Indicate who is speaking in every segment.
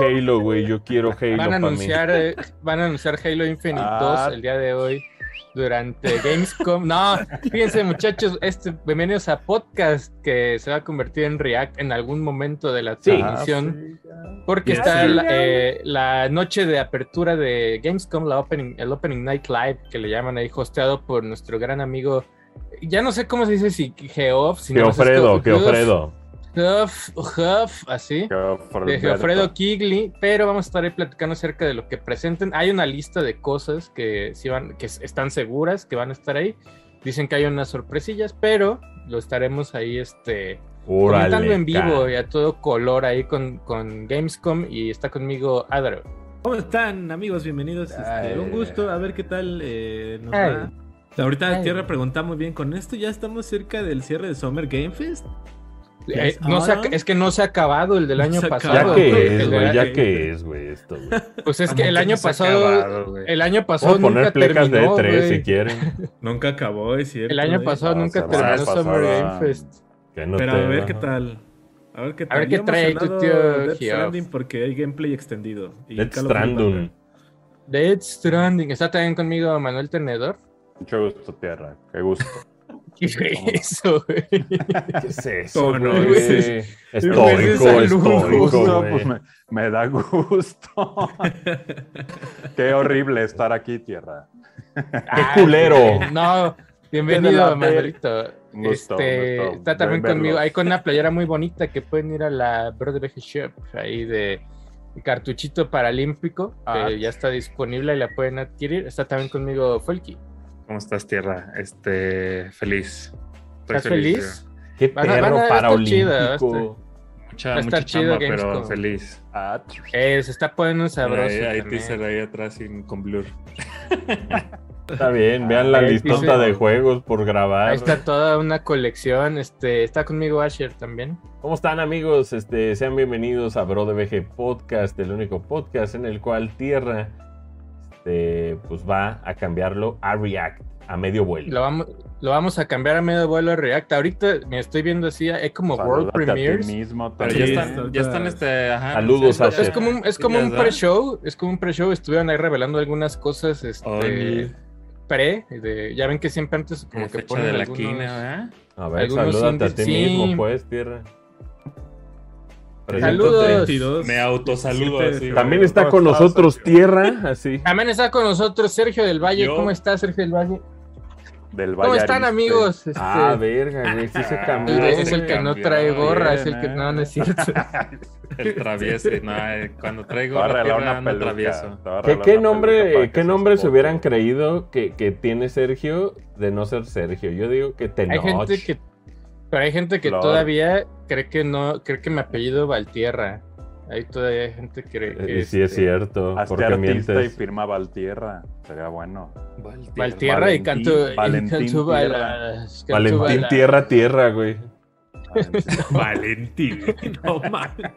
Speaker 1: Halo, güey. Yo quiero Halo.
Speaker 2: Van
Speaker 1: pa'
Speaker 2: a,
Speaker 1: mí.
Speaker 2: anunciar, eh, van a anunciar Halo Infinite
Speaker 1: Ah.
Speaker 2: 2 el día de hoy durante Gamescom. No, fíjense muchachos, este, bienvenidos a podcast que se va a convertir en React en algún momento de la
Speaker 1: Sí.
Speaker 3: Ah,
Speaker 2: transmisión.
Speaker 3: sí, ya.
Speaker 2: Porque
Speaker 1: Ya
Speaker 2: está
Speaker 1: sé.
Speaker 2: la, eh, la noche de apertura de Gamescom, la opening, el Opening Night Live, que le llaman ahí, hosteado por nuestro gran amigo. Ya no sé cómo se dice, si Geoff, si no, no sé,
Speaker 1: Geofredo,
Speaker 2: es Geoff-
Speaker 1: Geofredo.
Speaker 2: Geoff, Geoff, así. De Geofredo Kigli, pero vamos a estar ahí platicando acerca de lo que presenten. Hay una lista de cosas que, sí van, que están seguras que van a estar ahí. Dicen que hay unas sorpresillas, pero lo estaremos ahí este, comentando
Speaker 1: Órale,
Speaker 2: en vivo
Speaker 1: cara.
Speaker 2: y a todo color ahí con, con Gamescom y está conmigo Adro.
Speaker 3: ¿Cómo están, amigos? Bienvenidos. este,
Speaker 2: Ay.
Speaker 3: un gusto. A ver qué tal eh, nos
Speaker 2: Ay.
Speaker 3: va. Ahorita
Speaker 2: Ay.
Speaker 3: Tierra pregunta muy bien. Con esto ya estamos cerca del cierre de Summer Game Fest.
Speaker 2: Eh,
Speaker 3: Yes.
Speaker 2: no se ha-
Speaker 3: Ahora-
Speaker 2: es que no se ha acabado el del
Speaker 3: No
Speaker 2: año
Speaker 3: se ha
Speaker 2: pasado.
Speaker 1: Ya
Speaker 3: acabado,
Speaker 2: güey,
Speaker 1: que
Speaker 2: el
Speaker 1: es,
Speaker 2: del
Speaker 1: güey.
Speaker 2: año-
Speaker 1: Ya que es, güey. Esto, güey.
Speaker 2: Pues es que el
Speaker 4: ¿Cómo
Speaker 2: año
Speaker 4: no se ha
Speaker 2: pasado,
Speaker 4: acabado, güey?
Speaker 2: el año pasado
Speaker 1: Puedo poner
Speaker 2: nunca
Speaker 1: plecas
Speaker 2: terminó,
Speaker 1: de E tres
Speaker 2: güey.
Speaker 1: si quieren.
Speaker 3: Nunca acabó, es cierto.
Speaker 2: El año
Speaker 3: eh.
Speaker 2: pasado
Speaker 1: No,
Speaker 2: nunca
Speaker 1: semana
Speaker 2: terminó Summer
Speaker 1: pasada.
Speaker 2: Game Fest.
Speaker 1: Que no
Speaker 3: Pero
Speaker 1: te
Speaker 3: a ver
Speaker 1: va.
Speaker 3: qué tal. A ver qué tal.
Speaker 2: ver qué
Speaker 3: Yo
Speaker 2: trae tu
Speaker 3: emocionado
Speaker 2: tío
Speaker 3: de Death
Speaker 2: Geoff.
Speaker 3: Stranding porque hay gameplay extendido. Y
Speaker 1: Death
Speaker 3: Call of Duty
Speaker 1: Stranding.
Speaker 3: también.
Speaker 2: Dead Stranding. Está también conmigo Manuel Tenedor.
Speaker 4: Mucho gusto, tierra. Qué gusto.
Speaker 2: ¿Qué fue eso, güey?
Speaker 1: ¿Qué es
Speaker 3: No,
Speaker 1: eso,
Speaker 3: no,
Speaker 1: güey?
Speaker 3: ese
Speaker 1: Histórico,
Speaker 2: Ese es el
Speaker 1: histórico,
Speaker 4: Gusto,
Speaker 1: güey.
Speaker 4: pues me, me da gusto. Qué horrible estar aquí, tierra.
Speaker 2: Ay,
Speaker 1: culero!
Speaker 2: güey. No,
Speaker 4: Qué de
Speaker 2: bienvenido,
Speaker 4: la
Speaker 2: Manuelito.
Speaker 4: Un gusto,
Speaker 2: Este,
Speaker 4: un gusto
Speaker 2: está también
Speaker 4: verlos.
Speaker 2: conmigo. Hay con una playera muy bonita que pueden ir a la Brother BG Shop ahí de cartuchito paralímpico.
Speaker 4: Ah.
Speaker 2: que ya está disponible y la pueden adquirir. Está también conmigo Folky.
Speaker 5: ¿Cómo estás, Tierra? Este, feliz. Estoy
Speaker 2: ¿Estás feliz?
Speaker 1: Qué
Speaker 2: Van a- van a-
Speaker 1: perro
Speaker 2: va a estar chida, va a
Speaker 1: paraolímpico.
Speaker 5: tío.
Speaker 2: Va
Speaker 5: Mucha,
Speaker 2: a
Speaker 5: mucha
Speaker 2: estar chido
Speaker 5: chamba, pero
Speaker 2: Gamescom.
Speaker 5: feliz.
Speaker 4: Ah,
Speaker 2: Eh, se está poniendo sabroso.
Speaker 5: Ahí, ahí
Speaker 2: también.
Speaker 5: teaser ahí atrás sin, con blur.
Speaker 1: Está bien, vean la
Speaker 2: Ahí
Speaker 1: listota
Speaker 2: dice-
Speaker 1: de juegos por
Speaker 2: Ah, Ahí
Speaker 1: grabar.
Speaker 2: está toda una colección. Este, está conmigo Asher también.
Speaker 1: ¿Cómo están amigos? Este, sean bienvenidos a Bro de BG Podcast, el único podcast en el cual Tierra este, pues va a cambiarlo a React, a medio vuelo.
Speaker 2: Lo vamos, lo vamos a cambiar a medio vuelo a React. Ahorita me estoy viendo así, es como World Premiers.
Speaker 5: Pero
Speaker 3: Sí,
Speaker 5: ya
Speaker 3: está-
Speaker 5: están, ya están, este, ajá.
Speaker 1: Saludos,
Speaker 5: no sé,
Speaker 1: Asher.
Speaker 2: pues, Es como un, es como
Speaker 5: ya
Speaker 2: un
Speaker 5: está.
Speaker 2: pre-show, es como un pre-show, estuvieron ahí revelando algunas cosas, este,
Speaker 5: Ol-
Speaker 2: pre, de- ya ven que siempre antes como
Speaker 5: Como
Speaker 2: que
Speaker 5: fecha de
Speaker 2: ponen
Speaker 5: la
Speaker 2: algunos-
Speaker 5: quina, eh. ¿verdad?
Speaker 1: A ver,
Speaker 2: Algunos
Speaker 1: salúdate a
Speaker 2: indies,
Speaker 1: ti
Speaker 2: sí.
Speaker 1: mismo pues, Tierra.
Speaker 2: Saludos.
Speaker 1: Preséntate.
Speaker 3: 32.
Speaker 5: Me autosaludo
Speaker 3: Siete de
Speaker 5: así.
Speaker 3: febrero.
Speaker 1: También está con nosotros Tierra, así.
Speaker 2: También está con nosotros Sergio del Valle,
Speaker 5: Yo.
Speaker 2: ¿cómo está Sergio del Valle?
Speaker 4: Del
Speaker 2: ¿Cómo están
Speaker 4: Vallariste.
Speaker 2: amigos? Este,
Speaker 1: Ah, verga, güey, sí se cambió.
Speaker 2: el- es
Speaker 5: se
Speaker 2: el que no
Speaker 5: cambió,
Speaker 2: trae gorra,
Speaker 4: bien,
Speaker 2: es el que
Speaker 4: eh.
Speaker 2: no, no es cierto.
Speaker 5: El travieso. no, eh, cuando
Speaker 4: Te
Speaker 5: traigo
Speaker 4: va a
Speaker 5: la
Speaker 4: regalar
Speaker 5: tierra,
Speaker 4: una
Speaker 5: ando
Speaker 4: peluca.
Speaker 5: travieso.
Speaker 4: te va a
Speaker 1: ¿Qué,
Speaker 4: regalar
Speaker 1: qué
Speaker 4: una peluca para
Speaker 1: nombre,
Speaker 4: que
Speaker 1: ¿qué
Speaker 4: seas
Speaker 1: nombre se
Speaker 4: foto.
Speaker 1: hubieran creído que, que tiene Sergio de no ser Sergio? Yo digo que Tenoch.
Speaker 2: Hay gente que, pero hay gente que
Speaker 4: Flor.
Speaker 2: todavía cree que no, cree que mi apellido Valtierra. Ahí todavía hay gente que cree que
Speaker 1: Y Eh, sí es
Speaker 2: este,
Speaker 1: cierto,
Speaker 4: Hazte
Speaker 1: porque
Speaker 4: artista y
Speaker 1: mientes.
Speaker 4: firma Valtierra. Sería bueno.
Speaker 2: Valtierra
Speaker 4: Valentín-
Speaker 2: y canto,
Speaker 4: Valentín
Speaker 2: y canto
Speaker 4: Tierra.
Speaker 2: balas, canto
Speaker 1: Valentín
Speaker 2: balas.
Speaker 1: Tierra Tierra, güey.
Speaker 3: Valentín. No mames.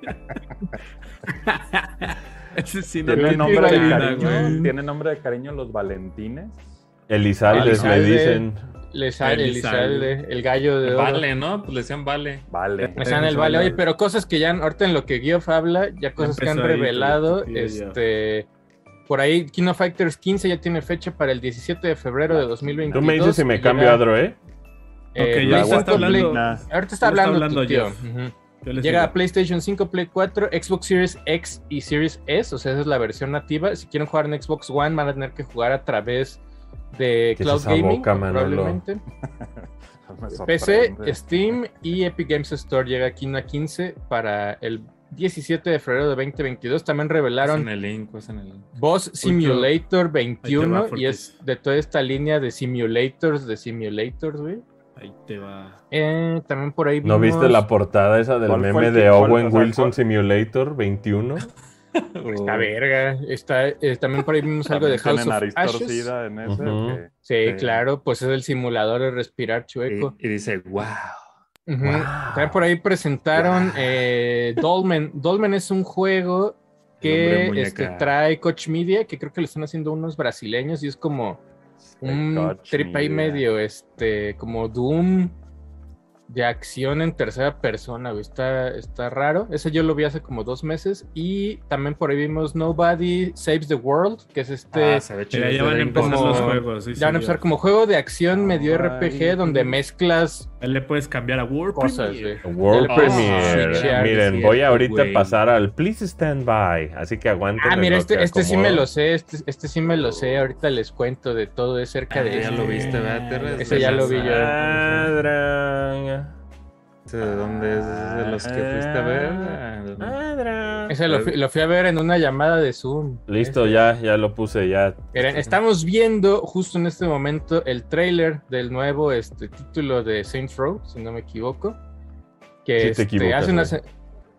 Speaker 3: Ese sí no
Speaker 4: ¿Tiene
Speaker 2: Valentín
Speaker 4: nombre, de
Speaker 2: Valina,
Speaker 4: cariño,
Speaker 2: güey.
Speaker 4: ¿Tiene nombre de cariño los Valentines?
Speaker 1: Elizaldes me
Speaker 2: Elizalde.
Speaker 1: dicen.
Speaker 2: Le sale, le
Speaker 3: Elizalde.
Speaker 2: sale el gallo de oro.
Speaker 5: Vale, ¿no? Pues le decían vale.
Speaker 4: Vale.
Speaker 2: Me sale el vale. Oye, pero cosas que ya ahorita en lo que Geoff habla, ya cosas que han
Speaker 3: Empezó ahí,
Speaker 2: revelado,
Speaker 3: tío, tío,
Speaker 2: este por ahí Kino Fighters 15 ya tiene fecha para el 17 de febrero de 2022.
Speaker 1: Tú me dices si me
Speaker 2: Llega,
Speaker 1: cambio Adro, ¿eh?
Speaker 2: eh,
Speaker 3: Ok, ya se
Speaker 4: La
Speaker 2: PlayStation
Speaker 3: está hablando.
Speaker 2: Play-
Speaker 4: guapolina.
Speaker 2: Ahorita está
Speaker 3: Ya está
Speaker 2: hablando,
Speaker 3: hablando
Speaker 2: tu tío.
Speaker 3: Geoff.
Speaker 2: Ujú.
Speaker 3: Yo les
Speaker 2: Llega
Speaker 3: digo.
Speaker 2: a PlayStation 5, Play 4, Xbox Series X y Series S, o sea, esa es la versión nativa. Si quieren jugar en Xbox One, van a tener que jugar a través
Speaker 1: ¿Qué
Speaker 2: de
Speaker 1: es
Speaker 2: Cloud
Speaker 1: esa
Speaker 2: Gaming,
Speaker 1: boca, Manolo?
Speaker 2: probablemente.
Speaker 4: Me
Speaker 2: PC,
Speaker 4: sorprende.
Speaker 2: Steam y Epic Games Store llega aquí en la 15 para el 17 de febrero de 2022. También
Speaker 5: Es
Speaker 2: revelaron
Speaker 5: en el link, es en el link.
Speaker 2: Boss Simulator
Speaker 3: Ahí
Speaker 2: 21
Speaker 3: te va,
Speaker 2: y es de toda esta línea de simulators, de simulators, güey.
Speaker 3: Ahí te va.
Speaker 2: Eh, también por ahí
Speaker 1: ¿No
Speaker 2: vimos-
Speaker 1: viste la portada esa del
Speaker 4: ¿Cuál fue
Speaker 1: meme
Speaker 4: el
Speaker 1: de
Speaker 4: que- cuál-
Speaker 1: Owen
Speaker 4: o sea,
Speaker 1: Wilson
Speaker 4: cuál-
Speaker 1: Simulator 21?
Speaker 2: La verga. Está, eh, también por ahí vimos algo de House
Speaker 4: También tienen
Speaker 2: of
Speaker 4: nariz
Speaker 2: Ashes.
Speaker 4: torcida en ese.
Speaker 1: Ujú.
Speaker 4: que-
Speaker 2: Sí,
Speaker 5: Sí.
Speaker 2: claro, pues es el simulador de respirar
Speaker 5: Oh, Y,
Speaker 2: chueco.
Speaker 5: y dice, wow.
Speaker 2: Ujú.
Speaker 1: Wow.
Speaker 2: También por ahí presentaron eh, Dolmen. Dolmen es un juego
Speaker 5: hombre
Speaker 2: que
Speaker 5: muñeca.
Speaker 2: este, trae Coach Media, que creo que lo están haciendo unos brasileños y es como
Speaker 4: Este
Speaker 2: un
Speaker 4: Touch
Speaker 2: trip ahí
Speaker 4: Me,
Speaker 2: medio, este, como Doom, de acción en tercera persona, güey. Está, está raro. Ese yo lo vi hace como dos meses. Y también por ahí vimos Nobody Saves the World, que es este.
Speaker 5: Ah, se ve chido.
Speaker 3: Mira, ya van a empezar
Speaker 2: como-
Speaker 3: los juegos. sí,
Speaker 2: ya van a
Speaker 3: señor.
Speaker 2: empezar como juego de acción
Speaker 5: Ah,
Speaker 2: medio
Speaker 4: Ay.
Speaker 2: RPG donde mezclas
Speaker 3: Ahí le puedes cambiar a War
Speaker 2: cosas,
Speaker 3: Premier.
Speaker 2: güey.
Speaker 4: Ah,
Speaker 1: World
Speaker 2: Ya le puedes
Speaker 1: Premiere.
Speaker 2: switchear,
Speaker 1: Miren,
Speaker 2: sí,
Speaker 1: voy
Speaker 2: cierto,
Speaker 1: ahorita
Speaker 5: güey.
Speaker 1: a pasar al Please Stand By. Así que aguanten.
Speaker 2: Ah,
Speaker 1: en
Speaker 2: mira,
Speaker 1: lo
Speaker 2: este,
Speaker 1: que
Speaker 2: este sí me
Speaker 1: acomodo.
Speaker 2: lo sé, este, este sí me lo sé, ahorita les cuento de todo, es cerca de...
Speaker 5: Ah, ya lo viste, ¿verdad, Terra?
Speaker 2: Ese ya lo vi yo.
Speaker 3: Ah,
Speaker 1: Adran.
Speaker 5: ¿De dónde es? ¿Es de los que fuiste a ver? Ah,
Speaker 1: Adran.
Speaker 2: Ese lo, fui- lo fui a ver en una llamada de Zoom.
Speaker 4: Este.
Speaker 1: Listo, ya, ya lo puse, ya.
Speaker 2: Miren, estamos viendo justo en este momento el tráiler del nuevo este, título de Saints Row, si no me equivoco. Que
Speaker 1: Sí te
Speaker 2: este,
Speaker 1: equivocas,
Speaker 2: hace, unas,
Speaker 1: güey.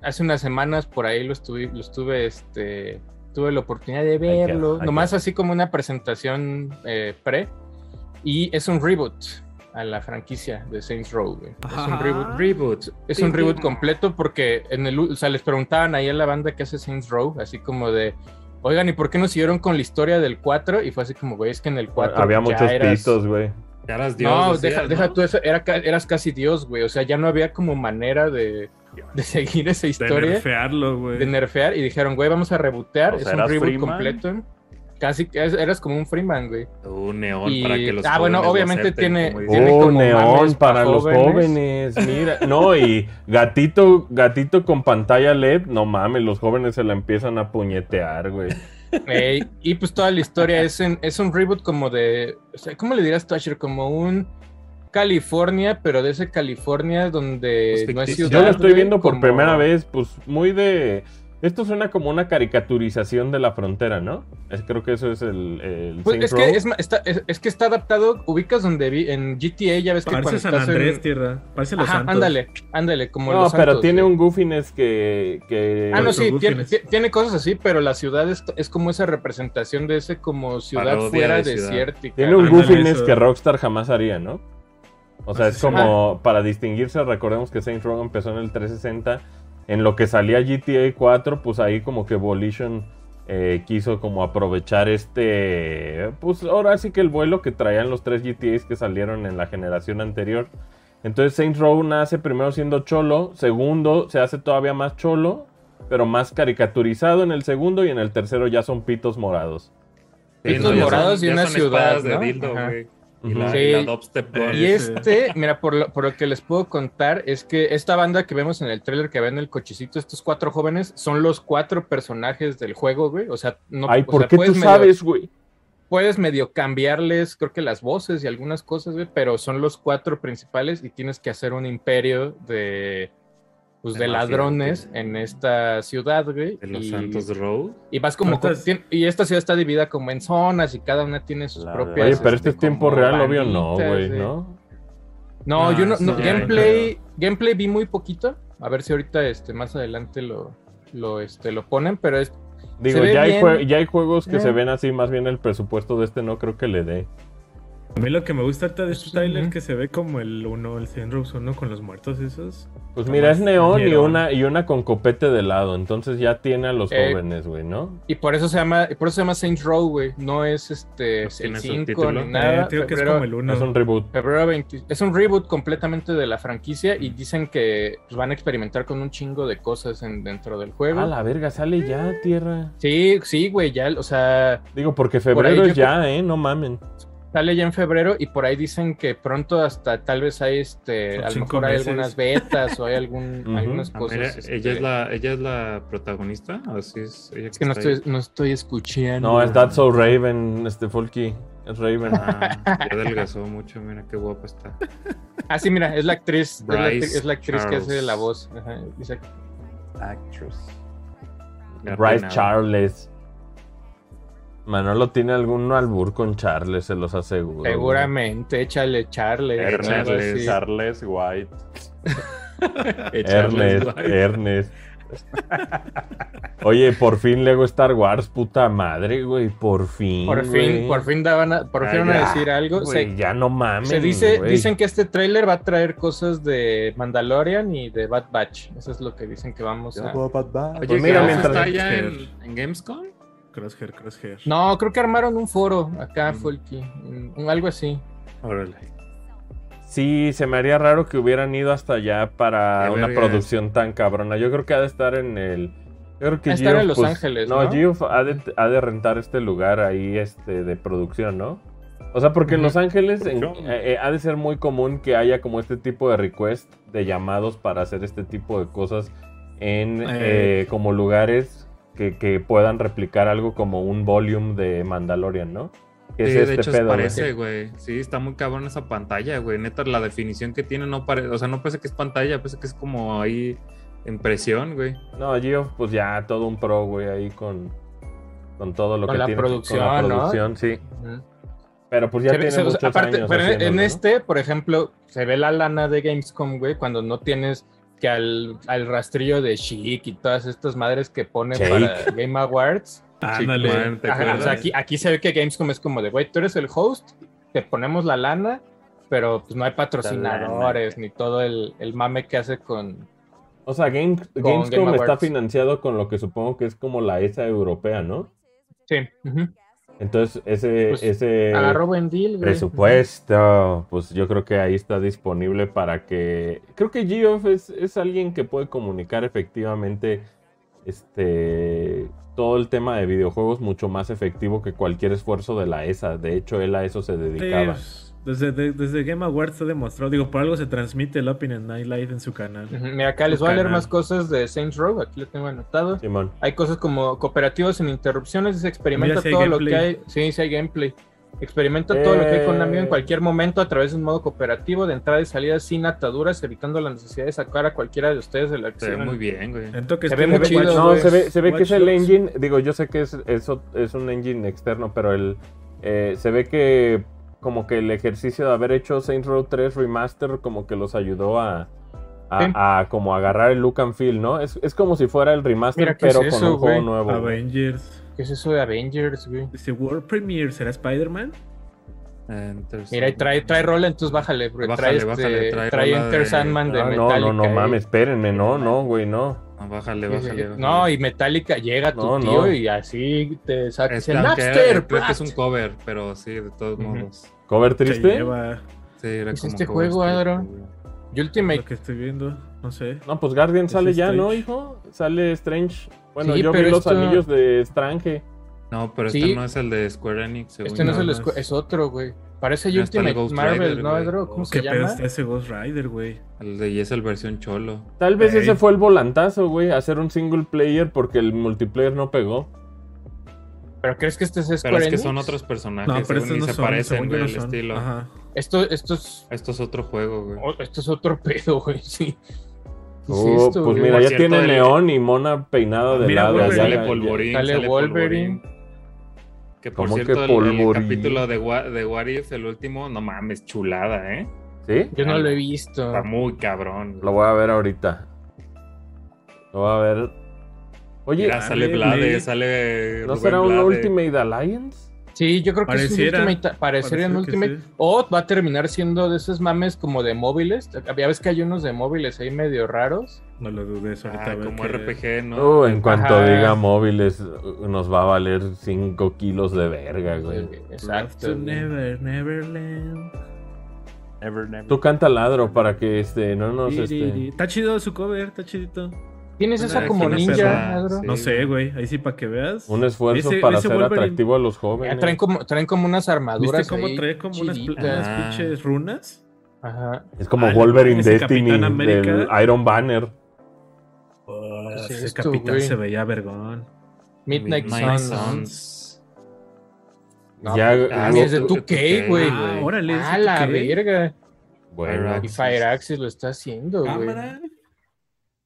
Speaker 2: hace unas semanas por ahí lo estuve, lo estuve, este, tuve la oportunidad
Speaker 1: que-
Speaker 2: de verlo,
Speaker 1: hay que-
Speaker 2: nomás así como una presentación eh, pre. Y es un reboot a la franquicia de Saints Row, güey. Es un
Speaker 3: Ajá.
Speaker 2: reboot, reboot. Es un reboot completo porque en el, u- o sea, les preguntaban ahí a la banda que hace Saints Row, así como de, oigan, ¿y por qué no siguieron con la historia del 4? Y fue así como, güey, es que en el 4
Speaker 1: Había
Speaker 2: ya
Speaker 1: muchos
Speaker 2: eras-
Speaker 1: pitos, güey.
Speaker 5: Ya las dio.
Speaker 2: No,
Speaker 5: decías,
Speaker 2: deja,
Speaker 5: ¿no?
Speaker 2: deja tú eso, era, ca- eras casi Dios, güey. O sea, ya no había como manera de, de seguir esa
Speaker 3: De
Speaker 2: historia
Speaker 3: nerfearlo, güey.
Speaker 2: de nerfear y dijeron, güey, vamos a rebotear,
Speaker 4: O
Speaker 2: es
Speaker 4: sea,
Speaker 2: un
Speaker 4: ¿eras
Speaker 2: reboot
Speaker 4: Freeman?
Speaker 2: completo. Casi que es- eras como un Freeman, güey.
Speaker 5: Un neón
Speaker 2: Y-
Speaker 5: para que los
Speaker 2: ah, bueno,
Speaker 5: jóvenes lo
Speaker 2: obviamente
Speaker 5: acepten,
Speaker 2: tiene-
Speaker 5: como dicen.
Speaker 2: tiene
Speaker 1: Oh,
Speaker 2: como
Speaker 1: neón
Speaker 2: mames
Speaker 1: para
Speaker 2: pa'
Speaker 1: los jóvenes. Mira, no, y gatito, gatito con pantalla LED. No mames, los jóvenes se la empiezan a puñetear, güey.
Speaker 2: Ey, y pues toda la historia es, en- es un reboot como de. O sea, ¿Cómo le dirás, Thatcher? Como un California, pero de ese California donde
Speaker 5: Pues
Speaker 2: no es
Speaker 5: ficticio.
Speaker 2: ciudad.
Speaker 1: Yo lo estoy
Speaker 2: güey,
Speaker 1: viendo por
Speaker 2: como-
Speaker 1: primera vez, pues muy de. Esto suena como una caricaturización de la frontera, ¿no? Es- creo que eso es el. el
Speaker 2: Pues
Speaker 1: Saints
Speaker 2: es, que
Speaker 1: Row.
Speaker 2: es, ma- está, es, es que está adaptado, ubicas donde vi en GTA, ya ves que cuando
Speaker 3: Parece San
Speaker 2: estás en-
Speaker 3: Andrés, tierra. Parece Los
Speaker 2: Ajá,
Speaker 3: Santos.
Speaker 2: ándale, ándale, como
Speaker 1: No,
Speaker 2: los
Speaker 1: pero
Speaker 2: Santos,
Speaker 1: tiene
Speaker 2: güey.
Speaker 1: un goofiness que. que-
Speaker 2: Ah, no,
Speaker 3: Los
Speaker 2: sí, tiene,
Speaker 3: Goofines.
Speaker 2: ti- tiene cosas así, pero la ciudad es, es como esa representación de ese como ciudad
Speaker 5: Parodia
Speaker 2: fuera
Speaker 5: de
Speaker 2: de
Speaker 5: ciudad.
Speaker 1: Tiene un
Speaker 3: Ándale,
Speaker 1: goofiness
Speaker 3: eso.
Speaker 1: que Rockstar jamás haría, ¿no? O sea, es
Speaker 3: Así se
Speaker 1: como para distinguirse, recordemos que Saints Row empezó en el 360. En lo que salía GTA 4, pues ahí como que Volition eh, quiso como aprovechar este... Pues ahora sí que el vuelo que traían los tres GTAs que salieron en la generación anterior. Entonces Saints Row nace primero siendo cholo, segundo se hace todavía más cholo, pero más caricaturizado en el segundo y en el tercero ya son pitos morados.
Speaker 5: Sí,
Speaker 2: Estos
Speaker 5: ya
Speaker 2: morados
Speaker 5: son-
Speaker 2: y
Speaker 5: ya
Speaker 2: una
Speaker 5: son
Speaker 2: ciudad,
Speaker 5: espadas de
Speaker 2: ¿no?
Speaker 5: dildo,
Speaker 2: Ajá.
Speaker 5: güey. Y
Speaker 1: Ujú.
Speaker 5: la,
Speaker 2: Sí.
Speaker 5: y la dubstep gun.
Speaker 2: Y
Speaker 3: Ese.
Speaker 2: este, mira, por lo, por lo que les puedo contar es que esta banda que vemos en el tráiler que ven el cochecito, estos cuatro jóvenes, son los cuatro personajes del juego, güey. O sea, no
Speaker 1: Ay,
Speaker 2: o
Speaker 1: ¿por
Speaker 2: sea,
Speaker 1: qué tú
Speaker 2: puedes medio-
Speaker 1: sabes, güey?
Speaker 2: puedes medio cambiarles, creo que las voces y algunas cosas, güey, pero son los cuatro principales y tienes que hacer un imperio de, pues,
Speaker 5: De
Speaker 2: de,
Speaker 5: mafia,
Speaker 2: ladrones
Speaker 5: güey.
Speaker 2: en esta ciudad, güey.
Speaker 5: De los
Speaker 2: y,
Speaker 5: Santos Road.
Speaker 2: y vas como con-
Speaker 3: Ahorita es-
Speaker 2: tien- y esta ciudad está dividida como en zonas y cada una tiene sus
Speaker 4: La
Speaker 2: propias.
Speaker 4: verdad.
Speaker 1: Oye, pero este es
Speaker 2: este,
Speaker 1: tiempo
Speaker 2: como
Speaker 1: real, obvio, no,
Speaker 2: banditas,
Speaker 1: güey,
Speaker 2: güey.
Speaker 1: ¿no?
Speaker 2: No,
Speaker 3: No,
Speaker 2: yo no,
Speaker 3: sí,
Speaker 2: no,
Speaker 5: ya,
Speaker 2: gameplay, gameplay vi muy poquito. A ver si ahorita este más adelante lo, lo, este, lo ponen, pero es,
Speaker 1: Digo,
Speaker 2: ve
Speaker 1: ya hay,
Speaker 2: bien.
Speaker 1: jue- ya hay juegos que
Speaker 2: Eh.
Speaker 1: se ven así, más bien el presupuesto de este no creo que le dé.
Speaker 3: A mí lo que me gusta ahorita de este
Speaker 2: Sí.
Speaker 3: trailer es que se ve como el uno, el Syndromes 1 con los muertos esos.
Speaker 1: Pues
Speaker 3: Nomás
Speaker 1: mira, es neón y
Speaker 3: dijeron.
Speaker 1: una, y una con copete de lado, entonces ya tiene a los
Speaker 2: Eh.
Speaker 1: jóvenes, güey, ¿no?
Speaker 2: y por eso se llama, y por eso se llama Saints Row, güey. No es este
Speaker 5: No
Speaker 2: el
Speaker 5: tiene
Speaker 2: 5
Speaker 5: subtítulo.
Speaker 2: ni nada.
Speaker 3: Eh, creo que es
Speaker 2: febrero-
Speaker 3: como el
Speaker 1: Es un
Speaker 3: 1.
Speaker 1: reboot.
Speaker 2: febrero 20 es un reboot completamente de la franquicia y dicen que pues, van a experimentar con un chingo de cosas en- dentro del juego.
Speaker 1: A la verga, sale ya, tierra.
Speaker 2: Sí, sí, güey, ya, o sea,
Speaker 1: Digo, porque
Speaker 2: ahí
Speaker 1: febrero
Speaker 2: yo
Speaker 1: es ya, ¿eh? No mamen.
Speaker 2: sale ya en febrero y por ahí dicen que pronto hasta tal vez hay este,
Speaker 3: Son
Speaker 2: a lo
Speaker 3: cinco
Speaker 2: mejor hay
Speaker 3: meses.
Speaker 2: algunas betas o hay algún,
Speaker 1: Ujú.
Speaker 2: algunas
Speaker 5: Ah,
Speaker 2: cosas.
Speaker 5: mira,
Speaker 2: este,
Speaker 5: ella, es la, ella es la protagonista. Así es. Ella
Speaker 2: Es que no
Speaker 5: está ahí.
Speaker 2: estoy, no estoy escuchando.
Speaker 1: No, es That's So Raven, este Folky. Es Raven.
Speaker 5: Ah, ya adelgazó mucho. Mira qué guapa está.
Speaker 2: Ah, sí, mira, es la actriz. es la actri-
Speaker 5: Bryce
Speaker 2: es la actriz, que hace
Speaker 5: Charles.
Speaker 2: la voz. Ajá, dice-
Speaker 4: Actress.
Speaker 5: Ya
Speaker 1: Bryce
Speaker 5: peinada.
Speaker 1: Charles. Manolo tiene algún albur con Charles, se los aseguro. güey.
Speaker 2: seguramente, échale, Charles.
Speaker 4: Ernest,
Speaker 2: algo así.
Speaker 4: Charles White.
Speaker 5: Eh, Charles
Speaker 1: Ernest,
Speaker 5: White.
Speaker 1: Ernest. Oye, por fin Lego Star Wars, puta madre, güey, por fin.
Speaker 2: Por
Speaker 1: güey.
Speaker 2: fin, por fin daban a, por
Speaker 5: Ah,
Speaker 2: fin van a
Speaker 5: ya,
Speaker 2: decir algo.
Speaker 1: Güey,
Speaker 2: se,
Speaker 1: ya no mames.
Speaker 2: se dice, dicen que este tráiler va a traer cosas de Mandalorian y de Bad Batch. Eso es lo que dicen que vamos a.
Speaker 5: Oye,
Speaker 1: Pues
Speaker 5: pues
Speaker 1: mira, mientras-
Speaker 5: está ya en, en Gamescom?
Speaker 3: Crosshair, Crosshair.
Speaker 2: No, creo que armaron un foro acá, Folky. mm, algo así.
Speaker 5: Órale.
Speaker 1: Sí, se me haría raro que hubieran ido hasta allá para
Speaker 5: Qué
Speaker 1: una
Speaker 5: verga.
Speaker 1: producción tan cabrona. Yo creo que ha de estar en el. Yo creo que
Speaker 2: Ha de estar
Speaker 1: Geoff,
Speaker 2: en Los
Speaker 1: pues,
Speaker 2: Ángeles,
Speaker 1: No,
Speaker 2: ¿no?
Speaker 1: Geoff ha de, ha de rentar este lugar ahí este, de producción, ¿no? O sea, porque en
Speaker 2: Ujú.
Speaker 1: Los Ángeles en-
Speaker 4: Producción.
Speaker 1: eh, eh, ha de ser muy común que haya como este tipo de request de llamados para hacer este tipo de cosas en
Speaker 3: Eh.
Speaker 1: eh, como lugares que, que puedan replicar algo como un volume de Mandalorian, ¿no? Que es
Speaker 5: Sí,
Speaker 1: este
Speaker 5: de hecho,
Speaker 1: pedo. ¿no?
Speaker 5: parece, güey. Sí, está muy cabrón esa pantalla, güey. Neta, la definición que tiene no parece. O sea, no parece que es pantalla, parece que es como ahí en presión, güey.
Speaker 1: No, Gio, pues ya todo un pro, güey, ahí con, con todo lo
Speaker 2: Con
Speaker 1: que
Speaker 2: la
Speaker 1: tiene.
Speaker 2: producción,
Speaker 1: con la
Speaker 2: ¿no?
Speaker 1: producción, sí.
Speaker 2: Ujú.
Speaker 1: Pero pues ya
Speaker 2: Se ve-
Speaker 1: tiene
Speaker 2: se- o sea,
Speaker 1: muchos
Speaker 2: aparte,
Speaker 1: años
Speaker 2: pero en- en
Speaker 1: haciéndolo, ¿no?
Speaker 2: este, por ejemplo, se ve la lana de Gamescom, güey, cuando no tienes que al, al rastrillo de Chic y todas estas madres que ponen
Speaker 1: Sheik.
Speaker 2: para Game Awards.
Speaker 3: Ándale.
Speaker 5: Chick Man, ¿te
Speaker 2: Ajá, o
Speaker 5: acuerdas?
Speaker 2: sea, aquí, aquí se ve que Gamescom es como de, güey, tú eres el host, te ponemos la lana, pero pues no hay patrocinadores ni todo el, el mame que hace con...
Speaker 1: O sea, Game- Gamescom
Speaker 2: Game
Speaker 1: está
Speaker 2: Awards.
Speaker 1: financiado con lo que supongo que es como la ESA europea, ¿no?
Speaker 2: Sí, ujú.
Speaker 1: Entonces, ese,
Speaker 2: Pues,
Speaker 1: ese
Speaker 2: agarró buen deal, güey.
Speaker 1: Eh, presupuesto, pues yo creo que ahí está disponible para que. Creo que Geoff es, es alguien que puede comunicar efectivamente este todo el tema de videojuegos mucho más efectivo que cualquier esfuerzo de la ESA. De hecho, él a eso se dedicaba.
Speaker 3: Sí, Desde, de- desde Game Awards se demostró, digo, por algo se transmite el Open and Night Live en su canal.
Speaker 2: Ujú. Mira, acá les voy a leer
Speaker 3: Canal.
Speaker 2: más cosas de Saints Row, aquí lo tengo anotado.
Speaker 1: Simón.
Speaker 2: Hay cosas como cooperativos sin interrupciones, se experimenta
Speaker 3: Mira, si hay
Speaker 2: todo lo que
Speaker 3: gameplay.
Speaker 2: hay. Sí, sí hay gameplay. Experimenta todo lo que hay con Namio en
Speaker 1: Eh.
Speaker 2: cualquier momento a través de un modo cooperativo de entrada y salida sin ataduras, evitando la necesidad de sacar a cualquiera de ustedes de la
Speaker 5: Se ve
Speaker 2: acción.
Speaker 5: muy bien, güey.
Speaker 1: Eh.
Speaker 3: Siento que
Speaker 2: Se
Speaker 3: estoy
Speaker 2: ve muy
Speaker 3: de
Speaker 2: chido,
Speaker 3: Watch
Speaker 1: No,
Speaker 2: güey.
Speaker 3: Dogs.
Speaker 1: se ve, se ve que
Speaker 3: Watch
Speaker 1: es el
Speaker 3: Dogs.
Speaker 1: engine, digo, yo sé que es, eso es un engine externo, pero el, eh, se ve que como que el ejercicio de haber hecho Saints Row 3 Remaster como que los ayudó a, a,
Speaker 2: Sí.
Speaker 1: a como agarrar el look and feel, ¿no? Es, es como si fuera el remaster,
Speaker 2: Mira, ¿qué es
Speaker 1: pero con
Speaker 2: eso,
Speaker 1: un juego
Speaker 2: güey?
Speaker 1: nuevo. güey.
Speaker 3: Avengers.
Speaker 2: ¿Qué es eso de Avengers, güey?
Speaker 3: Dice World Premiere, ¿será Spider-Man?
Speaker 5: Enter
Speaker 2: Mira, y trae, trae rola, entonces bájale, porque
Speaker 5: Bájale,
Speaker 2: trae,
Speaker 5: bájale,
Speaker 2: este-
Speaker 5: trae
Speaker 2: trae
Speaker 5: rola
Speaker 2: Enter
Speaker 5: de-
Speaker 2: Sandman de
Speaker 1: Ah, no,
Speaker 2: Metallica. eh.
Speaker 1: no, no
Speaker 2: ahí.
Speaker 1: mames, espérenme, no, no, güey, no.
Speaker 5: Ah, Bájale,
Speaker 2: Sí, sí,
Speaker 5: bájale.
Speaker 2: sí.
Speaker 5: bájale.
Speaker 2: No, y Metallica llega tu
Speaker 1: No, no.
Speaker 2: tío y así te saca.
Speaker 5: Es
Speaker 2: dice,
Speaker 5: Este, aunque-
Speaker 2: Napster,
Speaker 5: creo que es un
Speaker 2: Brat".
Speaker 5: cover, pero sí, de todos
Speaker 2: Ujú.
Speaker 5: modos.
Speaker 1: ¿Cover
Speaker 3: Se
Speaker 1: triste?
Speaker 3: lleva
Speaker 5: Sí, era
Speaker 2: ¿Es
Speaker 5: como
Speaker 2: este
Speaker 5: cover
Speaker 2: juego,
Speaker 5: strip,
Speaker 2: Adro?
Speaker 5: güey.
Speaker 2: Y Ultimate
Speaker 3: lo que estoy viendo, no sé.
Speaker 1: No, pues Guardian
Speaker 3: Es
Speaker 1: sale ya, ¿no,
Speaker 3: Strange.
Speaker 1: hijo? Sale Strange. Bueno,
Speaker 2: Sí,
Speaker 1: yo vi
Speaker 2: pero
Speaker 1: los
Speaker 2: esto-
Speaker 1: anillos de Strange.
Speaker 5: No, pero
Speaker 2: Sí.
Speaker 5: este no es el de Square Enix, según
Speaker 2: Este no es
Speaker 5: yo.
Speaker 2: el
Speaker 3: no
Speaker 2: escu-
Speaker 3: es-
Speaker 2: es otro, güey. Parece
Speaker 5: No, está el
Speaker 2: Ultimate
Speaker 5: Ghost
Speaker 2: Marvel,
Speaker 5: Rider,
Speaker 2: ¿no,
Speaker 5: güey.
Speaker 2: Edro? ¿Cómo
Speaker 3: ¿Qué
Speaker 2: se
Speaker 3: pedo
Speaker 2: llama?
Speaker 3: está este, ese Ghost Rider, güey?
Speaker 5: El de y es el versión cholo.
Speaker 1: Tal vez
Speaker 3: Ey.
Speaker 1: ese fue el volantazo, güey, hacer un single player porque el multiplayer no pegó.
Speaker 2: ¿Pero crees que este es Square
Speaker 5: Pero es que
Speaker 2: Enix?
Speaker 5: son otros personajes,
Speaker 3: No, pero
Speaker 5: Ah, según
Speaker 3: estos
Speaker 5: y
Speaker 3: no
Speaker 5: se
Speaker 3: son,
Speaker 5: parecen,
Speaker 3: según yo
Speaker 5: güey,
Speaker 3: no
Speaker 5: el
Speaker 3: son.
Speaker 5: estilo.
Speaker 3: Ajá.
Speaker 2: Esto, esto, es,
Speaker 5: Esto es otro juego, güey.
Speaker 2: o- esto es otro pedo, güey, sí. ¿Qué es
Speaker 1: Oh,
Speaker 2: esto,
Speaker 1: pues
Speaker 2: güey?
Speaker 1: mira,
Speaker 5: Por
Speaker 1: ya
Speaker 5: cierto,
Speaker 1: tiene
Speaker 5: el- Ah,
Speaker 1: neón y mona peinada de
Speaker 3: Mira,
Speaker 1: lado.
Speaker 3: Wolverine.
Speaker 1: ya-
Speaker 5: sale
Speaker 1: ya-
Speaker 5: Wolverine,
Speaker 2: Sale
Speaker 5: sale,
Speaker 2: Wolverine.
Speaker 5: Wolverine. Que por
Speaker 1: ¿Cómo
Speaker 5: cierto,
Speaker 1: que
Speaker 5: el- el,
Speaker 1: polvorín?
Speaker 5: capítulo de, Wa- de What If, el último, no mames, chulada, ¿eh?
Speaker 1: ¿Sí?
Speaker 2: Yo no lo he visto.
Speaker 5: Está muy cabrón.
Speaker 1: Lo voy a ver ahorita. Lo voy a ver. Oye,
Speaker 5: Mira, sale
Speaker 3: dale,
Speaker 5: Blade,
Speaker 3: güey.
Speaker 5: sale.
Speaker 1: ¿no
Speaker 5: Rubén
Speaker 1: será un
Speaker 5: Blade.
Speaker 1: Ultimate Alliance?
Speaker 2: Sí, yo creo que es un
Speaker 3: Pareciera.
Speaker 2: Ultimate. Parecería un
Speaker 3: Parece que
Speaker 2: Ultimate.
Speaker 3: sí.
Speaker 2: O va a terminar siendo de esos mames como de móviles. Ya ves que hay unos de móviles ahí medio raros.
Speaker 3: No lo dudes
Speaker 5: Ah,
Speaker 3: ahorita. a ver
Speaker 5: como
Speaker 3: qué-
Speaker 5: RPG, ¿no?
Speaker 1: Oh, en cuanto
Speaker 2: Ajá.
Speaker 1: diga móviles, uh, nos va a valer 5 kilos de verga, güey.
Speaker 2: Eh, Exacto.
Speaker 3: Love to
Speaker 2: güey.
Speaker 3: Never, Neverland.
Speaker 4: Never, never.
Speaker 1: Tú canta ladro para que este, no nos...
Speaker 3: Di, di, di.
Speaker 1: Este...
Speaker 3: Está chido su cover, está chidito.
Speaker 2: Tienes
Speaker 3: Una
Speaker 2: esa como
Speaker 3: esquina
Speaker 2: ninja,
Speaker 5: cerrada,
Speaker 2: Adro.
Speaker 5: sí.
Speaker 3: No sé, güey. Ahí sí, para que veas.
Speaker 1: Un esfuerzo
Speaker 3: Ese-
Speaker 1: para
Speaker 3: ese
Speaker 1: hacer
Speaker 3: Wolverine-
Speaker 1: atractivo a los
Speaker 2: Ya
Speaker 1: jóvenes.
Speaker 2: traen como, traen como unas armaduras.
Speaker 3: ¿Viste cómo
Speaker 2: ahí
Speaker 3: trae como unas, pla-
Speaker 2: chiditas.
Speaker 3: unas
Speaker 5: Ah.
Speaker 3: pinches runas?
Speaker 2: Ajá.
Speaker 1: Es como
Speaker 3: Ah, no,
Speaker 1: Wolverine
Speaker 3: ese
Speaker 1: Destiny
Speaker 3: Capitán América.
Speaker 1: del Iron Banner.
Speaker 2: es
Speaker 3: ese
Speaker 2: esto,
Speaker 3: capitán
Speaker 2: güey?
Speaker 3: se veía vergón.
Speaker 2: Midnight,
Speaker 5: Midnight
Speaker 2: Suns.
Speaker 5: Suns.
Speaker 2: No,
Speaker 1: Ya, ah,
Speaker 5: Ah,
Speaker 2: es de
Speaker 5: tú-
Speaker 2: 2K, güey.
Speaker 3: Ah, órale. ese
Speaker 2: A la
Speaker 3: 2K.
Speaker 2: verga.
Speaker 1: bueno.
Speaker 2: Y Fire Axis lo está haciendo, güey.
Speaker 3: Cámara.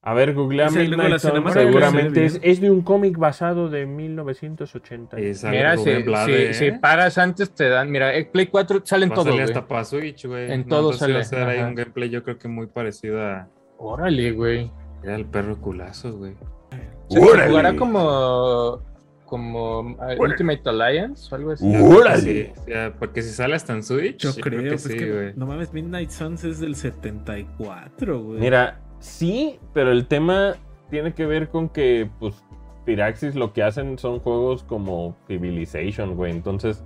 Speaker 1: A ver, googlea
Speaker 3: Ese luego la
Speaker 1: Midnight Sun,
Speaker 3: cinemática
Speaker 1: seguramente
Speaker 3: se ve
Speaker 1: es, es de un cómic basado de 1980.
Speaker 5: Y sale
Speaker 2: Mira,
Speaker 5: Rubén
Speaker 2: si, si-
Speaker 5: Blade,
Speaker 2: si
Speaker 5: ¿eh?
Speaker 2: pagas antes te dan. Mira, el Play 4 salen
Speaker 5: Va a
Speaker 2: todo,
Speaker 5: salir
Speaker 2: güey.
Speaker 5: hasta para Switch, güey.
Speaker 2: En todo
Speaker 5: entonces va
Speaker 2: sale,
Speaker 5: a ser ahí
Speaker 2: ajá.
Speaker 5: un gameplay, yo creo que muy parecido a.
Speaker 2: Órale, güey.
Speaker 5: Era el perro culazo, güey.
Speaker 2: O sea, ¿se
Speaker 1: ¡Órale!
Speaker 2: jugará como. Como ah, Ultimate Alliance o algo así.
Speaker 1: Uh. ¡Órale!
Speaker 5: Sí, o sea, porque si sale hasta en Switch,
Speaker 3: Yo creo,
Speaker 5: que
Speaker 3: pues
Speaker 5: sí,
Speaker 3: que
Speaker 5: güey.
Speaker 3: no mames, Midnight Suns es del 74, güey.
Speaker 1: Mira, sí, pero el tema tiene que ver con que, pues, Firaxis lo que hacen son juegos como Civilization, güey. Entonces,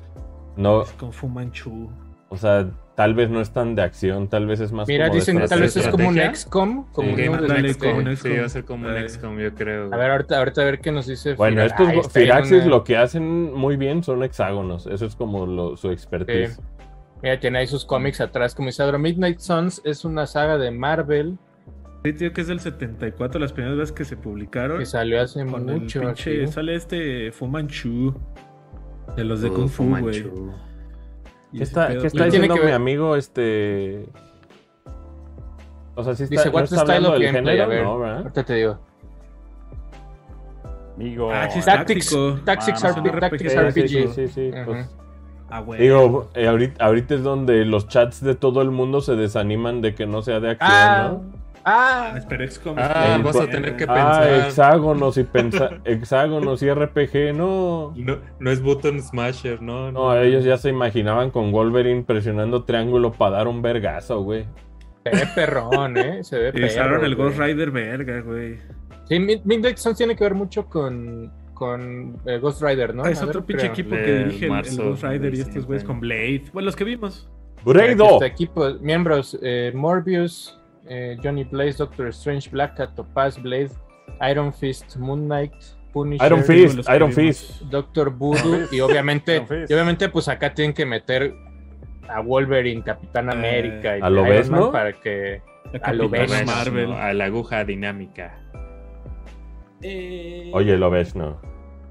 Speaker 1: no,
Speaker 3: Es con Fu Manchu.
Speaker 1: o sea, tal vez no es tan de acción, tal vez es más
Speaker 2: Mira,
Speaker 1: como de
Speaker 2: dicen que tal vez es como un
Speaker 5: ¿Estrategia?
Speaker 2: XCOM. Como
Speaker 5: Sí,
Speaker 2: uno de
Speaker 3: ándale,
Speaker 2: los-
Speaker 3: como un
Speaker 5: Sí,
Speaker 3: XCOM.
Speaker 5: va a ser como un
Speaker 3: Eh.
Speaker 5: XCOM, yo creo.
Speaker 2: A ver, ahorita, ahorita a ver qué nos dice. Ah,
Speaker 1: Bueno,
Speaker 2: Fira-
Speaker 1: estos
Speaker 2: Ay,
Speaker 1: go-
Speaker 2: estaría
Speaker 1: Firaxis
Speaker 2: buena.
Speaker 1: lo que hacen muy bien son hexágonos. Eso es como lo- su expertise.
Speaker 2: Sí. Mira, tiene ahí sus cómics atrás, como dice Adro. Midnight Suns es una saga de Marvel
Speaker 3: Sí, tío, que es del 74, las primeras veces que se publicaron.
Speaker 2: que salió hace
Speaker 3: Con el
Speaker 2: mucho.
Speaker 3: pinche-
Speaker 2: aquí.
Speaker 3: sale este Fu Manchu. De los de
Speaker 5: Uh,
Speaker 3: Kung Fu, güey.
Speaker 5: Fumanchu.
Speaker 3: Y
Speaker 1: ¿Qué
Speaker 3: ese
Speaker 1: está,
Speaker 3: pedo.
Speaker 1: qué está
Speaker 2: Y tiene
Speaker 1: diciendo
Speaker 2: que
Speaker 1: mi
Speaker 2: ver-
Speaker 1: amigo? Este. O sea, si está,
Speaker 2: Dice,
Speaker 1: no
Speaker 2: what's
Speaker 1: está
Speaker 2: the style
Speaker 1: hablando
Speaker 2: of
Speaker 1: del
Speaker 2: gameplay? A
Speaker 1: género,
Speaker 2: ver,
Speaker 1: ¿no? ¿verdad?
Speaker 2: ahorita te digo.
Speaker 4: Amigo.
Speaker 3: Ah, sí, está.
Speaker 2: Tactics,
Speaker 3: táctico.
Speaker 2: Tactics,
Speaker 4: Ah,
Speaker 2: RP-
Speaker 3: no, no,
Speaker 2: Tactics
Speaker 3: RPG.
Speaker 1: Sí,
Speaker 2: RPG.
Speaker 1: sí, sí, sí,
Speaker 2: Ajá.
Speaker 1: pues,
Speaker 3: Ah, güey.
Speaker 1: digo, eh, ahorita, ahorita es donde los chats de todo el mundo se desaniman de que no sea de acción,
Speaker 2: Ah,
Speaker 1: ¿no?
Speaker 2: ah,
Speaker 3: Pero es como-
Speaker 5: Ah,
Speaker 1: Eh,
Speaker 5: vas a tener que
Speaker 1: Ah,
Speaker 5: pensar.
Speaker 1: hexágonos y pensa- hexágonos y RPG, no.
Speaker 5: No, no es Button Smasher, no.
Speaker 1: No, ellos ya se imaginaban con Wolverine presionando triángulo para dar un vergazo, güey.
Speaker 2: se ve perrón, ¿eh? Se ve
Speaker 3: Y usaron
Speaker 2: perro,
Speaker 3: el
Speaker 2: güey.
Speaker 3: Ghost Rider verga, güey.
Speaker 2: Sí, Mid- Midnight Suns tiene que ver mucho con, con eh, Ghost Rider, ¿no?
Speaker 3: Ah, es
Speaker 2: A ver,
Speaker 3: otro pinche
Speaker 2: creo.
Speaker 3: equipo que
Speaker 5: Del
Speaker 3: dirige el, el
Speaker 5: marzo
Speaker 3: Ghost Rider y
Speaker 5: 2005,
Speaker 3: estos güeyes
Speaker 5: eh.
Speaker 3: con Blade. Bueno, los que vimos.
Speaker 1: ¡Bureido!
Speaker 2: Este equipo, miembros, eh, Morbius, eh, Johnny Blaze, Doctor Strange, Black Cat, Topaz, Blade, Iron Fist, Moon Knight, Punisher,
Speaker 1: Iron
Speaker 3: Fist.
Speaker 1: Fist, Iron Fist.
Speaker 2: Doctor Voodoo y obviamente,
Speaker 4: Iron Fist.
Speaker 2: y obviamente pues acá tienen que meter a Wolverine,
Speaker 3: Eh,
Speaker 2: Capitán América y
Speaker 1: a lo
Speaker 2: Iron
Speaker 1: ves,
Speaker 2: Man
Speaker 1: ¿no?
Speaker 2: para que
Speaker 3: La
Speaker 2: A lo
Speaker 3: Capitana
Speaker 2: ves.
Speaker 3: Marvel.
Speaker 5: a la aguja dinámica.
Speaker 1: Oye, lo ves, ¿no?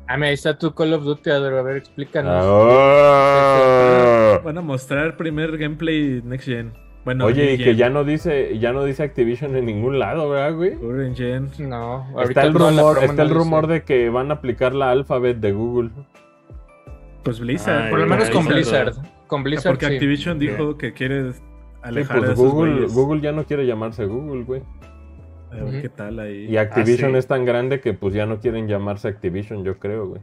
Speaker 2: Ah, mira, ahí está tu Call of Duty, Adro, a ver, explícanos.
Speaker 1: Ah.
Speaker 3: Van a mostrar primer gameplay Next Gen. Bueno,
Speaker 1: Oye, y
Speaker 3: New
Speaker 1: que
Speaker 3: Gen.
Speaker 1: ya no dice, ya no dice Activision en ningún lado, ¿verdad, güey?
Speaker 3: Current Gen.
Speaker 2: No,
Speaker 1: Está
Speaker 2: ahorita
Speaker 1: el
Speaker 2: toda la
Speaker 1: rumor,
Speaker 2: promo
Speaker 1: está
Speaker 2: no
Speaker 1: el
Speaker 2: dice.
Speaker 1: rumor de que van a aplicar la Alphabet de Google.
Speaker 3: Pues Blizzard.
Speaker 5: Ay,
Speaker 2: Por lo menos con
Speaker 5: Blizzard.
Speaker 2: Blizzard. Con Blizzard,
Speaker 3: Ah, Porque
Speaker 2: sí.
Speaker 3: Activision dijo que quiere
Speaker 1: Sí,
Speaker 3: alejar a
Speaker 1: pues
Speaker 3: esos
Speaker 1: Google,
Speaker 3: güeyes.
Speaker 1: Google ya no quiere llamarse Google, güey.
Speaker 3: A ver
Speaker 2: Ujú.
Speaker 3: qué tal ahí.
Speaker 1: Y Activision
Speaker 5: sí.
Speaker 1: es tan grande que pues ya no quieren llamarse Activision, yo creo, güey.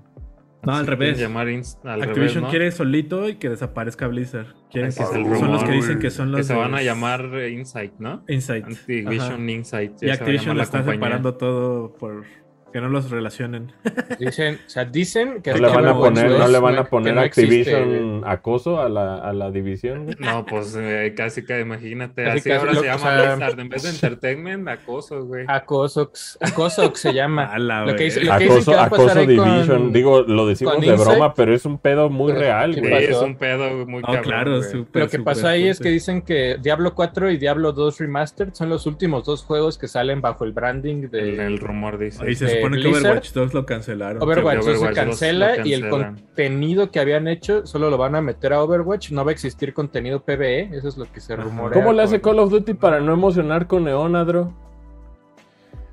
Speaker 3: No, al
Speaker 5: Quieren
Speaker 3: revés.
Speaker 5: Llamar inst- al revés,
Speaker 3: Activision
Speaker 5: ¿no?
Speaker 3: quiere solito y que desaparezca Blizzard. Quieren
Speaker 5: Ese
Speaker 3: que
Speaker 5: es el
Speaker 3: son los
Speaker 5: rumor,
Speaker 3: que dicen
Speaker 5: güey.
Speaker 3: que son los
Speaker 5: Que se
Speaker 3: de
Speaker 5: van a llamar eh, Insight, ¿no?
Speaker 3: Insight. Ajá.
Speaker 5: Activision Insight.
Speaker 3: Y
Speaker 5: ya se va a llamar
Speaker 3: Activision lo está
Speaker 5: compañía.
Speaker 3: separando todo por que no los relacionen.
Speaker 2: Dicen, o sea, dicen que
Speaker 1: No le van a
Speaker 2: Activision
Speaker 1: poner, no
Speaker 2: Blizzard
Speaker 1: le van
Speaker 2: no-
Speaker 1: a
Speaker 2: que
Speaker 1: poner
Speaker 2: no existe, güey.
Speaker 1: Activision acoso a la, a la división, güey.
Speaker 5: No, pues eh, casi que imagínate.
Speaker 2: Casi,
Speaker 5: así
Speaker 2: casi
Speaker 5: ahora
Speaker 2: lo-
Speaker 5: se
Speaker 2: o
Speaker 5: llama
Speaker 2: sea- Ah,
Speaker 5: Blizzard. En vez de Entertainment, acoso, güey.
Speaker 2: Acosox, Acosox se
Speaker 5: Ah,
Speaker 2: llama.
Speaker 3: Mala,
Speaker 2: Lo que
Speaker 3: güey.
Speaker 2: dice- lo que dicen
Speaker 1: Acoso,
Speaker 2: que va a pasar
Speaker 1: acoso
Speaker 2: ahí con-
Speaker 1: Division, digo, lo decimos
Speaker 2: con
Speaker 1: de broma,
Speaker 2: Insect.
Speaker 1: pero es un pedo muy
Speaker 2: Pero-
Speaker 1: real,
Speaker 2: sí,
Speaker 5: Sí,
Speaker 1: güey.
Speaker 5: es
Speaker 2: pasó?
Speaker 5: un pedo muy
Speaker 3: No,
Speaker 5: cabrón.
Speaker 3: claro,
Speaker 5: güey.
Speaker 3: súper,
Speaker 2: Lo que
Speaker 3: súper
Speaker 2: pasó ahí es que
Speaker 3: fuerte.
Speaker 2: dicen que Diablo 4 y Diablo 2 Remastered son los últimos dos juegos que salen bajo el branding
Speaker 5: El,
Speaker 2: de
Speaker 5: el rumor dice.
Speaker 3: Ahí se
Speaker 2: de
Speaker 3: supone que
Speaker 2: Blizzard.
Speaker 3: Overwatch 2 lo cancelaron.
Speaker 2: Overwatch.
Speaker 5: Que
Speaker 2: Overwatch se
Speaker 5: Overwatch dos
Speaker 2: cancela
Speaker 5: lo
Speaker 2: y el
Speaker 5: cancelan.
Speaker 2: contenido que habían hecho solo lo van a meter a Overwatch. No va a existir contenido PvE, eso es lo que se
Speaker 5: Ajá.
Speaker 2: rumorea.
Speaker 1: ¿Cómo le hace
Speaker 2: con-
Speaker 1: Call of Duty para no emocionar con Neonadro?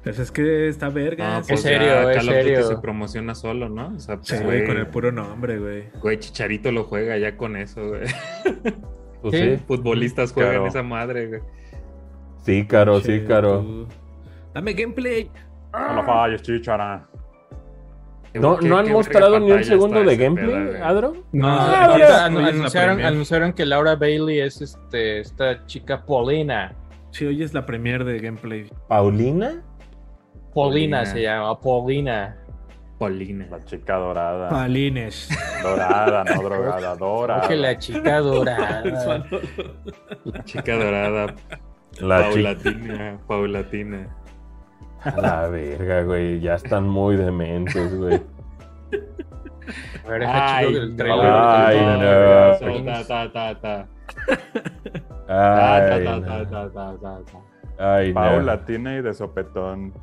Speaker 3: Pues es que está verga.
Speaker 5: No,
Speaker 3: sí.
Speaker 5: pues
Speaker 2: serio,
Speaker 5: ya
Speaker 2: es
Speaker 5: Call of Duty
Speaker 2: serio.
Speaker 5: se promociona solo, ¿no? O sea, pues,
Speaker 3: Sí,
Speaker 5: güey,
Speaker 3: con el puro nombre, güey.
Speaker 5: güey, Chicharito lo juega ya con eso, güey.
Speaker 1: Pues
Speaker 2: Sí.
Speaker 1: sí.
Speaker 5: Futbolistas juegan
Speaker 1: Claro.
Speaker 5: esa madre, güey.
Speaker 1: Sí, caro, sí,
Speaker 3: Che,
Speaker 1: caro.
Speaker 3: tú. Dame gameplay.
Speaker 4: No lo falles, chichara.
Speaker 1: ¿No,
Speaker 5: ¿Qué-
Speaker 1: ¿no
Speaker 5: qué
Speaker 1: han
Speaker 5: verga
Speaker 1: mostrado ni un
Speaker 5: pantalla
Speaker 1: segundo
Speaker 5: está
Speaker 1: de
Speaker 5: ese
Speaker 1: gameplay,
Speaker 5: pedo, güey?
Speaker 1: Adro?
Speaker 3: No,
Speaker 2: Ah,
Speaker 1: Ah,
Speaker 3: hoy
Speaker 2: ahorita
Speaker 3: es-
Speaker 2: anu-
Speaker 3: hoy es la
Speaker 2: anunciaron,
Speaker 3: premier.
Speaker 2: anunciaron que Laura Bailey es este esta chica Paulina.
Speaker 3: Sí, hoy es la premier de gameplay.
Speaker 1: ¿Paulina?
Speaker 2: Paulina,
Speaker 5: Paulina.
Speaker 2: se llama, Paulina.
Speaker 5: Polina.
Speaker 4: La chica
Speaker 2: Ah.
Speaker 4: dorada.
Speaker 3: Ah. Palines.
Speaker 4: Dorada, no drogada,
Speaker 2: Creo que
Speaker 4: dorada.
Speaker 2: la chica dorada.
Speaker 5: La chica dorada.
Speaker 2: Ah,
Speaker 1: La chica.
Speaker 5: paulatina. Paulatina.
Speaker 1: La verga, güey. Ya están muy dementes, güey.
Speaker 2: A ver, deja chico el trailer.
Speaker 1: Ay,
Speaker 5: no,
Speaker 1: no,
Speaker 5: no,
Speaker 1: pues.
Speaker 5: ta, ta, ta, ta. Ta, ta,
Speaker 1: Ay,
Speaker 5: ta,
Speaker 1: no.
Speaker 5: ta, ta, ta, ta.
Speaker 1: Ay, no.
Speaker 4: Paula tiene y de sopetón.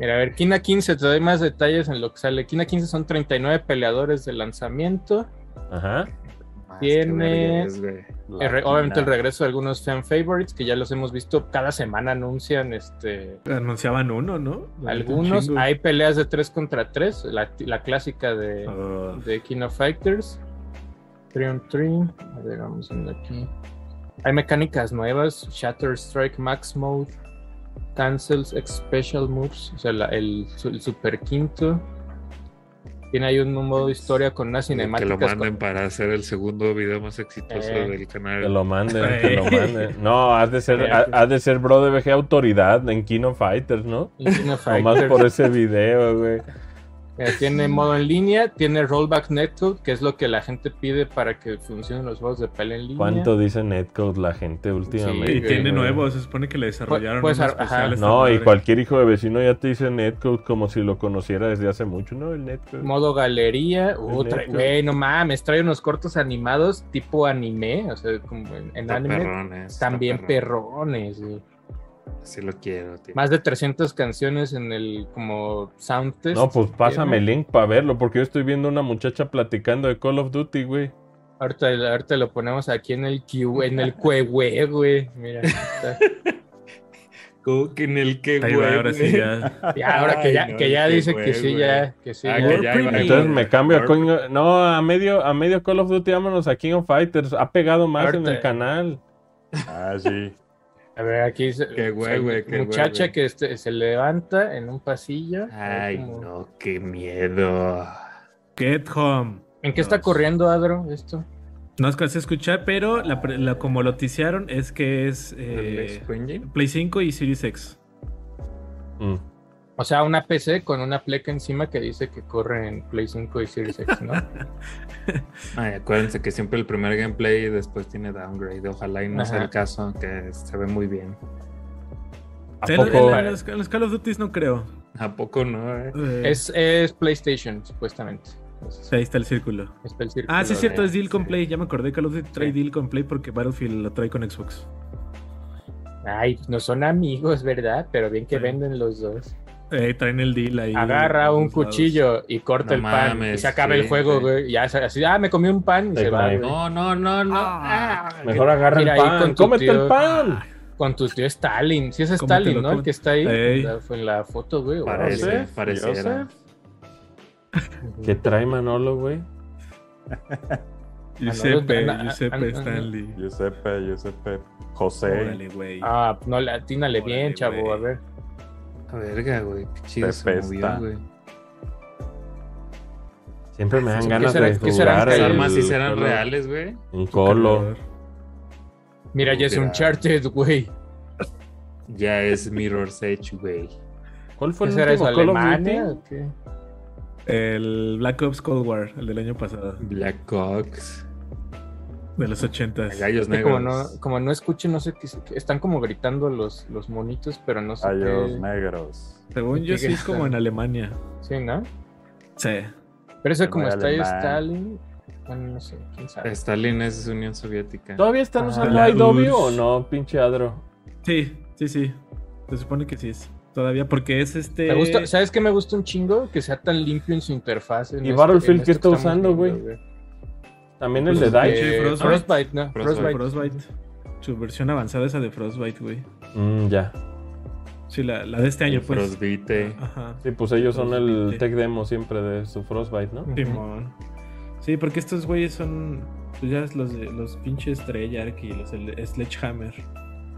Speaker 2: Mira, a ver, Kina 15, te doy más detalles en lo que sale. Kina 15 son 39 peleadores de lanzamiento.
Speaker 1: Ajá.
Speaker 5: Más
Speaker 2: Tiene-
Speaker 5: Ah, que verga es, güey.
Speaker 2: El Eh, re- obviamente el
Speaker 5: Latina.
Speaker 2: regreso de algunos fan favorites que ya los hemos visto cada semana anuncian este
Speaker 3: Anunciaban uno, ¿no?
Speaker 2: algunos.
Speaker 3: Un chingo.
Speaker 2: Hay peleas de 3 contra 3, la, la clásica de,
Speaker 3: Ah.
Speaker 2: de King of Fighters. Triumph Triumph. A ver, vamos viendo aquí. Hay mecánicas nuevas: Shatter Strike, Max Mode, Cancels, ex Special Moves, o sea, la- el, su- el super quinto. Tiene ahí un modo historia con unas
Speaker 5: Que lo
Speaker 2: cinemáticas.
Speaker 5: manden
Speaker 2: con-
Speaker 5: para hacer el segundo video más exitoso
Speaker 2: Eh.
Speaker 5: del
Speaker 1: Que
Speaker 5: canal.
Speaker 1: lo manden, que lo manden. No, has de ser,
Speaker 2: Eh,
Speaker 1: ha- has de ser bro de VG autoridad en Kino Fighters, ¿no?
Speaker 2: en King of
Speaker 1: Nomás
Speaker 2: Fighters.
Speaker 1: por ese video, güey.
Speaker 2: Eh, tiene modo en línea, tiene rollback netcode, que es lo que la gente pide para que funcionen los juegos de pelea en línea.
Speaker 1: ¿Cuánto dice netcode la gente últimamente?
Speaker 3: Y
Speaker 2: Sí,
Speaker 3: tiene
Speaker 2: güey.
Speaker 3: nuevo, se supone que le desarrollaron
Speaker 2: Pues-
Speaker 3: pues,
Speaker 2: pues, ajá.
Speaker 1: No, y cualquier hijo de vecino ya te dice netcode como si lo conociera desde hace mucho, ¿no? El netcode.
Speaker 2: Modo galería, uh,
Speaker 1: El
Speaker 2: trae-
Speaker 1: netcode.
Speaker 2: güey, no mames, trae unos cortos animados tipo anime, o sea, como en, en
Speaker 5: Está
Speaker 2: anime,
Speaker 5: perrón, eh, está
Speaker 2: también
Speaker 5: perrón.
Speaker 2: perrones, güey.
Speaker 5: Sí lo quiero, tío.
Speaker 2: Más de 300 canciones en el como sound test.
Speaker 1: No, pues pásame
Speaker 2: ¿Tiene?
Speaker 1: el link para verlo, porque yo estoy viendo una muchacha platicando de Call of Duty, güey.
Speaker 2: Ahorita, ahorita lo ponemos aquí en el Q, en el cuehue, güey. Mira, ahí está.
Speaker 5: Como que en el que,
Speaker 3: Ahí
Speaker 5: güey,
Speaker 3: va, ahora sí
Speaker 5: güey.
Speaker 3: ya.
Speaker 2: Y ahora que ya,
Speaker 5: Ay, no,
Speaker 2: que ya
Speaker 5: qué
Speaker 2: dice que
Speaker 5: güey,
Speaker 2: sí,
Speaker 5: güey.
Speaker 2: ya, que sí.
Speaker 5: Ah,
Speaker 2: ya.
Speaker 5: que ya
Speaker 3: Warping.
Speaker 5: iba ahí.
Speaker 1: Entonces me cambio a
Speaker 5: Warp-
Speaker 1: coño- No, a medio, a medio Call of Duty vámonos a King of Fighters. Ha pegado más en
Speaker 2: Ahorita.
Speaker 1: el canal.
Speaker 4: Ah, sí.
Speaker 2: A ver, aquí se-
Speaker 5: Qué güey,
Speaker 2: se-
Speaker 5: güey, qué
Speaker 2: muchacha
Speaker 5: güey, güey.
Speaker 2: que este- se levanta en un pasillo.
Speaker 5: Ay,
Speaker 2: como-
Speaker 5: no, qué miedo.
Speaker 3: Get home.
Speaker 2: ¿En qué está
Speaker 3: Dios.
Speaker 2: corriendo, Adro, esto?
Speaker 3: No alcancé a escuchar, pero la, pre- la- como lo noticiaron es que es
Speaker 5: ¿El
Speaker 3: eh,
Speaker 5: Expo Engine?
Speaker 3: Play 5 y Series X.
Speaker 1: Mm.
Speaker 2: O sea, una PC con una pleca encima que dice que corre en Play 5 y Series X, ¿no?
Speaker 5: Ay, acuérdense que siempre el primer gameplay después tiene downgrade. Ojalá y no sea
Speaker 2: Ajá.
Speaker 5: el caso, que se ve muy bien.
Speaker 1: ¿A
Speaker 3: En- en-
Speaker 1: poco?
Speaker 3: en los, en los Call of Duty no creo.
Speaker 5: ¿A poco no? eh?
Speaker 3: Eh,
Speaker 2: es, es PlayStation, supuestamente. Entonces,
Speaker 3: Ahí está el círculo.
Speaker 2: está el círculo
Speaker 3: Ah, sí, es cierto,
Speaker 2: de-
Speaker 3: es deal con
Speaker 5: sí.
Speaker 3: Play. Ya me acordé, Call of Duty trae
Speaker 5: Sí.
Speaker 3: deal con Play porque Battlefield lo trae con Xbox.
Speaker 2: Ay, no son amigos, ¿verdad? Pero bien que
Speaker 3: Sí.
Speaker 2: venden los dos.
Speaker 3: Eh, traen el deal ahí.
Speaker 2: Agarra
Speaker 3: en
Speaker 2: un
Speaker 3: todos lados.
Speaker 2: cuchillo y corta
Speaker 5: No
Speaker 2: el pan y
Speaker 5: mames,
Speaker 2: se acaba el
Speaker 5: sí,
Speaker 2: juego,
Speaker 5: sí.
Speaker 2: güey. Ya se- así, ah, me comí un pan y
Speaker 1: Sí,
Speaker 2: se va,
Speaker 1: güey.
Speaker 2: güey.
Speaker 5: No, no, no, no.
Speaker 3: Ah,
Speaker 5: Ah,
Speaker 1: Mejor agarra
Speaker 2: Mira,
Speaker 1: el
Speaker 2: ahí con
Speaker 1: pan.
Speaker 2: tu
Speaker 1: ¡Cómete
Speaker 2: tío. Ah,
Speaker 1: el pan!
Speaker 2: Con tu tío Stalin. Sí, es
Speaker 3: Cómetelo,
Speaker 2: Stalin, ¿no? El
Speaker 3: cómetelo.
Speaker 2: que está ahí.
Speaker 3: Ey.
Speaker 2: en la- Fue en la foto, güey. Wow,
Speaker 5: Parece,
Speaker 2: güey.
Speaker 1: Joseph,
Speaker 5: pareciera.
Speaker 1: Joseph. ¿Qué trae Manolo, güey?
Speaker 3: Giuseppe,
Speaker 2: Ah, no, ah,
Speaker 3: Giuseppe
Speaker 2: ah,
Speaker 3: Stanley.
Speaker 4: Giuseppe, Giuseppe, José,
Speaker 3: Órale, güey.
Speaker 2: Ah, no, le- atínale
Speaker 3: Órale,
Speaker 2: bien, chavo,
Speaker 3: güey.
Speaker 2: a ver.
Speaker 5: A verga, güey. Qué chido se
Speaker 4: Pepe
Speaker 5: movió,
Speaker 4: está.
Speaker 5: güey.
Speaker 1: Siempre me dan
Speaker 2: ¿Qué
Speaker 1: ganas
Speaker 2: será-
Speaker 1: de
Speaker 2: qué serán
Speaker 1: jugar.
Speaker 5: Las
Speaker 2: el-
Speaker 5: armas sí serán
Speaker 1: Call of-
Speaker 5: reales, güey.
Speaker 1: Un colo.
Speaker 2: Mira, ya es
Speaker 5: Mira.
Speaker 2: Uncharted, güey.
Speaker 5: Ya es Mirror's Edge, güey.
Speaker 1: ¿Cuál fue
Speaker 2: ¿Qué
Speaker 1: el
Speaker 2: será eso,
Speaker 1: último Call of
Speaker 3: eh?
Speaker 2: Alemania?
Speaker 1: Duty?
Speaker 2: o qué?
Speaker 3: El Black Ops Cold War, el del año pasado,
Speaker 5: Black Ox.
Speaker 3: de los 80
Speaker 5: Gallos
Speaker 2: Que Como
Speaker 5: negros.
Speaker 2: no, como no escucho, no sé qué. se- Están como gritando los, los monitos, pero no sé.
Speaker 4: Gallos
Speaker 2: qué-
Speaker 4: Negros.
Speaker 3: Según yo, sí es como en Alemania.
Speaker 2: Sí, ¿no?
Speaker 3: Sí.
Speaker 2: Pero eso
Speaker 4: El
Speaker 2: como
Speaker 4: muy
Speaker 2: está ahí
Speaker 4: alemán.
Speaker 2: Stalin. Bueno, no sé, quién sabe.
Speaker 5: Stalin es Unión Soviética.
Speaker 1: ¿Todavía están
Speaker 2: Ah,
Speaker 1: usando
Speaker 3: la
Speaker 1: Adobe o
Speaker 3: URSS.
Speaker 1: no, pinche Adro?
Speaker 3: Sí, sí, sí. Se supone que sí es. Todavía porque es este.
Speaker 2: Me gusta, ¿Sabes qué me gusta un chingo? Que sea tan limpio en su interfaz. en este
Speaker 1: ¿Y Battlefield
Speaker 2: en
Speaker 1: qué está
Speaker 2: que estamos
Speaker 1: usando, güey?
Speaker 2: viendo,
Speaker 1: También el de
Speaker 3: Pues,
Speaker 1: Dice.
Speaker 2: Eh,
Speaker 3: Frostbite.
Speaker 2: Frostbite, no.
Speaker 5: Frostbite.
Speaker 2: Frostbite.
Speaker 3: Frostbite. Su versión avanzada esa de Frostbite, güey.
Speaker 1: Mm, ya.
Speaker 3: Sí, la, la de este año,
Speaker 5: El
Speaker 3: pues.
Speaker 5: Frostbite.
Speaker 3: Ajá.
Speaker 1: Sí, pues ellos son el
Speaker 3: Sí.
Speaker 1: tech demo siempre de su Frostbite, ¿no?
Speaker 2: Ujú.
Speaker 3: Simón. Sí, porque estos güeyes son. Pues ya es los, de- los pinches Treyarch y los el- Sledgehammer.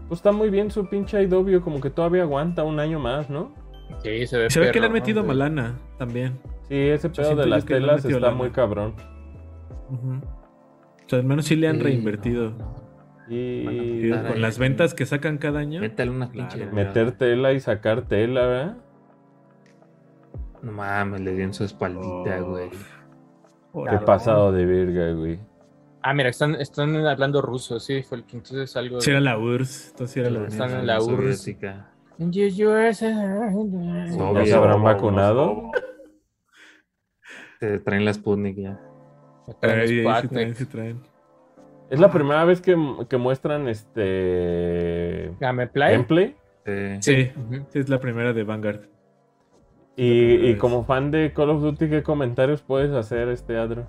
Speaker 1: Pues está muy bien su pinche Adobe, como que todavía aguanta un año más, ¿no?
Speaker 2: Sí, se ve
Speaker 3: Se ve que
Speaker 2: perro,
Speaker 3: le han metido
Speaker 2: ¿no, güey?
Speaker 3: Malana también.
Speaker 1: Sí, ese pedo
Speaker 3: siento
Speaker 1: de
Speaker 3: yo
Speaker 1: las
Speaker 3: que le han
Speaker 1: telas
Speaker 3: metido
Speaker 1: está
Speaker 3: lana.
Speaker 1: muy cabrón.
Speaker 3: Ujú. O sea, al menos sí le han
Speaker 5: Sí,
Speaker 3: reinvertido.
Speaker 5: no, no.
Speaker 1: Y
Speaker 3: Y con las ventas que sacan cada año.
Speaker 5: Métale una pinche.
Speaker 3: Claro.
Speaker 5: verga.
Speaker 1: meter tela y sacar tela, ¿verdad?
Speaker 5: No mames, le di en su espaldita,
Speaker 3: Oh.
Speaker 5: güey.
Speaker 1: Qué
Speaker 3: Órale.
Speaker 2: Cabrón.
Speaker 1: pasado de verga, güey.
Speaker 2: Ah, mira, están, están hablando ruso, sí, fue el que entonces algo.
Speaker 3: Sí, era la URSS. Entonces sí era la
Speaker 5: Unión
Speaker 2: Están en la URSS.
Speaker 5: Soviética.
Speaker 2: You- you are the-
Speaker 5: No.
Speaker 1: ¿Ya
Speaker 5: Obvio.
Speaker 1: se habrán vacunado?
Speaker 5: Te traen la Sputnik ya.
Speaker 3: Ahí- ahí sí
Speaker 2: Sputnik.
Speaker 3: traen, sí traen.
Speaker 1: Es la primera vez que, que muestran este
Speaker 2: Gameplay.
Speaker 1: gameplay.
Speaker 5: Sí.
Speaker 3: Sí,
Speaker 2: Ujú.
Speaker 3: sí, es la primera de Vanguard.
Speaker 1: Y,
Speaker 3: primera
Speaker 1: y
Speaker 3: vez.
Speaker 1: como fan de Call of Duty, ¿qué comentarios puedes hacer, este Adro?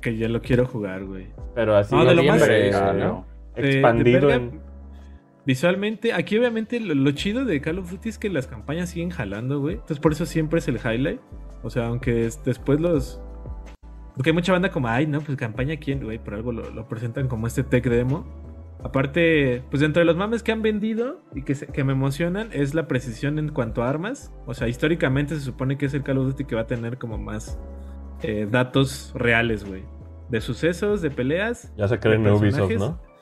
Speaker 3: Que ya lo quiero jugar, güey.
Speaker 1: Pero así,
Speaker 3: No, de lo
Speaker 1: eh,
Speaker 3: más-
Speaker 4: Claro.
Speaker 3: Eh,
Speaker 1: expandido
Speaker 3: de verga,
Speaker 1: en...
Speaker 3: Visualmente, aquí obviamente lo, lo chido de Call of Duty es que las campañas siguen jalando, güey. Entonces por eso siempre es el highlight. O sea, aunque es- después los... Porque hay mucha banda como, ay, no, pues campaña quién, güey. Por algo lo, lo presentan como este tech demo. Aparte, pues dentro de los mames que han vendido y que, se- que me emocionan es la precisión en cuanto a armas. O sea, históricamente se supone que es el Call of Duty que va a tener como más eh, datos reales, güey. De sucesos, de peleas
Speaker 1: Ya se creen
Speaker 3: de
Speaker 1: Ubisoft,
Speaker 3: personajes.
Speaker 1: ¿no?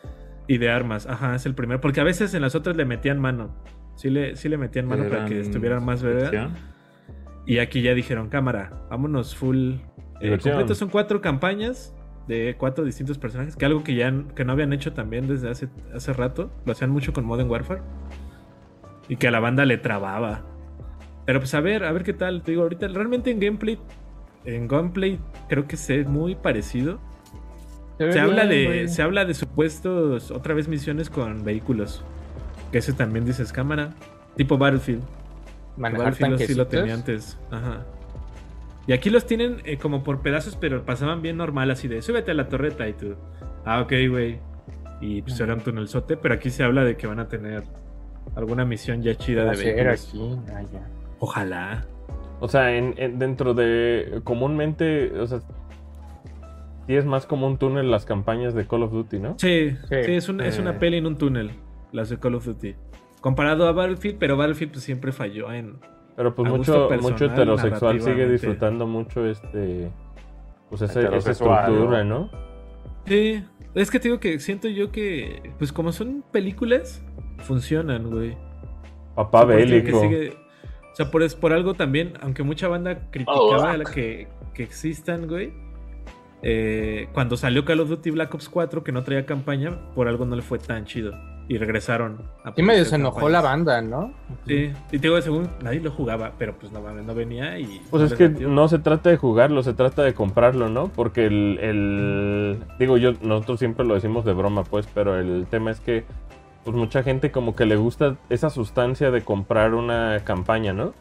Speaker 3: y de armas, ajá, es el primero. Porque a veces en las otras le metían mano. Sí le, sí le metían mano para que estuvieran más verga.
Speaker 5: verga.
Speaker 3: Y aquí ya dijeron, cámara, vámonos full. Eh,
Speaker 1: Diversión.
Speaker 3: completo son cuatro campañas de cuatro distintos personajes, que algo que ya n- que no habían hecho también desde hace, hace rato. Lo hacían mucho con Modern Warfare. Y que a la banda le trababa. Pero pues a ver, a ver qué tal. Te digo, ahorita realmente en gameplay, en gameplay creo que se ve muy parecido.
Speaker 2: Se ve
Speaker 3: Se habla,
Speaker 2: bien,
Speaker 3: de,
Speaker 2: güey.
Speaker 3: se habla de supuestos, otra vez misiones con vehículos. Que ese también dices cámara. Tipo Battlefield.
Speaker 2: manejar
Speaker 3: Battlefield sí lo
Speaker 2: tanquecitos.
Speaker 3: tenía antes. Ajá. Y aquí los tienen eh, como por pedazos, pero pasaban bien normal, así de súbete a la torreta y tú. Ah, ok, güey. Y pues era un tunelzote, pero aquí se habla de que van a tener alguna misión ya chida de
Speaker 2: Vamos a llegar
Speaker 3: vehículos.
Speaker 2: aquí, allá.
Speaker 3: Ojalá.
Speaker 1: O sea, en, en- dentro de. Comúnmente. O sea. Sí es más como un túnel las campañas de Call of Duty, ¿no?
Speaker 3: Sí,
Speaker 2: Sí.
Speaker 3: sí, es, un- es
Speaker 5: Eh.
Speaker 3: una peli en un túnel, las de Call of Duty. Comparado a Battlefield, pero Battlefield pues, siempre falló en,
Speaker 1: Pero pues
Speaker 3: A
Speaker 1: mucho,
Speaker 3: gusto personal,
Speaker 1: mucho heterosexual sigue
Speaker 3: narrativamente.
Speaker 1: disfrutando mucho este. Pues ese- esa
Speaker 4: Heterosexual,
Speaker 1: estructura, ¿no?
Speaker 3: Sí, es que te digo que siento yo que, pues como son películas, funcionan, güey.
Speaker 1: Papá
Speaker 3: O sea, por eso
Speaker 1: bélico.
Speaker 3: que sigue- o sea, por, es- por algo también, aunque mucha banda criticaba
Speaker 2: Oh.
Speaker 3: a la que, que existan, güey. eh, cuando salió Call of Duty Black Ops 4, que no traía campaña, por algo no le fue tan chido. Y regresaron. a
Speaker 2: Sí medio
Speaker 3: hacer
Speaker 2: se enojó
Speaker 3: campañas.
Speaker 2: la banda, ¿no?
Speaker 3: Sí, y te digo, según nadie lo jugaba, pero pues no mames, no venía y.
Speaker 1: Pues
Speaker 3: no
Speaker 1: es
Speaker 3: les
Speaker 1: que
Speaker 3: metió.
Speaker 1: no se trata de jugarlo, se trata de comprarlo, ¿no? Porque el, el- digo yo, nosotros siempre lo decimos de broma, pues, pero el tema es que pues mucha gente como que le gusta esa sustancia de comprar una campaña, ¿no?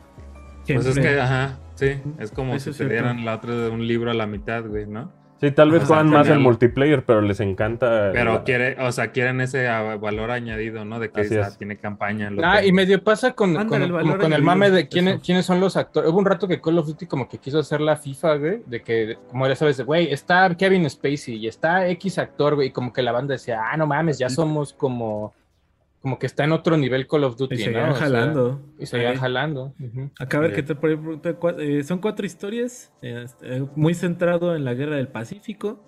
Speaker 5: Pues es
Speaker 3: Siempre.
Speaker 5: que, ajá, sí. Es como
Speaker 3: Eso
Speaker 5: si
Speaker 3: es
Speaker 5: te
Speaker 3: cierto.
Speaker 5: dieran la otra de un libro a la mitad, güey, ¿no?
Speaker 1: Sí, tal vez
Speaker 3: Ajá.
Speaker 1: juegan más el
Speaker 5: Exactamente.
Speaker 1: multiplayer, pero les encanta.
Speaker 5: Pero
Speaker 1: la-
Speaker 5: quiere, o sea, quieren ese ah, valor añadido, ¿no? De que
Speaker 1: Así
Speaker 5: ah,
Speaker 1: es.
Speaker 5: tiene campaña. lo
Speaker 2: Ah,
Speaker 5: que-
Speaker 2: y medio pasa con,
Speaker 3: Ándale,
Speaker 2: con-
Speaker 3: el valor
Speaker 2: como con el
Speaker 3: añadido,
Speaker 2: mame de quiénes,
Speaker 3: eso.
Speaker 2: quiénes son los actores. Hubo un rato que Call of Duty como que quiso hacer la FIFA, güey, de que, como ya sabes, de, güey, está Kevin Spacey y está X actor, güey, y como que la banda decía, ah, no mames, ya somos como, como que está en otro nivel Call of Duty,
Speaker 3: Y
Speaker 2: ¿no?
Speaker 3: seguían
Speaker 2: O sea,
Speaker 3: jalando.
Speaker 2: y seguían
Speaker 3: Sí.
Speaker 2: jalando. ujú.
Speaker 3: Acá a ver
Speaker 5: Ya.
Speaker 3: qué te por ejemplo, te cua- eh, son cuatro historias, eh, eh, muy centrado en la guerra del Pacífico.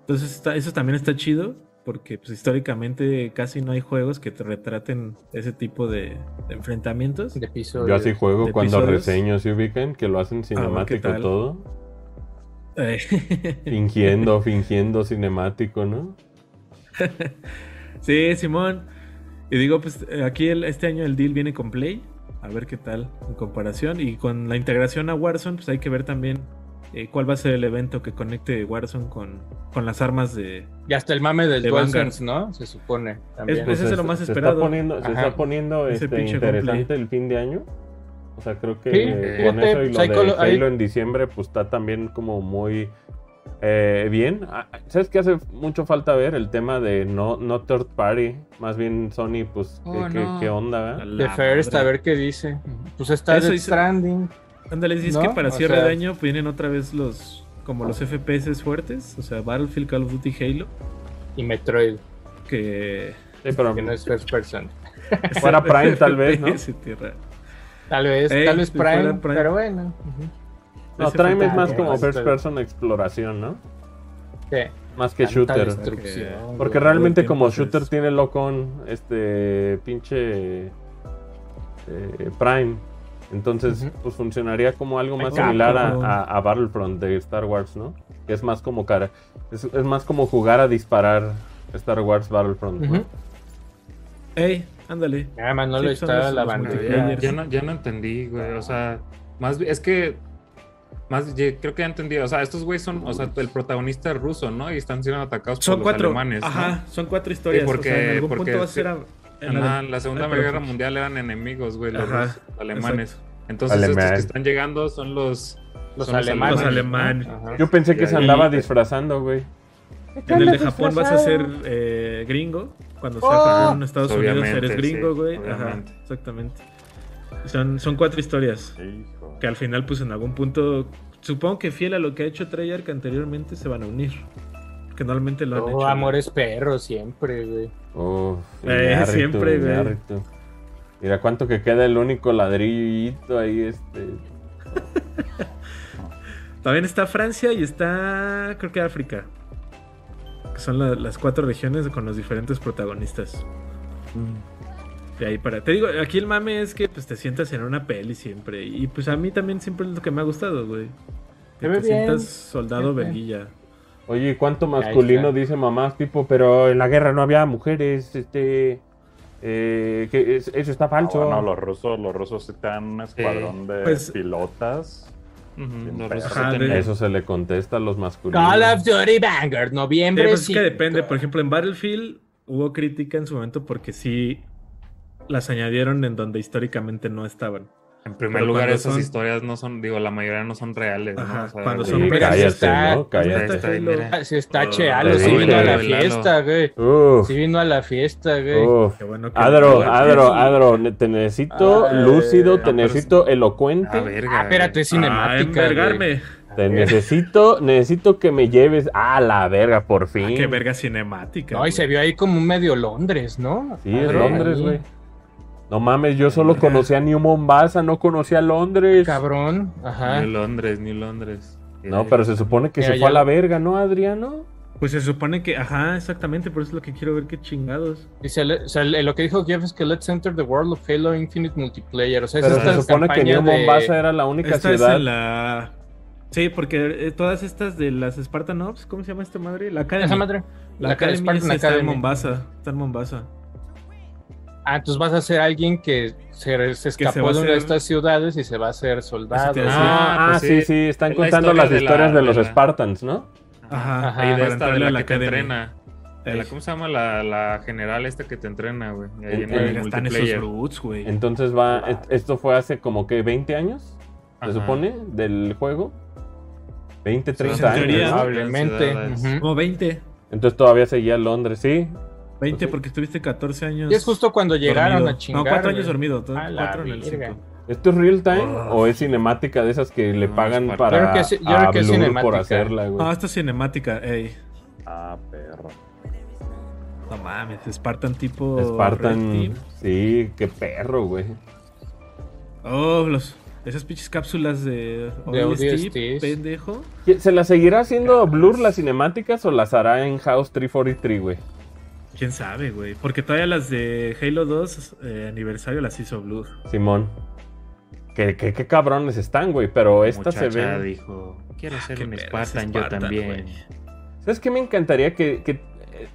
Speaker 3: Entonces está- eso también está chido, porque pues, históricamente casi no hay juegos que te retraten ese tipo de, de enfrentamientos.
Speaker 2: De piso.
Speaker 1: Yo así juego
Speaker 3: de
Speaker 1: cuando
Speaker 3: episodios.
Speaker 1: reseño, ¿sí ubican? Que lo hacen
Speaker 3: ¿qué
Speaker 1: cinemático
Speaker 3: tal?
Speaker 1: todo.
Speaker 3: Eh,
Speaker 1: Fingiendo, fingiendo cinemático, ¿no?
Speaker 3: sí, Simón. Y digo, pues eh, aquí el- este año el deal viene con Play, a ver qué tal en comparación. Y con la integración a Warzone, pues hay que ver también eh, cuál va a ser el evento que conecte Warzone con, con las armas de,
Speaker 2: Y hasta el mame del
Speaker 3: De
Speaker 2: DualSense, ¿no? Se supone. También.
Speaker 3: Pues
Speaker 1: Pues
Speaker 3: eso es
Speaker 1: se-
Speaker 3: lo más
Speaker 1: se
Speaker 3: esperado.
Speaker 1: Está poniendo, se
Speaker 2: Ajá.
Speaker 1: está poniendo
Speaker 3: Ese
Speaker 1: este,
Speaker 3: pinche
Speaker 1: interesante
Speaker 3: gameplay.
Speaker 1: el fin de año. O sea, creo que
Speaker 2: Sí,
Speaker 1: eh, con
Speaker 2: fíjate,
Speaker 1: eso y lo
Speaker 2: pues, ahí
Speaker 1: de
Speaker 2: colo- ahí-
Speaker 1: Halo en diciembre, pues está también como muy eh, bien. Ah, ¿Sabes qué hace mucho falta ver? El tema de no, no third party, más bien Sony, pues,
Speaker 5: Oh,
Speaker 1: ¿qué, qué-
Speaker 5: no.
Speaker 1: qué onda? eh?
Speaker 2: Ah, de
Speaker 3: la
Speaker 2: First,
Speaker 3: madre.
Speaker 2: a ver qué dice. Pues está
Speaker 3: Eso
Speaker 2: Death
Speaker 3: hizo-
Speaker 2: Stranding.
Speaker 3: Ándale, si es
Speaker 2: ¿No?
Speaker 3: que para
Speaker 2: O
Speaker 3: cierre
Speaker 2: sea-
Speaker 3: de año vienen otra vez los como los FPS fuertes, o sea, Battlefield, Call of Duty, Halo,
Speaker 2: Y Metroid,
Speaker 3: que
Speaker 1: Sí, pero
Speaker 2: que no es first person.
Speaker 1: fuera Prime tal vez, ¿no?
Speaker 3: Sí, tierra.
Speaker 2: Tal vez,
Speaker 3: Ey,
Speaker 2: tal vez
Speaker 3: si Eh, fuera
Speaker 2: Prime,
Speaker 3: Prime.
Speaker 2: pero bueno.
Speaker 1: No,
Speaker 3: Ese
Speaker 1: Prime
Speaker 3: fue-
Speaker 1: es más
Speaker 2: Ah,
Speaker 1: como
Speaker 2: ya,
Speaker 1: first
Speaker 2: pero-
Speaker 1: person exploración, ¿no?
Speaker 2: Sí.
Speaker 1: Más
Speaker 3: Ah,
Speaker 1: que
Speaker 2: Tanta
Speaker 1: shooter.
Speaker 2: destrucción,
Speaker 1: Porque
Speaker 2: güey.
Speaker 1: realmente
Speaker 3: tiempo
Speaker 1: como
Speaker 3: es-
Speaker 1: shooter tiene Locon, este pinche eh, Prime. Entonces,
Speaker 2: Ujú.
Speaker 1: pues funcionaría como algo más
Speaker 3: Ay,
Speaker 1: similar a,
Speaker 3: Ah, cabrón.
Speaker 1: a- a Battlefront de Star Wars, ¿no? Que es más como cara. Es, es más como jugar a disparar Star Wars Battlefront. ¿no?
Speaker 2: Ujú.
Speaker 3: Ey, ándale.
Speaker 2: Nada más no
Speaker 3: Sí,
Speaker 2: lo
Speaker 3: son
Speaker 2: está
Speaker 3: los-
Speaker 2: la
Speaker 3: los
Speaker 2: banda.
Speaker 5: Bueno, ya,
Speaker 3: multiplayers.
Speaker 5: ya no, ya no entendí, güey. O sea, más bi- es que. Más ye- creo que ya entendí. O sea, estos güeyes son. O sea, el protagonista es ruso, ¿no? Y están siendo atacados por
Speaker 3: Son
Speaker 5: los
Speaker 3: cuatro.
Speaker 5: alemanes. ¿no?
Speaker 3: Ajá, son cuatro historias.
Speaker 5: Sí, porque-
Speaker 3: o sea, en algún
Speaker 5: porque
Speaker 3: punto va a
Speaker 5: sí.
Speaker 3: ser a- en la de-
Speaker 5: Ajá, la Segunda
Speaker 3: Ay, perdón.
Speaker 5: Guerra Mundial eran enemigos, güey, los
Speaker 3: Ajá,
Speaker 5: rusos, los alemanes.
Speaker 3: Exacto.
Speaker 5: Entonces, estos
Speaker 1: Alemán.
Speaker 5: que están llegando son los.
Speaker 2: Los
Speaker 5: son
Speaker 2: alemanes.
Speaker 3: Los alemanes.
Speaker 5: ¿no? Ajá.
Speaker 1: Yo pensé que
Speaker 5: Y
Speaker 1: se
Speaker 5: ahí-
Speaker 1: andaba disfrazando, güey.
Speaker 3: En el de Japón vas a ser eh, gringo. Cuando sea Japón, Estados Unidos
Speaker 5: Obviamente,
Speaker 3: eres gringo,
Speaker 5: sí,
Speaker 3: güey. Ajá,
Speaker 5: obviamente.
Speaker 3: exactamente. Son, son cuatro historias.
Speaker 4: Hijo.
Speaker 3: que al final, pues en algún punto, supongo que fiel a lo que ha hecho Treyarch anteriormente, se van a unir. Que normalmente lo han
Speaker 2: Todo
Speaker 3: hecho.
Speaker 2: amor es perro siempre, güey.
Speaker 1: Uf,
Speaker 3: Eh,
Speaker 1: Iñárritu,
Speaker 3: siempre, güey.
Speaker 1: Iñárritu. Mira cuánto que queda el único ladrillito ahí, este.
Speaker 3: También está Francia y está, creo que África. Que son la- las cuatro regiones con los diferentes protagonistas. De ahí para. Te digo, aquí el mame es que pues te sientas en una peli siempre. Y pues a mí también siempre es lo que me ha gustado, güey. Que
Speaker 2: Se ve
Speaker 3: te
Speaker 2: bien.
Speaker 3: sientas soldado
Speaker 2: Ujú.
Speaker 3: verguilla.
Speaker 1: Oye, ¿y ¿cuánto
Speaker 2: está.
Speaker 1: masculino dice mamás? Tipo, pero en la guerra no había mujeres, este... eh, que es- eso está falso.
Speaker 4: No, Ah, los rusos, los rusos sí te dan un escuadrón de
Speaker 3: pues-
Speaker 4: pilotas.
Speaker 5: Ujú, los
Speaker 4: perro.
Speaker 5: rusos
Speaker 3: Ajá,
Speaker 5: sí
Speaker 3: de-
Speaker 5: tenían-
Speaker 1: Eso se le contesta a los masculinos.
Speaker 2: Call of Duty Vanguard,
Speaker 3: Sí,
Speaker 2: noviembre.
Speaker 3: pues es que
Speaker 2: cinco.
Speaker 3: depende. Por ejemplo, en Battlefield hubo crítica en su momento porque sí las añadieron en donde históricamente no estaban.
Speaker 5: En primer
Speaker 3: Pero
Speaker 5: lugar,
Speaker 3: cuando
Speaker 5: esas
Speaker 3: son-
Speaker 5: historias no son, digo, la mayoría no son reales. ¿no?
Speaker 3: Ajá,
Speaker 5: O sea,
Speaker 3: cuando
Speaker 5: de-
Speaker 1: Sí,
Speaker 3: son
Speaker 2: Pero
Speaker 1: cállate,
Speaker 2: eso está-
Speaker 1: ¿no?
Speaker 5: Ahí
Speaker 1: Cállate.
Speaker 5: está, ahí,
Speaker 3: Halo.
Speaker 5: mira.
Speaker 2: Ah, sí
Speaker 3: Oh,
Speaker 2: está che, Lalo,
Speaker 1: Te
Speaker 2: sí vino a la
Speaker 5: dije.
Speaker 2: fiesta, güey.
Speaker 1: Uf,
Speaker 2: Sí vino a la fiesta, güey.
Speaker 1: uf.
Speaker 3: Qué bueno que-
Speaker 1: Adro, Adro,
Speaker 2: Ah,
Speaker 1: Adro, ne- te necesito
Speaker 2: Ay.
Speaker 1: lúcido,
Speaker 5: No,
Speaker 1: te
Speaker 5: pero
Speaker 1: necesito elocuente,
Speaker 5: Ah, verga.
Speaker 2: Ah, espérate, es
Speaker 3: Ah,
Speaker 2: cinemática. güey.
Speaker 3: envergarme.
Speaker 1: te necesito, necesito que me lleves a la verga, por
Speaker 3: Ah,
Speaker 1: fin.
Speaker 3: qué verga cinemática.
Speaker 2: No, y
Speaker 3: güey.
Speaker 2: se vio ahí como un medio Londres, ¿no?
Speaker 1: Sí, es
Speaker 2: Adro,
Speaker 1: Londres,
Speaker 2: ahí.
Speaker 1: güey. No mames, yo solo conocía New Mombasa, no conocía Londres.
Speaker 2: Cabrón,
Speaker 5: güey.
Speaker 2: ajá.
Speaker 5: Ni Londres, ni Londres.
Speaker 1: No, pero se supone que
Speaker 2: Mira,
Speaker 1: se
Speaker 2: ya-
Speaker 1: fue a la verga, ¿no, Adriano?
Speaker 3: Pues se supone que, ajá, exactamente, por eso es lo que quiero ver, qué chingados.
Speaker 2: Dice, o sea, lo que dijo Jeff es que Let's Enter the World of Halo Infinite Multiplayer. O sea, es
Speaker 1: Pero
Speaker 2: Pues esta
Speaker 1: se supone que
Speaker 2: campaña
Speaker 1: New
Speaker 2: de...
Speaker 1: Mombasa era la única
Speaker 3: Esta es
Speaker 1: ciudad.
Speaker 2: ah,
Speaker 3: en la... Sí, porque eh, todas estas de las Spartan Ops, ¿cómo se llama esta madre? La Academy.
Speaker 2: Esa madre.
Speaker 3: La,
Speaker 2: la
Speaker 3: Academy
Speaker 2: Spartan
Speaker 3: está en
Speaker 2: Academy.
Speaker 3: Mombasa. Está en Mombasa.
Speaker 2: Ah, entonces vas a ser alguien que se, se
Speaker 3: Que se va
Speaker 2: escapó
Speaker 3: a
Speaker 2: de una
Speaker 3: hacer-
Speaker 2: de estas ciudades y se va a hacer soldado.
Speaker 3: Eso te iba a decir.
Speaker 1: Ah,
Speaker 5: Ah, pues
Speaker 1: sí,
Speaker 5: sí.
Speaker 1: sí, están
Speaker 5: Es la
Speaker 1: contando
Speaker 5: historia
Speaker 1: las
Speaker 5: de la-
Speaker 1: historias de,
Speaker 5: de
Speaker 1: los
Speaker 5: la-
Speaker 1: Spartans, ¿no?
Speaker 3: Ajá.
Speaker 2: Ajá.
Speaker 5: Ahí
Speaker 2: Ah,
Speaker 5: de
Speaker 3: para
Speaker 5: esta,
Speaker 3: entrarle
Speaker 5: de
Speaker 3: a
Speaker 5: la, que te
Speaker 3: Academy.
Speaker 5: entrena. De la- ¿Cómo se llama la, la general esta que te entrena, güey? Ahí en
Speaker 1: Verga,
Speaker 5: el
Speaker 3: Verga, Están esos
Speaker 5: multiplayer.
Speaker 3: roots, güey.
Speaker 1: Entonces va,
Speaker 2: Ah.
Speaker 1: est- esto fue hace como que 20 años, se
Speaker 5: Ajá.
Speaker 1: supone, del juego. 20, 30
Speaker 3: en
Speaker 1: años.
Speaker 3: teoría,
Speaker 1: ¿no?
Speaker 2: Probablemente.
Speaker 5: Ciudades.
Speaker 2: ujú.
Speaker 3: Como 20.
Speaker 1: Entonces todavía seguía Londres, sí.
Speaker 3: 20
Speaker 1: sí.
Speaker 3: porque estuviste 14 años.
Speaker 2: Pues Y es justo cuando llegaron
Speaker 3: pues, dormido.
Speaker 2: a chingar.
Speaker 3: No, 4
Speaker 2: güey.
Speaker 3: años dormido. to-
Speaker 2: A la
Speaker 3: cuatro en el
Speaker 2: verga.
Speaker 3: 5.
Speaker 1: ¿Esto es real time
Speaker 3: Uf.
Speaker 1: o es cinemática de esas que le
Speaker 5: No,
Speaker 1: pagan
Speaker 5: es parte-
Speaker 1: para
Speaker 2: Yo creo que sí- yo creo
Speaker 1: a
Speaker 2: que es
Speaker 1: Blur por
Speaker 2: cinemática.
Speaker 1: hacerla, güey?
Speaker 3: No, esto es cinemática, ey.
Speaker 4: Ah, perro.
Speaker 3: No mames, Spartan tipo. Red
Speaker 1: Spartan,
Speaker 3: Team.
Speaker 1: sí, qué perro, güey.
Speaker 3: Oh, los, esas pinches cápsulas de
Speaker 2: De
Speaker 3: ODST,
Speaker 2: ODSTs.
Speaker 3: pendejo.
Speaker 1: ¿Qué- ¿Se la seguirá haciendo Blur las cinemáticas o las hará en House 343, güey?
Speaker 3: Quién sabe, güey. Porque todavía las de Halo 2 eh, aniversario las hizo Blur.
Speaker 1: Simón. ¿Qué, qué, qué cabrones están, güey, pero esta
Speaker 5: Muchacha
Speaker 1: se ve...
Speaker 5: dijo, quiero ser
Speaker 3: qué
Speaker 5: un
Speaker 3: pedo, es
Speaker 5: Spartan, yo
Speaker 3: Spartan,
Speaker 5: también.
Speaker 3: güey.
Speaker 1: ¿Sabes qué me encantaría que, que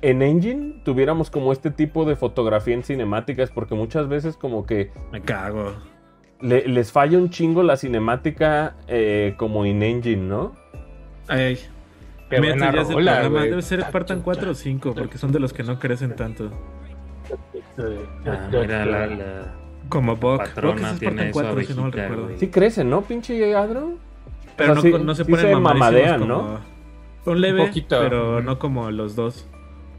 Speaker 1: en Engine tuviéramos como este tipo de fotografía en cinemáticas? Porque muchas veces como que
Speaker 3: Me cago.
Speaker 1: le- les falla un chingo la cinemática eh, como en Engine, ¿no?
Speaker 3: Ey,
Speaker 2: Qué
Speaker 3: mira,
Speaker 2: buena
Speaker 3: tú ya es el
Speaker 2: rola,
Speaker 3: programa.
Speaker 2: güey.
Speaker 3: Debe ser Spartan 4 o 5, porque son de los que no crecen tanto.
Speaker 5: Ah, mira, la, la
Speaker 3: Como Bok. Bok es
Speaker 5: patrona
Speaker 3: Spartan
Speaker 5: tiene
Speaker 3: 4,
Speaker 5: su
Speaker 3: si no mal
Speaker 5: abejita,
Speaker 3: recuerdo.
Speaker 5: güey.
Speaker 1: Sí crecen, ¿no, pinche Adro?
Speaker 3: Pero
Speaker 1: O
Speaker 3: no,
Speaker 1: sea, sí-
Speaker 3: no se
Speaker 1: sí
Speaker 3: ponen
Speaker 1: se
Speaker 3: mamadean,
Speaker 1: mamadean, ¿no?
Speaker 3: ¿no? Un leve,
Speaker 2: Un poquito.
Speaker 3: pero
Speaker 2: Ujú.
Speaker 3: no como los dos.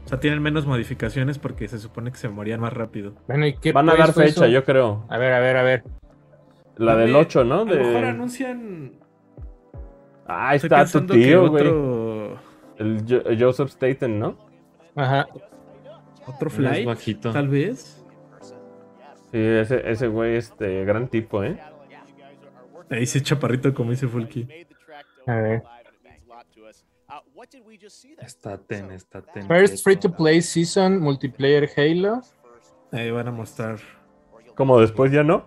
Speaker 3: O sea, tienen menos modificaciones porque se supone que se morían más rápido.
Speaker 2: Bueno, ¿y qué
Speaker 1: Van a
Speaker 2: pues
Speaker 1: dar
Speaker 2: fue
Speaker 1: fecha,
Speaker 2: eso?
Speaker 1: yo creo.
Speaker 2: A ver, a ver, a ver.
Speaker 1: La del 8, ¿no?
Speaker 3: A lo mejor
Speaker 1: De...
Speaker 3: anuncian.
Speaker 1: Ah, ahí
Speaker 3: Estoy
Speaker 1: está tu
Speaker 3: pensando que
Speaker 1: tío, güey.
Speaker 3: otro,
Speaker 1: El Jo- Joseph Staten, ¿no?
Speaker 2: Ajá.
Speaker 3: otro
Speaker 5: Es
Speaker 3: flight.
Speaker 5: bajito.
Speaker 3: Tal vez.
Speaker 1: Sí, ese, ese güey, este, gran tipo, ¿eh?
Speaker 3: Ahí sí, chaparrito, como dice Fulky.
Speaker 2: A ver.
Speaker 5: Está ten, está ten.
Speaker 2: First free to play season multiplayer Halo.
Speaker 3: Ahí van a mostrar.
Speaker 1: Como después ya no.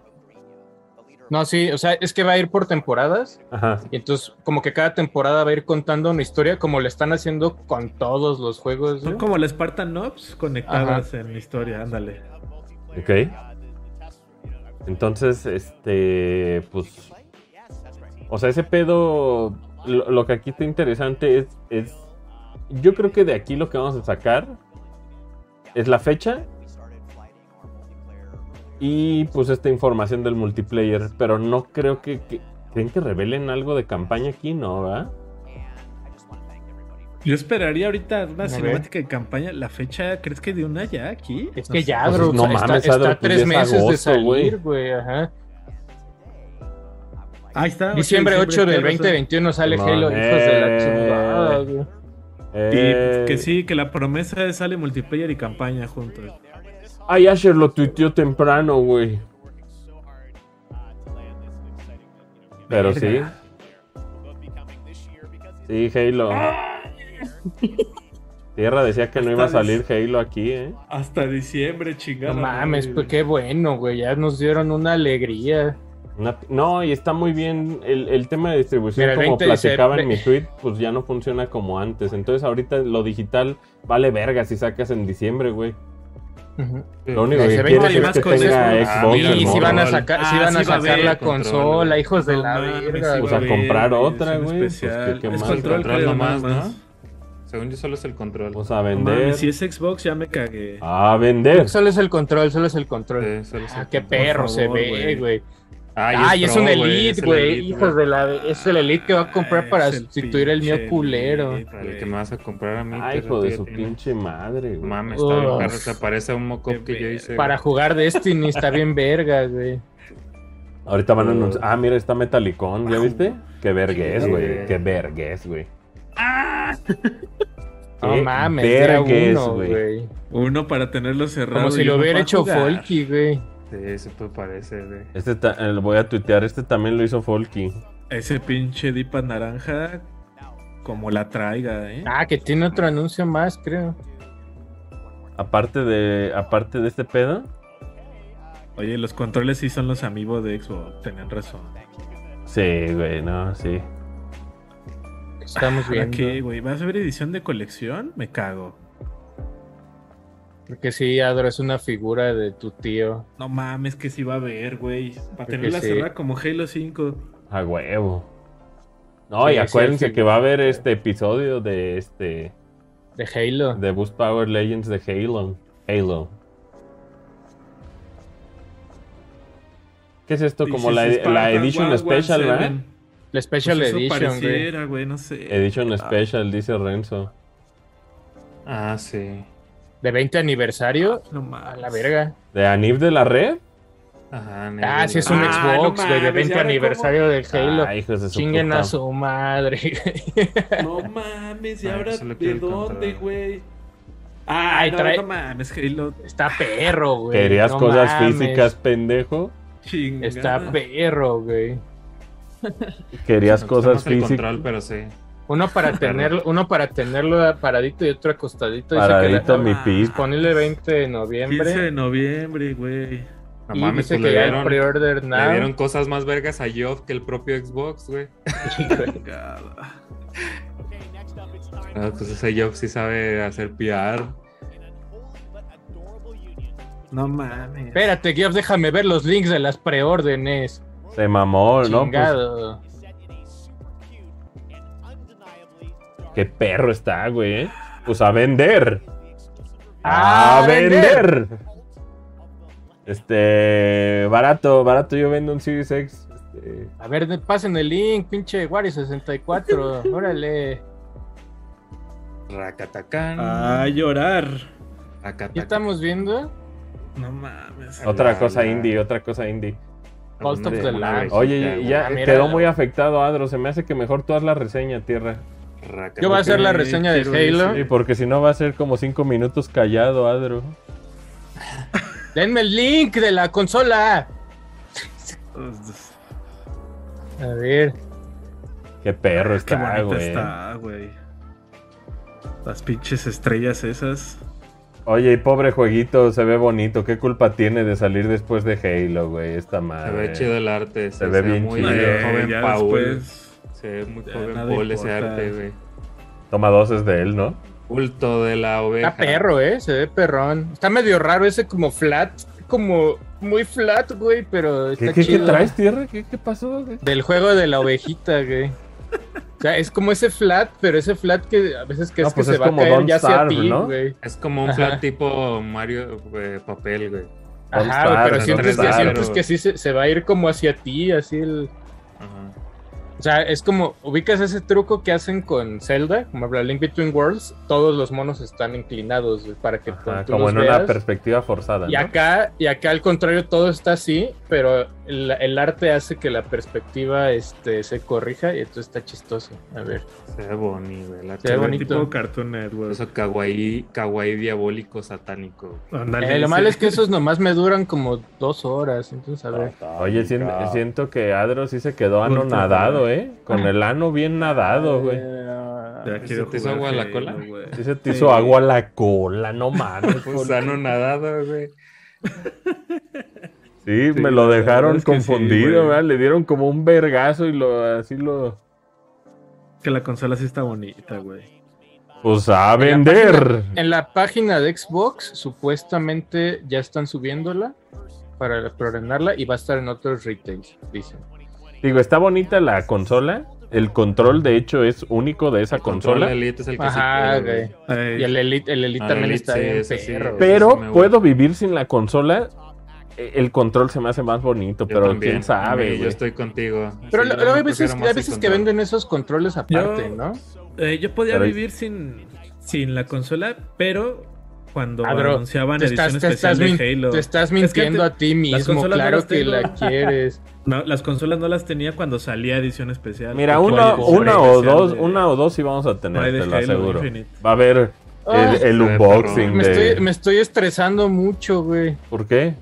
Speaker 2: No, sí, o sea, es que va a ir por temporadas.
Speaker 1: Ajá.
Speaker 2: Y entonces, como que cada temporada va a ir contando una historia, como lo están haciendo con todos los juegos.
Speaker 3: Son
Speaker 2: ¿no?
Speaker 3: como las Spartan Ops conectadas en historia, ándale.
Speaker 1: Ok. Entonces, este, pues... O sea, ese pedo, lo, lo que aquí está interesante es, es... Yo creo que de aquí lo que vamos a sacar es la fecha y pues esta información del multiplayer. Pero no creo que... que- ¿Creen que revelen algo de campaña aquí? No, ¿verdad?
Speaker 3: Yo esperaría ahorita
Speaker 2: A
Speaker 3: una
Speaker 2: ver.
Speaker 3: cinemática de campaña. ¿La fecha, crees que de una ya aquí?
Speaker 2: Es que ya,
Speaker 1: Pues,
Speaker 2: bro,
Speaker 1: no
Speaker 2: o sea, está,
Speaker 1: mames,
Speaker 2: está
Speaker 1: Adro, pues, ya
Speaker 2: tres
Speaker 1: es
Speaker 2: meses de
Speaker 1: agosto, güey.
Speaker 2: salir, güey. Ajá.
Speaker 3: Ahí está. ocho de
Speaker 2: Diciembre 8 del
Speaker 3: tienes razón.
Speaker 2: 2021 sale
Speaker 1: Simón,
Speaker 2: Halo, hijos de la chingada, güey.
Speaker 1: Eh,
Speaker 3: Y pues, que sí, que la promesa es sale multiplayer y campaña juntos.
Speaker 1: Ay, Asher lo tuiteó temprano, güey. Pero sí. Sí, Halo. Tierra decía que no iba a salir Halo aquí, ¿eh?
Speaker 3: Hasta diciembre, chingada.
Speaker 2: No mames,
Speaker 3: madre,
Speaker 2: pues qué bueno, güey. Ya nos dieron una alegría.
Speaker 1: Una- no, y está muy bien el, el tema de distribución,
Speaker 2: Mira, el
Speaker 1: como
Speaker 2: 20 de
Speaker 1: platicaba en mi
Speaker 2: diciembre.
Speaker 1: tweet, pues ya no funciona como antes. Entonces ahorita lo digital vale verga si sacas en diciembre, güey.
Speaker 2: Ujú.
Speaker 1: Lo único
Speaker 2: Ese
Speaker 1: que
Speaker 2: 20
Speaker 1: quieres
Speaker 3: y
Speaker 1: es
Speaker 3: más
Speaker 1: que
Speaker 3: con eso,
Speaker 1: tenga
Speaker 3: ¿no?
Speaker 1: Xbox.
Speaker 5: Ah, mira,
Speaker 2: Y
Speaker 5: el
Speaker 2: si van a
Speaker 5: control.
Speaker 2: sacar, si
Speaker 3: Ah,
Speaker 2: van a
Speaker 3: sí va a
Speaker 2: sacar
Speaker 3: haber
Speaker 2: la
Speaker 5: control,
Speaker 2: consola,
Speaker 5: güey.
Speaker 2: hijos de
Speaker 3: No
Speaker 2: la
Speaker 3: mames,
Speaker 2: verga.
Speaker 3: sí
Speaker 1: Pues a
Speaker 3: va a haber
Speaker 1: comprar
Speaker 3: edición
Speaker 1: otra, güey, pues,
Speaker 3: especial.
Speaker 1: qué
Speaker 3: es
Speaker 1: mal,
Speaker 3: control,
Speaker 5: control
Speaker 3: creo,
Speaker 5: nomás,
Speaker 3: nada
Speaker 5: ¿no?
Speaker 3: más.
Speaker 5: Según yo, solo es el control.
Speaker 1: Vamos a
Speaker 3: No
Speaker 1: vender. Ah.
Speaker 3: mames, si es Xbox ya me cagué.
Speaker 1: A vender.
Speaker 2: Solo es el control, solo es el control.
Speaker 5: Sí, solo es
Speaker 2: Ah,
Speaker 5: el
Speaker 2: qué
Speaker 5: control.
Speaker 2: perro
Speaker 3: Por
Speaker 2: se
Speaker 3: favor,
Speaker 2: ve,
Speaker 3: güey.
Speaker 2: güey.
Speaker 5: Ay,
Speaker 2: Ay, es,
Speaker 5: pro,
Speaker 2: un
Speaker 5: es
Speaker 2: elite,
Speaker 5: el
Speaker 2: güey.
Speaker 5: Elite,
Speaker 2: Hijos de la. Es el elite que va a comprar
Speaker 3: Ay,
Speaker 2: para
Speaker 3: es el
Speaker 2: sustituir el mío
Speaker 3: pinche
Speaker 2: culero.
Speaker 3: Elite,
Speaker 5: El
Speaker 3: güey.
Speaker 5: que me vas a comprar a mí.
Speaker 1: Ay,
Speaker 5: que
Speaker 1: Ah, hijo
Speaker 5: ya
Speaker 1: de su
Speaker 5: tiene.
Speaker 1: pinche madre, güey.
Speaker 5: Mames, está bien
Speaker 2: Uf.
Speaker 5: perro. Se parece a un mock-up
Speaker 3: Qué
Speaker 5: que yo hice.
Speaker 2: Para
Speaker 5: güey.
Speaker 2: jugar Destiny está bien verga, güey.
Speaker 1: Ahorita van a
Speaker 5: Uh.
Speaker 1: anunciar. Ah, mira, está Metalicón, ¿ya viste? Qué vergüenza,
Speaker 5: Sí.
Speaker 1: güey. Qué vergüenza, güey.
Speaker 2: No
Speaker 1: Qué
Speaker 2: mames, era
Speaker 1: vergues,
Speaker 2: uno,
Speaker 1: güey.
Speaker 2: güey.
Speaker 3: Uno para tenerlo cerrado.
Speaker 2: Como si
Speaker 3: y
Speaker 2: lo
Speaker 3: uno
Speaker 2: hubiera
Speaker 3: para
Speaker 2: hecho
Speaker 3: jugar.
Speaker 2: Folky, güey.
Speaker 5: Sí, se puede parecer, güey.
Speaker 1: Este ta- eh, lo voy a tuitear. Este también lo hizo Folky.
Speaker 3: Ese pinche Dipa naranja, como la traiga, ¿eh?
Speaker 2: Ah, que tiene otro anuncio más, creo.
Speaker 1: Aparte de, aparte de este pedo,
Speaker 3: Oye, los controles sí son los amigos de Xbox, tenían razón.
Speaker 1: sí, güey, no, sí.
Speaker 2: que Estamos
Speaker 3: ¿Para
Speaker 2: viendo.
Speaker 3: qué, güey? ¿Vas a ver edición de colección? Me cago.
Speaker 2: Porque sí, Adro es una figura de tu tío.
Speaker 3: No mames, que sí va a haber, güey.
Speaker 2: Creo
Speaker 3: Para tenerla
Speaker 2: que sí.
Speaker 3: cerrada como Halo 5.
Speaker 1: A huevo. No,
Speaker 2: Sí,
Speaker 1: y
Speaker 2: sí,
Speaker 1: acuérdense
Speaker 2: sí.
Speaker 1: que va a haber este episodio de este
Speaker 2: De Halo.
Speaker 1: de Boost Power Legends de Halo. Halo. ¿Qué es esto? Como la,
Speaker 3: Dices,
Speaker 1: la
Speaker 3: Spartan
Speaker 1: Edition
Speaker 3: One, One,
Speaker 1: Special, ¿verdad?
Speaker 3: Seven.
Speaker 2: La
Speaker 3: Pues
Speaker 2: Special
Speaker 3: eso
Speaker 2: Edition, güey.
Speaker 3: pareciera, güey, no sé.
Speaker 1: Edition Special, dice Renzo.
Speaker 5: Ah, sí.
Speaker 2: De 20 aniversario.
Speaker 3: No
Speaker 2: A
Speaker 3: mames.
Speaker 2: la verga.
Speaker 1: ¿De Anib de la red?
Speaker 5: Ajá,
Speaker 2: Ah,
Speaker 5: negro,
Speaker 2: sí, es
Speaker 5: güey.
Speaker 2: un
Speaker 3: Ah,
Speaker 2: Xbox,
Speaker 3: no
Speaker 2: güey, de
Speaker 3: mames,
Speaker 2: 20
Speaker 3: ya ve
Speaker 2: aniversario de Halo.
Speaker 1: Ah, hijos de su
Speaker 2: Chinguen
Speaker 1: puta.
Speaker 2: a su madre.
Speaker 3: No mames, ¿y
Speaker 2: Ah,
Speaker 5: Ay,
Speaker 3: ahora
Speaker 5: pues se lo
Speaker 3: de
Speaker 5: quiero
Speaker 3: dónde,
Speaker 5: encontrar.
Speaker 3: güey? Ay,
Speaker 2: Ay,
Speaker 3: no,
Speaker 2: trae-
Speaker 3: no mames, Halo
Speaker 2: Está perro, güey.
Speaker 1: Querías
Speaker 2: No
Speaker 1: cosas
Speaker 2: mames.
Speaker 1: físicas, pendejo.
Speaker 3: chingada.
Speaker 2: Está perro, güey.
Speaker 1: Querías
Speaker 5: Me gusta
Speaker 1: cosas
Speaker 5: más el
Speaker 1: físicas.
Speaker 5: control, pero sí.
Speaker 2: Uno para tenerlo, uno para tenerlo paradito y otro acostadito. Dice que la-
Speaker 1: Paradito, mi
Speaker 3: Ah.
Speaker 1: pis.
Speaker 2: disponible 20 de
Speaker 3: 15 de
Speaker 2: noviembre.
Speaker 3: noviembre, güey.
Speaker 5: No
Speaker 2: y
Speaker 5: mames,
Speaker 2: dice
Speaker 5: pues
Speaker 2: que
Speaker 5: le
Speaker 2: ya hay
Speaker 5: dieron, le
Speaker 2: pre-order now.
Speaker 5: dieron cosas más vergas a Job que el propio Xbox, güey.
Speaker 3: Chingada.
Speaker 5: No, pues ese Job sí sabe hacer PR.
Speaker 3: No mames.
Speaker 2: Espérate, Geoff, déjame ver los links de las preórdenes.
Speaker 1: Se mamó, ¿no? Pues,
Speaker 2: Chingado.
Speaker 1: qué perro está, güey. ¿eh? Pues a vender.
Speaker 2: ¡A Ah,
Speaker 1: A, vender. Este. Barato, barato. Yo vendo un Series X. Este,
Speaker 2: A ver, de- pasen el link, pinche Wario64. Órale.
Speaker 5: Racatacán.
Speaker 3: A llorar.
Speaker 2: ¿Qué
Speaker 5: Racatacán.
Speaker 2: estamos viendo?
Speaker 3: No mames.
Speaker 2: Ah.
Speaker 5: A
Speaker 1: otra
Speaker 5: la-
Speaker 1: cosa
Speaker 5: la-
Speaker 1: indie, otra cosa indie.
Speaker 2: Ghost of
Speaker 5: Una-
Speaker 2: the
Speaker 5: una
Speaker 2: Lamb.
Speaker 5: orejita,
Speaker 1: Oye,
Speaker 5: güey.
Speaker 1: ya
Speaker 2: Ah, mira.
Speaker 1: quedó muy afectado, Adro. Se me hace que mejor tú haz la reseña, tierra.
Speaker 5: Racatacán.
Speaker 2: Yo voy a hacer la reseña de
Speaker 3: quiero
Speaker 2: Halo.
Speaker 1: Sí, porque si no va a ser como cinco minutos callado, Adro.
Speaker 2: Denme el link de la consola. A ver.
Speaker 1: Qué perro
Speaker 3: Ah, Qué
Speaker 1: está,
Speaker 3: bonita
Speaker 1: Ah, güey.
Speaker 3: está, güey. Las pinches estrellas esas.
Speaker 1: Oye, y pobre jueguito, se ve bonito. ¿Qué culpa tiene de salir después de Halo, güey? Esta
Speaker 5: Se
Speaker 1: madre.
Speaker 5: ve chido el arte. sí,
Speaker 1: Se ve bien
Speaker 5: muy
Speaker 1: chido.
Speaker 3: Eh,
Speaker 5: joven
Speaker 3: ya
Speaker 5: Paul.
Speaker 3: después.
Speaker 5: Se ve muy
Speaker 3: ya
Speaker 5: joven
Speaker 3: nada
Speaker 5: Paul ese
Speaker 3: importa.
Speaker 5: arte, güey.
Speaker 1: Toma dos es de él, ¿no?
Speaker 5: Culto de la oveja.
Speaker 2: Está perro, eh. Se ve perrón. Está medio raro ese como flat. Como muy flat, güey, pero
Speaker 1: ¿Qué,
Speaker 2: está
Speaker 1: qué- qué
Speaker 2: chido.
Speaker 1: traes, tierra? ¿Qué, qué pasó? güey?
Speaker 2: Del juego de la ovejita, güey. O sea, es como ese flat, pero ese flat que a veces crees
Speaker 1: No, pues
Speaker 2: que se
Speaker 1: es
Speaker 2: va a
Speaker 1: como
Speaker 2: caer
Speaker 1: Don't
Speaker 2: ya hacia
Speaker 1: Starve,
Speaker 2: ti,
Speaker 1: ¿no?
Speaker 2: güey.
Speaker 5: Es como un
Speaker 2: Ajá.
Speaker 5: flat tipo Mario eh, papel, güey.
Speaker 1: Don't
Speaker 2: Ajá, güey, pero
Speaker 1: Starve,
Speaker 2: sientes,
Speaker 1: Don't
Speaker 2: ya
Speaker 1: Starve.
Speaker 2: sientes que sí se, se va a ir como hacia ti, así el...
Speaker 5: Ajá.
Speaker 2: O sea, es como, ubicas ese truco que hacen con Zelda, como la Link Between Worlds, todos los monos están inclinados güey, para que
Speaker 1: Ajá,
Speaker 2: tú
Speaker 1: como
Speaker 2: los
Speaker 1: en
Speaker 2: veas.
Speaker 1: una perspectiva forzada.
Speaker 2: Y
Speaker 1: ¿no?
Speaker 2: acá, y acá al contrario, todo está así, pero el, el arte hace que la perspectiva este, se corrija y esto está chistoso. A ver.
Speaker 5: Se ve bonito, güey. la
Speaker 2: Se ve
Speaker 5: cara.
Speaker 2: bonito.
Speaker 3: Tipo Cartoon Network.
Speaker 5: Eso kawaii, kawaii diabólico satánico. güey.
Speaker 3: Ándale,
Speaker 2: Eh, lo
Speaker 3: sí.
Speaker 2: malo es que esos nomás me duran como dos horas, entonces a ver.
Speaker 1: Oye, sien-
Speaker 4: Satánica.
Speaker 1: siento que Adro sí se quedó
Speaker 3: Ultra,
Speaker 1: anonadado, ¿eh? Con el ano bien nadado, güey.
Speaker 2: Eh,
Speaker 3: Ya
Speaker 1: mames.
Speaker 3: quiero
Speaker 5: te hizo
Speaker 3: jugar
Speaker 5: agua la
Speaker 3: Halo,
Speaker 5: cola?
Speaker 3: güey.
Speaker 1: Sí se te hizo
Speaker 3: Sí.
Speaker 1: agua la cola, no
Speaker 2: Pues
Speaker 1: mames.
Speaker 5: Gusano nadado, güey.
Speaker 1: Sí,
Speaker 3: Sí,
Speaker 1: me lo
Speaker 3: la verdad
Speaker 1: dejaron
Speaker 3: es que sí,
Speaker 1: confundido,
Speaker 3: güey.
Speaker 1: ¿verdad? Le dieron como un vergazo y lo así lo.
Speaker 3: Que la consola sí está bonita, güey.
Speaker 1: Pues a
Speaker 2: la
Speaker 1: vender.
Speaker 2: En la página de Xbox, supuestamente ya están subiéndola para preordenarla y va a estar en otros retails, dicen.
Speaker 1: Digo, está bonita la consola. El control, de hecho, es único de esa
Speaker 5: Control
Speaker 1: consola.
Speaker 5: Elite es el que
Speaker 2: Ajá,
Speaker 5: sí quiero,
Speaker 2: güey.
Speaker 3: Ay,
Speaker 2: Y el Elite, el Elite
Speaker 5: Ah,
Speaker 2: también
Speaker 5: Elite,
Speaker 2: está
Speaker 5: sí,
Speaker 2: bien
Speaker 5: ese sí.
Speaker 2: perro, güey.
Speaker 1: Pero
Speaker 5: Sí me gusta.
Speaker 1: puedo vivir sin la consola. E- El control se me hace más bonito,
Speaker 5: Yo
Speaker 1: pero
Speaker 5: también,
Speaker 1: quién sabe,
Speaker 5: también, Yo
Speaker 1: güey.
Speaker 5: estoy contigo.
Speaker 2: Pero
Speaker 5: Sí,
Speaker 2: lo-
Speaker 5: yo
Speaker 2: luego hay
Speaker 5: prefiero
Speaker 2: veces,
Speaker 5: más
Speaker 2: hay
Speaker 5: el
Speaker 2: veces que
Speaker 5: control.
Speaker 2: venden esos controles aparte,
Speaker 3: Yo-
Speaker 2: ¿no?
Speaker 3: eh, yo podía
Speaker 1: Pero-
Speaker 3: vivir sin, sin la consola, pero cuando
Speaker 2: Ah, bro,
Speaker 3: anunciaban
Speaker 2: Te
Speaker 3: edición
Speaker 2: estás, te
Speaker 3: especial
Speaker 2: estás min-
Speaker 3: de Halo.
Speaker 2: te estás
Speaker 3: Es que
Speaker 2: mintiendo
Speaker 3: antes-
Speaker 2: a ti mismo,
Speaker 3: consolas no
Speaker 2: claro
Speaker 3: las
Speaker 2: que
Speaker 3: tengo.
Speaker 2: la quieres.
Speaker 3: No, las consolas no las tenía cuando salía edición especial.
Speaker 1: Mira,
Speaker 3: Porque
Speaker 1: una,
Speaker 3: edición
Speaker 1: una o
Speaker 3: especial
Speaker 1: dos,
Speaker 3: de-
Speaker 1: una o dos sí vamos a tener,
Speaker 3: Por ahí de
Speaker 1: te lo
Speaker 3: Halo
Speaker 1: aseguro.
Speaker 3: Infinite.
Speaker 1: Va a haber
Speaker 2: Ah,
Speaker 1: el, el
Speaker 5: Ah,
Speaker 1: unboxing
Speaker 2: me,
Speaker 1: de.
Speaker 2: estoy, me estoy estresando mucho, güey.
Speaker 1: ¿Por qué?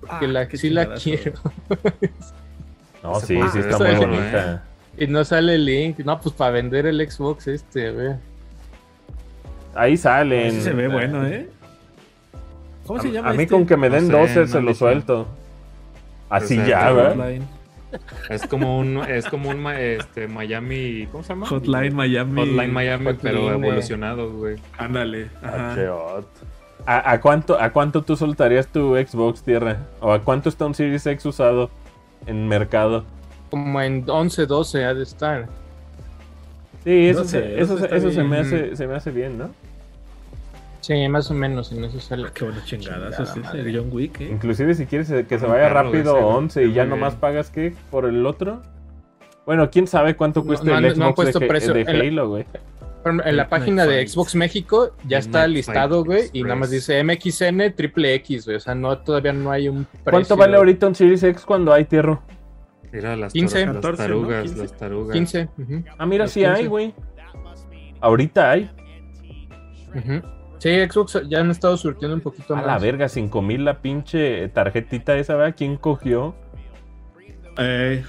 Speaker 2: Porque la,
Speaker 3: Ah, qué
Speaker 2: sí la
Speaker 3: chingadazo.
Speaker 2: quiero.
Speaker 1: No,
Speaker 5: Ese
Speaker 1: sí,
Speaker 5: juego
Speaker 1: sí
Speaker 5: se
Speaker 1: está
Speaker 5: ve
Speaker 1: muy
Speaker 5: bueno,
Speaker 1: bonita.
Speaker 2: Y no sale el link. No, pues para vender el Xbox este, güey.
Speaker 1: Ahí salen.
Speaker 3: Ese se ve bueno, ¿eh? ¿Cómo se
Speaker 5: A-
Speaker 3: llama
Speaker 1: A mí
Speaker 3: este?
Speaker 1: con que me den
Speaker 5: No sé, Pues,
Speaker 1: 12 se
Speaker 5: no
Speaker 1: lo
Speaker 5: dice.
Speaker 1: suelto. Así
Speaker 5: Exacto.
Speaker 1: ya, ¿verdad?
Speaker 3: Hotline,
Speaker 5: Es como un, es como un ma- este, Miami, ¿cómo se llama?
Speaker 3: Hotline Miami.
Speaker 5: Hotline Miami,
Speaker 2: Hotline,
Speaker 5: pero
Speaker 2: eh.
Speaker 5: evolucionado, güey.
Speaker 3: Ándale.
Speaker 1: Ah,
Speaker 3: ajá.
Speaker 1: qué hot. ¿A, a cuánto, ¿A cuánto tú soltarías tu Xbox, Tierra? ¿O a cuánto está un Series X usado en mercado?
Speaker 2: Como en 11, 12 ha de estar.
Speaker 1: Sí, eso,
Speaker 3: No
Speaker 1: se-
Speaker 3: sé,
Speaker 1: eso,
Speaker 3: eso
Speaker 1: se-
Speaker 3: está
Speaker 1: eso se,
Speaker 3: bien.
Speaker 1: me hace, se me hace bien, ¿no?
Speaker 2: Sí, más o menos en eso sale.
Speaker 3: Qué bueno chingadas.
Speaker 2: Chingada
Speaker 3: ese es
Speaker 2: madre.
Speaker 3: el John Wick, ¿eh?
Speaker 1: Inclusive si quieres que se
Speaker 5: Ah,
Speaker 1: vaya
Speaker 5: claro,
Speaker 1: rápido
Speaker 5: ese,
Speaker 1: 11 y
Speaker 5: está
Speaker 1: ya
Speaker 5: muy
Speaker 1: nomás
Speaker 5: bien.
Speaker 1: pagas que por el otro. Bueno, quién sabe cuánto
Speaker 2: No,
Speaker 1: cuesta
Speaker 2: no han-
Speaker 1: el
Speaker 2: no han
Speaker 1: Xbox
Speaker 2: puesto
Speaker 1: de,
Speaker 2: precio.
Speaker 1: de
Speaker 2: En la-
Speaker 1: Halo, güey.
Speaker 2: Pero En la
Speaker 3: Midnight
Speaker 2: página de
Speaker 3: Fight.
Speaker 2: Xbox México ya está
Speaker 5: Midnight
Speaker 2: listado,
Speaker 5: Fight
Speaker 2: güey. Y nada más
Speaker 5: Express.
Speaker 2: dice MXN triple X, güey. O sea, no, todavía no hay un precio.
Speaker 1: ¿Cuánto vale ahorita un Series X cuando hay Tierra?
Speaker 5: Mira las,
Speaker 2: 15.
Speaker 5: tar- las
Speaker 3: 14, ¿no?
Speaker 5: tarugas,
Speaker 3: 15.
Speaker 5: las tarugas.
Speaker 2: 15. ujú,
Speaker 1: Ah, mira,
Speaker 2: Los
Speaker 1: sí hay,
Speaker 2: 15.
Speaker 1: güey. Ahorita hay.
Speaker 2: ujú. Sí, Xbox ya han estado surtiendo un poquito
Speaker 1: A
Speaker 2: más.
Speaker 1: la verga, 5000 la pinche tarjetita esa, ¿verdad? ¿Quién cogió?
Speaker 3: Eh,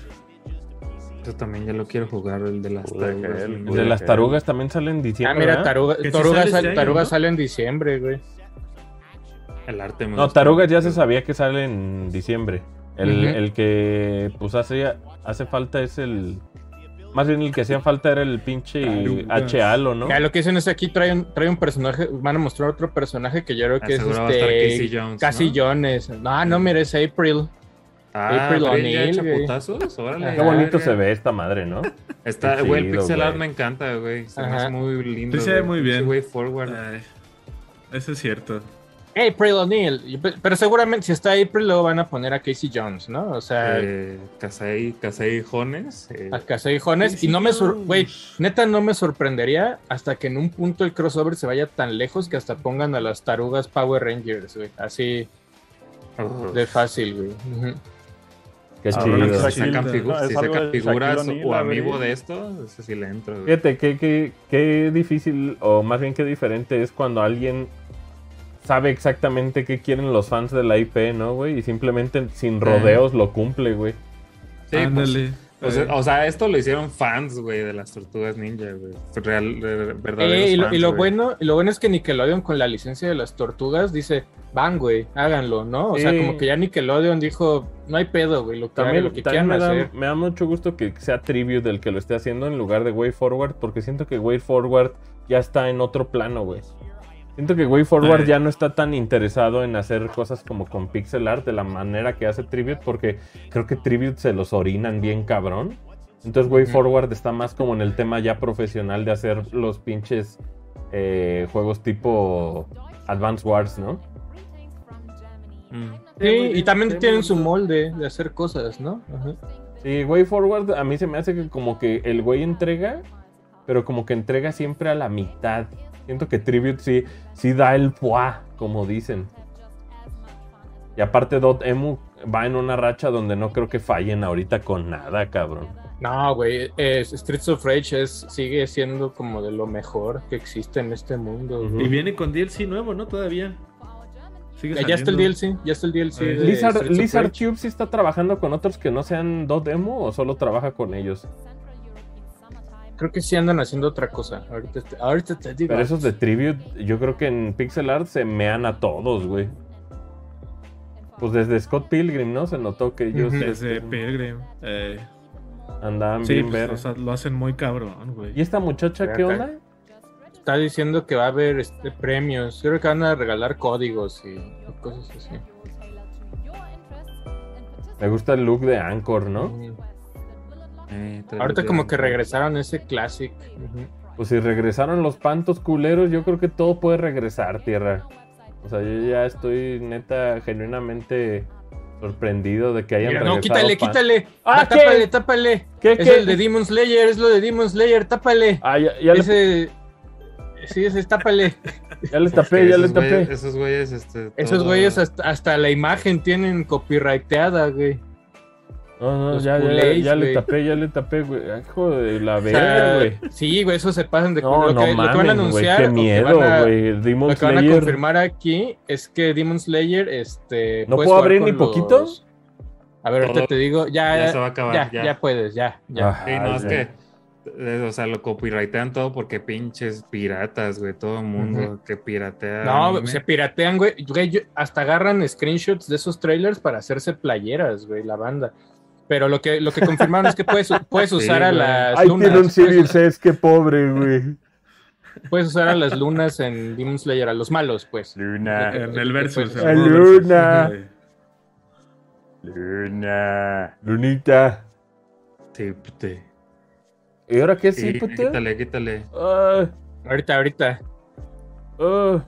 Speaker 5: Yo también ya lo quiero jugar, el de las
Speaker 4: Joder,
Speaker 5: tarugas.
Speaker 4: Gael,
Speaker 5: güey.
Speaker 1: Pues de las tarugas también sale en
Speaker 2: Ah,
Speaker 1: diciembre.
Speaker 2: mira,
Speaker 1: ¿verdad?
Speaker 2: Taruga,
Speaker 3: Que si
Speaker 2: Taruga
Speaker 3: sale
Speaker 2: sal-
Speaker 3: este año,
Speaker 2: Taruga
Speaker 3: ¿no?
Speaker 2: sale en diciembre, güey.
Speaker 5: El arte me
Speaker 1: No,
Speaker 5: gusta
Speaker 1: tarugas ya
Speaker 5: mucho.
Speaker 1: se sabía que sale en diciembre. El,
Speaker 2: Ujú.
Speaker 1: el que pues hace, hace falta es el. Más bien el que hacía falta era el pinche
Speaker 3: Tarugas.
Speaker 1: H. Halo, ¿no?
Speaker 2: Ya, lo que dicen es aquí trae un, trae un personaje, van a mostrar otro personaje que yo creo que
Speaker 5: Ah, seguro va a
Speaker 2: es
Speaker 5: estar Casey
Speaker 2: este
Speaker 5: Jones.
Speaker 2: Casey
Speaker 5: ¿no? Mm.
Speaker 2: Jones. Ah, No, no, mira, es April.
Speaker 5: Ah,
Speaker 2: April
Speaker 5: April ya
Speaker 2: O'Neil,
Speaker 5: echa
Speaker 2: güey.
Speaker 5: putazos, órale,
Speaker 1: Qué
Speaker 5: ya,
Speaker 1: bonito
Speaker 5: ya.
Speaker 1: se ve esta madre, ¿no?
Speaker 5: Está,
Speaker 1: Qué
Speaker 5: güey, el
Speaker 1: chido,
Speaker 5: pixel art
Speaker 1: güey.
Speaker 5: me encanta, güey. Se me
Speaker 2: Ajá. Ah.
Speaker 5: hace muy lindo.
Speaker 3: Sí se ve
Speaker 5: güey.
Speaker 3: muy
Speaker 5: Pinche
Speaker 3: bien.
Speaker 5: Way forward.
Speaker 3: ay, eso es cierto.
Speaker 2: April O'Neil. Y pe- Pero seguramente si está April, luego van a poner a Casey Jones, ¿no? O sea,
Speaker 5: Eh, Casey, Casey Jones. eh,
Speaker 2: a Casey Jones. Y no me sor- güey, neta no me sorprendería hasta que en un punto el crossover se vaya tan lejos que hasta pongan a las tarugas Power Rangers, güey. Así
Speaker 5: oh,
Speaker 2: Ah, de fácil, güey. Ujú.
Speaker 1: Qué
Speaker 4: Ah,
Speaker 1: chido.
Speaker 4: bueno,
Speaker 5: si
Speaker 4: Shaquille
Speaker 5: sacan,
Speaker 3: O'Neal.
Speaker 5: figu-
Speaker 4: No, es
Speaker 5: si
Speaker 4: algo
Speaker 5: sacan
Speaker 4: de
Speaker 5: figuras
Speaker 4: Shaquille O'Neal,
Speaker 5: o
Speaker 4: a ver.
Speaker 5: amigo de esto, ese sí le entro. güey.
Speaker 1: Fíjate, qué, qué- qué difícil, o más bien qué diferente es cuando alguien sabe exactamente qué quieren los fans de la IP, ¿no, güey? Y simplemente sin rodeos lo cumple, güey.
Speaker 5: Sí, pues,
Speaker 3: Ándale.
Speaker 5: o, sea,
Speaker 3: Eh,
Speaker 5: o sea, esto lo hicieron fans, güey, de las tortugas ninja, güey. Real, re- re- verdaderos
Speaker 2: Eh, y, lo,
Speaker 5: fans,
Speaker 2: y lo
Speaker 5: güey.
Speaker 2: bueno, y lo bueno es que Nickelodeon con la licencia de las tortugas dice, van, güey, háganlo, ¿no? O sea,
Speaker 1: Sí.
Speaker 2: como que ya Nickelodeon dijo, no hay pedo, güey, lo que, hagan,
Speaker 1: También,
Speaker 2: lo que
Speaker 1: también
Speaker 2: quieran
Speaker 1: me, da,
Speaker 2: hacer.
Speaker 1: me da mucho gusto que sea Tribute del que lo esté haciendo en lugar de Way Forward, porque siento que Way Forward ya está en otro plano, güey. Siento que Way Forward
Speaker 3: Eh.
Speaker 1: ya no está tan interesado en hacer cosas como con pixel art de la manera que hace Tribute, porque creo que Tribute se los orinan bien cabrón. Entonces Way
Speaker 2: Ujú.
Speaker 1: Forward está más como en el tema ya profesional de hacer los pinches eh, juegos tipo Advance Wars, ¿no?
Speaker 5: Mm.
Speaker 2: Sí, y
Speaker 1: este
Speaker 2: también tienen su molde de hacer cosas, ¿no? Ajá.
Speaker 1: Sí, Way Forward a mí se me hace que como que el güey entrega, pero como que entrega siempre a la mitad. Siento que Tribute sí, sí da el poa, como dicen. Y aparte Dot Emu va en una racha donde no creo que fallen ahorita con nada, cabrón.
Speaker 2: No, güey, es- Streets of Rage es, sigue siendo como de lo mejor que existe en este mundo.
Speaker 1: Ujú.
Speaker 2: güey.
Speaker 3: Y viene con DLC nuevo, ¿no? Todavía. Sigue
Speaker 2: Eh, Ya está el
Speaker 3: saliendo.
Speaker 2: DLC, ya está el DLC.
Speaker 3: Eh,
Speaker 2: de
Speaker 1: Lizard,
Speaker 2: Streets of
Speaker 1: Lizard
Speaker 2: Rage.
Speaker 1: Cube sí está trabajando con otros que no sean Dot Emu o solo trabaja con ellos.
Speaker 2: Creo que sí andan haciendo otra cosa. Ahorita te, ahorita te digo.
Speaker 1: Pero esos de Tribute, yo creo que en Pixel Art se mean a todos, güey. Pues desde Scott Pilgrim, ¿no? Se notó que ellos
Speaker 3: Desde Pilgrim. Eh,
Speaker 1: andaban
Speaker 3: sí,
Speaker 1: bien
Speaker 3: pues, o
Speaker 1: verdes.
Speaker 3: sea, lo hacen muy cabrón, güey.
Speaker 1: ¿Y esta muchacha qué onda?
Speaker 2: Está diciendo que va a haber este, premios. Creo que van a regalar códigos y cosas así.
Speaker 1: Me gusta el look de Anchor, ¿no?
Speaker 2: Mm.
Speaker 5: Eh, tal
Speaker 2: Ahorita
Speaker 5: vez
Speaker 2: como
Speaker 5: ya.
Speaker 2: que regresaron ese classic. Ujú.
Speaker 1: Pues si regresaron los pantos culeros, yo creo que todo puede regresar, tierra. O sea, yo ya estoy neta, genuinamente sorprendido de que hayan
Speaker 2: Mira, no,
Speaker 1: regresado
Speaker 2: quítale,
Speaker 1: pan-
Speaker 2: quítale.
Speaker 1: Ah,
Speaker 2: Ah,
Speaker 1: ¿qué?
Speaker 2: tápale, tápale.
Speaker 1: ¿Qué,
Speaker 2: es
Speaker 1: qué?
Speaker 2: el de Demon Slayer, es lo de Demon Slayer, tápale.
Speaker 1: Ah, ya, ya le-
Speaker 2: ese... Sí, ese, es tápale.
Speaker 1: ya le
Speaker 5: Porque
Speaker 1: tapé, ya le
Speaker 5: esos güeyes-
Speaker 1: tapé.
Speaker 5: Esos güeyes, este.
Speaker 2: Esos
Speaker 1: Ah.
Speaker 5: todo-
Speaker 2: güeyes hasta, hasta la imagen tienen copyrighteada, güey.
Speaker 1: No, no,
Speaker 2: Los
Speaker 1: ya, ya-
Speaker 2: culés,
Speaker 1: ya le
Speaker 2: güey.
Speaker 1: tapé, ya le tapé, güey. Ay, Hijo de la
Speaker 2: O sea,
Speaker 1: verga, güey.
Speaker 2: sí, güey, eso se pasan de
Speaker 1: No,
Speaker 2: lo,
Speaker 1: no
Speaker 2: que, lo que van a
Speaker 1: mames, güey.
Speaker 2: anunciar.
Speaker 1: Qué
Speaker 2: o que
Speaker 1: miedo,
Speaker 2: van a-
Speaker 1: güey. Demon
Speaker 2: Lo que van a
Speaker 1: Slayer.
Speaker 2: confirmar aquí es que Demon Slayer, este.
Speaker 1: ¿No
Speaker 2: puedes
Speaker 1: puedo
Speaker 2: jugar
Speaker 1: abrir
Speaker 2: con
Speaker 1: ni poquito?
Speaker 2: los- A ver, ahorita
Speaker 5: Todo-
Speaker 2: te digo, ya,
Speaker 5: Ya
Speaker 2: ya,
Speaker 5: se va a acabar.
Speaker 2: ya,
Speaker 5: Ya,
Speaker 2: puedes, ya, ya.
Speaker 1: Ajá,
Speaker 5: Sí, no, es
Speaker 1: Ah, ya.
Speaker 5: que. eh, O sea, lo copyrightean todo porque pinches piratas, güey. Todo el mundo que piratea.
Speaker 2: No,
Speaker 5: anime.
Speaker 2: se piratean, güey. Güey, yo- hasta agarran screenshots de esos trailers para hacerse playeras, güey, la banda. Pero lo que, lo que confirmaron es que puedes, puedes
Speaker 5: Sí,
Speaker 2: usar a
Speaker 5: güey.
Speaker 2: las
Speaker 1: Ay,
Speaker 2: lunas.
Speaker 1: tiene un
Speaker 2: puedes,
Speaker 1: Sirius es que pobre, güey.
Speaker 2: puedes usar a las lunas en Demon Slayer, a los malos, pues.
Speaker 4: Luna,
Speaker 3: En el versus.
Speaker 2: Pues,
Speaker 3: en el
Speaker 1: Luna.
Speaker 3: versus, güey.
Speaker 4: Luna.
Speaker 1: Lunita.
Speaker 5: Sí, pute.
Speaker 1: ¿Y ahora qué
Speaker 5: Sí,
Speaker 1: sí, puta?
Speaker 5: quítale, quítale.
Speaker 1: Ah,
Speaker 2: Ahorita, ahorita.
Speaker 1: ah,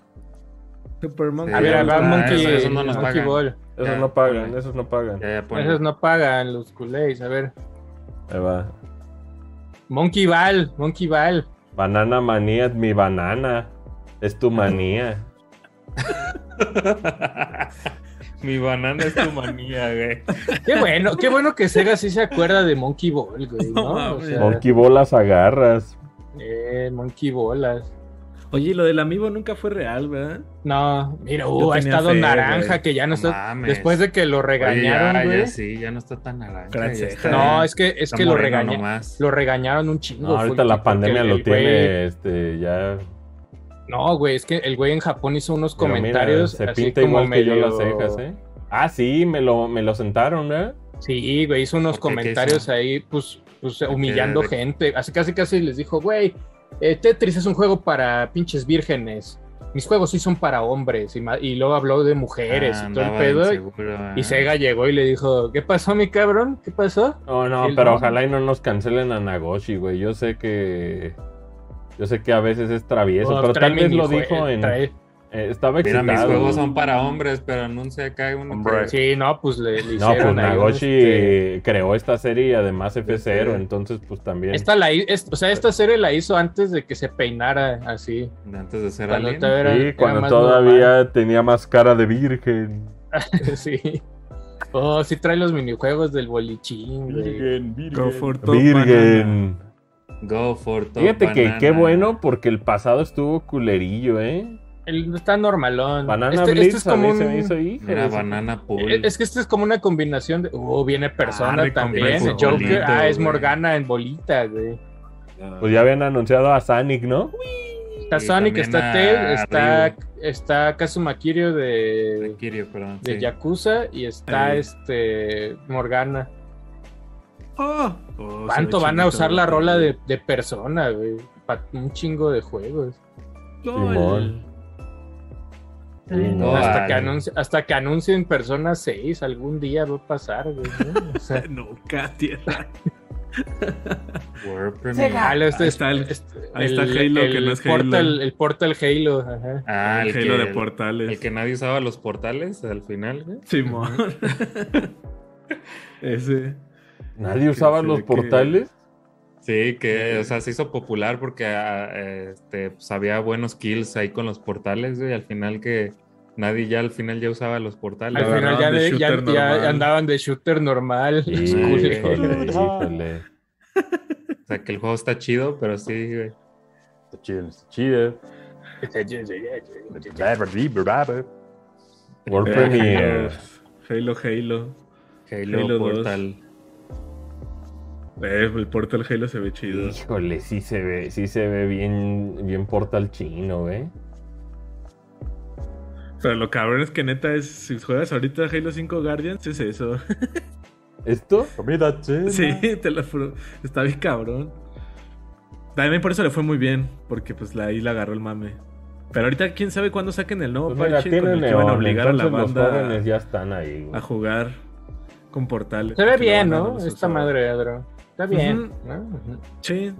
Speaker 3: Superman.
Speaker 5: Sí,
Speaker 2: A ver,
Speaker 5: ya,
Speaker 2: a ver,
Speaker 5: ah,
Speaker 2: Monkey,
Speaker 5: eso- eso no nos
Speaker 2: Monkey
Speaker 5: pagan.
Speaker 2: Ball.
Speaker 1: esos
Speaker 5: Ya,
Speaker 1: no pagan,
Speaker 5: ponle.
Speaker 1: esos no pagan.
Speaker 5: Ya, ya ponle.
Speaker 2: Esos no pagan los culés, a ver.
Speaker 1: Ahí va.
Speaker 2: Monkey Ball, Monkey Ball.
Speaker 1: Banana manía, mi banana. Es tu manía.
Speaker 5: Mi banana es tu manía, güey.
Speaker 2: Qué bueno, qué bueno que Sega sí se acuerda de Monkey Ball, güey, ¿no?
Speaker 3: No mames.
Speaker 2: O sea,
Speaker 1: Monkey bolas agarras.
Speaker 2: eh, Monkey Bolas.
Speaker 3: Oye, lo del amigo nunca fue real, ¿verdad?
Speaker 2: No, mira,
Speaker 3: Yo
Speaker 2: uh, ha
Speaker 3: tenía
Speaker 2: estado
Speaker 3: fe,
Speaker 2: naranja
Speaker 3: güey.
Speaker 2: que ya no
Speaker 5: No
Speaker 2: está.
Speaker 5: mames.
Speaker 2: Después de que lo
Speaker 5: Oye,
Speaker 2: regañaron,
Speaker 5: ya,
Speaker 2: güey.
Speaker 5: ya sí, ya no está tan naranja. ya
Speaker 3: Gracias.
Speaker 5: está-
Speaker 2: No, es que es
Speaker 5: está
Speaker 2: que lo
Speaker 5: moreno
Speaker 2: regañaron.
Speaker 5: nomás.
Speaker 2: Lo regañaron un chingo.
Speaker 1: No,
Speaker 2: fue
Speaker 1: ahorita
Speaker 2: un
Speaker 1: la
Speaker 2: chico
Speaker 1: pandemia
Speaker 2: que
Speaker 1: lo
Speaker 2: el güey-
Speaker 1: tiene, este, ya.
Speaker 2: No, güey, es que el güey en Japón hizo unos
Speaker 1: Pero mira,
Speaker 2: comentarios.
Speaker 1: se
Speaker 2: así
Speaker 1: pinta
Speaker 2: como
Speaker 1: igual que yo
Speaker 2: medio-
Speaker 1: las cejas, ¿eh? Ah, sí, me lo, me lo sentaron, ¿eh?
Speaker 2: Sí, güey, hizo unos
Speaker 5: ¿Por qué? ¿Qué
Speaker 2: comentarios
Speaker 5: hizo?
Speaker 2: ahí, pues, pues
Speaker 5: qué?
Speaker 2: humillando
Speaker 5: ¿De qué?
Speaker 2: gente. Así casi casi les dijo, güey, eh, Tetris es un juego para pinches vírgenes. Mis juegos sí son para hombres. Y, ma- y luego habló de mujeres
Speaker 5: Ah,
Speaker 2: y todo el
Speaker 5: andaba
Speaker 2: pedo. Y,
Speaker 5: inseguro,
Speaker 2: y
Speaker 5: ah.
Speaker 2: Sega llegó y le dijo, ¿qué pasó, mi cabrón? ¿Qué pasó?
Speaker 1: No, no,
Speaker 2: Sí,
Speaker 1: pero
Speaker 2: no.
Speaker 1: ojalá y no nos cancelen a Nagoshi, güey. Yo sé que. Yo sé que a veces es travieso,
Speaker 2: Oh,
Speaker 1: pero
Speaker 2: trae
Speaker 1: tal vez lo
Speaker 2: minijue-
Speaker 1: dijo en.
Speaker 2: trae-
Speaker 1: eh, estaba
Speaker 5: Mira,
Speaker 1: excitado.
Speaker 5: mis juegos
Speaker 1: güey.
Speaker 5: son para hombres, pero anuncia acá uno.
Speaker 4: Hombre.
Speaker 2: Sí, no, pues le, le
Speaker 1: No, pues
Speaker 2: hicieron ahí unos,
Speaker 1: Nagoshi
Speaker 2: este,
Speaker 1: creó esta serie y además F0,
Speaker 5: Sí.
Speaker 1: entonces pues también.
Speaker 2: Esta la, hi- es- o sea, esta serie la hizo antes de que se peinara así.
Speaker 5: de- Antes de ser
Speaker 2: Cuando
Speaker 5: alguien.
Speaker 2: todavía era-
Speaker 1: Sí,
Speaker 2: era
Speaker 1: cuando
Speaker 2: más
Speaker 1: todavía tenía más cara de virgen.
Speaker 2: normal. sí. Oh, sí trae los minijuegos del bolichín, güey.
Speaker 3: Go for top banana.
Speaker 1: Virgen.
Speaker 5: Go for top
Speaker 1: Fíjate que
Speaker 5: banana.
Speaker 1: qué bueno porque el pasado estuvo culerillo, ¿eh?
Speaker 2: El- está normalón.
Speaker 1: Banana
Speaker 2: este, este
Speaker 1: Blitz
Speaker 2: es como
Speaker 1: a mí se
Speaker 2: un-
Speaker 1: me hizo hijo.
Speaker 5: Mira, banana pool.
Speaker 2: eh, Es que este es como una combinación de. Oh, viene Persona
Speaker 3: Ah,
Speaker 2: también.
Speaker 5: recompensa
Speaker 2: el Joker.
Speaker 5: bolita,
Speaker 2: ah, es
Speaker 5: güey.
Speaker 2: Morgana en bolita, güey.
Speaker 1: Pues ya habían anunciado a Sonic, ¿no?
Speaker 2: Está
Speaker 5: Y
Speaker 2: Sonic,
Speaker 5: también
Speaker 2: está
Speaker 5: a
Speaker 2: Ted, está,
Speaker 5: Ryu.
Speaker 2: está Kazuma Kiryu de,
Speaker 5: Kirio, perdón.
Speaker 2: de
Speaker 5: sí.
Speaker 2: Yakuza y está
Speaker 3: Ahí.
Speaker 2: este Morgana.
Speaker 3: Oh. Oh,
Speaker 2: ¿Cuánto
Speaker 3: se ve
Speaker 2: van a
Speaker 3: chingón.
Speaker 2: usar la rola de, de Persona, güey? Para un chingo de juegos.
Speaker 3: LOL.
Speaker 1: Sí, no.
Speaker 5: Vale.
Speaker 2: Hasta, que anuncie- hasta que anuncien Persona 6, algún día va a pasar, güey. ¿no? O sea,
Speaker 3: No, Katia.
Speaker 5: World Premiere.
Speaker 2: Ah, lo- este-
Speaker 3: Ahí está el-
Speaker 2: este-
Speaker 3: ahí está Halo, que no es
Speaker 2: Portal,
Speaker 3: Halo.
Speaker 2: El Portal Halo, ajá.
Speaker 5: Ah, el,
Speaker 3: Halo
Speaker 5: que,
Speaker 3: de portales.
Speaker 5: el que nadie usaba los portales al final, güey.
Speaker 3: Simón. Ese.
Speaker 1: Nadie usaba
Speaker 3: se
Speaker 1: los
Speaker 3: ve que-
Speaker 1: portales.
Speaker 5: Sí, que, o sea, se hizo popular porque ah, este, pues, había buenos kills ahí con los portales, güey. Al final que nadie ya al final ya usaba los portales.
Speaker 2: Al final
Speaker 3: agarraron
Speaker 2: ya,
Speaker 3: de
Speaker 2: de- ya-
Speaker 3: shooter
Speaker 2: ya
Speaker 3: normal.
Speaker 2: andaban de shooter normal. los
Speaker 1: Sí,
Speaker 2: culeros.
Speaker 1: híjole, híjole.
Speaker 5: O sea, que el juego está chido, pero sí, güey.
Speaker 4: Está chido, está chido. Bla, bla, bla, bla, bla.
Speaker 1: World
Speaker 3: Eh,
Speaker 1: Premiere.
Speaker 3: Halo, Halo.
Speaker 5: Halo,
Speaker 3: Halo
Speaker 5: Portal.
Speaker 3: Eh, el Portal Halo se ve chido.
Speaker 1: Híjole, sí se ve, sí se ve bien, bien Portal chino, ¿eh?
Speaker 3: Pero lo cabrón es que neta es, si juegas ahorita Halo 5 Guardians, es eso.
Speaker 1: ¿Esto?
Speaker 4: Comida china.
Speaker 3: sí, te lo juro. Está bien cabrón. También por eso le fue muy bien, porque pues la, ahí la agarró el mame. Pero ahorita quién sabe cuándo saquen el nuevo
Speaker 1: Pues mira,
Speaker 3: parche con
Speaker 1: tiene
Speaker 3: el que van a
Speaker 1: neón,
Speaker 3: obligar a la
Speaker 1: entonces los
Speaker 3: banda
Speaker 1: jóvenes ya están ahí, güey.
Speaker 3: a jugar con portales.
Speaker 2: Se ve
Speaker 3: porque la
Speaker 2: bien,
Speaker 3: banda
Speaker 2: ¿no?
Speaker 3: los
Speaker 2: Esta
Speaker 3: usaba.
Speaker 2: madre, Adro. Está bien.
Speaker 3: Ujú.
Speaker 2: ¿no? Ujú.
Speaker 3: Sí,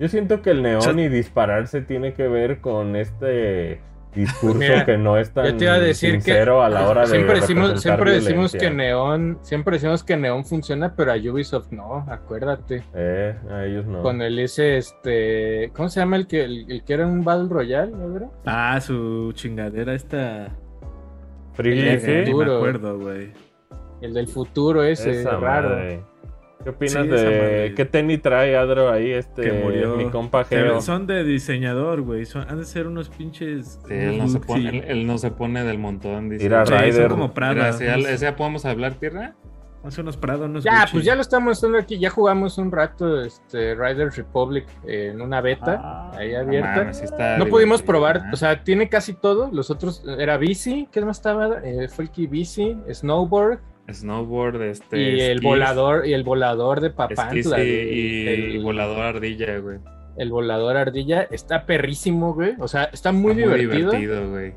Speaker 1: Yo siento que el neón
Speaker 3: O sea-
Speaker 1: y dispararse tiene que ver con este discurso
Speaker 2: Mira,
Speaker 1: que no es tan
Speaker 2: Yo te iba a decir que
Speaker 1: sincero a la hora de
Speaker 2: siempre decimos,
Speaker 1: representar
Speaker 2: siempre decimos
Speaker 1: violencia.
Speaker 2: que Neon, siempre decimos que Neon funciona, pero a Ubisoft no, acuérdate.
Speaker 1: Eh, a ellos no.
Speaker 2: Con el ese este, ¿cómo se llama el que el, el que era un Battle Royale, ¿no era?
Speaker 3: Ah, su chingadera esta.
Speaker 1: Free
Speaker 2: el-
Speaker 1: Easy,
Speaker 3: Ni me
Speaker 2: Duro.
Speaker 3: acuerdo, güey.
Speaker 2: El del futuro ese,
Speaker 1: esa
Speaker 2: raro.
Speaker 1: madre. ¿Qué opinas
Speaker 3: Sí, esa
Speaker 1: de
Speaker 3: madre.
Speaker 1: qué tenis trae Adro ahí este
Speaker 3: Que murió.
Speaker 1: mi compa Geo?
Speaker 3: Pero Son de diseñador, güey. Son, han de ser unos pinches.
Speaker 5: Sí, él, no se
Speaker 3: Sí.
Speaker 5: pone, él, él no se pone del montón. Dice,
Speaker 1: Mira,
Speaker 3: Sí,
Speaker 5: "Che,
Speaker 1: Ryder.
Speaker 3: son como
Speaker 5: mira,
Speaker 3: Prada.
Speaker 5: si ya, ese ya podemos hablar, tierra.
Speaker 3: Son unos Prada, unos
Speaker 2: Ya,
Speaker 3: Gucci.
Speaker 2: pues ya lo estamos haciendo aquí, ya jugamos un rato este Riders Republic eh, en una beta ahí abierta.
Speaker 5: Ah, No mames, sí está
Speaker 2: No pudimos
Speaker 5: divertido,
Speaker 2: probar,
Speaker 5: ¿eh?
Speaker 2: o sea, tiene casi todo. Los otros eh, era bici, ¿qué más estaba? Eh, fue el que bici, snowboard
Speaker 5: snowboard, este.
Speaker 2: y el
Speaker 5: esquís,
Speaker 2: volador y el volador de
Speaker 5: esquís
Speaker 2: Papantla.
Speaker 5: y,
Speaker 2: güey.
Speaker 5: y-
Speaker 2: el,
Speaker 5: y volador ardilla, güey. Está
Speaker 2: el volador ardilla está perrísimo, güey. O sea, está muy, divertido.
Speaker 5: güey.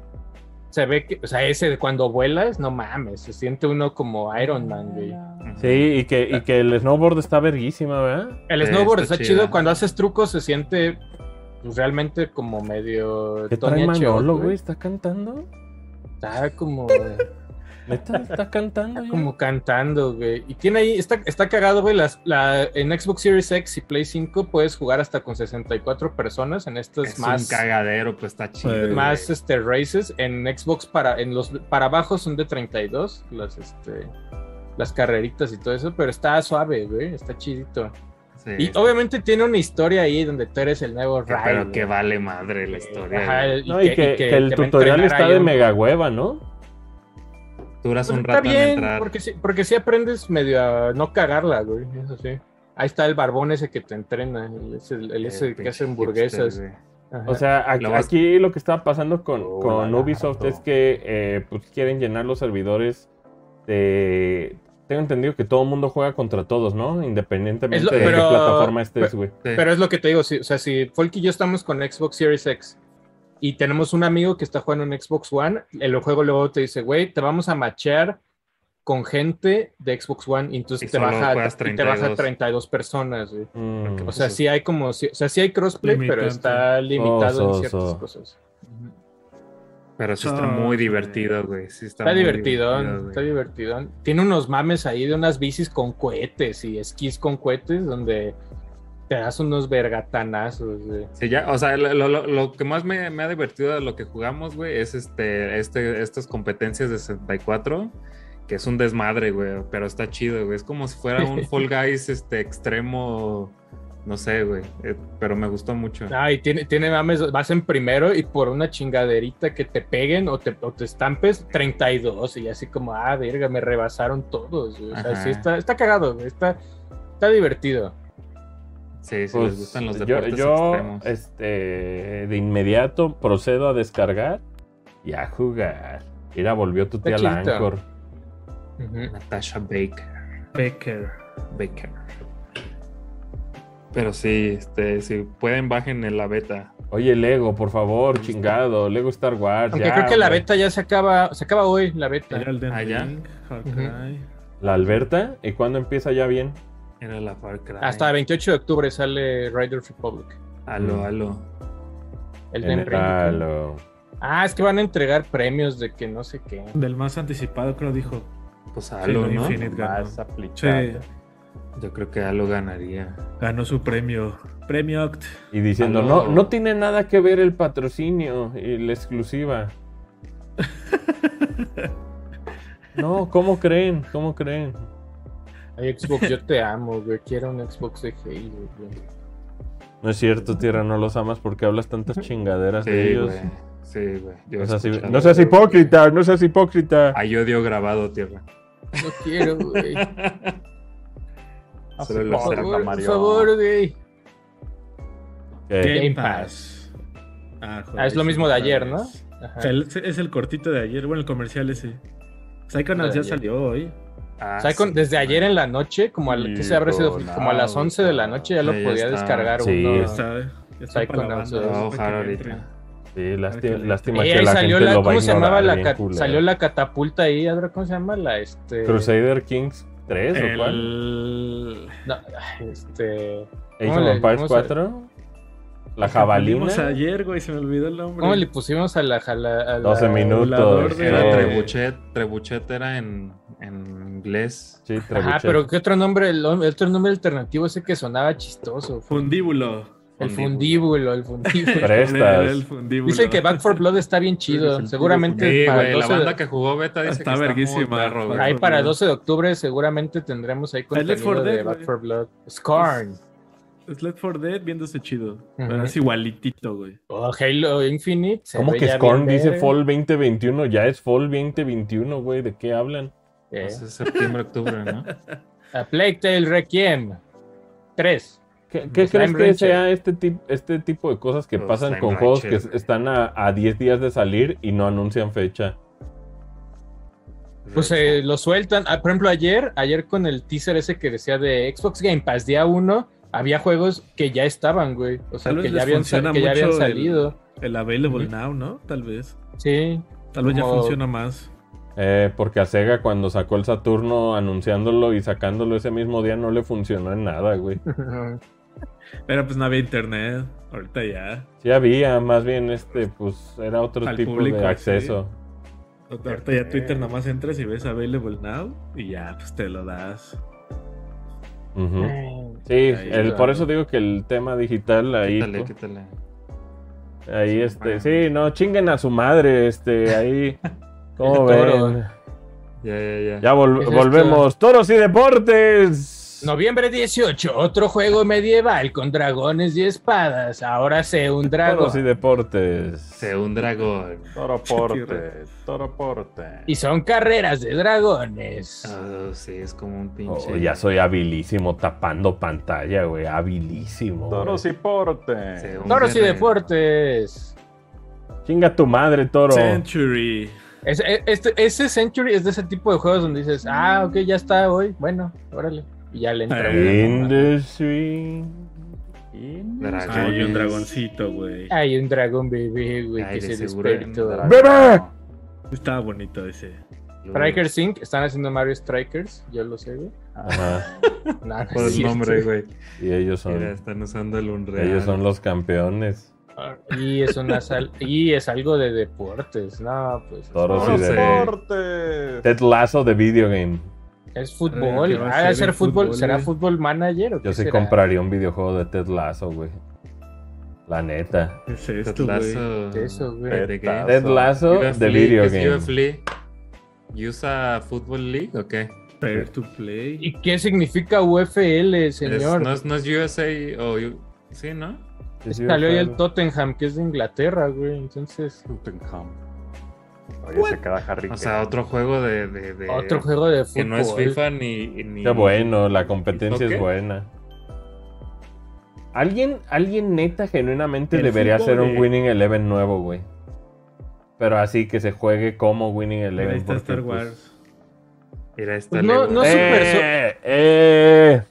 Speaker 2: Se ve que, o sea, ese de cuando vuelas, no mames, se siente uno como Iron Man, güey.
Speaker 1: Sí, y que, y que el snowboard está verguísima, ¿verdad?
Speaker 2: El
Speaker 5: Eh,
Speaker 2: snowboard
Speaker 5: está
Speaker 2: está,
Speaker 5: chida.
Speaker 2: chido. cuando haces trucos se siente pues, realmente como medio
Speaker 1: ¿Qué
Speaker 2: Tony
Speaker 1: trae Manolo,
Speaker 2: Achote,
Speaker 1: güey? ¿Está cantando?
Speaker 2: Está como
Speaker 1: ¿Neta? ¿Está cantando? ya?
Speaker 2: como cantando, güey. Y tiene ahí, está, está cagado, güey. Las, la, en Xbox Series X y Play 5 puedes jugar hasta con 64 personas en estas
Speaker 5: Es
Speaker 2: más,
Speaker 5: un cagadero, pues está chido.
Speaker 3: Pues,
Speaker 5: güey.
Speaker 2: más este, races. En Xbox para, en los para abajo son de 32, las, este, las carreritas y todo eso, pero está suave, güey. Está chidito.
Speaker 5: Sí,
Speaker 2: Y
Speaker 5: está-
Speaker 2: obviamente tiene una historia ahí donde tú eres el nuevo Ray.
Speaker 5: pero
Speaker 2: güey.
Speaker 5: que vale madre la historia.
Speaker 2: Ajá,
Speaker 5: güey.
Speaker 1: No, y, que, que el
Speaker 2: te va a
Speaker 1: tutorial
Speaker 2: entrenar
Speaker 1: está
Speaker 2: ahí
Speaker 1: de
Speaker 2: un-
Speaker 1: mega hueva, ¿no?
Speaker 5: Duras
Speaker 2: Pues
Speaker 5: un
Speaker 2: está
Speaker 5: rato en
Speaker 2: bien,
Speaker 5: entrar.
Speaker 2: porque sí, porque sí aprendes medio a no cagarla, güey, eso sí. Ahí está el barbón ese que te entrena, el, ese- el ese
Speaker 5: Eh,
Speaker 2: que hace
Speaker 5: pinche
Speaker 2: hamburguesas.
Speaker 5: hipster, güey.
Speaker 2: Ajá.
Speaker 1: O sea, aquí,
Speaker 5: Lo vas-
Speaker 1: aquí lo que estaba pasando con,
Speaker 4: Oh,
Speaker 1: con
Speaker 4: la
Speaker 1: Ubisoft
Speaker 4: gato.
Speaker 1: es que eh, pues, quieren llenar los servidores de... Tengo entendido que todo el mundo juega contra todos, ¿no? Independientemente
Speaker 2: Es lo-
Speaker 1: de qué
Speaker 2: pero-
Speaker 1: plataforma estés,
Speaker 2: pe-
Speaker 1: güey.
Speaker 5: Sí.
Speaker 2: Pero es lo que te digo, sí, o sea, si Folk y yo estamos con Xbox Series X y tenemos un amigo que está jugando en Xbox One, el juego luego te dice, güey, te vamos a machear con gente de Xbox One y entonces
Speaker 5: Y
Speaker 2: te,
Speaker 5: solo
Speaker 2: baja,
Speaker 5: juegas
Speaker 2: y te baja
Speaker 5: 32.
Speaker 2: 32 personas, güey.
Speaker 1: Mm.
Speaker 2: O sea, sí hay como, sí- o sea, sí hay crossplay, pero
Speaker 3: Limitante.
Speaker 2: está limitado
Speaker 1: Oh, so,
Speaker 2: en ciertas
Speaker 1: so.
Speaker 2: cosas.
Speaker 5: Pero sí está
Speaker 3: Ah,
Speaker 5: muy
Speaker 3: güey.
Speaker 5: divertido, güey. Sí está
Speaker 2: Está
Speaker 5: muy
Speaker 2: divertidón,
Speaker 5: divertido,
Speaker 2: está
Speaker 5: güey.
Speaker 2: divertidón. Tiene unos mames ahí de unas bicis con cohetes y esquís con cohetes donde te das unos vergatanazos. güey.
Speaker 5: Sí, ya, o sea, lo, lo- lo- lo que más me, me ha divertido de lo que jugamos, güey, es este, este, estas competencias de 64, que es un desmadre, güey, pero está chido, güey. Es como si fuera un Fall Guys este, extremo, no sé, güey, eh, pero me gustó mucho.
Speaker 2: Ah, y tiene, tiene mames, vas en primero y por una chingaderita que te peguen o te, o te estampes, 32 y así como, ah, verga, me rebasaron todos. güey. O sea,
Speaker 5: Ajá.
Speaker 2: sí está, está cagado, güey, está, está divertido.
Speaker 5: Sí, sí,
Speaker 1: Pues,
Speaker 5: les gustan los
Speaker 1: yo-
Speaker 5: deportes
Speaker 1: yo,
Speaker 5: extremos.
Speaker 1: este, de inmediato procedo a descargar y a jugar. Mira, volvió tu
Speaker 2: Está
Speaker 1: tía la
Speaker 2: chidito.
Speaker 1: Anchor.
Speaker 2: Ujú.
Speaker 5: Natasha Baker.
Speaker 3: Becker.
Speaker 5: Baker. Pero sí, este, si pueden, bajen en la beta.
Speaker 1: Oye, Lego, por favor, chingado. Lego Star Wars.
Speaker 2: Aunque
Speaker 1: ya,
Speaker 2: creo que la
Speaker 1: güey.
Speaker 2: beta ya se acaba, se acaba hoy, la beta.
Speaker 3: Geralden
Speaker 5: Ah, ya.
Speaker 3: Ring, Hawkeye.
Speaker 1: ¿La Alberta? ¿Y cuándo empieza ya bien?
Speaker 5: Era la Far Cry.
Speaker 2: Hasta 28 de octubre sale Riders Republic.
Speaker 5: Aló, aló.
Speaker 2: El
Speaker 1: En
Speaker 2: de
Speaker 1: el palo.
Speaker 2: Ah, es que van a entregar premios de que no sé qué.
Speaker 3: Del más anticipado, creo dijo.
Speaker 5: Pues aló,
Speaker 3: Sí,
Speaker 5: ¿no?
Speaker 3: Infinite ganó.
Speaker 4: Más
Speaker 3: Sí,
Speaker 4: aplicado.
Speaker 5: Yo creo que aló ganaría.
Speaker 3: ganó su premio. Premio Oct.
Speaker 1: Y
Speaker 2: Ah,
Speaker 1: diciendo,
Speaker 5: Aló.
Speaker 1: no, no tiene nada que ver el patrocinio y la exclusiva. No, ¿cómo creen? ¿Cómo creen?
Speaker 2: Ay, Xbox, yo te amo, güey. Quiero un Xbox de Halo, güey.
Speaker 1: No es cierto, Tierra, no los amas porque hablas tantas chingaderas de
Speaker 5: Sí,
Speaker 1: ellos.
Speaker 5: güey. Sí, güey. Yo
Speaker 1: No seas,
Speaker 5: escuchaba-
Speaker 1: no seas hipócrita, no seas hipócrita.
Speaker 5: Hay odio grabado, tierra.
Speaker 2: No quiero, güey.
Speaker 5: Solo lo
Speaker 2: Por
Speaker 5: acerca
Speaker 2: favor, por
Speaker 5: Mario.
Speaker 2: favor, güey.
Speaker 1: Eh,
Speaker 2: Game Pass.
Speaker 3: Ah, joder,
Speaker 2: Ah, es lo
Speaker 3: sí,
Speaker 2: mismo de
Speaker 3: otra
Speaker 2: ayer,
Speaker 3: vez.
Speaker 2: ¿no? Ah.
Speaker 3: O
Speaker 2: Ajá.
Speaker 3: sea, el- es el cortito de ayer, bueno, el comercial ese. Psychonauts
Speaker 2: De
Speaker 3: ya
Speaker 2: ayer.
Speaker 3: salió hoy.
Speaker 5: Ah,
Speaker 2: O sea, con-
Speaker 5: sí.
Speaker 2: desde ayer en la noche, como al, ¿qué se habrá sido?
Speaker 5: Hijo,
Speaker 2: Como a las
Speaker 5: no,
Speaker 2: 11 de la noche ya lo
Speaker 5: ya
Speaker 2: podía
Speaker 5: está.
Speaker 2: descargar
Speaker 1: Sí,
Speaker 2: uno.
Speaker 3: Ya está, ya está para la
Speaker 2: Psychonauts
Speaker 3: banda,
Speaker 2: dos.
Speaker 3: ya
Speaker 5: Ojalá
Speaker 3: para que
Speaker 5: ahorita.
Speaker 3: entre.
Speaker 1: sí,
Speaker 3: Ay,
Speaker 1: lástima,
Speaker 3: qué
Speaker 1: lástima
Speaker 2: Y
Speaker 1: que
Speaker 2: ahí
Speaker 1: la
Speaker 2: salió
Speaker 1: gente
Speaker 2: la,
Speaker 1: lo va a
Speaker 2: ¿cómo se llamaba
Speaker 1: ignorar.
Speaker 2: la,
Speaker 1: bien
Speaker 2: ca-
Speaker 1: culero.
Speaker 2: salió la catapulta ahí, Adra, ¿cómo se llama? La, este...
Speaker 1: Crusader Kings 3 o cuál?
Speaker 3: El...
Speaker 2: no, ay, este...
Speaker 1: Age
Speaker 2: ¿cómo
Speaker 1: of
Speaker 2: le-
Speaker 1: Empires
Speaker 2: cómo se-
Speaker 1: 4. La
Speaker 3: Lo que
Speaker 1: jabalina.
Speaker 3: vimos ayer, güey, se me olvidó el nombre.
Speaker 2: ¿Cómo le pusimos a la... A la- a la-
Speaker 1: 12
Speaker 3: volador
Speaker 1: minutos.
Speaker 3: de-
Speaker 5: Era
Speaker 1: eh,
Speaker 5: trebuchet, trebuchet era en, en inglés.
Speaker 1: Sí,
Speaker 2: Ajá,
Speaker 1: trebuchet.
Speaker 2: pero ¿qué otro nombre? El, el otro nombre alternativo ese que sonaba chistoso.
Speaker 3: Fundíbulo.
Speaker 2: El fundíbulo, el fundíbulo.
Speaker 1: Prestas.
Speaker 3: El fundíbulo.
Speaker 2: Dice que Back for Blood está bien chido. Seguramente
Speaker 5: Sí,
Speaker 2: para
Speaker 5: güey,
Speaker 2: el
Speaker 5: la
Speaker 2: 12 de-
Speaker 5: banda que jugó beta dice
Speaker 3: Está
Speaker 5: que
Speaker 3: verguísima.
Speaker 5: está muy perro, güey.
Speaker 2: ahí
Speaker 3: for
Speaker 2: para el
Speaker 3: Blood.
Speaker 2: 12 de octubre seguramente tendremos ahí
Speaker 3: Left
Speaker 2: contenido
Speaker 3: 4 Dead,
Speaker 2: de Back
Speaker 3: güey.
Speaker 2: 4 Blood. Scorn.
Speaker 3: Sled for Dead viéndose chido.
Speaker 2: Ujú.
Speaker 3: Es igualitito, güey.
Speaker 2: o Oh, Halo Infinite. se
Speaker 1: ¿Cómo
Speaker 2: ve
Speaker 1: que
Speaker 2: ya
Speaker 1: Scorn
Speaker 2: bien
Speaker 1: dice
Speaker 2: ver-
Speaker 1: Fall 2021? Ya es Fall 2021, güey. ¿De qué hablan?
Speaker 2: Eh,
Speaker 5: Entonces, Pues septiembre, octubre, ¿no?
Speaker 2: A Plague Tale Requiem 3.
Speaker 1: ¿Qué, qué
Speaker 2: Los
Speaker 1: crees
Speaker 2: Pues Time
Speaker 1: que
Speaker 2: Rangers.
Speaker 1: sea este, tip- este tipo de cosas que
Speaker 5: Los
Speaker 1: pasan
Speaker 5: Time
Speaker 1: con juegos que
Speaker 5: Rangers,
Speaker 1: s-
Speaker 5: güey.
Speaker 1: están a a 10 días de salir y no anuncian fecha?
Speaker 2: Pues eh, lo sueltan. Ah, por ejemplo, ayer, ayer con el teaser ese que decía de Xbox Game Pass día 1, había juegos que ya estaban, güey. O sea,
Speaker 3: Tal vez
Speaker 2: que ya,
Speaker 3: les
Speaker 2: habían, sal-
Speaker 3: funciona
Speaker 2: que ya habían
Speaker 3: mucho el-
Speaker 2: salido.
Speaker 3: El Available
Speaker 2: Ujú.
Speaker 3: Now, ¿no? Tal vez.
Speaker 2: Sí.
Speaker 3: Tal vez ya
Speaker 2: Como-
Speaker 3: funciona más.
Speaker 1: Eh, porque a Sega cuando sacó el Saturno anunciándolo y sacándolo ese mismo día no le funcionó en nada, güey.
Speaker 3: Pero pues no había internet. Ahorita ya.
Speaker 1: Sí había, más bien este, pues era otro
Speaker 3: Al
Speaker 1: tipo
Speaker 3: público,
Speaker 1: de acceso.
Speaker 3: Ahorita ya Twitter nomás entras y ves Available Now y ya, pues te lo das.
Speaker 1: Ujú.
Speaker 2: Ay,
Speaker 1: Sí,
Speaker 3: Ahí
Speaker 1: el-
Speaker 2: Mm. está.
Speaker 1: por eso digo que el tema digital ahí,
Speaker 5: Quítale,
Speaker 1: pues,
Speaker 5: quítale.
Speaker 1: ahí
Speaker 5: Sí,
Speaker 1: este,
Speaker 5: bueno.
Speaker 1: sí, no, chinguen a su madre, este, ahí, ¿cómo
Speaker 2: El toro.
Speaker 1: ven?
Speaker 5: Ya, ya, ya.
Speaker 1: Ya vol-
Speaker 2: ¿Qué es
Speaker 1: volvemos, toros y deportes.
Speaker 2: Noviembre 18, otro juego medieval con dragones y espadas. Ahora sé un dragón.
Speaker 1: Toros y deportes.
Speaker 5: Se un dragón.
Speaker 4: Toroporte, Toroporte.
Speaker 2: Y son carreras de dragones.
Speaker 5: Ah, sí, es como un
Speaker 1: Oh,
Speaker 5: pinche.
Speaker 1: ya soy habilísimo tapando pantalla, güey, habilísimo. güey.
Speaker 4: Toros y porte.
Speaker 5: Según-
Speaker 2: Toros y
Speaker 3: eh.
Speaker 5: guerrero.
Speaker 2: deportes.
Speaker 1: Chinga tu madre, toro.
Speaker 3: Century.
Speaker 2: Es- es- este- ese Century es de ese tipo de juegos donde dices, ah, ok, ya está hoy. Bueno, órale. Y ya le entra.
Speaker 1: In
Speaker 2: uno.
Speaker 1: the swing.
Speaker 5: Dragón.
Speaker 3: Ay, un dragoncito, güey.
Speaker 2: Hay un dragón bebé, güey,
Speaker 5: Ay,
Speaker 2: que
Speaker 5: de
Speaker 2: se
Speaker 5: seguro hay un
Speaker 2: despertó.
Speaker 5: dragón.
Speaker 1: ¡Bebe!
Speaker 3: Estaba bonito ese.
Speaker 2: Strikers Inc. Están haciendo Mario Strikers, yo lo sé, güey.
Speaker 1: Ajá.
Speaker 2: No, no es
Speaker 5: Por el
Speaker 2: cierto.
Speaker 5: nombre, güey.
Speaker 1: Y ellos
Speaker 5: Mira,
Speaker 1: son,
Speaker 5: están usando el Unreal.
Speaker 1: ellos son los campeones.
Speaker 2: Y es, una sal- y es algo de deportes, no, pues.
Speaker 1: Toros
Speaker 5: No
Speaker 1: y
Speaker 5: sé.
Speaker 1: deportes. Ted Lazo de video game.
Speaker 2: Es
Speaker 3: ¿qué
Speaker 2: fútbol.
Speaker 3: va a
Speaker 2: Ah, de
Speaker 3: ser
Speaker 2: ser
Speaker 3: el
Speaker 2: fútbol.
Speaker 3: fútbol, eh.
Speaker 2: ¿Será
Speaker 3: güey?
Speaker 2: fútbol manager o qué
Speaker 1: Yo sí
Speaker 2: será?
Speaker 1: compraría un videojuego de Ted Lazo, güey. La neta.
Speaker 3: ¿Qué es esto, güey?
Speaker 5: Tetlazo.
Speaker 2: Eso, güey.
Speaker 5: Fíjate que-
Speaker 4: Tetlazo.
Speaker 1: Ted Lazo
Speaker 5: Yuga
Speaker 1: de
Speaker 5: Flea,
Speaker 1: video
Speaker 5: ¿qué es Yuga
Speaker 1: game.
Speaker 5: Flea? ¿Usa Football League o qué?
Speaker 3: Fair to play.
Speaker 2: ¿Y qué significa UFL, señor?
Speaker 5: Es- no, es, no es USA o... U- Sí, ¿no?
Speaker 1: Sí, sí,
Speaker 2: Salió ahí
Speaker 1: ojalá.
Speaker 2: el Tottenham, que es de Inglaterra, güey. Entonces,
Speaker 4: Tottenham. Oye, se queda Harry.
Speaker 5: O sea, otro juego de... de- de-
Speaker 2: otro juego de fútbol.
Speaker 5: Que no es FIFA ni... ni
Speaker 1: Qué bueno, la competencia
Speaker 5: ¿Hizo qué?
Speaker 1: es buena. Alguien, alguien neta, genuinamente
Speaker 3: El
Speaker 1: debería
Speaker 3: fútbol
Speaker 1: hacer un
Speaker 3: de-
Speaker 1: Winning Eleven nuevo, güey. Pero así que se juegue como Winning Eleven.
Speaker 3: Ahí está
Speaker 1: porque,
Speaker 3: Star
Speaker 1: pues,
Speaker 3: Wars.
Speaker 5: Mira, ahí está
Speaker 2: Pues no-
Speaker 5: Lego.
Speaker 2: no sé- Super
Speaker 1: Eh, eh.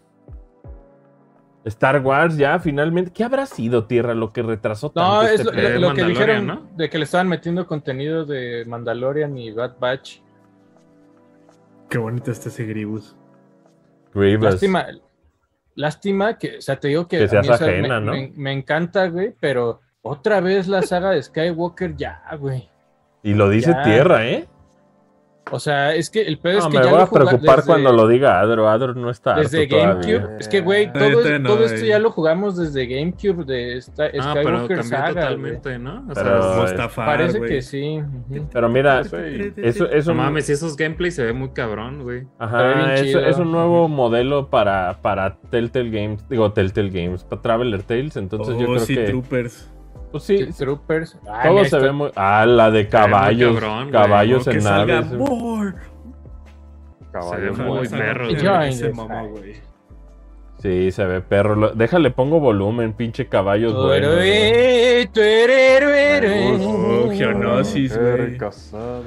Speaker 1: Star Wars ya finalmente. ¿Qué habrá sido, Tierra, lo que retrasó
Speaker 2: No,
Speaker 1: tanto
Speaker 2: es
Speaker 1: este
Speaker 2: lo,
Speaker 1: pedo?
Speaker 2: lo- lo que
Speaker 5: Mandalorian,
Speaker 2: dijeron
Speaker 5: ¿no?
Speaker 2: de que le estaban metiendo contenido de Mandalorian y Bad Batch.
Speaker 3: Qué bonito está ese Gribus.
Speaker 1: Grievous.
Speaker 2: Lástima, lástima que, o sea, te digo que,
Speaker 1: pues. Que
Speaker 2: a
Speaker 1: seas
Speaker 2: mí esa-
Speaker 1: ajena,
Speaker 2: me,
Speaker 1: ¿no?
Speaker 2: me- me encanta, güey, pero otra vez la saga de Skywalker ya, güey.
Speaker 1: Y lo dice
Speaker 2: Ya.
Speaker 1: Tierra, ¿eh?
Speaker 2: O sea, es que el pedo es
Speaker 1: No,
Speaker 2: que
Speaker 1: me
Speaker 2: ya
Speaker 1: voy
Speaker 2: lo
Speaker 1: a
Speaker 2: jugaste
Speaker 1: preocupar
Speaker 2: desde-
Speaker 1: cuando lo diga Adro. Adro no está. harto
Speaker 2: Desde
Speaker 1: todavía.
Speaker 2: GameCube. Es que, güey,
Speaker 5: Todavía
Speaker 2: todo,
Speaker 3: no,
Speaker 2: todo esto
Speaker 3: güey.
Speaker 2: ya lo jugamos desde GameCube de esta,
Speaker 5: Ah, pero
Speaker 2: Skywalker
Speaker 5: cambió
Speaker 2: saga. güey.
Speaker 5: totalmente, Ah, ¿no? O
Speaker 1: Pero-
Speaker 5: sea,
Speaker 3: Mustafar,
Speaker 2: Parece
Speaker 3: güey.
Speaker 2: que sí. ujú.
Speaker 1: Pero mira, eso,
Speaker 3: es.
Speaker 1: eso
Speaker 5: no mames, esos gameplays se ve muy cabrón, güey.
Speaker 1: Ajá,
Speaker 2: Está bien
Speaker 1: es,
Speaker 2: chido.
Speaker 1: es un nuevo modelo para, para Telltale Games, digo Telltale Games, para Traveler Tales, entonces yo creo
Speaker 3: Oh, sí,
Speaker 1: que
Speaker 3: Troopers.
Speaker 1: pues sí,
Speaker 2: Pit Troopers. Ah,
Speaker 1: todo
Speaker 2: mira,
Speaker 1: se
Speaker 2: esto-
Speaker 1: ve muy ah, la de caballos,
Speaker 5: cabrón, güey,
Speaker 1: caballos
Speaker 3: Oh, Que
Speaker 1: en
Speaker 3: salga
Speaker 1: naves. eh.
Speaker 3: more.
Speaker 5: Se ve
Speaker 4: Caballo
Speaker 5: muy
Speaker 4: muerto.
Speaker 5: perro,
Speaker 2: Join
Speaker 3: Ese
Speaker 2: this
Speaker 3: mamá,
Speaker 2: fight.
Speaker 3: güey.
Speaker 1: Sí, se ve perro. Lo- Déjale, pongo volumen, pinche caballos, güey.
Speaker 2: eh. Héroe, tu héroe,
Speaker 4: Me
Speaker 2: héroe.
Speaker 4: gusta.
Speaker 3: Oh, Geonosis,
Speaker 4: Mujer
Speaker 3: güey.
Speaker 4: casada.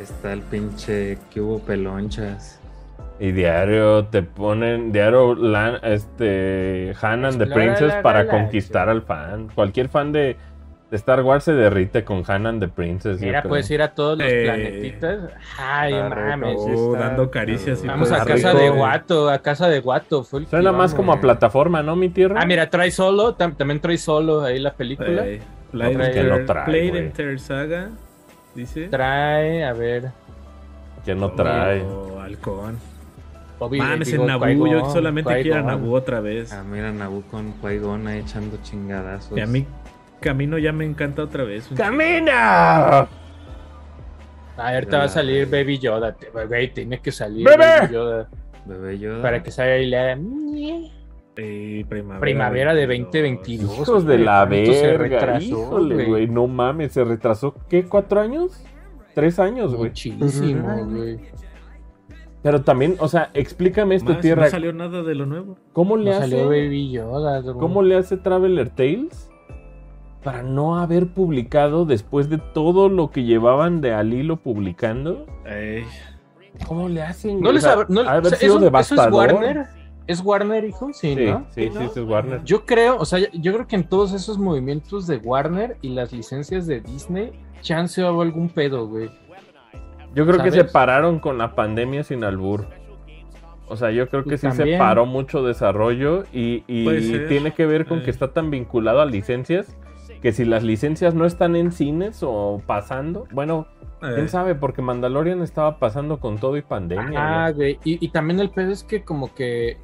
Speaker 5: Está el pinche que hubo pelonchas.
Speaker 1: Y diario te ponen, diario lan- este, Hanan de
Speaker 2: Explora
Speaker 1: Princess
Speaker 2: la
Speaker 1: para
Speaker 2: galaxia.
Speaker 1: conquistar al fan. Cualquier fan de, de Star Wars se derrite con Hanan de Princess. yo
Speaker 2: Mira, pues,
Speaker 1: creo.
Speaker 2: puedes ir a todos los
Speaker 3: Eh.
Speaker 2: planetitas. Ay,
Speaker 4: Está
Speaker 2: mames.
Speaker 4: rico.
Speaker 3: Oh,
Speaker 4: está-
Speaker 3: dando caricias. y pues,
Speaker 2: Vamos
Speaker 3: todo
Speaker 2: a
Speaker 1: Está
Speaker 2: casa
Speaker 1: rico.
Speaker 2: de Guato, a casa de Guato. full
Speaker 1: Suena
Speaker 2: kilo,
Speaker 1: más como a
Speaker 2: güey.
Speaker 1: plataforma, ¿no, mi tierra?
Speaker 2: Ah, mira, trae solo, tam- también trae solo ahí la película.
Speaker 3: Eh, Blade
Speaker 2: No, pues que
Speaker 3: Enter-
Speaker 1: no trae,
Speaker 3: Blade
Speaker 1: güey.
Speaker 3: Enter Saga, dice.
Speaker 2: Trae, a ver,
Speaker 1: Que no trae.
Speaker 3: Oh, halcón.
Speaker 2: Bobby.
Speaker 3: Mames,
Speaker 2: digo,
Speaker 3: en Nabu,
Speaker 2: Qui-Gon,
Speaker 3: yo solamente quiero a
Speaker 2: Qui-Gon.
Speaker 3: Nabu otra vez.
Speaker 5: Ah, mira, Nabu con Juaigona echando chingadazos.
Speaker 2: pues.
Speaker 3: Y a mí, Camino ya me encanta otra vez. un
Speaker 1: ¡Camina!
Speaker 2: A ver, te Ah, va a
Speaker 5: Yoda.
Speaker 2: salir Baby Yoda. te- Güey, tiene que salir
Speaker 1: ¡Bebé!
Speaker 2: Baby Yoda.
Speaker 5: Bebé Yoda.
Speaker 2: Para que salga ahí la
Speaker 3: Eh, primavera,
Speaker 2: primavera de
Speaker 3: 2022.
Speaker 2: 2022.
Speaker 1: Hijos de
Speaker 2: güey,
Speaker 1: la
Speaker 2: ¿cuánto se
Speaker 1: verga.
Speaker 2: retrasó,
Speaker 1: Híjole, güey. No mames, se retrasó, ¿qué? ¿Cuatro años? Tres años, güey.
Speaker 2: Muchísimo, güey.
Speaker 1: Pero también, o sea, explícame esto,
Speaker 3: Más,
Speaker 1: tierra.
Speaker 3: No salió nada de lo nuevo.
Speaker 1: ¿Cómo le
Speaker 2: No
Speaker 1: hace?
Speaker 2: salió Baby Yoda, güey.
Speaker 1: ¿Cómo le hace Traveler Tales para no haber publicado después de todo lo que llevaban de al hilo publicando? ¿Cómo le hacen?
Speaker 2: No
Speaker 1: güey?
Speaker 2: les
Speaker 1: O sea,
Speaker 2: habrá- no-
Speaker 1: ha de haber
Speaker 2: o sea,
Speaker 1: sido
Speaker 2: eso, eso es
Speaker 1: devastador.
Speaker 2: Warner. ¿Es Warner, hijo? Sí,
Speaker 1: Sí,
Speaker 2: ¿no?
Speaker 1: sí, sí, eso es Warner.
Speaker 2: Yo creo, o sea, yo creo que en todos esos movimientos de Warner y las licencias de Disney, chance hubo algún pedo, güey.
Speaker 1: Yo creo que se
Speaker 2: ¿Sabes?
Speaker 1: pararon con la pandemia sin albur. O sea, yo creo que
Speaker 2: Pues
Speaker 1: sí se
Speaker 2: también.
Speaker 1: paró mucho desarrollo y, y
Speaker 3: Puede ser.
Speaker 1: tiene que ver con
Speaker 3: Eh.
Speaker 1: que está tan vinculado a licencias que si las licencias no están en cines o pasando, bueno,
Speaker 3: Eh,
Speaker 1: quién sabe, porque Mandalorian estaba pasando con todo y pandemia.
Speaker 2: Ah,
Speaker 1: ¿no?
Speaker 2: güey. Y, y también el pedo es que como que,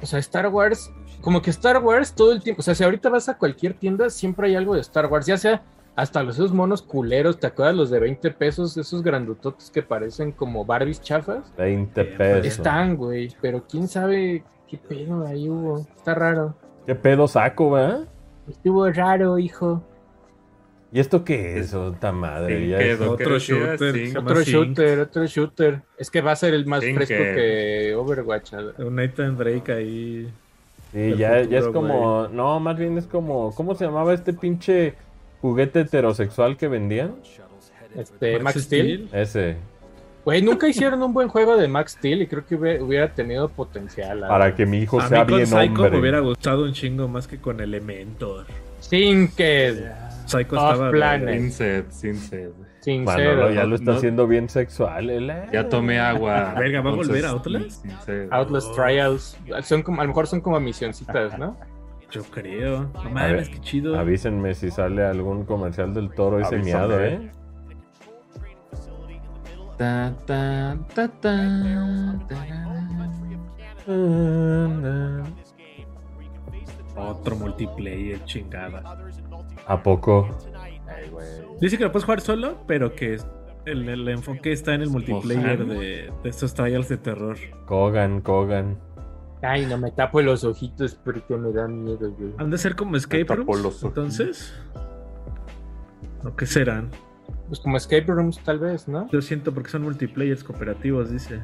Speaker 2: o sea, Star Wars, como que Star Wars todo el tiempo, o sea, si ahorita vas a cualquier tienda, siempre hay algo de Star Wars, ya sea hasta los esos monos culeros, ¿te acuerdas los de 20 pesos, esos grandototes que parecen como Barbies chafas?
Speaker 1: 20
Speaker 3: Eh,
Speaker 1: pesos.
Speaker 2: Están, güey, pero quién sabe qué pedo ahí hubo. Está raro.
Speaker 1: ¿Qué pedo saco, verdad?
Speaker 2: Estuvo raro, hijo.
Speaker 1: ¿Y esto qué es? Otra madre.
Speaker 5: Sí,
Speaker 1: ya
Speaker 5: que
Speaker 1: es-
Speaker 5: Docker
Speaker 3: Otro
Speaker 5: decía,
Speaker 3: shooter,
Speaker 5: sí.
Speaker 3: se llama-
Speaker 2: Otro
Speaker 3: Zinc.
Speaker 2: shooter, otro shooter. Es que va a ser el más
Speaker 5: Zinc,
Speaker 2: fresco
Speaker 5: eh.
Speaker 2: que Overwatch. a ver.
Speaker 3: Un Nathan Drake ahí.
Speaker 1: sí,
Speaker 3: el
Speaker 1: ya, ya es
Speaker 3: futuro,
Speaker 1: como. No, más bien es como. ¿Cómo se llamaba este pinche juguete heterosexual que vendían?
Speaker 2: Este, Max Steel.
Speaker 1: Ese.
Speaker 2: Güey, nunca hicieron un buen juego de Max Steel y creo que hubie- hubiera tenido potencial. la
Speaker 1: Para
Speaker 2: verdad.
Speaker 1: que mi hijo
Speaker 3: A
Speaker 1: sea
Speaker 3: mí con
Speaker 1: bien
Speaker 3: Psycho me
Speaker 1: hombre.
Speaker 3: hubiera gustado un chingo más que con Elementor.
Speaker 2: Sin que.
Speaker 3: Psycho
Speaker 2: Off
Speaker 3: estaba.
Speaker 2: planet.
Speaker 5: Sin sed, sin sed.
Speaker 2: Sin
Speaker 1: Manolo
Speaker 2: ser.
Speaker 1: ya
Speaker 5: No,
Speaker 1: lo está
Speaker 5: no.
Speaker 1: haciendo bien sexual. él, eh.
Speaker 5: Ya tomé agua.
Speaker 3: Verga, ¿va a volver a Outlast?
Speaker 5: Sin sed.
Speaker 2: Outlast Trials. Son como, a lo mejor son como misioncitas, ¿no?
Speaker 3: Yo creo. No
Speaker 1: A
Speaker 3: mames,
Speaker 1: ver,
Speaker 3: qué chido.
Speaker 1: Avísenme si sale algún comercial del toro ese
Speaker 4: Avísame.
Speaker 1: miado, ¿eh?
Speaker 5: Ta, ta, ta, ta, ta.
Speaker 3: Otro multiplayer, chingada.
Speaker 1: ¿A poco?
Speaker 3: Dice que lo puedes jugar solo, pero que es- el, el enfoque está en el multiplayer
Speaker 5: Ojalá.
Speaker 3: de, de estos trials de terror.
Speaker 1: Kogan, Kogan.
Speaker 2: Ay, no me tapo los ojitos porque me da miedo, güey.
Speaker 3: Han de ser como escape
Speaker 4: Tapó los
Speaker 3: rooms,
Speaker 4: ojos.
Speaker 3: entonces. ¿O qué serán?
Speaker 2: Pues como escape rooms, tal vez, ¿no?
Speaker 3: Yo siento porque son multiplayers cooperativos, dice.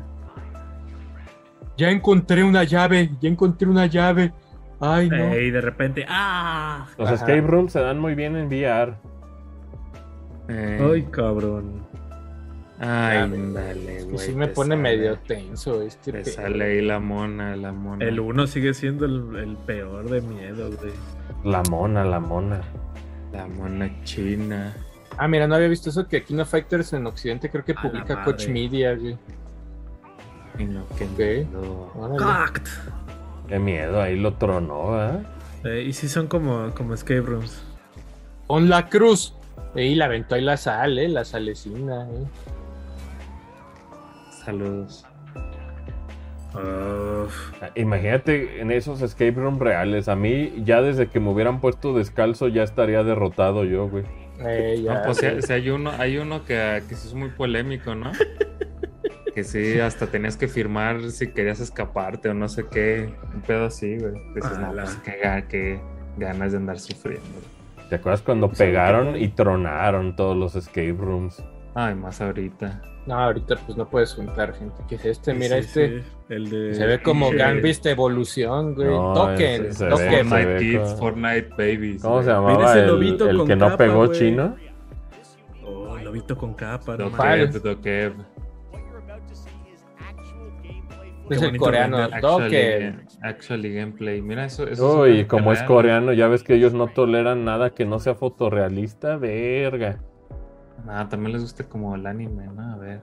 Speaker 2: Ya encontré una llave, ya encontré una llave. Ay, no.
Speaker 3: Eh, Y de repente, ¡ah!
Speaker 1: Los
Speaker 2: Ajá.
Speaker 1: escape rooms se dan muy bien en VR.
Speaker 5: Eh,
Speaker 3: ¡Ay, cabrón!
Speaker 5: Ay, dale,
Speaker 2: Y
Speaker 5: güey.
Speaker 2: sí me
Speaker 5: te
Speaker 2: pone
Speaker 5: sale-
Speaker 2: medio tenso este
Speaker 5: Te
Speaker 2: pedo.
Speaker 5: sale ahí la mona, la mona.
Speaker 1: Mm.
Speaker 3: El 1 sigue siendo el, el peor de miedo, güey.
Speaker 1: La mona, la mona.
Speaker 5: La mona china.
Speaker 2: Ah, mira, no había visto eso que Kino Fighters en Occidente creo que
Speaker 3: la
Speaker 2: publica
Speaker 3: madre.
Speaker 2: Coach Media, güey.
Speaker 5: Y no, qué
Speaker 2: Ok.
Speaker 5: miedo.
Speaker 2: Órale.
Speaker 3: ¡Cact!
Speaker 1: Qué miedo, ahí lo tronó, ¿ah? ¿verdad?
Speaker 3: Eh, y sí son como, como escape rooms.
Speaker 2: Con la cruz. Y la aventó ahí la sal, eh, la salecina, eh.
Speaker 5: Saludos.
Speaker 3: Uf.
Speaker 1: Imagínate en esos escape rooms reales. A mí, ya desde que me hubieran puesto descalzo, ya estaría derrotado yo, güey.
Speaker 2: Eh, ya,
Speaker 5: No, pues
Speaker 2: güey.
Speaker 5: sí, sí, hay uno, hay uno que, que sí es muy polémico, ¿no? Que sí, hasta tenías que firmar si querías escaparte o no sé qué. Un pedo así, güey. Dices, no,
Speaker 3: Ala.
Speaker 5: pues qué, ga- qué ganas de andar sufriendo.
Speaker 1: ¿Te acuerdas cuando
Speaker 5: Sí,
Speaker 1: pegaron
Speaker 5: claro.
Speaker 1: y tronaron todos los escape rooms?
Speaker 5: Ay, más ahorita.
Speaker 2: No, ahorita pues no puedes juntar gente. ¿Qué es este? Mira,
Speaker 3: Sí,
Speaker 2: este
Speaker 3: sí, El de...
Speaker 2: se ve como
Speaker 3: el-
Speaker 2: Gambis de evolución, güey.
Speaker 1: No,
Speaker 2: token,
Speaker 1: ese se ve,
Speaker 2: token.
Speaker 1: se
Speaker 5: Fortnite
Speaker 1: ve
Speaker 5: Kids,
Speaker 1: como-
Speaker 5: Fortnite Babies. eh,
Speaker 1: ¿Cómo se
Speaker 5: güey.
Speaker 1: llamaba
Speaker 3: ese
Speaker 1: el,
Speaker 3: lobito
Speaker 1: el
Speaker 3: con
Speaker 1: que no
Speaker 3: capa,
Speaker 1: pegó
Speaker 3: güey.
Speaker 1: chino?
Speaker 3: Oh, lobito con capa, no
Speaker 5: Lo
Speaker 3: mames.
Speaker 5: que-
Speaker 2: mames.
Speaker 5: lo que-
Speaker 2: Es
Speaker 3: Qué
Speaker 2: el
Speaker 3: bonito
Speaker 2: coreano,
Speaker 3: render.
Speaker 2: token.
Speaker 5: Actually, actually gameplay. Mira eso. eso
Speaker 1: Uy,
Speaker 5: una
Speaker 1: como Pues, es
Speaker 5: carrera.
Speaker 1: coreano, ya ves que ellos no toleran nada que no sea fotorrealista, verga.
Speaker 5: Ah, también les gusta como el anime, ¿no? A ver.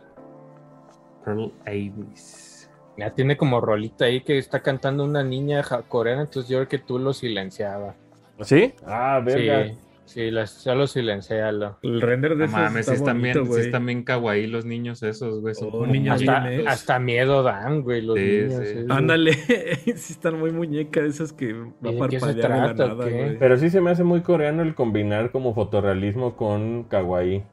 Speaker 5: Pearl Abyss.
Speaker 2: Ya tiene como rolita ahí que está cantando una niña ja- coreana, entonces yo creo que tú lo silenciaba.
Speaker 1: ¿Sí? Ah, verga.
Speaker 2: Sí, sí, las- solo silencialo.
Speaker 3: El render de
Speaker 5: No
Speaker 3: esos
Speaker 5: mames, sí
Speaker 3: está
Speaker 5: están, bien,
Speaker 3: bonito,
Speaker 5: sí
Speaker 3: güey.
Speaker 5: están bien kawaii los niños esos, güey. Son
Speaker 3: Oh,
Speaker 5: como
Speaker 3: niños
Speaker 5: muñecos.
Speaker 2: Hasta,
Speaker 3: bien, ¿eh?
Speaker 2: hasta miedo dan, güey, los
Speaker 5: Sí,
Speaker 2: niños.
Speaker 5: sí.
Speaker 2: eh.
Speaker 3: Ándale, sí están muy muñecas esas que va a
Speaker 2: ¿Y de qué se
Speaker 3: parpadear de la
Speaker 2: trata o
Speaker 3: nada,
Speaker 2: qué?
Speaker 3: güey.
Speaker 1: Pero sí se me hace muy coreano el combinar como fotorrealismo con kawaii.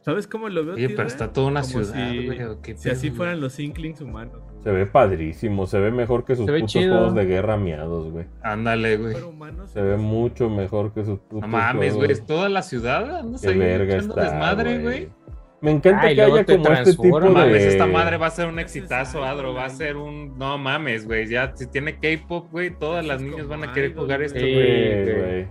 Speaker 3: ¿Sabes cómo lo veo,
Speaker 5: Oye, pero
Speaker 3: Tierra?
Speaker 5: está toda una
Speaker 3: Como
Speaker 5: ciudad,
Speaker 3: si-
Speaker 5: güey. ¿o qué
Speaker 3: Si
Speaker 5: pedo,
Speaker 3: así
Speaker 5: güey?
Speaker 3: fueran los Inklings humanos.
Speaker 1: Se ve padrísimo, se ve mejor que sus
Speaker 2: Se ve
Speaker 1: putos
Speaker 2: chido.
Speaker 1: juegos de guerra miados, güey.
Speaker 5: Ándale, güey.
Speaker 3: Pero humanos.
Speaker 1: Se ve mucho mejor que sus putos
Speaker 5: No mames, güey.
Speaker 1: juegos.
Speaker 5: Es toda la ciudad. Andas
Speaker 1: pues, Qué
Speaker 5: ahí
Speaker 1: verga
Speaker 5: echando
Speaker 1: está,
Speaker 5: desmadre, güey.
Speaker 1: Me encanta
Speaker 2: Ah, y
Speaker 1: que
Speaker 2: luego
Speaker 1: haya
Speaker 2: te
Speaker 1: como este tipo
Speaker 2: transforma.
Speaker 1: de...
Speaker 5: No mames, esta madre va a ser un exitazo, Adro. Va a ser un. No mames, güey. Ya, si tiene K-pop, güey, todas las
Speaker 3: Eso es
Speaker 5: niñas
Speaker 3: como
Speaker 5: van a querer
Speaker 3: idol,
Speaker 5: jugar esto,
Speaker 1: Sí,
Speaker 2: Sí,
Speaker 5: güey.
Speaker 1: güey.
Speaker 2: güey.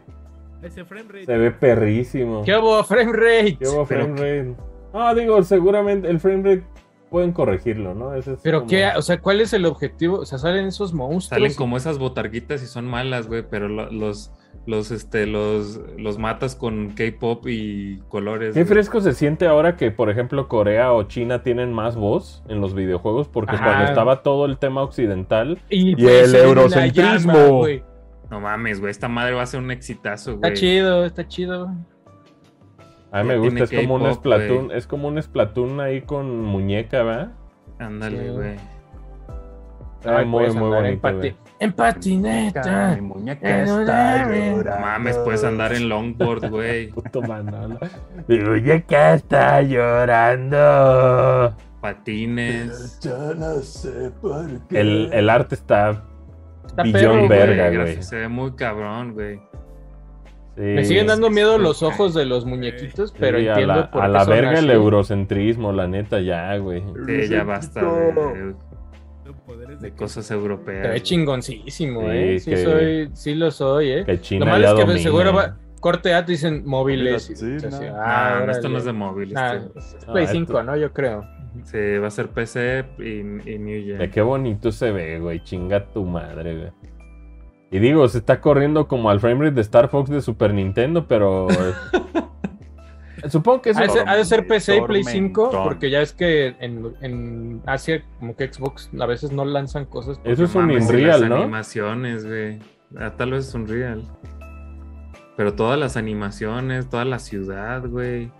Speaker 3: Ese frame rate.
Speaker 1: Se ve perrísimo.
Speaker 2: ¿Qué hubo, frame rate?
Speaker 1: Yo hago frame rate. Ah, digo, seguramente el frame rate pueden corregirlo, ¿no? Ese es
Speaker 2: Pero
Speaker 1: como-
Speaker 2: qué, o sea, ¿cuál es el objetivo? O sea, salen esos monstruos.
Speaker 5: Salen como esas botarguitas y son malas, güey, pero lo- los. Los, este, los, los matas con K-pop y colores.
Speaker 1: Qué
Speaker 5: güey.
Speaker 1: fresco se siente ahora que, por ejemplo, Corea o China tienen más voz en los videojuegos, porque
Speaker 2: Ajá.
Speaker 1: cuando estaba todo el tema occidental,
Speaker 2: Y,
Speaker 1: el
Speaker 2: salen una
Speaker 1: eurocentrismo.
Speaker 2: llama, güey.
Speaker 5: No mames, güey, esta madre va a ser un exitazo,
Speaker 2: Está
Speaker 5: güey.
Speaker 2: chido, está chido.
Speaker 1: a mí me
Speaker 5: Ya
Speaker 1: gusta, es
Speaker 5: tiene
Speaker 1: como un
Speaker 5: K-pop,
Speaker 1: Splatoon, es como un Splatoon ahí con muñeca, ¿va?
Speaker 5: Ándale,
Speaker 2: Sí.
Speaker 5: güey.
Speaker 1: Está
Speaker 2: Ay,
Speaker 1: muy,
Speaker 2: puedes
Speaker 1: muy
Speaker 2: andar
Speaker 1: bonito.
Speaker 2: en, pati-
Speaker 1: güey.
Speaker 2: en patineta.
Speaker 4: muñeca
Speaker 2: está llorando.
Speaker 5: No mames, puedes andar en longboard, güey.
Speaker 1: Puto Manolo. Mi muñeca está llorando.
Speaker 5: Patines.
Speaker 1: El, el arte está,
Speaker 2: Está
Speaker 1: billón
Speaker 2: perro,
Speaker 1: verga,
Speaker 5: Güey,
Speaker 1: güey.
Speaker 5: Se ve muy cabrón, güey.
Speaker 1: Sí.
Speaker 2: Me siguen dando miedo los
Speaker 5: Ok.
Speaker 2: ojos de los muñequitos, pero
Speaker 1: Sí,
Speaker 2: entiendo
Speaker 1: a la,
Speaker 2: por
Speaker 1: a
Speaker 2: qué
Speaker 1: la
Speaker 2: son
Speaker 1: verga el
Speaker 2: así.
Speaker 1: eurocentrismo, la neta, ya, güey.
Speaker 5: Sí, ya basta de,
Speaker 3: Los poderes
Speaker 5: de
Speaker 3: que-
Speaker 5: cosas
Speaker 2: Se ve
Speaker 5: europeas.
Speaker 2: chingoncísimo,
Speaker 1: Sí,
Speaker 2: ¿eh? Sí,
Speaker 1: que-
Speaker 2: soy, sí lo soy, ¿eh?
Speaker 1: Que China
Speaker 2: Lo malo
Speaker 1: ya
Speaker 2: es que
Speaker 1: domina.
Speaker 2: seguro va- Corte A te dicen móviles.
Speaker 4: Sí,
Speaker 2: y-
Speaker 4: no.
Speaker 2: así, ah,
Speaker 5: Ah, no, esto
Speaker 2: órale.
Speaker 5: no es de móvil.
Speaker 2: Nah,
Speaker 5: esto-
Speaker 2: es Play
Speaker 1: Ah,
Speaker 2: 5,
Speaker 1: esto-
Speaker 2: ¿no? Yo creo.
Speaker 5: Sí, va a ser PC y, y New
Speaker 1: Eh,
Speaker 5: Gen.
Speaker 1: qué bonito se ve, güey. Chinga tu madre, güey. Y digo, se está corriendo como al framerate de Star Fox de Super Nintendo, pero. eh, Supongo que eso.
Speaker 2: Ha
Speaker 5: Ah,
Speaker 2: de, ser, ha de ser PC y Play 5,
Speaker 4: Tormentón.
Speaker 2: porque ya es que en, en Asia, como que Xbox a veces no lanzan cosas. porque
Speaker 1: Eso es un
Speaker 5: Mames, y
Speaker 1: Unreal,
Speaker 5: las
Speaker 1: ¿no?
Speaker 5: animaciones, güey. Ah, tal vez es Unreal. Pero todas las animaciones, toda la ciudad, güey.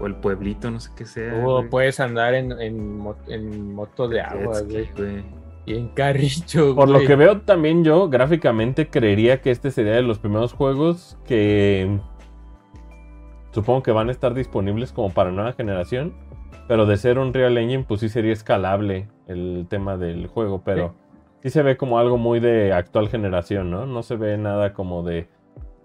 Speaker 5: O el pueblito, no sé qué sea.
Speaker 2: o
Speaker 5: Eh, güey.
Speaker 2: Oh, puedes andar en, en, mo- en moto de
Speaker 5: Jet
Speaker 2: agua,
Speaker 5: ski,
Speaker 2: güey.
Speaker 5: güey.
Speaker 2: Y en carrillo,
Speaker 1: Por lo
Speaker 2: güey.
Speaker 1: que veo también yo, gráficamente creería que este sería de los primeros juegos que. Supongo que van a estar disponibles como para nueva generación. Pero de ser un Real Engine, pues sí sería escalable el tema del juego. Pero sí se ve como algo muy de actual generación, ¿no? No se ve nada como de,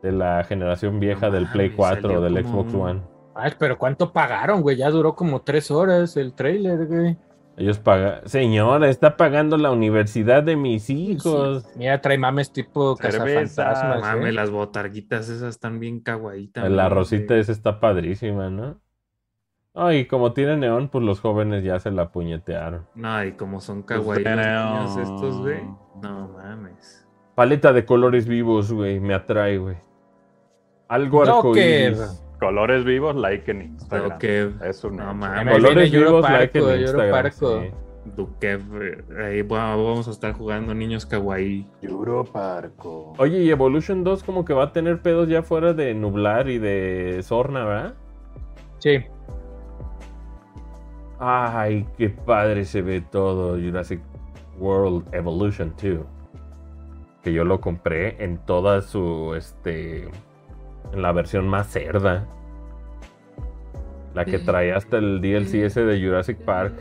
Speaker 1: de la generación vieja del Play
Speaker 5: mames,
Speaker 1: 4 o
Speaker 5: salió
Speaker 1: del
Speaker 5: como
Speaker 1: Xbox
Speaker 5: un-
Speaker 1: One.
Speaker 2: Ay, pero ¿cuánto pagaron, güey? Ya duró como tres horas el trailer, güey.
Speaker 1: Ellos pagan. Señora, está pagando la universidad de mis hijos.
Speaker 2: Mira, trae mames tipo
Speaker 4: Cerveza,
Speaker 2: cazafantasmas,
Speaker 5: No mames,
Speaker 2: ¿eh?
Speaker 5: las botarguitas esas están bien kawaii también,
Speaker 1: La rosita
Speaker 5: güey.
Speaker 1: esa está padrísima, ¿no? Ay, y como tiene neón, pues los jóvenes ya se la puñetearon.
Speaker 5: No, y como son
Speaker 1: pues
Speaker 5: kawaii los niños estos, güey. No mames.
Speaker 1: Paleta de colores vivos, güey, me atrae, güey. Algo
Speaker 2: Joker.
Speaker 1: arcoíris.
Speaker 4: Colores vivos, like en Instagram.
Speaker 5: Dukev.
Speaker 4: Es un
Speaker 5: No
Speaker 4: hecho.
Speaker 5: mames.
Speaker 1: Colores
Speaker 2: viene
Speaker 1: vivos,
Speaker 2: Europarco,
Speaker 1: like en Instagram.
Speaker 2: Europarco.
Speaker 1: sí.
Speaker 5: Dukev. eh, Ahí va- vamos a estar jugando niños kawaii.
Speaker 4: Europarco.
Speaker 1: Oye, y Evolution 2 como que va a tener pedos ya fuera de Nublar y de Sorna, ¿verdad?
Speaker 2: Sí.
Speaker 1: Ay, qué padre se ve todo Jurassic World Evolution 2. Que yo lo compré en toda su, este, en la versión más cerda. La que traía hasta el DLC ese de Jurassic Park.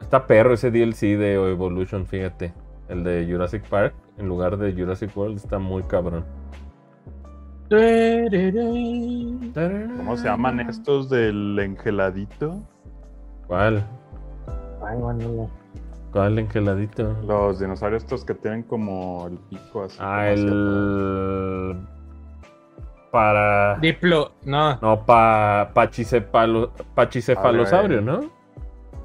Speaker 1: Está perro ese DLC de Evolution, fíjate. El de Jurassic Park en lugar de Jurassic World está muy cabrón.
Speaker 4: ¿Cómo se llaman estos del engeladito?
Speaker 1: ¿Cuál?
Speaker 2: Ay, Manolo.
Speaker 1: ¿Cuál engeladito?
Speaker 4: Los dinosaurios estos que tienen como el pico así.
Speaker 1: Ah,
Speaker 4: como
Speaker 1: el. Para.
Speaker 2: Diplo, no,
Speaker 1: No, pa... pachisepalo- pachicefalosaurio, ¿no?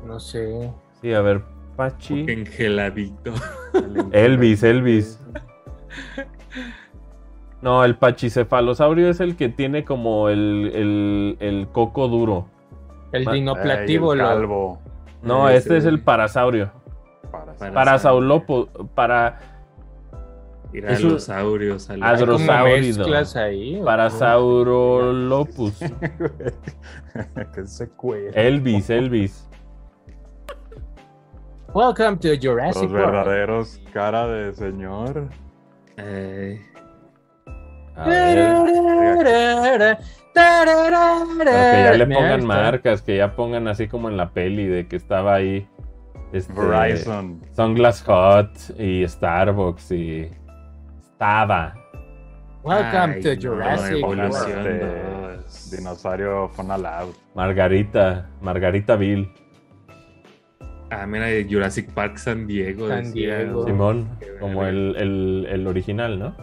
Speaker 2: no sé.
Speaker 1: Sí, a ver. Pachi.
Speaker 5: Engeladito.
Speaker 4: hacia atrás. El
Speaker 1: Elvis, Elvis. No, el pachicefalosaurio es el que tiene como el, el- el coco duro.
Speaker 2: El
Speaker 1: Ma-
Speaker 2: dinoplativo,
Speaker 4: Ay, el
Speaker 2: lo-
Speaker 4: calvo.
Speaker 1: No,
Speaker 5: Ese.
Speaker 1: este es el parasaurio.
Speaker 4: Para-
Speaker 5: Para-
Speaker 1: Parasaulopo. Para.
Speaker 5: Ir
Speaker 1: Es un-
Speaker 5: los saurios. al-
Speaker 2: hay como
Speaker 1: Adrosáurido.
Speaker 2: mezclas ahí. ¿o
Speaker 1: Parasaurolopus.
Speaker 4: que se cuelga.
Speaker 1: Elvis, Elvis.
Speaker 2: cómo? Welcome to Jurassic
Speaker 4: Los
Speaker 2: World.
Speaker 4: verdaderos cara de señor.
Speaker 5: Eh,
Speaker 1: A ver. Que ya le pongan marcas, que ya pongan así como en la peli de que estaba ahí. Este,
Speaker 4: Verizon.
Speaker 1: Sunglass Hut y Starbucks y. Estaba.
Speaker 2: Welcome
Speaker 5: ay,
Speaker 2: to
Speaker 5: no,
Speaker 2: Jurassic
Speaker 5: evolución.
Speaker 2: World.
Speaker 4: Este,
Speaker 5: Dinos.
Speaker 4: dinosaurio Fonalab.
Speaker 1: Margarita. Margarita Bill.
Speaker 5: Ah, mira, de Jurassic Park San Diego.
Speaker 2: San
Speaker 5: decía,
Speaker 2: Diego.
Speaker 5: ¿no?
Speaker 1: Simón.
Speaker 2: Oh,
Speaker 5: Qué verga.
Speaker 1: Como el, el- el original, ¿no?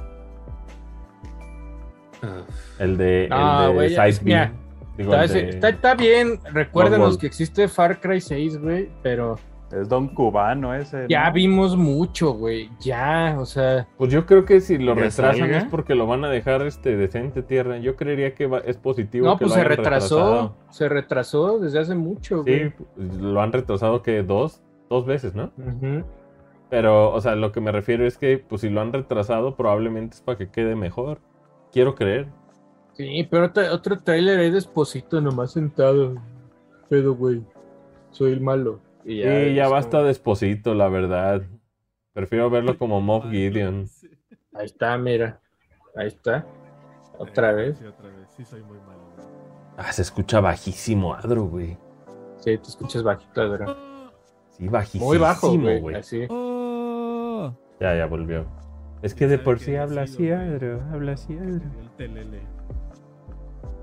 Speaker 5: Ah,
Speaker 1: El de,
Speaker 2: Ah,
Speaker 1: el de
Speaker 2: güey,
Speaker 1: Side
Speaker 2: es-
Speaker 1: B.
Speaker 2: mira,
Speaker 1: Digo,
Speaker 2: Está,
Speaker 1: el de-
Speaker 2: está- está bien, recuérdanos
Speaker 1: World.
Speaker 2: que existe Far Cry 6, güey, pero
Speaker 4: Es don cubano ese. ¿no?
Speaker 2: ya vimos mucho, güey. Ya, o sea,
Speaker 1: Pues yo creo que si lo
Speaker 5: ¿Ya
Speaker 1: retrasan
Speaker 5: salga?
Speaker 1: es porque lo van a dejar este decente tierra. Yo creería que va- es positivo.
Speaker 2: no,
Speaker 1: que
Speaker 2: pues
Speaker 1: lo
Speaker 2: se
Speaker 1: hayan
Speaker 2: retrasó,
Speaker 1: retrasado.
Speaker 2: se retrasó desde hace mucho, güey.
Speaker 1: Sí, lo han retrasado que dos, dos veces, ¿no?
Speaker 2: Ujú.
Speaker 1: Pero, o sea, lo que me refiero es que, pues si lo han retrasado, probablemente es para que quede mejor. Quiero creer.
Speaker 2: Sí, pero otra- otro trailer es Esposito nomás sentado. Pedo, güey. Soy el malo.
Speaker 1: Y ya, basta de esposito, la verdad. Prefiero verlo como Mob Gideon.
Speaker 2: Ahí está, mira. Ahí está. Otra vez.
Speaker 3: Eh, Sí, otra vez. Sí, soy muy malo. güey.
Speaker 1: Ah, se escucha bajísimo, Adro, güey.
Speaker 2: Sí, te escuchas bajito, ¿verdad?
Speaker 1: Sí, bajísimo.
Speaker 2: Muy bajo, güey.
Speaker 1: güey.
Speaker 2: Así.
Speaker 3: Oh.
Speaker 1: Ya, ya volvió. Es que
Speaker 3: Ya
Speaker 1: de
Speaker 3: sabe
Speaker 1: por
Speaker 3: que
Speaker 1: sí
Speaker 3: ha
Speaker 1: habla así,
Speaker 3: sido, güey.
Speaker 1: Adro. Habla así, Adro.
Speaker 3: El telele.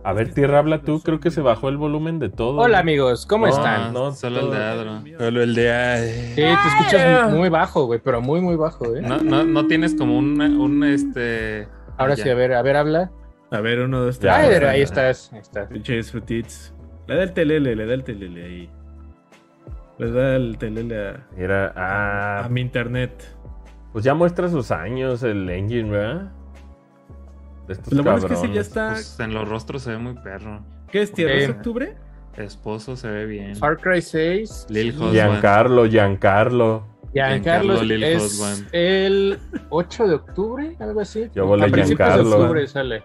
Speaker 1: A ver, Tierra, habla tú. Creo que se bajó el volumen de todo.
Speaker 2: Hola, amigos, ¿cómo
Speaker 1: No,
Speaker 2: están?
Speaker 1: no,
Speaker 5: solo el
Speaker 1: todo-
Speaker 5: de Adro.
Speaker 4: Solo el de. ay.
Speaker 2: Sí, te
Speaker 1: Ah.
Speaker 2: escuchas muy bajo, güey, pero muy, muy bajo, ¿eh?
Speaker 5: No, no, no tienes como un, un este.
Speaker 2: Ahora
Speaker 5: ya.
Speaker 2: sí, a ver, a ver, habla.
Speaker 3: A ver, uno, dos, tres.
Speaker 1: Ya,
Speaker 2: Ay,
Speaker 1: ya,
Speaker 2: ahí
Speaker 1: ya.
Speaker 2: estás, ahí estás.
Speaker 3: Pinches frutits. Le da el telele, le da el telele ahí. Le da el telele a,
Speaker 1: Mira,
Speaker 3: a
Speaker 1: ah,
Speaker 3: mi internet.
Speaker 1: pues ya muestra sus años el engine, ¿verdad? De estos
Speaker 3: Pues Lo bueno es que ese
Speaker 1: cabrones.
Speaker 3: ya está.
Speaker 5: Pues en los rostros se ve muy perro.
Speaker 3: ¿Qué es tierra? ¿Es
Speaker 2: Sí.
Speaker 3: octubre?
Speaker 5: Esposo se ve bien.
Speaker 2: Far Cry 6.
Speaker 5: Lil Husband.
Speaker 1: Giancarlo, Giancarlo.
Speaker 2: Giancarlo
Speaker 5: Giancarlo Lil
Speaker 2: es
Speaker 5: Husband.
Speaker 2: el 8 de octubre, algo así.
Speaker 1: Yo volé
Speaker 2: a principios de
Speaker 1: Giancarlo.
Speaker 2: octubre sale.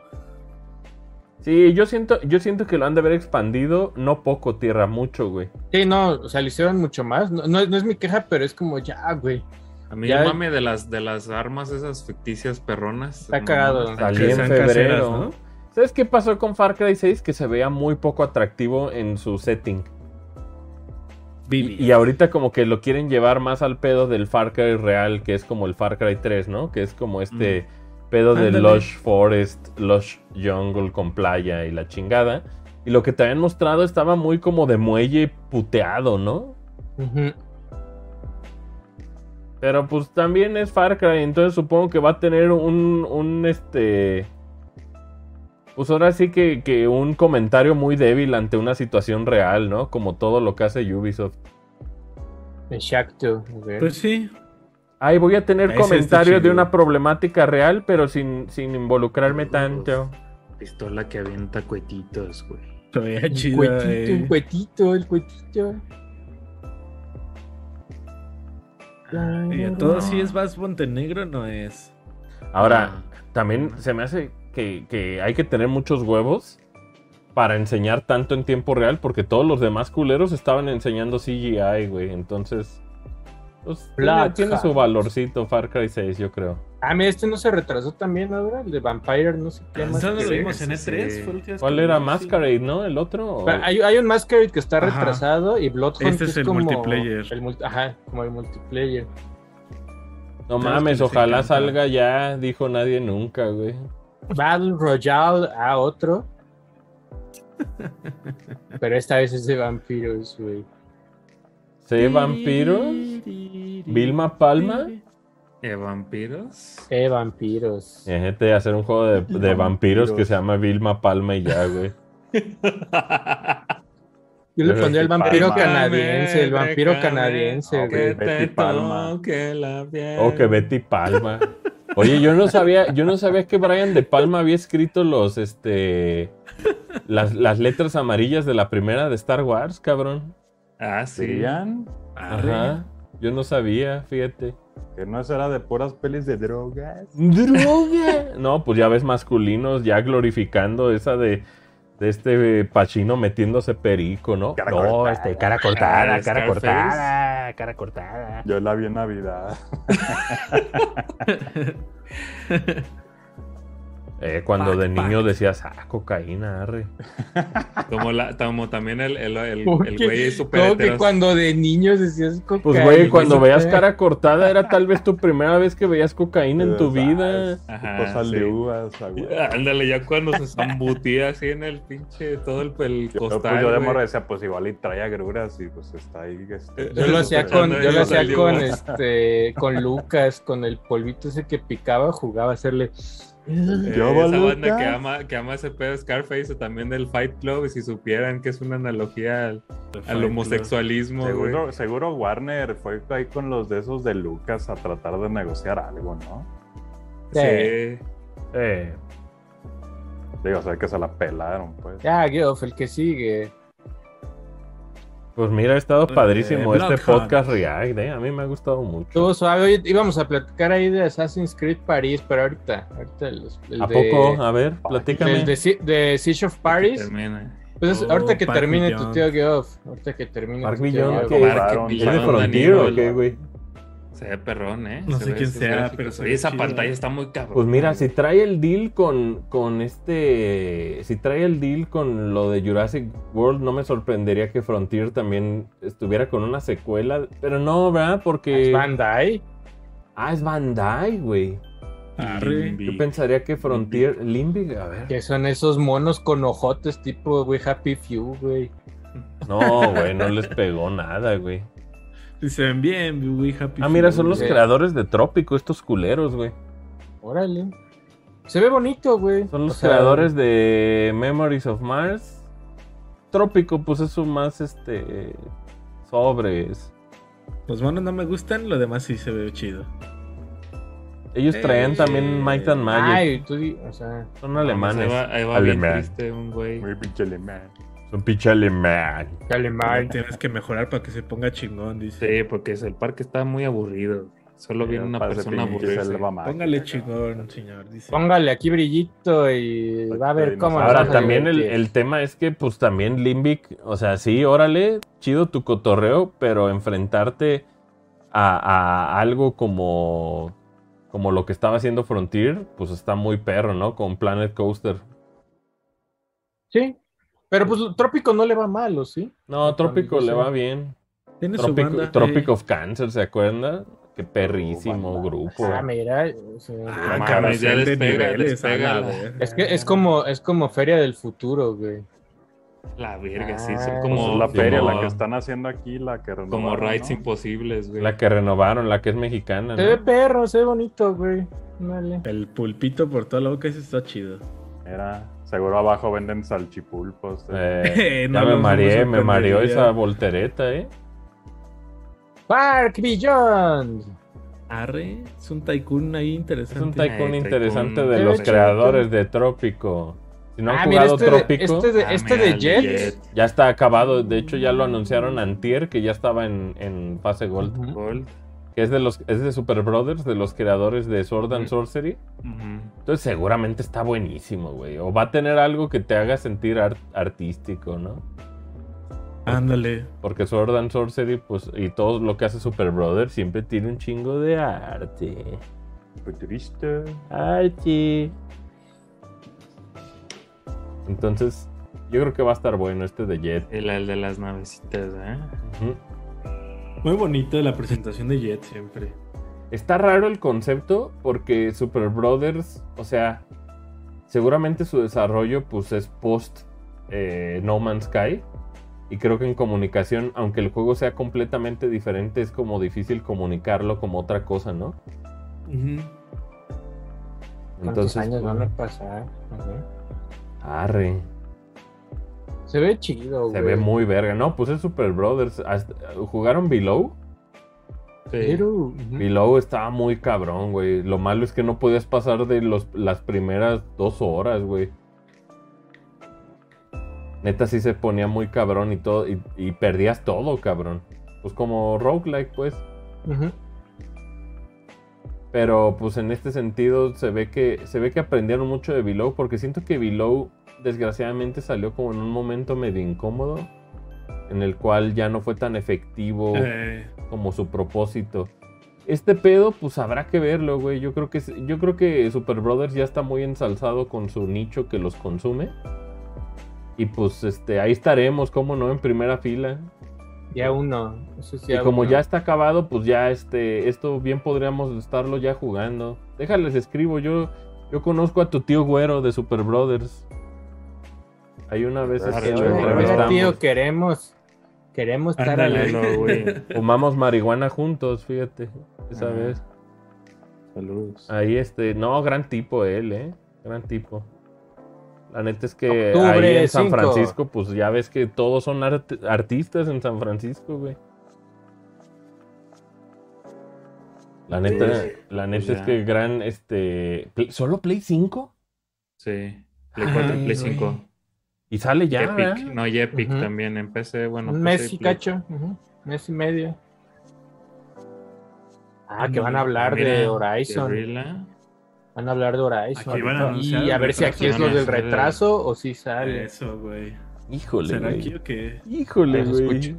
Speaker 1: Sí, yo siento, yo siento que lo han de haber expandido, no poco, tierra, mucho, güey.
Speaker 2: Sí, no, o sea, le hicieron mucho más. No, no, es- no es mi queja, pero es como ya, güey.
Speaker 5: A mí
Speaker 2: Ya-
Speaker 5: el mame de las, de las armas esas ficticias perronas.
Speaker 2: Está cagado.
Speaker 5: Mamonas,
Speaker 1: Salí
Speaker 3: Que
Speaker 1: en
Speaker 3: sean
Speaker 1: febrero.
Speaker 3: caseras, ¿no?
Speaker 1: ¿Sabes qué pasó con Far Cry 6? Que se veía muy poco atractivo en su setting.
Speaker 3: Bibi.
Speaker 1: Y, y ahorita como que lo quieren llevar más al pedo del Far Cry real, que es como el Far Cry 3, ¿no? Que es como este pedo de
Speaker 3: Ándale.
Speaker 1: Lush Forest, Lush Jungle con playa y la chingada. Y lo que te habían mostrado estaba muy como de muelle puteado, ¿no?
Speaker 2: Ujú.
Speaker 1: Pero pues también es Far Cry, entonces supongo que va a tener un, un este... Pues ahora sí que, que un comentario muy débil ante una situación real, ¿no? Como todo lo que hace Ubisoft.
Speaker 2: Exacto. a ver.
Speaker 3: Pues sí.
Speaker 1: Ay, voy a tener
Speaker 3: Ese está
Speaker 1: comentarios de
Speaker 3: chido.
Speaker 1: una problemática real, pero sin, sin involucrarme tanto.
Speaker 5: Pistola que avienta cuetitos, güey.
Speaker 3: Se veía
Speaker 2: Un
Speaker 3: chido. eh.
Speaker 2: cuetito, un cuetito, el cuetito.
Speaker 3: Y a todos sí es Vas Montenegro, no es.
Speaker 1: Ahora,
Speaker 5: Ah,
Speaker 1: también se me hace que, que hay que tener muchos huevos para enseñar tanto en tiempo real, porque todos los demás culeros estaban enseñando CGI, güey. Entonces, pues, tiene,
Speaker 2: Black
Speaker 1: tiene su
Speaker 2: Hat.
Speaker 1: valorcito Far Cry 6, yo creo.
Speaker 2: Ah, mira, este no se retrasó también ahora, el de Vampire, no sé qué más.
Speaker 3: Eso no lo
Speaker 5: sí,
Speaker 3: vimos Ah, en
Speaker 5: sí, sí.
Speaker 3: E3. fue la última vez
Speaker 1: ¿Cuál
Speaker 3: que
Speaker 1: era
Speaker 3: lo vimos, sí.
Speaker 1: Masquerade, no? ¿El otro? ¿O-
Speaker 2: Pero Hay, hay un Masquerade que está
Speaker 3: Ajá.
Speaker 2: retrasado y Bloodhound
Speaker 3: Este
Speaker 2: que
Speaker 3: es el
Speaker 2: como
Speaker 3: multiplayer.
Speaker 2: el mul- ajá, como el multiplayer.
Speaker 1: no
Speaker 3: Tenemos que
Speaker 1: mames,
Speaker 3: les
Speaker 1: ojalá
Speaker 3: encanta.
Speaker 1: salga ya, dijo nadie nunca, güey.
Speaker 2: Battle Royale a otro. Pero esta vez es de vampiros, güey.
Speaker 1: ¿Se vampiros? ¿Vilma Palma?
Speaker 5: ¿Eh, vampiros?
Speaker 2: Eh, vampiros.
Speaker 1: Y hay gente de hacer un juego de, de vampiros. que se llama Vilma Palma y ya, güey.
Speaker 2: Yo le
Speaker 1: Pero
Speaker 2: pondría el
Speaker 1: sí,
Speaker 2: vampiro
Speaker 1: Palma.
Speaker 2: canadiense, el vampiro
Speaker 5: Déjame,
Speaker 2: canadiense,
Speaker 5: que
Speaker 2: güey.
Speaker 5: te
Speaker 4: Betty Palma.
Speaker 5: toque la piel.
Speaker 1: O Oh, que Betty Palma. Oye, yo no sabía, yo no sabía que Brian de Palma había escrito los, este, las, las letras amarillas de la primera de Star Wars, cabrón.
Speaker 5: Ah, sí.
Speaker 4: ¿Serían?
Speaker 1: Ajá. Yo no sabía, fíjate.
Speaker 4: Que no será de puras pelis de drogas.
Speaker 1: Droga. No, pues ya ves masculinos ya glorificando esa de, de este Pachino metiéndose perico, ¿no?
Speaker 4: Cara
Speaker 1: no,
Speaker 4: cortada.
Speaker 1: este cara
Speaker 5: Ah,
Speaker 1: cortada, cara
Speaker 5: Scarface.
Speaker 1: cortada, cara cortada.
Speaker 4: Yo la vi en Navidad.
Speaker 1: Eh, cuando
Speaker 3: Pac,
Speaker 1: de
Speaker 3: pac.
Speaker 1: niño decías, ah, cocaína, arre.
Speaker 5: Como, la, como también el, el, el,
Speaker 2: ¿Cómo
Speaker 5: el
Speaker 2: que-
Speaker 5: güey es súper
Speaker 2: Como que
Speaker 5: heteros-
Speaker 2: cuando de niños decías cocaína.
Speaker 1: Pues, güey, cuando
Speaker 2: ¿no?
Speaker 1: veías cara cortada era tal vez tu primera vez que veías cocaína en tu vida.
Speaker 5: Ajá,
Speaker 4: Cosas
Speaker 5: sí.
Speaker 4: de uvas, ah, güey.
Speaker 5: Ándale, ya cuando se zambutía así en el pinche, todo el, el
Speaker 4: Yo,
Speaker 5: costal.
Speaker 4: pues, yo de
Speaker 5: güey. Eh,
Speaker 4: morro decía, pues igual y trae agruras y pues está ahí. este,
Speaker 2: Yo lo hacía con, yo lo
Speaker 5: Cuando
Speaker 2: hacía
Speaker 5: salió.
Speaker 2: con este, con Lucas, con el polvito ese que picaba, jugaba a hacerle.
Speaker 5: Eh,
Speaker 4: Yo,
Speaker 5: esa
Speaker 4: Lucas.
Speaker 5: banda que ama, que ama ese pedo Scarface o también del Fight Club, y si supieran que es una analogía al, al homosexualismo, güey.
Speaker 4: Seguro, seguro Warner fue ahí con los de esos de Lucas a tratar de negociar algo, ¿no?
Speaker 5: Sí.
Speaker 1: Eh,
Speaker 4: Digo, o sea, que se la pelaron, pues.
Speaker 2: Ya, Geoff, el que sigue.
Speaker 1: pues mira, ha estado
Speaker 3: Eh,
Speaker 1: padrísimo este
Speaker 3: Bloodhound.
Speaker 1: podcast React, eh, A mí me ha gustado mucho.
Speaker 2: Estuvo suave. Oye, íbamos a platicar ahí de Assassin's Creed París, pero ahorita, ahorita los- el
Speaker 1: ¿A
Speaker 2: de-
Speaker 1: poco? A ver,
Speaker 2: El
Speaker 1: platícame.
Speaker 2: de, Si- de Siege of Paris.
Speaker 5: Termina.
Speaker 2: Pues
Speaker 3: Oh,
Speaker 2: ahorita que
Speaker 3: Park
Speaker 2: termine tu
Speaker 3: Beyond.
Speaker 2: tío Geoff. Ahorita que termine
Speaker 1: Park
Speaker 2: tu tío
Speaker 1: Beyond,
Speaker 2: Geoff.
Speaker 1: que-
Speaker 4: Compraron,
Speaker 1: ¿Es
Speaker 5: ¿Es
Speaker 1: de
Speaker 5: Beyond,
Speaker 1: Frontier o
Speaker 5: Aníbal.
Speaker 1: qué, güey?
Speaker 5: Se ve perrón, ¿eh?
Speaker 3: No
Speaker 5: Se
Speaker 3: sé
Speaker 5: ve
Speaker 3: quién
Speaker 5: esos
Speaker 3: sea,
Speaker 5: gráficos.
Speaker 3: pero se
Speaker 5: Oye,
Speaker 3: ve
Speaker 5: esa
Speaker 3: chido.
Speaker 5: pantalla está muy cabrón.
Speaker 1: Pues mira, si
Speaker 5: güey.
Speaker 1: trae el deal con, con este. Si trae el deal con lo de Jurassic World, no me sorprendería que Frontier también estuviera con una secuela. Pero no, ¿verdad? Porque.
Speaker 2: Es Bandai.
Speaker 1: Ah, es Bandai, güey.
Speaker 3: Ah,
Speaker 1: Yo pensaría que Frontier. Limbic, a ver.
Speaker 2: Que son esos monos con ojotes tipo, güey, Happy Few, güey.
Speaker 1: No, güey, no les pegó nada, güey.
Speaker 3: Y se ven bien, güey, happy.
Speaker 1: Ah, mira, son los
Speaker 2: Sí.
Speaker 1: creadores de Trópico, estos culeros, güey.
Speaker 2: Órale. Se ve bonito, güey.
Speaker 1: Son
Speaker 2: O
Speaker 1: los
Speaker 2: sea,
Speaker 1: creadores de Memories of Mars. Trópico, pues eso más este. Sobres.
Speaker 3: Los manos Pues no me gustan, lo demás sí se ve chido.
Speaker 1: Ellos traían
Speaker 3: Eh,
Speaker 1: también Might and Magic.
Speaker 2: Ay, tú di- o sea,
Speaker 1: Son
Speaker 5: Vamos,
Speaker 1: alemanes.
Speaker 5: Ahí va, ahí va bien
Speaker 1: Alemán.
Speaker 5: triste un güey.
Speaker 4: Muy pinche alemán.
Speaker 1: Son pinche alemán.
Speaker 2: alemán.
Speaker 3: Tienes que mejorar para que se ponga chingón, dice.
Speaker 5: Sí, porque es- el parque está muy aburrido. Solo viene una
Speaker 4: Parece
Speaker 5: persona
Speaker 4: pinche
Speaker 5: aburrida.
Speaker 4: selva mágica,
Speaker 3: Póngale
Speaker 4: cabrón.
Speaker 3: chingón, señor, dice.
Speaker 2: Póngale aquí brillito y va a ver cómo. nos
Speaker 1: Ahora
Speaker 2: vamos a
Speaker 1: también el,
Speaker 2: divertir.
Speaker 1: el tema es que pues también Limbic, o sea, sí, órale, chido tu cotorreo, pero enfrentarte a, a algo como, como lo que estaba haciendo Frontier, pues está muy perro, ¿no? Con Planet Coaster.
Speaker 2: Sí. Pero pues Trópico no le va mal, ¿o sí?
Speaker 1: No, Trópico le
Speaker 2: Cuando
Speaker 1: va
Speaker 2: sea.
Speaker 1: bien.
Speaker 3: Tiene su
Speaker 1: Trópico,
Speaker 3: banda,
Speaker 1: Trópico
Speaker 3: eh.
Speaker 1: of Cancer, ¿se acuerdan? Qué perrísimo
Speaker 4: banda.
Speaker 1: grupo.
Speaker 2: Ah, mira. o sea,
Speaker 3: Ah,
Speaker 5: Ah,
Speaker 3: carrusel
Speaker 5: ya
Speaker 3: de
Speaker 5: despega,
Speaker 3: niveles,
Speaker 5: despega
Speaker 3: a la
Speaker 5: la-
Speaker 3: verga.
Speaker 2: es que es como, es como Feria del Futuro, güey.
Speaker 5: La verga, sí.
Speaker 2: Ah.
Speaker 5: Son
Speaker 4: Pues
Speaker 5: como.
Speaker 4: es la
Speaker 1: Sí,
Speaker 4: feria
Speaker 1: no.
Speaker 4: la que están haciendo aquí, la que renovaron,
Speaker 5: Como rides
Speaker 4: ¿no?
Speaker 5: imposibles, güey. Ah,
Speaker 1: La que renovaron, la que es mexicana.
Speaker 2: Se ve
Speaker 1: ¿no?
Speaker 2: perro, se ve bonito, güey. Dale.
Speaker 3: El pulpito por toda la boca, ese está chido.
Speaker 4: Era, seguro abajo venden salchipulpos. eh.
Speaker 1: Eh, ya
Speaker 3: No, no,
Speaker 1: me
Speaker 3: no
Speaker 1: mareé, me
Speaker 3: sorprendería.
Speaker 1: mareó esa voltereta, ¿eh?
Speaker 2: Park Beyond.
Speaker 3: Arre, es un tycoon ahí
Speaker 1: Es un
Speaker 3: interesante.
Speaker 5: Ay,
Speaker 1: tycoon
Speaker 5: tycoon.
Speaker 1: interesante de
Speaker 2: Qué
Speaker 1: los
Speaker 2: chido.
Speaker 1: creadores de Trópico. Si no han
Speaker 2: Ah, mira,
Speaker 1: jugado
Speaker 2: este de,
Speaker 1: Trópico,
Speaker 2: este de,
Speaker 5: Ah,
Speaker 2: este
Speaker 5: mira,
Speaker 2: de
Speaker 5: el
Speaker 2: Jet.
Speaker 1: ya está acabado. De hecho, ya lo anunciaron antier, que ya estaba en, en fase Gold.
Speaker 2: Ujú.
Speaker 5: Gold.
Speaker 1: Que es de los es de Super Brothers, de los creadores de Sword and
Speaker 5: Mm.
Speaker 1: Sorcery.
Speaker 5: Ujú.
Speaker 1: Entonces seguramente está buenísimo, güey. O va a tener algo que te haga sentir ar- artístico, ¿no?
Speaker 3: Ándale.
Speaker 1: Porque Sword and Sorcery, pues, y todo lo que hace Super Brothers siempre tiene un chingo de arte.
Speaker 4: Futurista.
Speaker 1: Archie. Entonces, yo creo que va a estar bueno este de Jet.
Speaker 5: El, el de las navecitas, ¿eh?
Speaker 1: Ujú.
Speaker 3: Muy bonita la presentación de Jet siempre.
Speaker 1: Está raro el concepto porque Super Brothers, o sea, seguramente su desarrollo pues es post eh, No Man's Sky. Y creo que en comunicación, aunque el juego sea completamente diferente, es como difícil comunicarlo como otra cosa, ¿no? Uh -huh.
Speaker 2: Entonces, ¿Cuántos
Speaker 1: pues,
Speaker 2: años van a pasar? Uh -huh.
Speaker 1: Arre.
Speaker 2: Se ve chido,
Speaker 1: Se güey. ve muy verga. No, pues es Super Brothers. ¿Jugaron Below?
Speaker 2: Sí. Pero, uh
Speaker 1: -huh. Below estaba muy cabrón, güey. Lo malo es que no podías pasar de los, las primeras dos horas, güey. Neta sí se ponía muy cabrón y todo. Y, y perdías todo, cabrón. Pues como roguelike, pues. Uh -huh. Pero pues en este sentido se ve que. Se ve que aprendieron mucho de Below. Porque siento que Below, desgraciadamente, salió como en un momento medio incómodo. En el cual ya no fue tan efectivo. Eh como su propósito. Este pedo, pues habrá que verlo, güey. Yo creo que yo creo que Super Brothers ya está muy ensalzado con su nicho que los consume. Y pues este, ahí estaremos, como no, en primera fila.
Speaker 2: Ya uno. Eso
Speaker 1: sí, y ya como uno. ya está acabado, pues ya este, esto bien podríamos estarlo ya jugando. Déjales escribo, yo, yo conozco a tu tío güero de Super Brothers. Hay una vez este,
Speaker 2: claro, que yo, tío queremos queremos estar al güey.
Speaker 1: Fumamos marihuana juntos, fíjate, esa Ajá. vez.
Speaker 5: Saludos.
Speaker 1: Ahí este, no, gran tipo él, eh. Gran tipo. La neta es que
Speaker 2: Octubre
Speaker 1: ahí en San
Speaker 2: cinco.
Speaker 1: Francisco, pues ya ves que todos son art artistas en San Francisco, güey. La neta, sí. la neta pues es que gran, este, ¿solo Play 5?
Speaker 5: Sí, Play 4 Ay, Play 5. Güey.
Speaker 1: Y sale ya.
Speaker 5: Epic. No, y Epic uh -huh. también. Empecé, bueno.
Speaker 2: Un mes y cacho. Uh -huh. Mes y medio. Ah, ah que no, van a hablar mira, de Horizon. De van a hablar de Horizon. Aquí van a y a ver retraso. si aquí es lo del retraso o si sale.
Speaker 3: Eso, güey.
Speaker 1: Híjole.
Speaker 3: ¿Será
Speaker 1: güey.
Speaker 3: aquí o qué?
Speaker 1: Híjole, güey.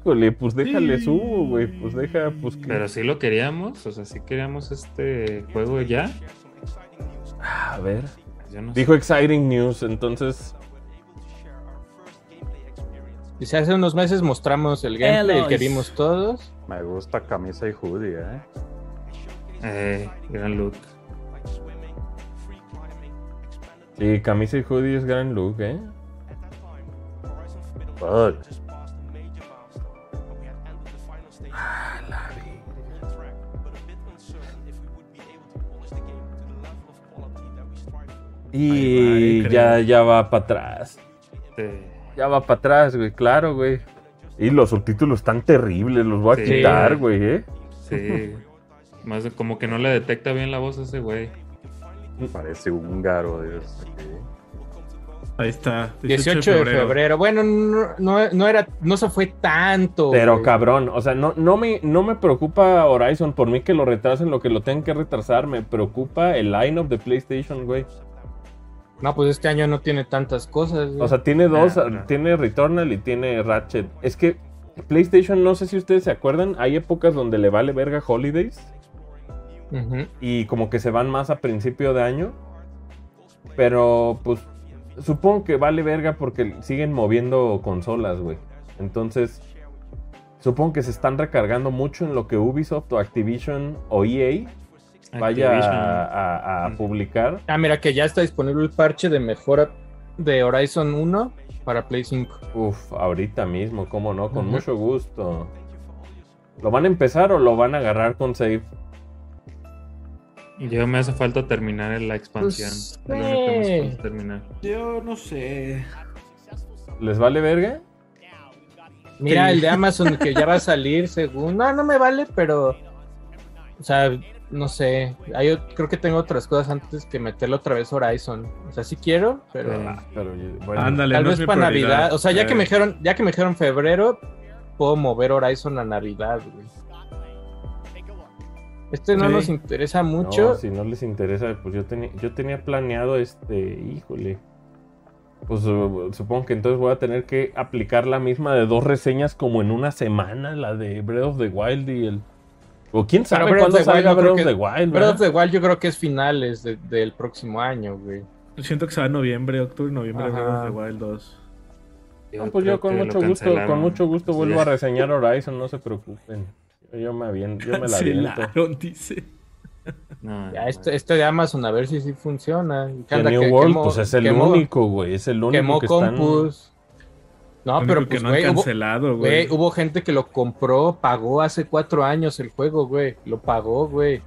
Speaker 1: Híjole, pues déjale sí. subo, güey. Pues deja, pues que.
Speaker 5: Pero sí lo queríamos. O sea, sí queríamos este juego ya.
Speaker 1: A ver. No Dijo sé. exciting news, entonces.
Speaker 2: Dice, hace unos meses mostramos el gameplay que vimos todos.
Speaker 4: Me gusta camisa y hoodie, eh.
Speaker 5: Eh, gran look.
Speaker 1: Sí, camisa y hoodie es gran look, eh.
Speaker 4: But...
Speaker 1: Ah, la Y Ay, ya, ya va para atrás. Sí.
Speaker 5: Este,
Speaker 1: Ya va para atrás, güey, claro, güey. Y los subtítulos están terribles, los voy a sí. quitar, güey, ¿eh?
Speaker 5: Sí. Más como que no le detecta bien la voz a ese güey.
Speaker 4: Parece húngaro, Dios.
Speaker 3: Ahí está.
Speaker 2: 18, 18 de, febrero. de febrero. Bueno, no, no, no, era, no se fue tanto.
Speaker 1: Pero güey. cabrón, o sea, no, no, me, no me preocupa Horizon por mí que lo retrasen lo que lo tengan que retrasar. Me preocupa el line-up de PlayStation, güey.
Speaker 2: No, pues este año no tiene tantas cosas.
Speaker 1: Güey. O sea, tiene dos, nah, nah. tiene Returnal y tiene Ratchet. Es que PlayStation, no sé si ustedes se acuerdan, hay épocas donde le vale verga Holidays. Uh -huh. Y como que se van más a principio de año. Pero pues supongo que vale verga porque siguen moviendo consolas, güey. Entonces, supongo que se están recargando mucho en lo que Ubisoft o Activision o EA vaya a, a, a, publicar.
Speaker 2: Ah, mira, que ya está disponible el parche de mejora de Horizon 1 para Play 5.
Speaker 1: Uf, ahorita mismo, cómo no, con uh -huh. mucho gusto. ¿Lo van a empezar o lo van a agarrar con save?
Speaker 5: Yo me hace falta terminar la expansión. Pues, es lo único que me terminar.
Speaker 3: Yo no sé.
Speaker 1: ¿Les vale verga?
Speaker 2: Mira, sí. el de Amazon que ya va a salir según... No, no me vale, pero... O sea, no sé, hay, creo que tengo otras cosas antes que meterlo otra vez Horizon. O sea, sí quiero, pero,
Speaker 1: ah, pero bueno,
Speaker 2: Ándale, tal
Speaker 3: no
Speaker 2: vez para Navidad. O sea,
Speaker 3: eh,
Speaker 2: ya que
Speaker 1: Eh.
Speaker 2: me dijeron, ya que me dijeron febrero, puedo mover Horizon a Navidad, güey. Este no sí. nos interesa mucho.
Speaker 1: No, si no les interesa, pues yo tenía, yo tenía planeado este, híjole. Pues supongo que entonces voy a tener que aplicar la misma de dos reseñas como en una semana, la de Breath of the Wild y el o quién sabe cuándo salga Breath of the Wild.
Speaker 2: Breath of the Wild yo creo que es finales de, del próximo año, güey.
Speaker 3: Yo siento que será noviembre, octubre, noviembre, Breath of the Wild 2.
Speaker 1: Yo no, pues yo con mucho, gusto, con mucho gusto vuelvo sí. a reseñar Horizon, no se preocupen. Yo me, aviento, yo me la aviento.
Speaker 3: Cancelaron, dice.
Speaker 2: No, ya, este, este, de Amazon, a ver si sí funciona.
Speaker 1: The New Ah, que, World, quemó, pues es el quemó, único, güey. Es el único quemó que Compus. Están...
Speaker 2: No, pero pues, no
Speaker 3: wey, cancelado,
Speaker 2: hubo, wey. Wey, hubo, gente que lo compró, pagó hace cuatro años el juego, güey. Lo pagó, güey.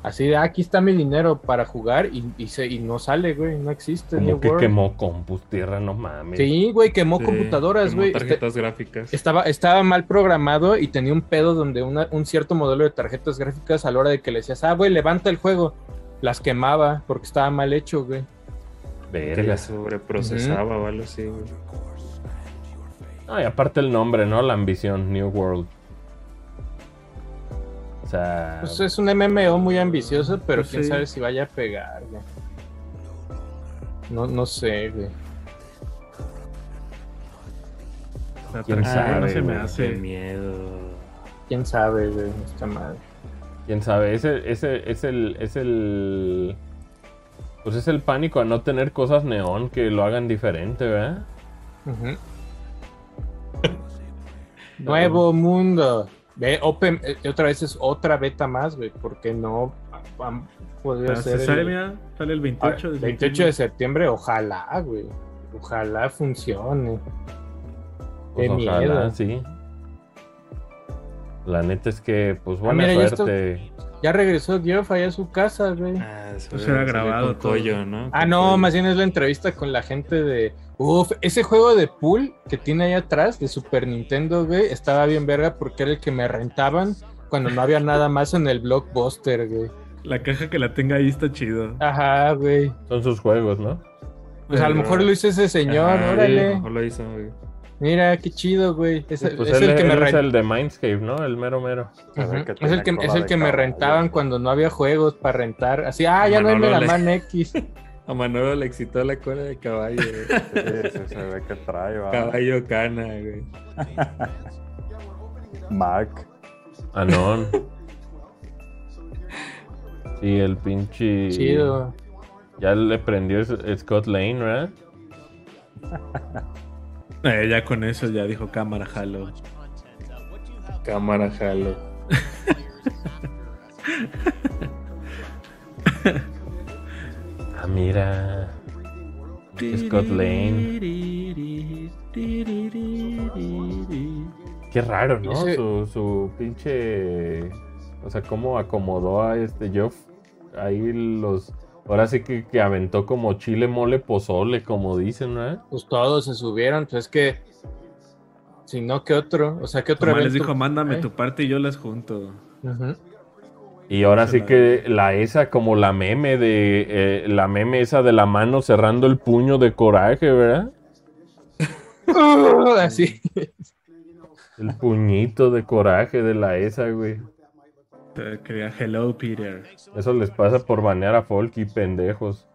Speaker 2: Así de, ah, aquí está mi dinero para jugar y, y, se, y no sale, güey. No existe.
Speaker 1: Como New que World. quemó compus, tierra, no mames.
Speaker 2: Sí, güey, quemó sí, computadoras, güey.
Speaker 5: Tarjetas este, gráficas.
Speaker 2: Estaba, estaba mal programado y tenía un pedo donde una, un cierto modelo de tarjetas gráficas a la hora de que le decías, ah, güey, levanta el juego. Las quemaba porque estaba mal hecho, güey.
Speaker 5: Verga. Que la sobreprocesaba uh -huh. o algo así, güey.
Speaker 1: No, y aparte el nombre, ¿no? La ambición, New World.
Speaker 2: O sea. Pues es un MMO muy ambicioso, pero pues quién sí. sabe si vaya a pegar, güey. No, no sé, güey.
Speaker 1: ¿Quién Pues, sabe,
Speaker 3: no se me hace
Speaker 5: miedo.
Speaker 2: ¿Quién sabe, güey? Esta madre.
Speaker 1: ¿Quién sabe? Ese, ese, es el, es el. Pues es el pánico a no tener cosas neón que lo hagan diferente, ¿verdad?
Speaker 2: Ajá. Uh -huh. Nuevo mundo. Ve, open, eh, otra vez es otra beta más, güey, porque no
Speaker 3: podría ser. Se sale, el, mira, sale el 28
Speaker 2: de 28 septiembre. de septiembre, ojalá, güey. Ojalá funcione.
Speaker 1: Pues Qué ojalá, miedo. sí. La neta es que, pues buena ah, mira, suerte.
Speaker 2: Ya, esto, ya regresó Geoff allá a su casa, güey.
Speaker 3: Ah, eso pues era grabado todo. Pollo,
Speaker 2: ¿no? Ah, no, más bien es la entrevista con la gente de. Uf, ese juego de pool que tiene ahí atrás de Super Nintendo, güey, estaba bien verga porque era el que me rentaban cuando no había nada más en el blockbuster, güey.
Speaker 3: La caja que la tenga ahí está chido.
Speaker 2: Ajá, güey.
Speaker 1: Son sus juegos, ¿no?
Speaker 2: Pues Pero... a lo mejor lo hizo ese señor, Ajá, órale.
Speaker 5: a lo mejor lo hizo, güey.
Speaker 2: Mira, qué chido, güey. Es, el,
Speaker 1: pues
Speaker 2: es
Speaker 1: él,
Speaker 2: el que
Speaker 1: él
Speaker 2: me
Speaker 1: es el de Mindscape, ¿no? El mero mero.
Speaker 2: Uh -huh. Es el que, es el que me rentaban bien. cuando no había juegos para rentar. Así, ah, ya Manolo no hay Mega Man X.
Speaker 5: A Manolo le excitó la cola de caballo.
Speaker 4: Güey. Sí, se ve que trae,
Speaker 2: Ah.
Speaker 4: va.
Speaker 5: Caballo cana, güey.
Speaker 4: Mac.
Speaker 1: Ah, Anon. sí, el pinche.
Speaker 2: Chido.
Speaker 1: Ya le prendió Scott Lane, ¿verdad?
Speaker 3: Eh, ya con eso ya dijo cámara jalo.
Speaker 5: Cámara jalo.
Speaker 1: Ah, mira. Scott Lane. Qué raro, ¿no? Ese... Su, su, pinche. O sea, cómo acomodó a este Joff. Ahí los. Ahora sí que, que, aventó como chile, mole, pozole, como dicen, ¿no?
Speaker 2: Pues todos se subieron, pues es que. Si no, ¿qué otro? O sea, ¿qué otro
Speaker 3: evento? les dijo, mándame ¿Eh? tu parte y yo las junto. Uh -huh.
Speaker 1: Y ahora sí que la esa, como la meme de. Eh, la meme esa de la mano cerrando el puño de coraje, ¿verdad?
Speaker 2: uh, así.
Speaker 1: El puñito de coraje de la esa, güey.
Speaker 3: Crea Hello Peter.
Speaker 1: Eso les pasa por banear a Folky, pendejos.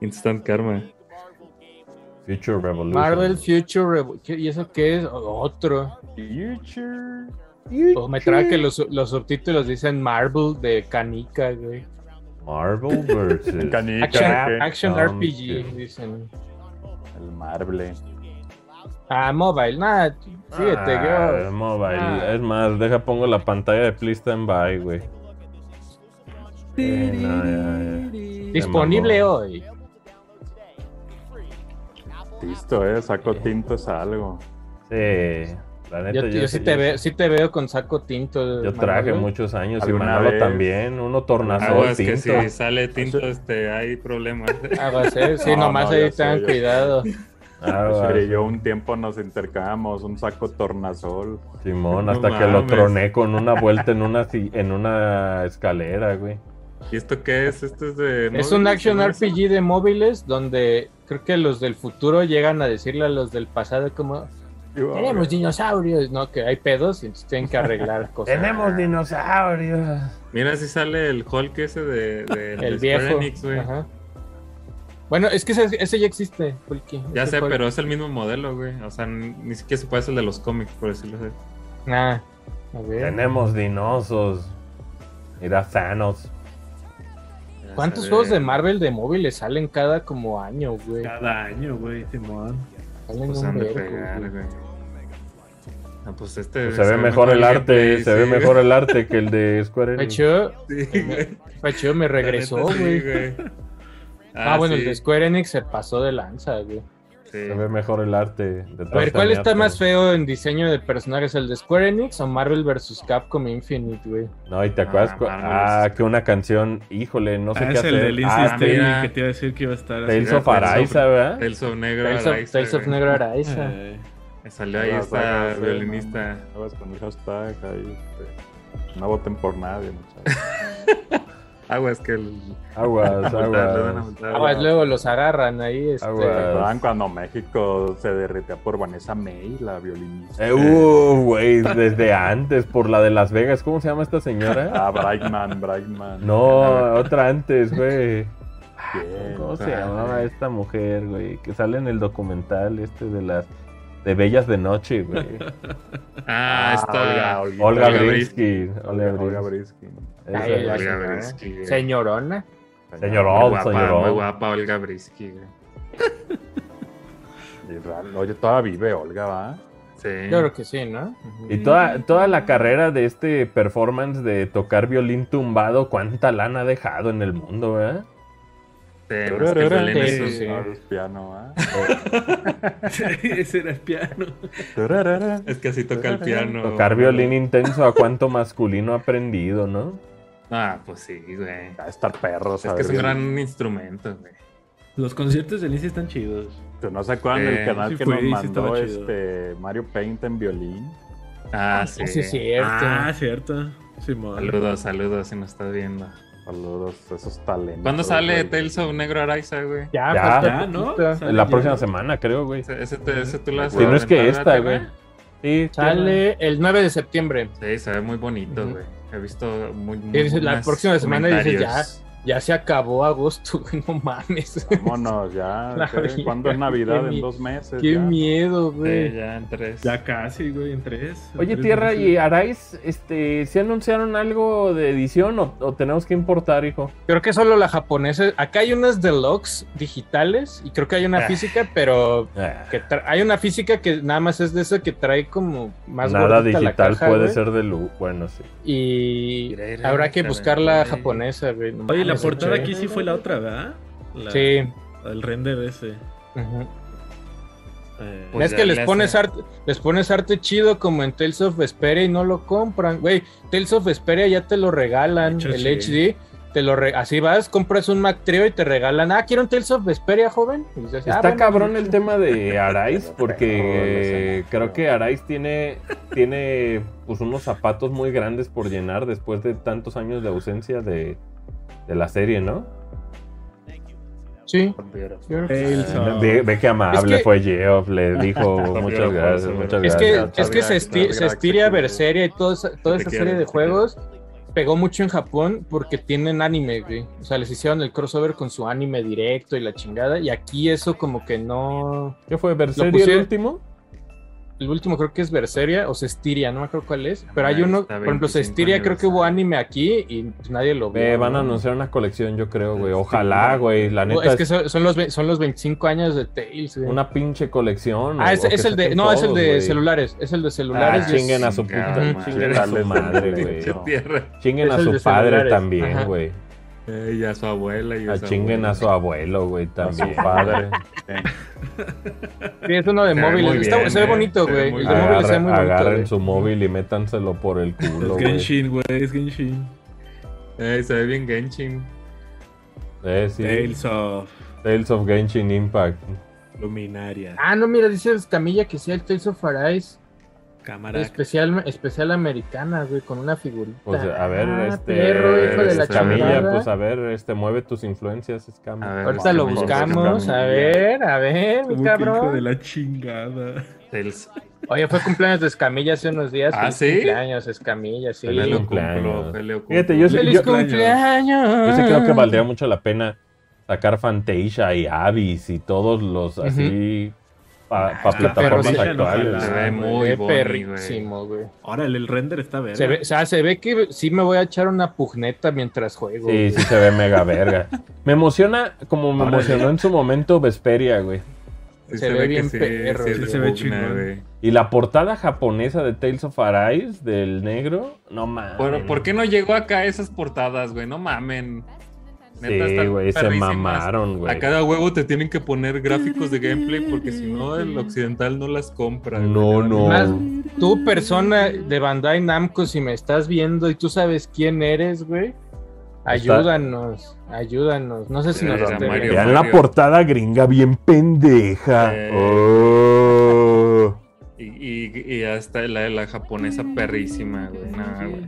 Speaker 5: Instant Karma.
Speaker 1: Future Revolution.
Speaker 2: Marvel Future Revolution. ¿Y eso qué es? Otro.
Speaker 5: Future.
Speaker 2: O me trae que los, los, subtítulos dicen Marvel de Canica, güey.
Speaker 1: Marvel versus
Speaker 2: Canica. Action, ah, action no, RPG, no. dicen.
Speaker 4: El Marble.
Speaker 2: Ah, mobile, nada. Síguete,
Speaker 1: ah, es Mobile. Ah. Es más, deja pongo la pantalla de Please Stand By, güey.
Speaker 2: Eh, no, ya, ya. Disponible oh. hoy.
Speaker 4: Listo, eh. Saco eh. tinto es algo.
Speaker 1: Sí. La neta,
Speaker 2: yo, yo, yo sí, te yo... Veo, sí te veo con saco tinto.
Speaker 1: Yo traje Manolo. muchos años y Manolo vez? también. Uno tornasol ah,
Speaker 5: es
Speaker 1: tinto.
Speaker 5: que si sale tinto este, hay problemas.
Speaker 2: Ah, va a ser. Sí, no, nomás no, ahí tengan sé, cuidado.
Speaker 4: Ah,
Speaker 1: Pues
Speaker 4: vale. yo un tiempo nos intercambiamos un saco tornasol.
Speaker 1: Simón, hasta no que mames. lo troné con una vuelta en una, en una escalera, güey.
Speaker 5: ¿Y esto qué es? Esto es de.
Speaker 2: Es un action RPG de móviles donde creo que los del futuro llegan a decirle a los del pasado como. Tenemos dinosaurios, ¿no? Que hay pedos y tienen que arreglar cosas.
Speaker 1: Tenemos
Speaker 5: Ah,
Speaker 1: dinosaurios.
Speaker 5: Mira si sale el Hulk ese de, de
Speaker 2: el viejo. Enix, güey. Ajá. Bueno, es que ese, ese ya existe, Fulky.
Speaker 5: Ya sé, Hulk. pero es el mismo modelo, güey. O sea, ni siquiera se parece el de los cómics, por decirlo así.
Speaker 2: Ah,
Speaker 1: a ver. Tenemos dinosos. Mira Thanos.
Speaker 2: ¿Cuántos juegos de Marvel de móviles salen cada como año, güey?
Speaker 1: pues
Speaker 3: Cada año, güey, Simón.
Speaker 2: Salen pues un vergo, güey.
Speaker 5: No, pues este
Speaker 1: Pues se ve mejor el arte,
Speaker 5: gameplay,
Speaker 1: se ve
Speaker 5: sí.
Speaker 1: mejor el arte que el de Square Enix.
Speaker 2: Pacho,
Speaker 5: Sí, güey.
Speaker 2: Pacho me regresó,
Speaker 5: La neta, sí,
Speaker 2: güey.
Speaker 5: güey.
Speaker 2: Ah, bueno,
Speaker 5: sí,
Speaker 2: el de Square Enix se pasó de lanza, güey.
Speaker 5: sí.
Speaker 1: Se ve mejor el arte. de
Speaker 2: A ver, ¿cuál
Speaker 1: Titania,
Speaker 2: está
Speaker 1: pero-
Speaker 2: más feo en diseño de personajes? ¿El de Square Enix o Marvel vs. Capcom Infinite, güey?
Speaker 1: No, y te acuerdas.
Speaker 5: Ah,
Speaker 1: cu-
Speaker 5: mames.
Speaker 1: Ah, que una canción. Híjole, no sé
Speaker 3: Ah,
Speaker 1: qué
Speaker 3: es el
Speaker 1: hacer.
Speaker 3: del
Speaker 1: Ah,
Speaker 3: Insta
Speaker 1: Tales-
Speaker 3: Steven
Speaker 5: mira.
Speaker 3: que te iba a decir que iba a estar así.
Speaker 1: Tales of Araiza, ¿verdad?
Speaker 5: Tales of Negro.
Speaker 2: Tales
Speaker 5: Araiza,
Speaker 2: of, Tales of
Speaker 5: güey. Eh,
Speaker 2: Negro Araiza.
Speaker 3: Ay.
Speaker 5: Me Salió ahí
Speaker 4: Las
Speaker 5: esta
Speaker 4: hagas, eh,
Speaker 5: violinista.
Speaker 4: no, no hagas con el hashtag ahí. este, no voten por nadie, muchachos.
Speaker 5: Aguas que el.
Speaker 1: Aguas,
Speaker 5: le van a
Speaker 1: aguas.
Speaker 5: multar.
Speaker 2: Ah, pues luego los agarran ahí, este...
Speaker 4: ¿Se
Speaker 1: Aguas.
Speaker 4: acuerdan cuando México se derretía por Vanessa May, la violinista?
Speaker 1: Eh, uh, güey, desde antes, por la de Las Vegas. ¿Cómo se llama esta señora?
Speaker 4: Ah, Brightman, Brightman.
Speaker 1: No, otra antes, güey.
Speaker 4: Bien,
Speaker 1: ¿Cómo se
Speaker 4: padre.
Speaker 1: llamaba esta mujer, güey? Que sale en el documental este de las. De Bellas de Noche, güey.
Speaker 5: Ah,
Speaker 4: Olga, Olga,
Speaker 5: está.
Speaker 1: Olga
Speaker 5: Olga
Speaker 1: Brinsky. Olga
Speaker 4: Olga
Speaker 1: Brinsky.
Speaker 4: Brinsky.
Speaker 1: Esa,
Speaker 2: Ay,
Speaker 1: güey.
Speaker 2: la- ¿eh?
Speaker 5: Olga Brinsky. güey.
Speaker 2: Señorona.
Speaker 1: Señorón,
Speaker 5: Muy guapa,
Speaker 1: señorón.
Speaker 5: muy guapa Olga Brinsky. güey.
Speaker 4: Y real, Oye, todavía vive Olga, ¿va?
Speaker 5: Sí.
Speaker 2: Yo creo que sí, ¿no?
Speaker 1: Y toda, toda la carrera de este performance de tocar violín tumbado, cuánta lana ha dejado en el mundo, ¿verdad?
Speaker 5: Sí, más que el violín es un-
Speaker 2: Sí.
Speaker 4: No, es piano, ¿va?
Speaker 3: Ese era el piano.
Speaker 5: Es que así toca el piano.
Speaker 1: Tocar violín intenso, a cuánto masculino ha aprendido, ¿no?
Speaker 5: Ah, pues sí, güey.
Speaker 4: Va a estar perro,
Speaker 5: Es que
Speaker 4: ¿sabes?
Speaker 5: es un gran instrumento, güey.
Speaker 3: Los conciertos del Insta están chidos.
Speaker 4: ¿No se acuerdan del
Speaker 5: Sí,
Speaker 4: canal
Speaker 3: sí
Speaker 4: que
Speaker 3: fui,
Speaker 4: nos
Speaker 3: sí
Speaker 4: mandó
Speaker 3: estaba chido.
Speaker 4: este Mario Paint en violín?
Speaker 5: Ah, sí.
Speaker 2: Sí, es cierto.
Speaker 3: Ah, cierto. Simón.
Speaker 5: Saludos, saludos si nos estás viendo.
Speaker 4: Saludos, esos talentos.
Speaker 5: ¿Cuándo sale
Speaker 4: güey.
Speaker 5: Tales of Negro Araiza, güey?
Speaker 2: Ya,
Speaker 1: Ya.
Speaker 2: falta
Speaker 3: Ya, ¿no?
Speaker 2: poquito.
Speaker 3: Sale
Speaker 1: La
Speaker 3: ya.
Speaker 1: próxima semana, creo, güey.
Speaker 5: Ese, ese te- ese tú lo has
Speaker 1: Si no es que
Speaker 5: comentado,
Speaker 1: esta,
Speaker 5: ¿verdad?
Speaker 1: güey. Sí,
Speaker 2: Sale el 9 de septiembre.
Speaker 5: Sí, se ve muy bonito,
Speaker 2: Ujú.
Speaker 5: güey. He visto muy, muy
Speaker 2: Y dices, la
Speaker 5: buenas
Speaker 2: próxima semana dices, ya,
Speaker 5: comentarios.
Speaker 2: ya se acabó agosto, güey, no mames.
Speaker 4: Vámonos, ya.
Speaker 2: La
Speaker 4: ¿qué?
Speaker 2: orilla.
Speaker 4: ¿Cuándo es Navidad?
Speaker 2: Qué
Speaker 4: En
Speaker 2: mi-
Speaker 4: dos meses.
Speaker 2: Qué
Speaker 4: ya.
Speaker 2: miedo, güey.
Speaker 5: Sí, ya en tres.
Speaker 3: Ya casi, güey, en tres. en
Speaker 1: Oye,
Speaker 3: tres
Speaker 1: Tierra
Speaker 3: meses.
Speaker 1: y Araiz, este, ¿se anunciaron algo de edición o, o tenemos que importar, hijo?
Speaker 2: Creo que solo la japonesa. Acá hay unas deluxe digitales y creo que hay una
Speaker 5: Ah.
Speaker 2: física, pero
Speaker 1: Ah,
Speaker 2: que tra- hay una física que nada más es de esa que trae como más
Speaker 1: Nada
Speaker 2: gordita la
Speaker 1: digital
Speaker 2: caja,
Speaker 1: puede
Speaker 2: güey,
Speaker 1: ser de luz. Bueno, sí.
Speaker 2: Y
Speaker 5: Mira, mira,
Speaker 2: habrá que
Speaker 5: mira,
Speaker 2: buscar
Speaker 5: mira,
Speaker 2: la
Speaker 5: mira.
Speaker 2: japonesa, güey. no
Speaker 3: Oye, la
Speaker 2: mames,
Speaker 3: portada
Speaker 2: güey.
Speaker 3: aquí sí fue la otra, ¿verdad? La-
Speaker 2: Sí.
Speaker 3: El render ese.
Speaker 2: ujú.
Speaker 3: Eh,
Speaker 5: Pues
Speaker 2: es
Speaker 5: ya
Speaker 2: que
Speaker 5: le
Speaker 2: les
Speaker 5: hace.
Speaker 2: pones arte, les pones arte chido como en Tales of Vesperia y no lo compran, güey. Tales of Vesperia ya te lo regalan,
Speaker 3: De hecho,
Speaker 2: el
Speaker 3: sí.
Speaker 2: HD, te lo re- así vas, compras un Mac Trio y te regalan, ah, quiero un Tales of Vesperia, joven. Y dices, ah,
Speaker 1: Está
Speaker 2: bueno,
Speaker 1: cabrón
Speaker 2: pues,
Speaker 1: el tema de Araiz porque
Speaker 4: Pero,
Speaker 1: creo que Araiz tiene, tiene pues unos zapatos muy grandes por llenar después de tantos años de ausencia de, de la serie, ¿no?
Speaker 2: Sí. yo creo que-
Speaker 3: Tales of-
Speaker 1: Ve, ve qué amable
Speaker 2: Es que-
Speaker 1: fue Geoff, le dijo muchas gracias, muchas
Speaker 2: Es
Speaker 1: gracias.
Speaker 2: que,
Speaker 4: Muchas
Speaker 2: es que se,
Speaker 4: gracias,
Speaker 2: esti-
Speaker 4: muchas
Speaker 2: se estira
Speaker 4: gracias.
Speaker 2: Berseria y toda esa- toda
Speaker 5: Te
Speaker 2: esa
Speaker 5: quiero,
Speaker 2: serie de
Speaker 5: te
Speaker 2: juegos pegó mucho en Japón porque tienen anime, güey. O sea, les hicieron el crossover con su anime directo y la chingada. Y aquí eso como que no...
Speaker 1: ¿Qué fue?
Speaker 2: Lo
Speaker 1: ¿Berserio el
Speaker 2: pusieron-
Speaker 1: último?
Speaker 2: El último creo que es Berseria o Sestiria, no me acuerdo cuál es. Pero hay
Speaker 5: Ahí
Speaker 2: uno,
Speaker 5: está,
Speaker 2: por ejemplo,
Speaker 5: 25
Speaker 2: Sestiria creo que hubo anime
Speaker 5: aniversario.
Speaker 2: aquí y pues nadie lo
Speaker 1: Ve,
Speaker 2: ve.
Speaker 1: Eh, van a anunciar una colección, yo creo, güey. Ojalá, güey. La neta
Speaker 2: Es que
Speaker 1: es
Speaker 2: son, son los, ve- son los 25 años de Tails, güey.
Speaker 1: una pinche colección.
Speaker 2: Ah,
Speaker 1: o-
Speaker 2: es,
Speaker 1: o
Speaker 2: es
Speaker 1: que
Speaker 2: el de...
Speaker 1: saquen
Speaker 2: No, es el
Speaker 1: todos,
Speaker 2: de
Speaker 1: güey.
Speaker 2: celulares. Es el de
Speaker 1: Ah,
Speaker 2: celulares. y es-
Speaker 1: chinguen a su
Speaker 5: Chingada
Speaker 1: puta,
Speaker 5: madre.
Speaker 1: chinguen a su madre, güey.
Speaker 4: Chingada.
Speaker 5: Tierra.
Speaker 1: Chinguen a
Speaker 2: Es el
Speaker 1: su
Speaker 2: de
Speaker 1: padre
Speaker 2: celulares.
Speaker 1: también,
Speaker 2: Ajá.
Speaker 1: güey.
Speaker 5: Eh, y a su abuela. Y
Speaker 1: A chinguen a su abuelo, güey, también.
Speaker 4: su padre.
Speaker 2: Sí, es uno de
Speaker 5: Se ve
Speaker 2: móviles.
Speaker 5: muy
Speaker 2: Está-
Speaker 5: bien,
Speaker 2: se ve
Speaker 5: eh.
Speaker 2: bonito,
Speaker 5: Se ve
Speaker 2: güey.
Speaker 5: muy
Speaker 2: El de
Speaker 5: bien.
Speaker 2: móviles se ve
Speaker 1: Agarren,
Speaker 2: muy bonito.
Speaker 1: agarren
Speaker 2: güey.
Speaker 1: su móvil y métanselo por el culo,
Speaker 3: Es
Speaker 1: güey.
Speaker 3: Genshin, güey, es Genshin.
Speaker 5: Eh, se ve bien Genshin.
Speaker 1: Eh, sí. Tales.
Speaker 3: Tales of
Speaker 1: of Genshin Impact.
Speaker 3: Luminaria.
Speaker 2: Ah, no, mira, dice Camilla que sea el Tales of Arise
Speaker 3: Cámara.
Speaker 2: especial, especial americana, güey, con una figurita.
Speaker 1: Pues a ver,
Speaker 2: Ah,
Speaker 1: este.
Speaker 2: perro, hijo de la
Speaker 1: este, Camilla,
Speaker 2: chingada.
Speaker 1: pues a ver, este, mueve tus influencias, Scamilla.
Speaker 5: A ver,
Speaker 2: Ahorita lo
Speaker 5: Vamos,
Speaker 2: buscamos,
Speaker 4: Camilla.
Speaker 2: a ver, a ver, mi
Speaker 3: Uy, qué hijo de
Speaker 2: cabrón.
Speaker 3: la chingada.
Speaker 5: Tales.
Speaker 2: Oye, fue cumpleaños de Escamilla hace unos días.
Speaker 5: ¿Ah,
Speaker 2: Feliz
Speaker 5: sí?
Speaker 2: Cumpleaños, Escamilla, sí.
Speaker 5: Feliz
Speaker 1: Feliz
Speaker 5: lo
Speaker 1: cumpleaños.
Speaker 5: cumplo, feliz lo
Speaker 1: Fíjate,
Speaker 5: cumplo.
Speaker 1: yo sé-
Speaker 2: ¡Feliz cumpleaños!
Speaker 1: Yo sí creo que
Speaker 2: Ah.
Speaker 1: valdría mucho la pena sacar Fantasia y Avis y todos los así para
Speaker 3: Ah,
Speaker 1: plataformas
Speaker 2: pero sí,
Speaker 1: actuales.
Speaker 5: Se ve
Speaker 3: Ah,
Speaker 2: Se
Speaker 5: muy
Speaker 2: ve
Speaker 5: bonito, güey.
Speaker 2: perrísimo, güey.
Speaker 3: Órale, el render está verde.
Speaker 2: Se ve, o sea, se ve que sí me voy a echar una pugneta mientras juego.
Speaker 1: Sí,
Speaker 2: güey.
Speaker 1: sí se ve mega verga. Me emociona como me
Speaker 3: Órale.
Speaker 1: emocionó en su momento Vesperia, güey.
Speaker 5: Sí se, ve, ve bien
Speaker 2: que perro.
Speaker 5: Sí, sí
Speaker 3: se ve chingón.
Speaker 5: güey.
Speaker 1: Y la portada japonesa de Tales of Arise del negro, no mames.
Speaker 5: ¿Por, por qué no llegó acá esas portadas, güey? No mamen. Neta,
Speaker 1: Sí,
Speaker 5: están
Speaker 1: güey, se
Speaker 5: perrísimas.
Speaker 1: mamaron, güey.
Speaker 5: A cada huevo te tienen que poner gráficos de gameplay porque si no el occidental no las compra. güey.
Speaker 1: No, no.
Speaker 2: Más tú, persona de Bandai Namco, si me estás viendo y tú sabes quién eres, güey, ayúdanos, ayúdanos. No sé si nos
Speaker 5: Eres
Speaker 2: esté
Speaker 5: Mario.
Speaker 2: viendo.
Speaker 1: Vean la portada gringa bien pendeja.
Speaker 5: Eh.
Speaker 1: Oh.
Speaker 5: Y, y, y hasta la, la japonesa perrísima, güey. Nah, güey.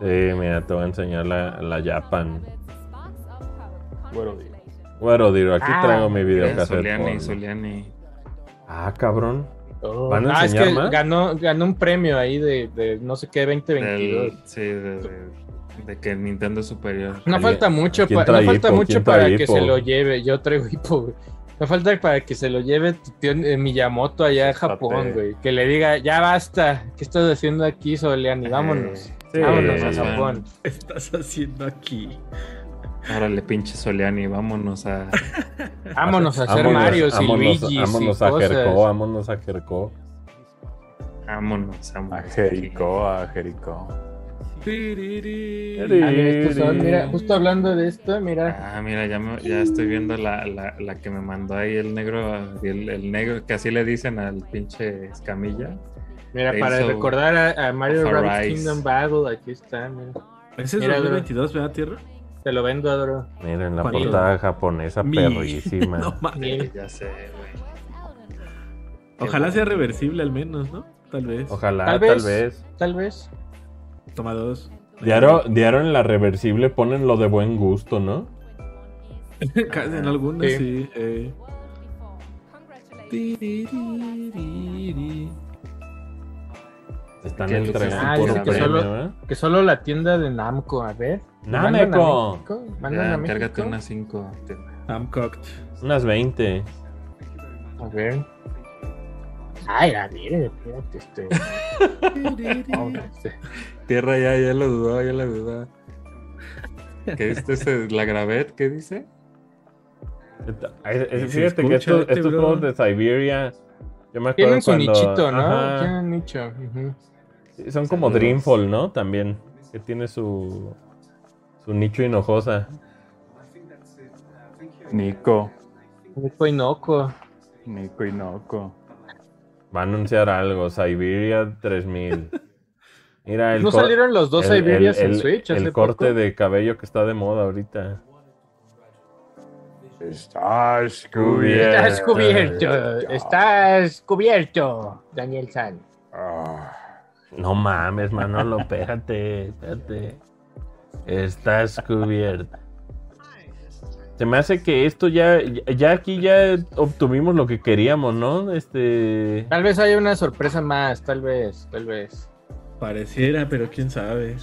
Speaker 5: Eh,
Speaker 1: Sí, mira, te voy a enseñar la, la Japan.
Speaker 5: Güero, digo.
Speaker 1: Bueno, Diro, aquí
Speaker 2: Ah,
Speaker 1: traigo mi video
Speaker 5: Era Soliani, Soliani.
Speaker 1: Ah, cabrón.
Speaker 2: Oh.
Speaker 1: ¿Van a
Speaker 2: Ah, es
Speaker 1: enseñar
Speaker 2: que
Speaker 1: más?
Speaker 2: ganó, ganó un premio ahí de, de no sé qué, 2022.
Speaker 5: Del- sí, de, de- de que el Nintendo es superior.
Speaker 2: No
Speaker 1: Alguien-
Speaker 2: falta mucho,
Speaker 1: ¿quién
Speaker 2: pa-
Speaker 1: trae
Speaker 2: no falta
Speaker 1: hipo?
Speaker 2: mucho
Speaker 1: ¿Quién
Speaker 2: para
Speaker 1: trae
Speaker 2: que
Speaker 1: hipo?
Speaker 2: se lo lleve. Yo traigo hipo, güey. No falta para que se lo lleve tu tío eh, Miyamoto allá a Japón,
Speaker 5: Estate.
Speaker 2: güey. Que le diga, ya basta, ¿qué estás haciendo aquí,
Speaker 5: Eh,
Speaker 2: Soleani? Vámonos.
Speaker 1: Eh, Sí.
Speaker 2: Vámonos a
Speaker 5: sí.
Speaker 2: Japón.
Speaker 3: estás haciendo aquí?
Speaker 5: Órale, pinche Soliani, vámonos a.
Speaker 2: Vámonos a hacer
Speaker 1: Vámonos,
Speaker 2: Marios y
Speaker 1: vámonos,
Speaker 2: Luigis
Speaker 1: vámonos
Speaker 2: y
Speaker 1: a
Speaker 2: cosas.
Speaker 1: Jericó, vámonos a Jericó.
Speaker 5: Vámonos,
Speaker 4: A
Speaker 5: vámonos.
Speaker 4: Jericó, a Jericó.
Speaker 1: Tiri.
Speaker 2: Ah, mira, estos son- mira, justo hablando de esto, mira.
Speaker 5: Ah, mira, ya, me- ya estoy viendo la, la- la que me mandó ahí el negro, el, el negro, que así le dicen al pinche Escamilla.
Speaker 2: Mira,
Speaker 5: Tales
Speaker 2: para
Speaker 5: of-
Speaker 2: recordar a, a Mario
Speaker 5: of
Speaker 2: Rabbit
Speaker 5: Arise.
Speaker 2: Kingdom Battle, aquí está, mira.
Speaker 3: Ese es
Speaker 2: Mira,
Speaker 3: 2022, ¿verdad, Tierra?
Speaker 2: Te lo vendo, Adoro.
Speaker 1: Miren la
Speaker 3: ¿Cuánto?
Speaker 1: portada japonesa
Speaker 3: Mi-
Speaker 1: perrísima.
Speaker 3: No mames.
Speaker 2: Sí.
Speaker 5: Ya sé, güey.
Speaker 3: Ojalá sea reversible al menos, ¿no? Tal vez.
Speaker 1: Ojalá,
Speaker 2: Tal
Speaker 1: tal
Speaker 2: vez.
Speaker 1: vez.
Speaker 2: Tal vez.
Speaker 3: Toma dos.
Speaker 1: Diario, diario en la reversible ponen lo de buen gusto, ¿no?
Speaker 3: en algunas,
Speaker 2: Sí.
Speaker 3: sí. eh. Tiririri.
Speaker 1: Están
Speaker 5: Que-
Speaker 1: entregando
Speaker 2: ah,
Speaker 1: por
Speaker 2: dice
Speaker 1: un
Speaker 2: que
Speaker 1: premio,
Speaker 2: solo-
Speaker 1: ¿eh?
Speaker 2: Que solo la tienda de Namco, a ver. ¿Mandan a
Speaker 1: ¡Nameco!
Speaker 2: México? ¿Mandan a
Speaker 5: Ah, Ya,
Speaker 2: México?
Speaker 5: cárgate unas 5.
Speaker 3: I'm cocked.
Speaker 1: Unas 20.
Speaker 2: A ver. Ay, a ver, espérate, este. vamos, este.
Speaker 5: Tierra ya, ya lo dudó, ya lo dudó. ¿Qué viste? ese- ¿La gravet? ¿Qué dice?
Speaker 1: Esta- es- es-
Speaker 3: Y se
Speaker 1: eh, Fíjate que
Speaker 3: escucha
Speaker 1: estos,
Speaker 3: este,
Speaker 1: estos
Speaker 3: bro.
Speaker 1: juegos de Siberia. Yo me acuerdo
Speaker 2: Tienen su
Speaker 1: cuando-
Speaker 2: nichito, ¿no?
Speaker 1: Ajá.
Speaker 2: Tienen nicho. ujú.
Speaker 1: Sí, Son como
Speaker 5: Saludos.
Speaker 1: Dreamfall, ¿no? También. Que tiene su. Su nicho hinojosa.
Speaker 4: Nico,
Speaker 2: Nico Inocuo.
Speaker 4: Nico y Noco.
Speaker 1: Va a anunciar algo. Siberia 3000. Mira el
Speaker 2: ¿No
Speaker 1: cor-
Speaker 2: salieron los dos
Speaker 1: el-
Speaker 2: Iberias
Speaker 1: el-
Speaker 2: en
Speaker 1: el-
Speaker 2: Switch hace
Speaker 1: El corte
Speaker 2: poco?
Speaker 1: de cabello que está de moda ahorita.
Speaker 4: Estás cubierto.
Speaker 2: Estás cubierto, estás cubierto, Daniel San.
Speaker 4: Ah,
Speaker 1: No mames, Manolo, espérate, espérate. Estás cubierto. Se me hace que esto ya, ya aquí ya obtuvimos lo que queríamos, ¿no? Este.
Speaker 2: Tal vez haya una sorpresa más, tal vez, tal vez.
Speaker 3: Pareciera, pero quién sabe.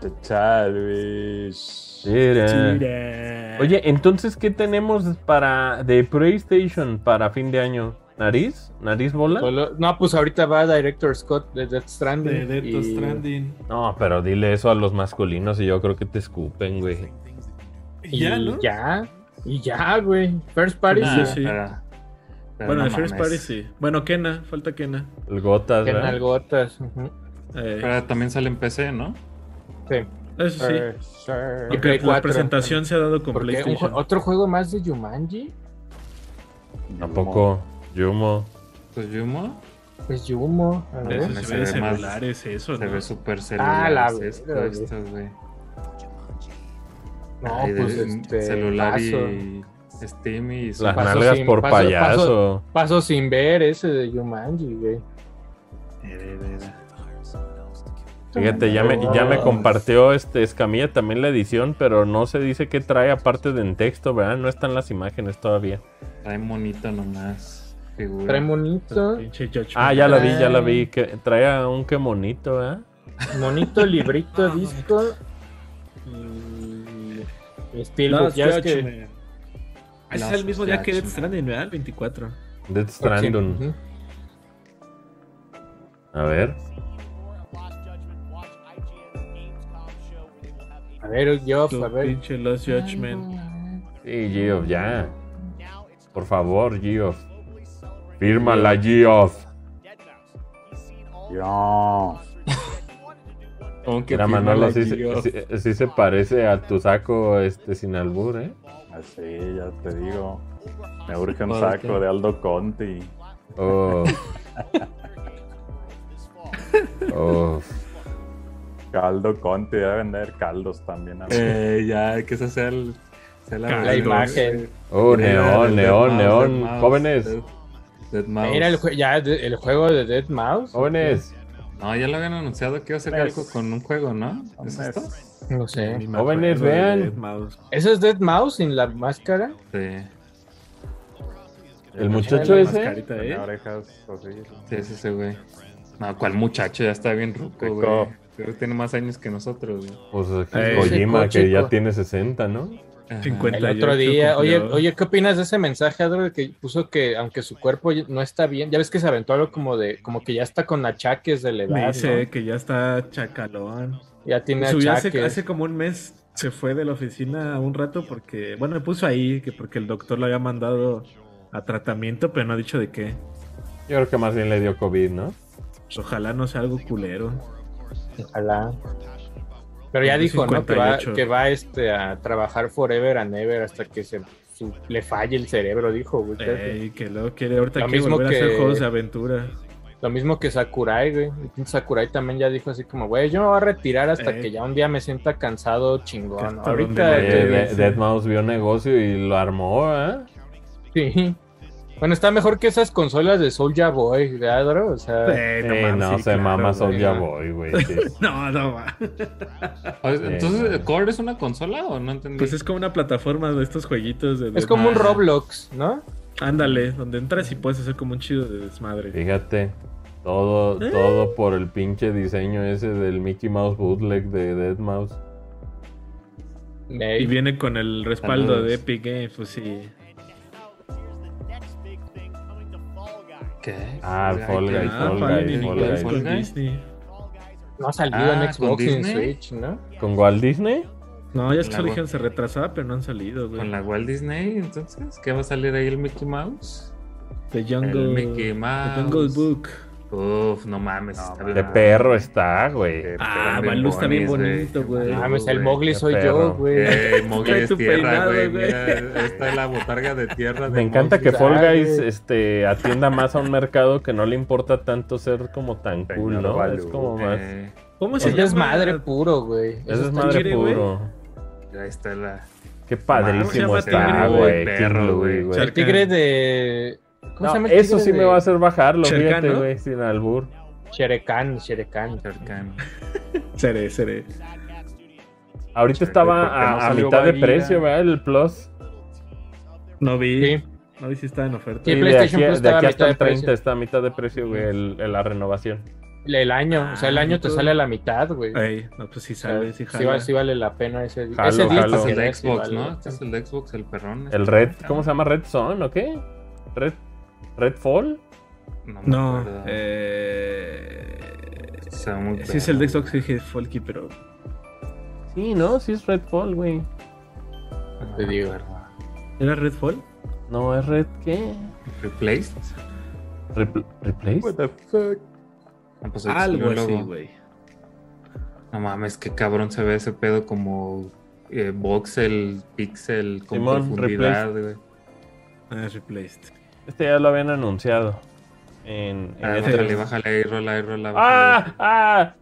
Speaker 4: te Chalvis.
Speaker 2: Ah.
Speaker 1: Era.
Speaker 3: Tira.
Speaker 1: Oye, entonces, ¿qué tenemos para de PlayStation para fin de año? ¿Nariz? ¿Nariz bola?
Speaker 2: Solo- no, pues ahorita va Director Scott de Death
Speaker 3: De
Speaker 2: Stranding.
Speaker 3: Death
Speaker 2: y-
Speaker 3: Stranding.
Speaker 1: No, pero dile eso a los masculinos y yo creo que te escupen, güey.
Speaker 2: Y
Speaker 3: ya, ¿no?
Speaker 2: ya, y ya, güey. First Party.
Speaker 3: Nah,
Speaker 2: sí.
Speaker 3: sí.
Speaker 5: Pero- pero
Speaker 3: Bueno,
Speaker 5: Ah, no
Speaker 3: el First
Speaker 5: mames.
Speaker 3: Party sí. Bueno, Kena, falta Kena.
Speaker 1: El gotas,
Speaker 2: En
Speaker 1: ¿verdad?
Speaker 2: algotas. ujú.
Speaker 3: Eh,
Speaker 2: Ah.
Speaker 5: Pero también sale en PC, ¿no?
Speaker 2: Sí.
Speaker 3: eso sí.
Speaker 2: Eh,
Speaker 3: Aunque
Speaker 2: Play
Speaker 3: pues la
Speaker 2: 4.
Speaker 3: presentación se ha dado con
Speaker 2: Porque un
Speaker 3: PlayStation.
Speaker 2: ju- otro juego más de Jumanji.
Speaker 1: Tampoco. Yumo.
Speaker 5: Pues Yumo
Speaker 2: Pues Yumo. a ver.
Speaker 3: Eso
Speaker 5: Me
Speaker 3: se
Speaker 5: se
Speaker 3: ve de
Speaker 5: ve más-
Speaker 3: celulares, eso,
Speaker 5: se
Speaker 3: Pues ¿no?
Speaker 5: ve súper
Speaker 2: Ah,
Speaker 5: celular.
Speaker 2: la
Speaker 5: esto,
Speaker 2: verga, güey.
Speaker 5: esto, güey.
Speaker 2: No,
Speaker 5: Ay, de-
Speaker 2: pues este.
Speaker 5: celular
Speaker 2: paso.
Speaker 5: y Steam y
Speaker 1: Las
Speaker 2: Paso
Speaker 1: nalgas
Speaker 2: sin-
Speaker 1: por
Speaker 2: paso-
Speaker 1: payaso.
Speaker 2: Paso sin ver ese de Jumanji, güey.
Speaker 5: Eh, de- de-
Speaker 1: Fíjate, ya me, ya me compartió este Escamilla también la edición, pero no se dice qué trae aparte de en texto, ¿verdad? No están las imágenes todavía.
Speaker 5: Trae monito nomás. Figura.
Speaker 2: Trae monito,
Speaker 3: Pinche Judgment.
Speaker 1: Ah, ya la vi, ya la vi. Que, trae a un que monito, ¿verdad?
Speaker 2: monito, librito, disco. Y. Steelbook,
Speaker 3: Last
Speaker 2: ya es que.
Speaker 3: Judgment. Ah, ese
Speaker 5: Last
Speaker 3: es el mismo día que Death
Speaker 5: Judgment.
Speaker 3: Stranding, ¿verdad? El 24.
Speaker 1: Death Stranding.
Speaker 2: Ujú.
Speaker 1: A ver.
Speaker 2: A ver, Geoff, a
Speaker 3: Tu
Speaker 2: ver.
Speaker 3: pinche Lost Judgment.
Speaker 1: Sí, Gio, ya. Por favor, Geoff. Fírmala, Geoff.
Speaker 4: Yo.
Speaker 5: Aunque
Speaker 1: Mira,
Speaker 5: firma
Speaker 1: Manolo,
Speaker 5: la
Speaker 1: sí,
Speaker 5: Gio.
Speaker 1: sí- sí se parece a tu saco este, sin albur, ¿eh?
Speaker 4: Así, ya te digo. Me urge un
Speaker 5: ¿Por
Speaker 4: saco
Speaker 5: qué?
Speaker 4: de Aldo Conti.
Speaker 1: Oh. Oh.
Speaker 4: Caldo Conti, debe vender caldos también. amigo.
Speaker 5: Eh, ya, hay que esa sea, el- sea la,
Speaker 2: La imagen.
Speaker 1: Oh,
Speaker 5: Mira,
Speaker 1: neón,
Speaker 5: Dead
Speaker 1: neón,
Speaker 5: Mouse,
Speaker 1: neón.
Speaker 5: Dead Mouse,
Speaker 1: Jóvenes,
Speaker 5: Dead- Dead Mouse.
Speaker 2: Era el, jue- ya, de- el juego de Dead Mouse.
Speaker 1: jóvenes,
Speaker 5: No, ya lo habían anunciado que iba a hacer
Speaker 4: Mes.
Speaker 2: Pues,
Speaker 5: algo con un juego, ¿no? ¿Es
Speaker 4: Mes.
Speaker 5: esto?
Speaker 2: No
Speaker 3: Ni
Speaker 2: sé.
Speaker 3: me
Speaker 1: Jóvenes,
Speaker 3: acuerdo de
Speaker 1: vean.
Speaker 3: Dead Mouse.
Speaker 2: ¿Eso es Dead Mouse sin la máscara?
Speaker 5: Sí,
Speaker 1: el muchacho
Speaker 3: La
Speaker 1: ese.
Speaker 3: mascarita,
Speaker 4: Tenía
Speaker 3: ¿eh?
Speaker 4: orejas así.
Speaker 5: sí, es ese güey. No, ¿cuál muchacho? Ya está bien ruco,
Speaker 4: Rico.
Speaker 5: güey. Creo que tiene más años que nosotros, güey.
Speaker 1: Pues
Speaker 3: Eh,
Speaker 1: Kojima,
Speaker 2: chico,
Speaker 1: que ya
Speaker 2: chico.
Speaker 1: tiene 60, ¿no?
Speaker 5: Ajá.
Speaker 3: 50.
Speaker 2: El otro
Speaker 3: 38
Speaker 2: día. Oye,
Speaker 3: cumplió.
Speaker 2: oye, ¿qué opinas de ese mensaje, Adro, que puso que aunque su cuerpo ya- no está bien, ya ves que se aventó algo como de, como que ya está con achaques de la edad,
Speaker 3: Me dice
Speaker 2: ¿no?
Speaker 3: que ya está chacalón.
Speaker 2: Ya tiene
Speaker 3: Subió
Speaker 2: achaques.
Speaker 3: hace, hace como un mes, se fue de la oficina un rato porque, bueno, me puso ahí que porque el doctor lo había mandado a tratamiento, pero no ha dicho de qué.
Speaker 1: Yo creo que más bien le dio COVID, ¿no?
Speaker 3: Pues ojalá no sea algo culero.
Speaker 2: Ojalá. Pero ya dijo, ¿no? Que va,
Speaker 3: 58.
Speaker 2: que va este, a trabajar forever and ever hasta que se, su- le falle el cerebro, dijo, güey. creo que-
Speaker 3: Ey, que luego quiere ahorita
Speaker 2: Lo
Speaker 3: quiere
Speaker 2: mismo
Speaker 3: volver a hacer
Speaker 2: que-
Speaker 3: juegos de aventura.
Speaker 2: Lo mismo que Sakurai, güey. El pinche Sakurai también ya dijo así como, güey, yo me voy a retirar hasta
Speaker 3: Eh.
Speaker 2: que ya un día me sienta cansado chingón.
Speaker 3: Hasta
Speaker 2: Ahorita...
Speaker 3: donde
Speaker 1: Oye,
Speaker 3: me
Speaker 2: eh,
Speaker 1: De- Dead Mouse vio negocio y lo armó, ¿eh?
Speaker 2: sí. Bueno, está mejor que esas consolas de Soulja Boy, ¿verdad, bro? O sea,
Speaker 3: Eh,
Speaker 1: Eh,
Speaker 3: mames,
Speaker 1: no,
Speaker 3: sí,
Speaker 1: se
Speaker 3: claro,
Speaker 1: mama
Speaker 3: güey.
Speaker 1: Soulja Boy, güey. sí.
Speaker 3: No, no va.
Speaker 5: O- Entonces,
Speaker 1: Sí.
Speaker 5: ¿Core es una consola o no entendí?
Speaker 3: Pues es como una plataforma de estos jueguitos. De
Speaker 2: es como un
Speaker 3: desmadre.
Speaker 2: Roblox, ¿no?
Speaker 3: Ándale, donde entras y puedes hacer como un chido de desmadre.
Speaker 1: Fíjate, todo,
Speaker 3: Eh.
Speaker 1: todo por el pinche diseño ese del Mickey Mouse bootleg de Dead Mouse.
Speaker 2: Me-
Speaker 3: Y viene con el respaldo
Speaker 5: Saludos.
Speaker 3: de Epic Games, pues sí.
Speaker 5: ¿Qué?
Speaker 1: Ah, el Fall Guys,
Speaker 3: Ah,
Speaker 1: Fall
Speaker 3: Fallen
Speaker 1: Guys,
Speaker 3: in
Speaker 1: Fall
Speaker 3: Guys
Speaker 1: Guys.
Speaker 3: con Disney.
Speaker 2: No ha salido
Speaker 5: Ah,
Speaker 2: en Xbox
Speaker 5: ¿con
Speaker 2: y en
Speaker 5: Disney?
Speaker 2: Switch, ¿no?
Speaker 1: ¿Con Walt Disney?
Speaker 3: No, ya es que
Speaker 5: La
Speaker 3: solo
Speaker 5: gua-
Speaker 3: dijeron se retrasaba, pero no han salido, güey.
Speaker 5: Con la Walt Disney, entonces, ¿qué va a salir ahí el Mickey Mouse?
Speaker 3: The
Speaker 5: El
Speaker 3: Jungle,
Speaker 5: Mickey Mouse.
Speaker 3: The Jungle Book.
Speaker 5: Uf, no mames.
Speaker 4: No
Speaker 5: está
Speaker 4: mames.
Speaker 1: De
Speaker 5: bien-
Speaker 1: perro está, güey.
Speaker 3: Ah,
Speaker 5: Pero
Speaker 3: Balú está bien
Speaker 5: bonis, güey.
Speaker 3: bonito, güey.
Speaker 5: Balú,
Speaker 2: Ah, me el
Speaker 5: güey.
Speaker 2: Mowgli
Speaker 1: qué
Speaker 2: soy
Speaker 1: perro.
Speaker 2: yo, güey.
Speaker 5: Eh, Mowgli
Speaker 3: Trae
Speaker 5: es
Speaker 3: tu
Speaker 5: tierra,
Speaker 3: peinado,
Speaker 5: güey.
Speaker 3: güey.
Speaker 5: Mira, esta es la botarga de tierra.
Speaker 1: Me encanta que
Speaker 5: fue
Speaker 1: Fall Guys
Speaker 2: Ay.
Speaker 1: este, atienda más a un mercado que no le importa tanto ser como tan
Speaker 4: Señor
Speaker 1: cool, ¿no?
Speaker 4: Balú.
Speaker 1: Es como más.
Speaker 5: Eh,
Speaker 3: ¿Cómo se
Speaker 2: Es
Speaker 3: llama?
Speaker 2: desmadre puro, güey.
Speaker 1: Eso es
Speaker 3: está
Speaker 1: madre
Speaker 3: chile, güey.
Speaker 1: puro.
Speaker 5: Ahí está la.
Speaker 1: Qué
Speaker 3: ¿Cómo
Speaker 1: padrísimo
Speaker 3: se llama
Speaker 1: está,
Speaker 3: Tigre,
Speaker 1: güey.
Speaker 5: güey?
Speaker 1: King
Speaker 5: Perro,
Speaker 1: Louis,
Speaker 5: güey.
Speaker 1: güey.
Speaker 2: El tigre de... ¿Cómo
Speaker 1: No,
Speaker 2: se llama el
Speaker 1: eso
Speaker 2: tigre
Speaker 1: sí
Speaker 2: de-
Speaker 1: me va a hacer bajarlo,
Speaker 3: Shere Khan,
Speaker 1: fíjate,
Speaker 3: ¿no?
Speaker 1: güey, sin albur.
Speaker 2: Shere Khan, Shere Khan.
Speaker 5: cercana.
Speaker 3: Seré, seré.
Speaker 1: Ahorita
Speaker 5: Shere,
Speaker 1: estaba
Speaker 5: ¿por qué no
Speaker 1: a, a
Speaker 5: salió
Speaker 1: mitad de
Speaker 5: Bagheera?
Speaker 1: precio, ¿verdad? El Plus.
Speaker 3: No vi.
Speaker 2: Sí.
Speaker 3: No vi si estaba en oferta.
Speaker 2: Sí,
Speaker 1: Y de aquí,
Speaker 2: PlayStation Plus
Speaker 1: de
Speaker 2: estaba
Speaker 1: aquí
Speaker 2: a
Speaker 1: hasta
Speaker 2: mitad
Speaker 1: el
Speaker 2: de precio.
Speaker 1: 30 está a mitad de precio, güey, el- el- la renovación.
Speaker 2: El año, o sea, el
Speaker 3: Ah,
Speaker 2: año te
Speaker 3: tú.
Speaker 2: sale a la mitad, güey.
Speaker 3: Ey, no, pues sí
Speaker 2: O sea,
Speaker 3: sale, sí
Speaker 2: sí,
Speaker 3: jala.
Speaker 2: va- sí vale la pena ese día.
Speaker 1: Jalo,
Speaker 2: ese día
Speaker 1: jalo.
Speaker 5: Este
Speaker 2: para
Speaker 5: es el
Speaker 2: querer,
Speaker 5: de
Speaker 2: sí
Speaker 5: Xbox,
Speaker 2: vale
Speaker 5: ¿no?
Speaker 2: la
Speaker 5: Este
Speaker 2: pena.
Speaker 5: es el de Xbox, el perrón. este
Speaker 1: El Red, ¿cómo se llama? Red Zone, ¿o qué? Red, Redfall.
Speaker 5: No. me
Speaker 3: No,
Speaker 5: acuerdo.
Speaker 3: eh...
Speaker 5: Está muy
Speaker 3: Sí es el de Xbox, dije Folky, pero...
Speaker 1: Sí, ¿no? Sí es Redfall, güey.
Speaker 5: perrón.
Speaker 2: Te digo.
Speaker 3: ¿Era Redfall?
Speaker 1: No, es Red, ¿qué?
Speaker 5: Replaced.
Speaker 1: Repl-
Speaker 4: What
Speaker 1: ¿Replace?
Speaker 4: the fuck?
Speaker 5: Ah, pues ahí
Speaker 3: Algo
Speaker 5: salió el
Speaker 3: así,
Speaker 5: logo.
Speaker 3: güey.
Speaker 5: No mames, qué cabrón se ve ese pedo como eh, voxel, pixel, con
Speaker 1: Simón,
Speaker 5: profundidad, güey.
Speaker 3: Ah, es Replaced.
Speaker 1: Este ya lo habían anunciado. En, en
Speaker 5: Ah,
Speaker 1: este-
Speaker 5: bájale, bájale ahí, rola ahí, rola. bájale.
Speaker 1: ¡Ah! ¡Ah!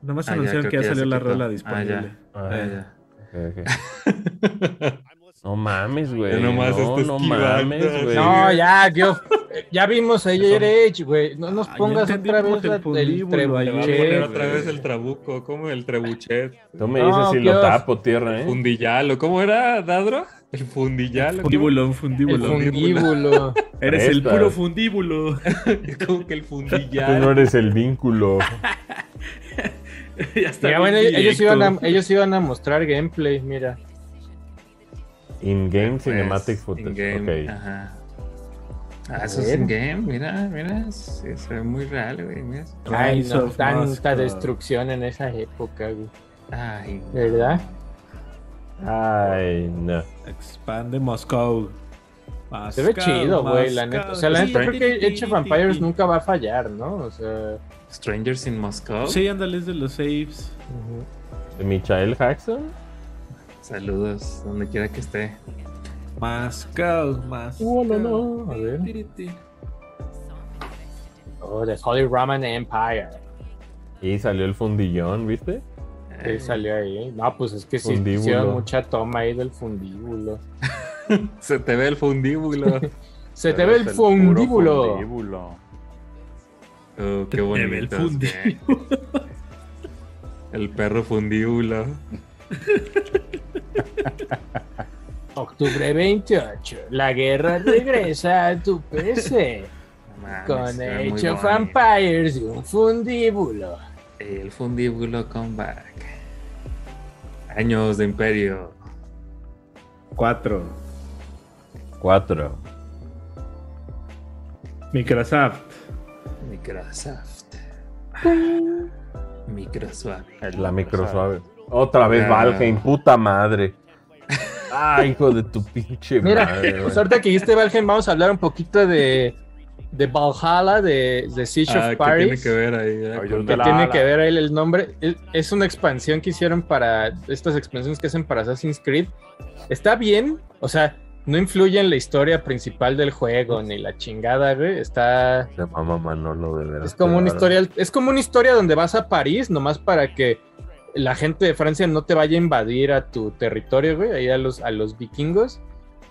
Speaker 3: Nomás
Speaker 5: Ah, ya,
Speaker 3: anunciaron
Speaker 5: creo
Speaker 3: que ya
Speaker 5: que ya
Speaker 3: salió
Speaker 5: se
Speaker 3: la
Speaker 5: quitó.
Speaker 3: rola
Speaker 5: Ah,
Speaker 3: disponible.
Speaker 5: ya.
Speaker 1: Ah,
Speaker 5: Ah, ya.
Speaker 1: ok, ok. No mames, güey.
Speaker 5: Ya nomás
Speaker 1: No,
Speaker 5: está
Speaker 1: no
Speaker 5: esquivando.
Speaker 1: mames, güey.
Speaker 2: No, ya, yo, ya vimos ayer Edge, güey. No nos
Speaker 3: Ah, ya
Speaker 2: pongas
Speaker 3: entendí
Speaker 2: otra
Speaker 3: cómo
Speaker 2: vez
Speaker 3: te
Speaker 2: la-
Speaker 3: pondí,
Speaker 2: el
Speaker 3: boludo,
Speaker 5: Te va a
Speaker 3: Che,
Speaker 5: poner
Speaker 2: trebuchet.
Speaker 5: otra
Speaker 3: güey. ¿Eh?
Speaker 5: vez el trabuco, como el trebuchet.
Speaker 1: Tú me
Speaker 2: No,
Speaker 1: dices si lo
Speaker 2: Dios.
Speaker 1: tapo, tierra, ¿eh?
Speaker 5: Fundillalo, ¿cómo era, Dadro? El fundillalo. ¿cómo?
Speaker 3: Fundíbulo, un
Speaker 2: El
Speaker 3: fundíbulo.
Speaker 2: fundíbulo.
Speaker 3: Eres el
Speaker 1: Estas.
Speaker 3: puro fundíbulo.
Speaker 5: Es como que el
Speaker 1: Tú no
Speaker 5: fundillalo.
Speaker 1: eres el vínculo.
Speaker 3: ya está
Speaker 2: Mira,
Speaker 3: bien
Speaker 2: bueno, ellos- ellos
Speaker 3: directo.
Speaker 2: iban, a, ellos iban a mostrar gameplay, mira.
Speaker 1: In-game
Speaker 5: Pues,
Speaker 1: cinematic footage.
Speaker 5: in-game,
Speaker 1: ok.
Speaker 5: ajá. Ah, eso es
Speaker 2: Bueno.
Speaker 5: in-game, mira, mira, sí, se ve muy real, güey, mira.
Speaker 2: Ay,
Speaker 3: Rise
Speaker 2: no,
Speaker 3: of
Speaker 2: tanta
Speaker 3: Moscow.
Speaker 2: destrucción en esa época, güey.
Speaker 5: Ay,
Speaker 2: ¿Verdad? Ah.
Speaker 1: Ay, no.
Speaker 3: Expande Moscú.
Speaker 2: Se ve chido, güey, la neta. O sea, la neta creo que Age of Vampires nunca va a fallar, ¿no? O sea.
Speaker 5: Strangers in Moscow.
Speaker 3: Sí, ándale, es de los saves.
Speaker 1: ¿De Michael Jackson?
Speaker 5: Saludos, donde quiera que esté.
Speaker 3: Más caos, más.
Speaker 2: Uh, no, no. A ver. Oh, The Holy Roman Empire.
Speaker 1: Y salió el fundillón, ¿viste?
Speaker 5: Eh,
Speaker 2: Sí, salió ahí. No, pues es que sí
Speaker 1: Fundíbulo.
Speaker 2: hicieron mucha toma ahí del fundíbulo.
Speaker 5: Se te ve el fundíbulo.
Speaker 2: Se te ve el fundíbulo.
Speaker 5: Oh, qué
Speaker 3: Te ve el
Speaker 5: bonito.
Speaker 3: fundillo.
Speaker 5: El perro fundíbulo.
Speaker 2: Octubre 28. La guerra regresa a tu PC.
Speaker 5: Ah, No mames,
Speaker 2: Con
Speaker 5: se ve muy
Speaker 2: Age of
Speaker 5: bonito.
Speaker 2: Vampires y un fundíbulo.
Speaker 5: El fundíbulo comeback. Años de imperio.
Speaker 3: Cuatro.
Speaker 1: Cuatro.
Speaker 3: Microsoft.
Speaker 5: Microsoft. Microsuave.
Speaker 1: La microsuave. Otra vez Valheim, puta madre. Ay, hijo de tu pinche
Speaker 2: Mira,
Speaker 1: madre. güey.
Speaker 2: pues ahorita que dijiste Valheim, vamos a hablar un poquito de, de Valhalla, de, de Siege of
Speaker 5: Ah, ¿Qué tiene
Speaker 2: Paris.
Speaker 5: que ver ahí? Ah,
Speaker 4: Ay, yo
Speaker 5: con
Speaker 4: te la-
Speaker 5: la-
Speaker 2: Tiene que ver ahí el nombre. Es- Es una expansión que hicieron para estas expansiones que hacen para Assassin's Creed. Está bien, o sea, no influye en la historia principal del juego ni la chingada, güey. Está.
Speaker 1: Se mama Manolo, de veras,
Speaker 2: Es como una
Speaker 1: te lo
Speaker 2: historia. Es como una historia donde vas a París nomás para que la gente de Francia no te vaya a invadir a tu territorio, güey. Ahí a los, a los vikingos.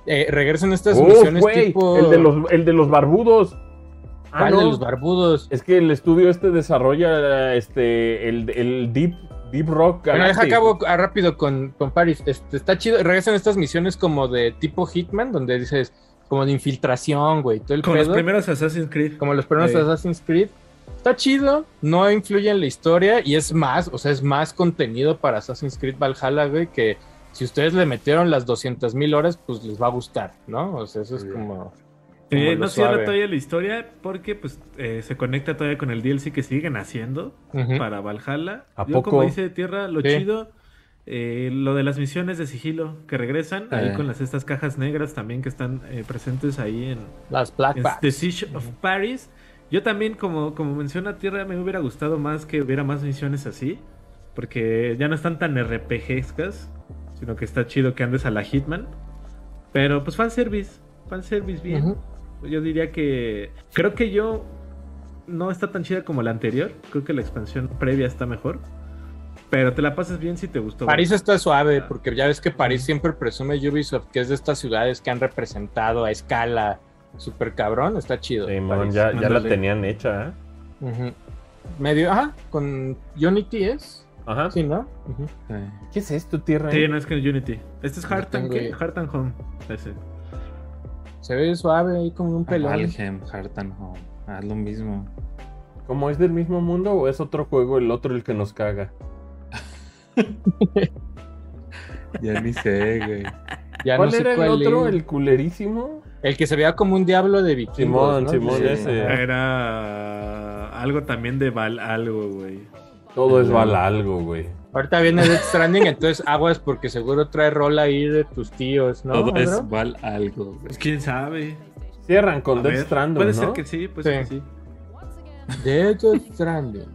Speaker 2: Eh, regresan estas
Speaker 1: Oh,
Speaker 2: misiones
Speaker 1: güey,
Speaker 2: tipo.
Speaker 1: el, de los, el de los barbudos. Ah,
Speaker 2: ¿Cuál de
Speaker 1: no.
Speaker 2: los barbudos?
Speaker 1: Es que el estudio este desarrolla este el, el deep, deep Rock.
Speaker 2: Bueno, deja
Speaker 1: Galactic.
Speaker 2: acabo a rápido con, con Paris. Este, está chido. Regresan estas misiones como de tipo Hitman, donde dices, como de infiltración, güey, todo el
Speaker 3: Con los
Speaker 2: pedo.
Speaker 3: primeros Assassin's Creed.
Speaker 2: como los primeros
Speaker 3: Sí.
Speaker 2: Assassin's Creed. Está chido, no influye en la historia y es más, o sea, es más contenido para Assassin's Creed Valhalla, güey, que si ustedes le metieron las 200.000 mil horas, pues les va a gustar, ¿no? O sea, eso es
Speaker 5: Sí.
Speaker 2: como...
Speaker 3: Eh,
Speaker 2: lo
Speaker 3: no cierra
Speaker 2: suave.
Speaker 3: todavía la historia porque pues eh, se conecta todavía con el DLC que siguen haciendo
Speaker 2: Ujú.
Speaker 3: para Valhalla.
Speaker 1: ¿A
Speaker 3: Yo,
Speaker 1: poco?
Speaker 3: como dice Tierra, lo
Speaker 2: ¿Mm? Sí.
Speaker 3: chido, eh, lo de las misiones de sigilo que regresan, ahí
Speaker 5: Eh.
Speaker 3: con las estas cajas negras también que están eh, presentes ahí en,
Speaker 2: Las Black
Speaker 3: en
Speaker 2: Bags.
Speaker 3: The Este, Siege of Paris. Yo también, como, como menciona Tierra, me hubiera gustado más que hubiera más misiones así. Porque ya no están tan RPGescas, sino que está chido que andes a la Hitman. Pero pues fanservice, fanservice bien.
Speaker 2: Ujú.
Speaker 3: Yo diría que. Creo que yo. No está tan chida como la anterior. Creo que la expansión previa está mejor. Pero te la pasas bien si te gustó.
Speaker 2: París está suave, porque ya ves que París siempre presume Ubisoft, que es de estas ciudades que han representado a escala super cabrón, está chido.
Speaker 1: Simón,
Speaker 2: París.
Speaker 1: ya, ya la
Speaker 2: Ándale.
Speaker 1: tenían hecha. ¿eh?
Speaker 2: Ujú. Medio, ajá, con Unity es,
Speaker 1: Ajá.
Speaker 2: sí, ¿no? Ujú.
Speaker 5: Sí.
Speaker 1: ¿Qué es esto, tierra?
Speaker 3: Sí, no es que Unity. Este es
Speaker 2: No
Speaker 3: Heart and,
Speaker 2: tengo
Speaker 3: ¿qué?
Speaker 2: idea.
Speaker 3: Heart and Home. Ese.
Speaker 2: Se ve suave ahí como un
Speaker 5: Ah,
Speaker 2: pelón.
Speaker 5: Valheim, Heart and Home. Haz lo mismo.
Speaker 1: ¿Cómo es del mismo mundo o es otro juego el otro el que nos caga?
Speaker 5: Ya ni sé, güey.
Speaker 2: Ya
Speaker 1: ¿Cuál
Speaker 2: no sé
Speaker 1: era el
Speaker 2: cuál
Speaker 1: otro?
Speaker 2: es.
Speaker 1: ¿El culerísimo?
Speaker 2: El que se veía como un diablo de vikingos,
Speaker 1: Simón,
Speaker 2: ¿no?
Speaker 1: Simón,
Speaker 2: Sí.
Speaker 1: ese.
Speaker 2: Ajá.
Speaker 3: Era algo también de Val, algo, güey.
Speaker 1: Todo es bala algo, güey.
Speaker 2: Ahorita viene Death Stranding, entonces aguas porque seguro trae rol ahí de tus tíos, ¿no?
Speaker 5: Todo
Speaker 2: Andro?
Speaker 5: es val algo, güey.
Speaker 3: Pues quién sabe.
Speaker 1: Cierran con
Speaker 3: A
Speaker 1: Death
Speaker 3: ver,
Speaker 1: Stranding,
Speaker 3: Puede
Speaker 1: ¿no?
Speaker 3: ser que sí, puede ser que
Speaker 2: Sí.
Speaker 3: sí.
Speaker 2: Death Stranding.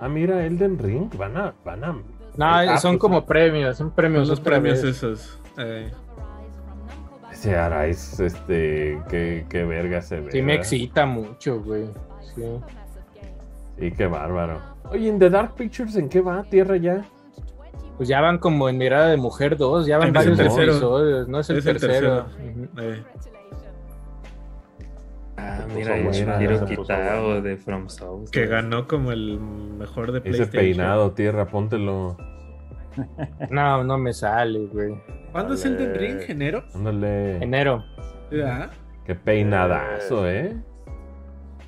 Speaker 1: Ah, mira, Elden Ring. Van a... Van a...
Speaker 2: No,
Speaker 1: Ah,
Speaker 2: son
Speaker 1: pues,
Speaker 2: como premios, son premios,
Speaker 3: Son los
Speaker 2: son
Speaker 3: premios
Speaker 2: premios.
Speaker 3: esos. Eh,
Speaker 1: Ese Arais, este... Qué, qué verga se ve.
Speaker 2: Sí me
Speaker 1: ¿verdad?
Speaker 2: excita mucho, güey. Sí.
Speaker 1: Sí, qué bárbaro. Oye, ¿en The Dark Pictures en qué va? ¿Tierra ya?
Speaker 2: Pues ya van como en Mirada de Mujer 2, ya van
Speaker 3: Es
Speaker 1: el
Speaker 2: varios
Speaker 1: tercero.
Speaker 2: episodios, ¿no? Es el
Speaker 3: Es el
Speaker 2: tercero. Ujú.
Speaker 3: eh.
Speaker 5: Ah,
Speaker 1: puso
Speaker 5: mira,
Speaker 1: buena, se
Speaker 5: Shiro
Speaker 1: puso
Speaker 5: Kitao
Speaker 1: buena.
Speaker 5: de From Souls.
Speaker 3: Que ganó como el mejor de
Speaker 1: Ese
Speaker 3: PlayStation.
Speaker 1: peinado, Tierra, póntelo.
Speaker 2: No, no me sale, güey.
Speaker 3: ¿Cuándo es el de Ring? ¿Enero?
Speaker 1: Ándale.
Speaker 2: Enero.
Speaker 3: Ah,
Speaker 1: Qué peinadazo, ¿eh?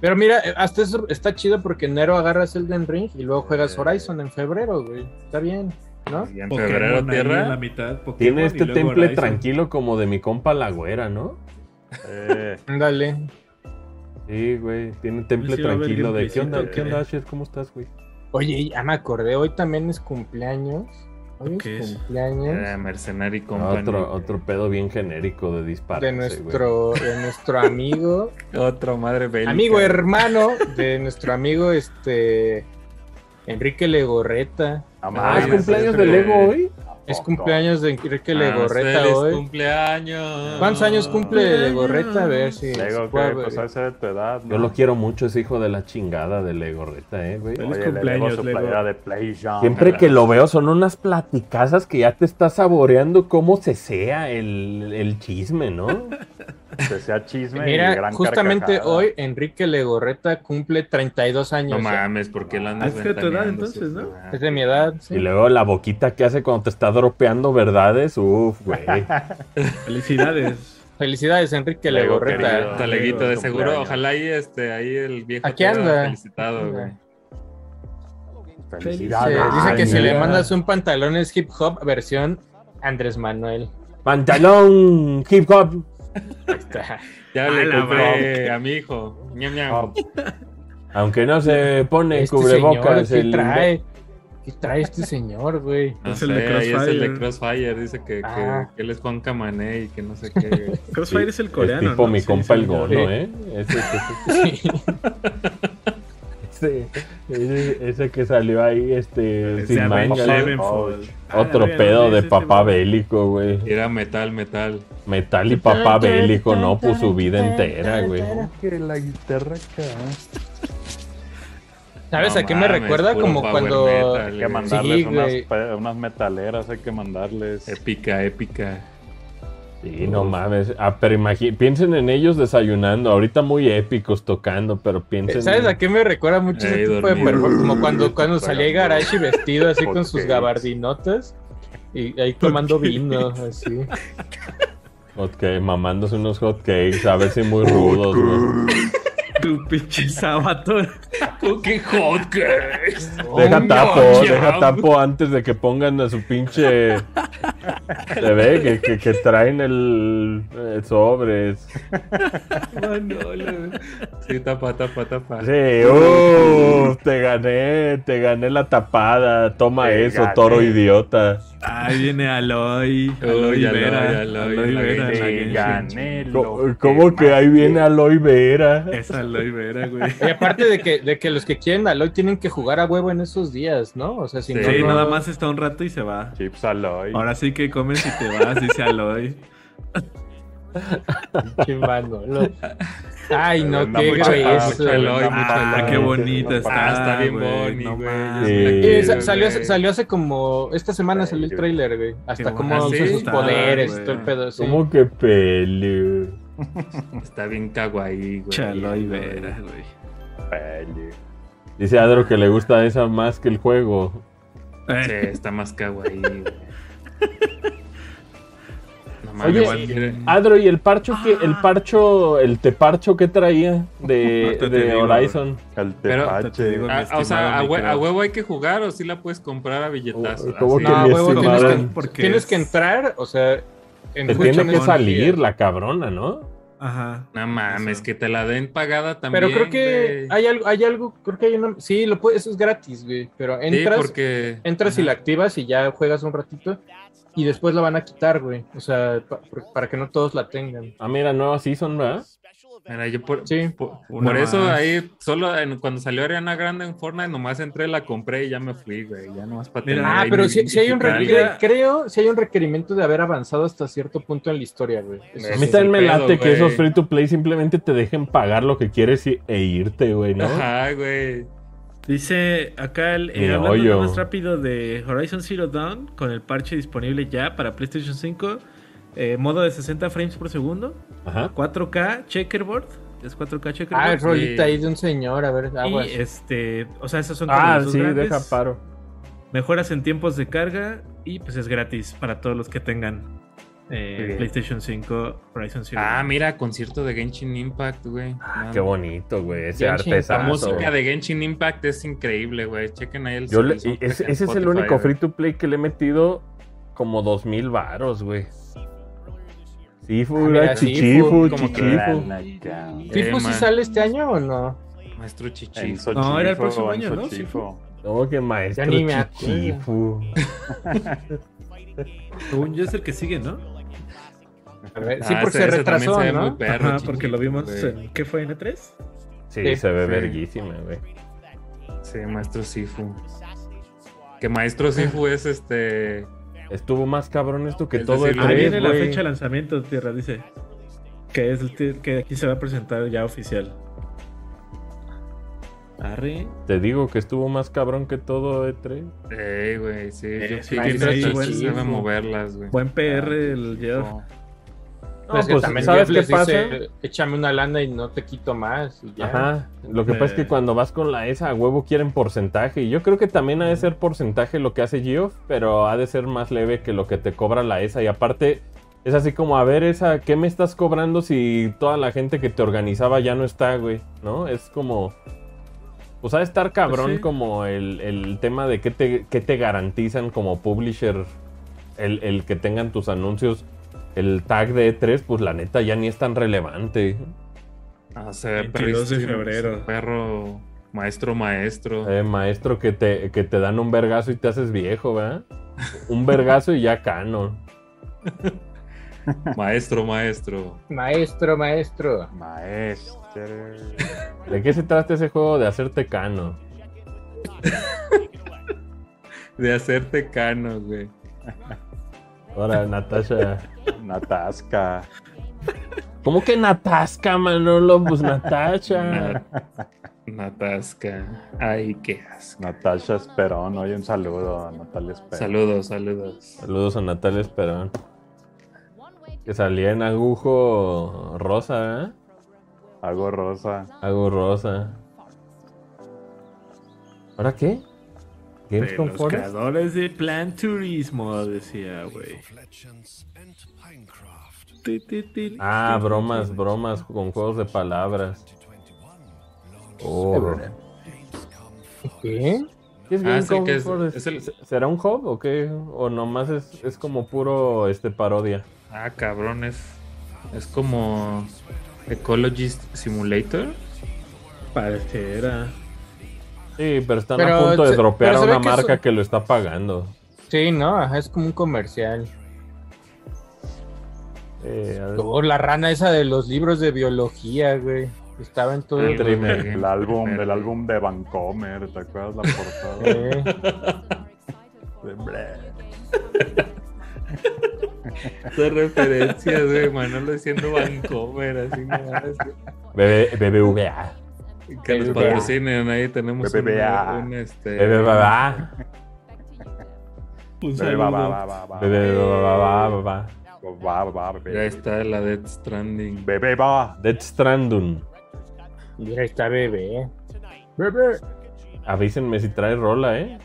Speaker 2: Pero mira, eh, hasta eso está chido porque enero agarras Elden Ring y luego juegas Horizon en febrero, güey. Está bien, ¿no?
Speaker 5: Y en
Speaker 3: Pokémon
Speaker 5: febrero,
Speaker 3: ahí en la
Speaker 5: tierra.
Speaker 3: mitad, Pokémon
Speaker 1: Tiene
Speaker 3: y
Speaker 1: este
Speaker 3: luego
Speaker 1: temple
Speaker 3: Horizon.
Speaker 1: tranquilo como de mi compa la güera, ¿no?
Speaker 4: Eh,
Speaker 2: Ándale.
Speaker 1: Sí, güey. Tiene un temple
Speaker 3: Sí, va a haber
Speaker 1: tranquilo de ¿qué
Speaker 3: gameplaycito,
Speaker 1: onda, ¿qué
Speaker 3: ok.
Speaker 1: onda, Asher? ¿Cómo estás, güey?
Speaker 2: Oye, ya me acordé, hoy también es cumpleaños Hoy
Speaker 3: ¿Qué
Speaker 2: es
Speaker 3: es?
Speaker 2: cumpleaños
Speaker 5: Eh, Mercenary Company.
Speaker 1: Otro,
Speaker 5: güey.
Speaker 1: otro pedo bien genérico de disparos.
Speaker 2: de nuestro, de nuestro amigo,
Speaker 5: Otro madre bélica.
Speaker 2: amigo hermano de nuestro amigo este Enrique Legorreta.
Speaker 1: Ah, es
Speaker 5: Ay,
Speaker 1: cumpleaños
Speaker 5: siempre-
Speaker 1: de
Speaker 3: eh,
Speaker 1: Lego hoy.
Speaker 2: Es cumpleaños de Enrique
Speaker 5: Ah,
Speaker 2: Legorreta
Speaker 5: feliz
Speaker 2: hoy.
Speaker 5: cumpleaños.
Speaker 2: ¿Cuántos años cumple Legorreta? A ver si.
Speaker 4: Lego,
Speaker 2: si puedo
Speaker 4: que pues
Speaker 2: ver.
Speaker 4: a ser de tu edad.
Speaker 1: Yo lo quiero mucho, ese hijo de la chingada de Lego Reta, eh, güey.
Speaker 3: Feliz
Speaker 4: Oye, le debo
Speaker 3: cumpleaños,
Speaker 4: su
Speaker 3: Lego.
Speaker 4: playera de PlayStation.
Speaker 1: Siempre que lo veo son unas platicazas que ya te está saboreando cómo se sea el, el chisme, ¿no?
Speaker 4: Que sea chisme y
Speaker 2: Mira,
Speaker 4: gran
Speaker 2: justamente
Speaker 4: carcajada.
Speaker 2: hoy Enrique Legorreta cumple 32 años.
Speaker 5: No
Speaker 2: o sea,
Speaker 5: mames, porque lo andas
Speaker 3: Ah, es que de tu edad,
Speaker 5: ventaneando,
Speaker 3: entonces, ¿no?
Speaker 5: sí,
Speaker 2: Es de mi edad. sí.
Speaker 1: Y luego la boquita que hace cuando te está dropeando verdades, uff, güey.
Speaker 3: Felicidades.
Speaker 2: Felicidades, Enrique
Speaker 4: Lego,
Speaker 2: Legorreta.
Speaker 4: querido.
Speaker 5: Tu aleguito de
Speaker 4: Cumpleaños.
Speaker 5: seguro. Ojalá ahí este, ahí el viejo
Speaker 2: Aquí
Speaker 5: te haya
Speaker 2: anda.
Speaker 5: felicitado, güey.
Speaker 2: Sí,
Speaker 4: Felicidades.
Speaker 2: dice que
Speaker 1: Ay,
Speaker 2: si le
Speaker 1: mira.
Speaker 2: mandas un pantalón es hip hop versión Andrés Manuel.
Speaker 1: Pantalón hip hop.
Speaker 2: Ahí está.
Speaker 5: Ya
Speaker 3: A
Speaker 5: le
Speaker 3: la
Speaker 5: compré a mi hijo. Ñam, ñam.
Speaker 2: Oh,
Speaker 4: Ah,
Speaker 1: Aunque no se pone
Speaker 2: Este
Speaker 1: cubrebocas.
Speaker 2: señor, ¿qué
Speaker 1: el-
Speaker 2: trae? ¿Qué trae este señor, güey?
Speaker 5: No
Speaker 3: Es el de
Speaker 5: sé, ahí es el de
Speaker 3: Crossfire.
Speaker 5: Crossfire. Dice que, que-
Speaker 2: Ah.
Speaker 5: que él es Juan Camané y que no sé qué. güey.
Speaker 3: Crossfire
Speaker 1: Sí,
Speaker 3: es el coreano.
Speaker 1: Es tipo
Speaker 3: ¿no?
Speaker 1: mi
Speaker 3: Sí,
Speaker 1: compa
Speaker 3: sí,
Speaker 1: el
Speaker 3: ya.
Speaker 1: gono,
Speaker 2: Sí.
Speaker 1: ¿eh? Ese, ese- ese- ese- ese que salió ahí, este,
Speaker 3: Es de
Speaker 1: sin Oh,
Speaker 3: Avenged
Speaker 1: manga.
Speaker 4: Seven.
Speaker 3: Sevenfold.
Speaker 1: Otro
Speaker 3: Ah, la
Speaker 1: pedo
Speaker 3: verga,
Speaker 1: de
Speaker 3: ese
Speaker 1: papá
Speaker 3: tema.
Speaker 1: bélico, güey.
Speaker 5: Era metal, metal.
Speaker 1: Metal y papá bélico, no, pues su vida entera, güey.
Speaker 4: que la guitarra acá.
Speaker 2: ¿Sabes
Speaker 5: No
Speaker 2: a qué me
Speaker 5: mames,
Speaker 2: recuerda?
Speaker 5: puro
Speaker 2: Como
Speaker 5: power
Speaker 2: cuando.
Speaker 5: metal,
Speaker 4: Hay
Speaker 5: güey.
Speaker 4: que mandarles unas,
Speaker 2: güey.
Speaker 4: pe- unas metaleras, hay que mandarles.
Speaker 3: Eh,
Speaker 5: Épica, épica.
Speaker 1: Sí, no mames. Ah, pero imagi- piensen en ellos desayunando, ahorita muy épicos tocando, pero piensen.
Speaker 2: ¿Sabes a qué me recuerda mucho ese
Speaker 5: Ahí
Speaker 2: tipo de
Speaker 5: dormido.
Speaker 2: performance? Como cuando, cuando salía Igarashi vestido así con sus
Speaker 4: Ok.
Speaker 2: gabardinotas y ahí tomando vino, así.
Speaker 1: Ok, mamándose unos hotcakes, a ver si muy rudos, güey.
Speaker 3: Tu pinche sabatón.
Speaker 5: ¡Qué hot
Speaker 1: Deja tapo, deja tapo antes de que pongan a su pinche. Se ve que, que- que traen el, eh, sobres.
Speaker 5: Sí, tapa, tapa, tapa.
Speaker 1: Sí, uff, te gané, te gané la tapada. Toma
Speaker 4: Te
Speaker 1: eso,
Speaker 4: gané.
Speaker 1: toro idiota.
Speaker 3: Ahí viene Aloy. Aloy
Speaker 5: Uy, Aloy,
Speaker 3: Vera.
Speaker 5: Aloy,
Speaker 3: Aloy
Speaker 5: la
Speaker 3: Vera.
Speaker 5: Genshin.
Speaker 3: la
Speaker 4: Te
Speaker 3: Genshin.
Speaker 4: gané
Speaker 1: Co-
Speaker 4: lo
Speaker 1: ¿Cómo que ahí viene Aloy Vera?
Speaker 3: Es Aloy Vera, güey.
Speaker 2: Y aparte de que, de que los que quieren Aloy tienen que jugar a huevo en esos días, ¿no? O sea, si
Speaker 5: Sí,
Speaker 2: no,
Speaker 3: Sí,
Speaker 2: no-
Speaker 3: nada más está un rato y se va.
Speaker 4: Chips Aloy.
Speaker 3: Ahora sí que comes y te vas, dice Aloy.
Speaker 2: Qué Manolo. Ay, no,
Speaker 4: Anda
Speaker 2: qué
Speaker 4: mucho- ah,
Speaker 2: grueso.
Speaker 4: mucho Aloy,
Speaker 5: Ah,
Speaker 4: mucho Aloy.
Speaker 3: Ah, qué bonita está.
Speaker 5: Ah, está bien
Speaker 3: güey,
Speaker 5: Bonnie,
Speaker 3: no
Speaker 5: güey.
Speaker 3: mames.
Speaker 1: Sí.
Speaker 2: Eh, sa-
Speaker 1: güey.
Speaker 2: salió, hace, salió hace como. Esta semana
Speaker 4: Sí,
Speaker 2: salió el
Speaker 4: güey.
Speaker 2: tráiler, güey. Hasta
Speaker 3: Qué
Speaker 2: cómo
Speaker 5: buena
Speaker 2: usa sus
Speaker 5: está,
Speaker 2: poderes y
Speaker 3: güey.
Speaker 2: todo el pedo. sí.
Speaker 1: ¿Cómo que pele?
Speaker 5: Está bien kawaii, güey.
Speaker 3: Chaloy Vera, güey.
Speaker 4: Peli.
Speaker 1: Dice Adro que le gusta esa más que el juego.
Speaker 5: Sí,
Speaker 3: Eh,
Speaker 5: está más kawaii, güey. No
Speaker 1: Oye,
Speaker 5: mames, si quiere-
Speaker 1: Adro, ¿y el parcho que, el parcho, el teparcho que traía de,
Speaker 3: Ahorita te
Speaker 1: de
Speaker 3: digo,
Speaker 1: Horizon?
Speaker 4: El
Speaker 5: Pero-
Speaker 3: te digo.
Speaker 4: tepache.
Speaker 5: Ah,
Speaker 3: mi
Speaker 5: o sea,
Speaker 3: estimado
Speaker 5: a, hue-
Speaker 3: micro.
Speaker 5: a huevo hay que jugar o si la puedes comprar a billetazo.
Speaker 1: Oh, ¿cómo
Speaker 5: así.
Speaker 1: que
Speaker 2: No,
Speaker 1: mi
Speaker 2: huevo, tienes
Speaker 1: estimado-
Speaker 2: que,
Speaker 3: Porque
Speaker 2: tienes
Speaker 3: es-
Speaker 2: que entrar, o sea. En
Speaker 1: Te
Speaker 2: mucho
Speaker 1: tiene que
Speaker 2: menos
Speaker 1: salir
Speaker 2: día.
Speaker 1: la cabrona, ¿no?
Speaker 3: Ajá.
Speaker 5: No mames,
Speaker 3: Eso.
Speaker 5: que te la den pagada también.
Speaker 2: Pero creo que
Speaker 5: güey.
Speaker 2: hay algo, hay algo, creo que hay una. Sí, lo puedes, eso es gratis, güey. Pero
Speaker 5: Sí,
Speaker 2: entras,
Speaker 5: porque...
Speaker 2: entras y
Speaker 5: Ajá.
Speaker 2: la activas y ya juegas un ratito. Y después la van a quitar, güey. O sea, pa- para que no todos la tengan.
Speaker 1: Ah, mira, nueva season, ¿verdad?
Speaker 5: Mira, yo por,
Speaker 2: Sí.
Speaker 5: por,
Speaker 3: Una
Speaker 5: por eso
Speaker 3: más.
Speaker 5: ahí, solo en- cuando salió Ariana Grande en Fortnite, nomás entré, la compré y ya me fui, güey. Ya nomás para
Speaker 3: Mira.
Speaker 5: tener.
Speaker 2: Ah,
Speaker 5: ahí
Speaker 2: pero
Speaker 5: mi
Speaker 2: si, si hay un
Speaker 3: requer-
Speaker 5: digital, güey.
Speaker 2: requerimiento, creo, si hay un requerimiento de haber avanzado hasta cierto punto en la historia, güey. Eso
Speaker 1: A
Speaker 5: Ese
Speaker 1: mí
Speaker 5: es
Speaker 1: también
Speaker 5: el
Speaker 1: me
Speaker 5: pedo,
Speaker 1: late que
Speaker 5: güey.
Speaker 1: esos free to play simplemente te dejen pagar lo que quieres y- e irte, güey, ¿no?
Speaker 5: Ajá, güey.
Speaker 3: Dice acá el, eh,
Speaker 1: Mi
Speaker 3: hablando
Speaker 1: hoyo.
Speaker 3: nada más rápido de Horizon Zero Dawn con el parche disponible ya para PlayStation 5, eh, modo de 60 frames por segundo,
Speaker 1: Ajá.
Speaker 3: 4K checkerboard, es 4K
Speaker 2: Ah,
Speaker 3: checkerboard.
Speaker 2: es rolita ahí de un señor, a ver,
Speaker 3: y
Speaker 2: aguas.
Speaker 3: este, o sea, esos son como
Speaker 1: Ah,
Speaker 3: los dos
Speaker 1: sí,
Speaker 3: grandes.
Speaker 1: deja paro.
Speaker 3: Mejoras en tiempos de carga y pues es gratis para todos los que tengan eh,
Speaker 5: Muy bien.
Speaker 3: PlayStation 5 Horizon Zero
Speaker 5: Ah,
Speaker 3: Dawn.
Speaker 5: mira, concierto de Genshin Impact, güey. No,
Speaker 1: Ah, Qué bonito, güey, ese
Speaker 2: Genshin,
Speaker 5: Ah. La
Speaker 1: artesano.
Speaker 5: música de Genshin Impact es increíble, güey. Chequen ahí el.
Speaker 1: Yo le-
Speaker 5: el soundtrack
Speaker 1: ese
Speaker 5: en
Speaker 1: ese es el
Speaker 5: Spotify,
Speaker 1: único
Speaker 5: güey.
Speaker 1: free to play que le he metido como dos mil varos, güey. Sifu,
Speaker 2: Ah, mira,
Speaker 1: chichifu,
Speaker 2: Sifu,
Speaker 5: como que-
Speaker 1: chichifu.
Speaker 2: ¿Tifo
Speaker 5: Eh,
Speaker 2: si
Speaker 5: man.
Speaker 2: sale este año o no?
Speaker 5: Maestro Chichi.
Speaker 4: En Xochifo,
Speaker 3: No, era el
Speaker 4: en
Speaker 3: próximo año, ¿no?
Speaker 4: Xochifo.
Speaker 1: No, que maestro.
Speaker 2: Ya ni me
Speaker 1: Chiquifu.
Speaker 3: Según yo es el que sigue, ¿no?
Speaker 2: A ver, sí,
Speaker 5: Ah,
Speaker 2: porque
Speaker 5: ese-
Speaker 2: se
Speaker 5: ese también
Speaker 2: retrasó,
Speaker 5: se ve
Speaker 2: ¿no?
Speaker 5: muy perro,
Speaker 3: Ajá,
Speaker 5: chiquito,
Speaker 3: porque lo vimos
Speaker 5: güey.
Speaker 3: en... ¿Qué fue? ¿En E E3?
Speaker 1: Sí,
Speaker 2: Sí,
Speaker 1: se ve
Speaker 5: sí.
Speaker 1: verguísima, güey.
Speaker 5: Sí, Maestro Sifu. Que Maestro Sifu es este.
Speaker 1: Estuvo más cabrón esto que
Speaker 5: Es
Speaker 1: todo
Speaker 5: decir,
Speaker 1: el
Speaker 5: Lo
Speaker 3: Ahí
Speaker 5: ves,
Speaker 3: viene la
Speaker 1: güey.
Speaker 3: fecha de lanzamiento, Tierra, dice. Que es el ti- que aquí se va a presentar ya oficial. Arre.
Speaker 1: Te digo que estuvo más cabrón que todo E E3.
Speaker 5: Ey, güey, sí.
Speaker 3: Eh,
Speaker 5: Yo
Speaker 3: sí,
Speaker 5: sí,
Speaker 3: que
Speaker 5: que
Speaker 3: trae
Speaker 5: sabe
Speaker 3: igual
Speaker 5: sabe
Speaker 3: Sifu.
Speaker 5: moverlas, güey.
Speaker 3: Buen PR
Speaker 5: Ah,
Speaker 3: el Jeff.
Speaker 5: No.
Speaker 1: No,
Speaker 2: Pues que
Speaker 1: pues,
Speaker 2: también
Speaker 1: ¿sabes
Speaker 2: Jeff
Speaker 1: qué
Speaker 2: les
Speaker 1: pasa?
Speaker 2: dice, échame una lana y no te quito más. y ya.
Speaker 1: Ajá. Lo que pasa es
Speaker 3: Eh.
Speaker 1: que cuando vas con la ESA, a huevo quieren porcentaje. Y yo creo que también ha de ser porcentaje lo que hace Geoff, pero ha de ser más leve que lo que te cobra la ESA. Y aparte, es así como, a ver, ESA, ¿qué me estás cobrando si toda la gente que te organizaba ya no está, güey? ¿No? Es como. Pues ha de estar cabrón
Speaker 3: Pues sí.
Speaker 1: como el, el tema de qué te, qué te garantizan como publisher el, el que tengan tus anuncios. El tag de E3, pues la neta ya ni es tan relevante.
Speaker 5: Ah, se ve
Speaker 3: 22 de
Speaker 5: perrísimo,
Speaker 3: febrero.
Speaker 5: es un Perro, maestro, maestro.
Speaker 1: Eh, maestro, que te, que te dan un vergazo y te haces viejo, ¿verdad? Un vergazo y ya cano.
Speaker 5: Maestro, maestro.
Speaker 2: Maestro, maestro.
Speaker 4: Maestro.
Speaker 1: ¿De qué se trata ese juego de hacerte cano?
Speaker 5: De hacerte cano, güey.
Speaker 1: Ahora, Natasha.
Speaker 4: Natasca.
Speaker 1: ¿Cómo que Natasca, Manolo? Pues Natasha.
Speaker 5: Na- Natasca. Ay, qué asco.
Speaker 4: Natasha Esperón. Oye, un saludo a Natalia Esperón.
Speaker 5: Saludos, saludos.
Speaker 1: Saludos a Natalia Esperón. Que salía en agujo rosa, ¿verdad?
Speaker 4: Algo rosa.
Speaker 1: Agu rosa. ¿Ahora qué? ¿Games
Speaker 3: De
Speaker 1: con
Speaker 3: los
Speaker 1: Forest?
Speaker 3: creadores de Plan Turismo, decía, güey. Ti, ti, ti.
Speaker 1: Ah, bromas, bromas con juegos de palabras. Oh.
Speaker 2: ¿Qué?
Speaker 1: ¿Qué es
Speaker 5: Ah,
Speaker 1: Game
Speaker 5: es el que
Speaker 1: Comic
Speaker 5: es-
Speaker 1: Forest?
Speaker 5: es el-
Speaker 1: ¿Será un hub o qué? ¿O nomás es, es como puro este parodia?
Speaker 5: Ah, cabrón, es, es como Ecologist Simulator.
Speaker 3: Pareciera.
Speaker 1: Sí, pero están
Speaker 2: Pero
Speaker 1: a punto de
Speaker 2: se-
Speaker 1: dropear
Speaker 2: pero
Speaker 1: a
Speaker 2: se
Speaker 1: una
Speaker 2: ve que
Speaker 1: marca
Speaker 2: eso-
Speaker 1: que lo está pagando.
Speaker 2: Sí, no, ajá, es como un comercial.
Speaker 1: Eh, a ver,
Speaker 2: Oh, la rana esa de los libros de biología, güey. Estaba en
Speaker 4: Ah,
Speaker 2: todo.
Speaker 1: El trimmer.
Speaker 4: El álbum, el álbum de Vancomer. ¿Te acuerdas la portada?
Speaker 2: Eh,
Speaker 5: Esas referencias, güey, Manolo diciendo Vancouver, así nada más.
Speaker 1: BB- BBVA.
Speaker 5: Que nos
Speaker 2: BBVA.
Speaker 5: patrocinen, ahí tenemos un,
Speaker 4: BBVA.
Speaker 5: un, este,
Speaker 1: BBVA.
Speaker 3: Un
Speaker 4: Bebe,
Speaker 3: saludo.
Speaker 4: va, va, va, va, va.
Speaker 1: BBVA.
Speaker 4: Va, va,
Speaker 5: Ya
Speaker 4: bebe.
Speaker 5: está la Dead Stranding.
Speaker 4: Bebe, va.
Speaker 1: Dead Strandum.
Speaker 2: mira, está bebé. Ah, Bebé.
Speaker 1: Avísenme si trae rola, ¿eh?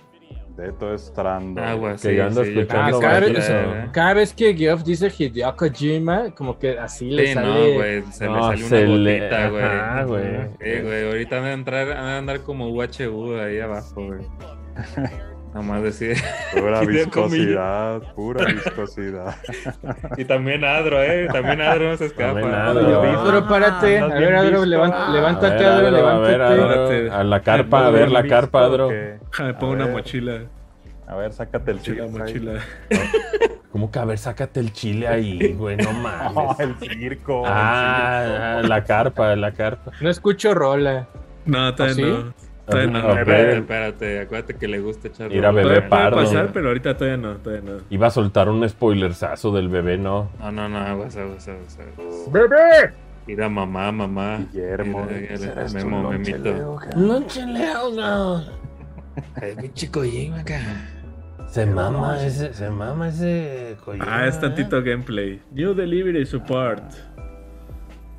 Speaker 4: De todo estrando.
Speaker 5: Agua,
Speaker 1: Que
Speaker 5: sí,
Speaker 1: yo ando
Speaker 5: sí,
Speaker 1: escuchando
Speaker 5: creo que
Speaker 2: varios,
Speaker 5: sí,
Speaker 1: ¿no?
Speaker 5: ¿eh?
Speaker 2: Cada vez que Geoff dice Hideo Kojima, como que así le
Speaker 5: Sí,
Speaker 2: sale.
Speaker 5: no, güey, se
Speaker 1: No,
Speaker 5: le salió
Speaker 1: se
Speaker 5: una
Speaker 1: le-
Speaker 5: gotita, güey.
Speaker 1: ajá, güey.
Speaker 5: Sí, güey, ahorita van a entrar, van a andar como UHU ahí abajo, güey. Nomás decir.
Speaker 4: Pura
Speaker 5: Quería
Speaker 4: viscosidad. Pura viscosidad.
Speaker 5: Y también Adro, eh, también Adro no se escapa.
Speaker 1: También Adro.
Speaker 5: Yo vi-
Speaker 2: Adro, párate. A
Speaker 4: andas
Speaker 2: ver,
Speaker 4: bien
Speaker 2: Adro,
Speaker 4: visto.
Speaker 2: levan-
Speaker 4: A
Speaker 1: A ver,
Speaker 2: levántate, Adro,
Speaker 1: Adro, a ver,
Speaker 2: levántate.
Speaker 1: Adro. A la carpa, a ver la
Speaker 4: ¿Visto
Speaker 1: carpa,
Speaker 4: o
Speaker 1: Adro.
Speaker 4: qué?
Speaker 3: Déjame
Speaker 4: A
Speaker 3: poner una
Speaker 4: ver.
Speaker 3: mochila.
Speaker 4: A ver, sácate el
Speaker 3: Mochila,
Speaker 4: circo ahí.
Speaker 3: mochila.
Speaker 1: ¿Cómo que a ver, sácate el chile ahí, güey? No
Speaker 4: No,
Speaker 1: mames.
Speaker 4: el
Speaker 3: Oh,
Speaker 4: circo.
Speaker 1: Ah, ah, la carpa, la carpa.
Speaker 2: No escucho rola.
Speaker 3: No,
Speaker 2: ¿Ah,
Speaker 3: todavía
Speaker 2: sí?
Speaker 3: no. Todavía no.
Speaker 1: Ah,
Speaker 3: Todavía
Speaker 5: Espérate,
Speaker 1: Ok.
Speaker 5: espérate, acuérdate que le gusta echar
Speaker 1: Ir a
Speaker 5: ropa.
Speaker 1: bebé
Speaker 3: puede
Speaker 1: pardo.
Speaker 3: pasar, pero ahorita todavía no, todavía no.
Speaker 1: Iba a soltar un spoilerzazo del bebé, no.
Speaker 5: No, no, no, aguas, aguas, aguas. aguas.
Speaker 2: ¡Bebé!
Speaker 5: Ir a mamá, mamá.
Speaker 4: Guillermo.
Speaker 5: Mira, mira,
Speaker 4: ¿será esto
Speaker 5: Memo,
Speaker 4: un lonche,
Speaker 5: Memito.
Speaker 4: Leo, que-
Speaker 5: Ay, pinche Kojima acá.
Speaker 1: Se mama ese, se mama ese
Speaker 3: Ah, es tantito gameplay. New Delivery Support.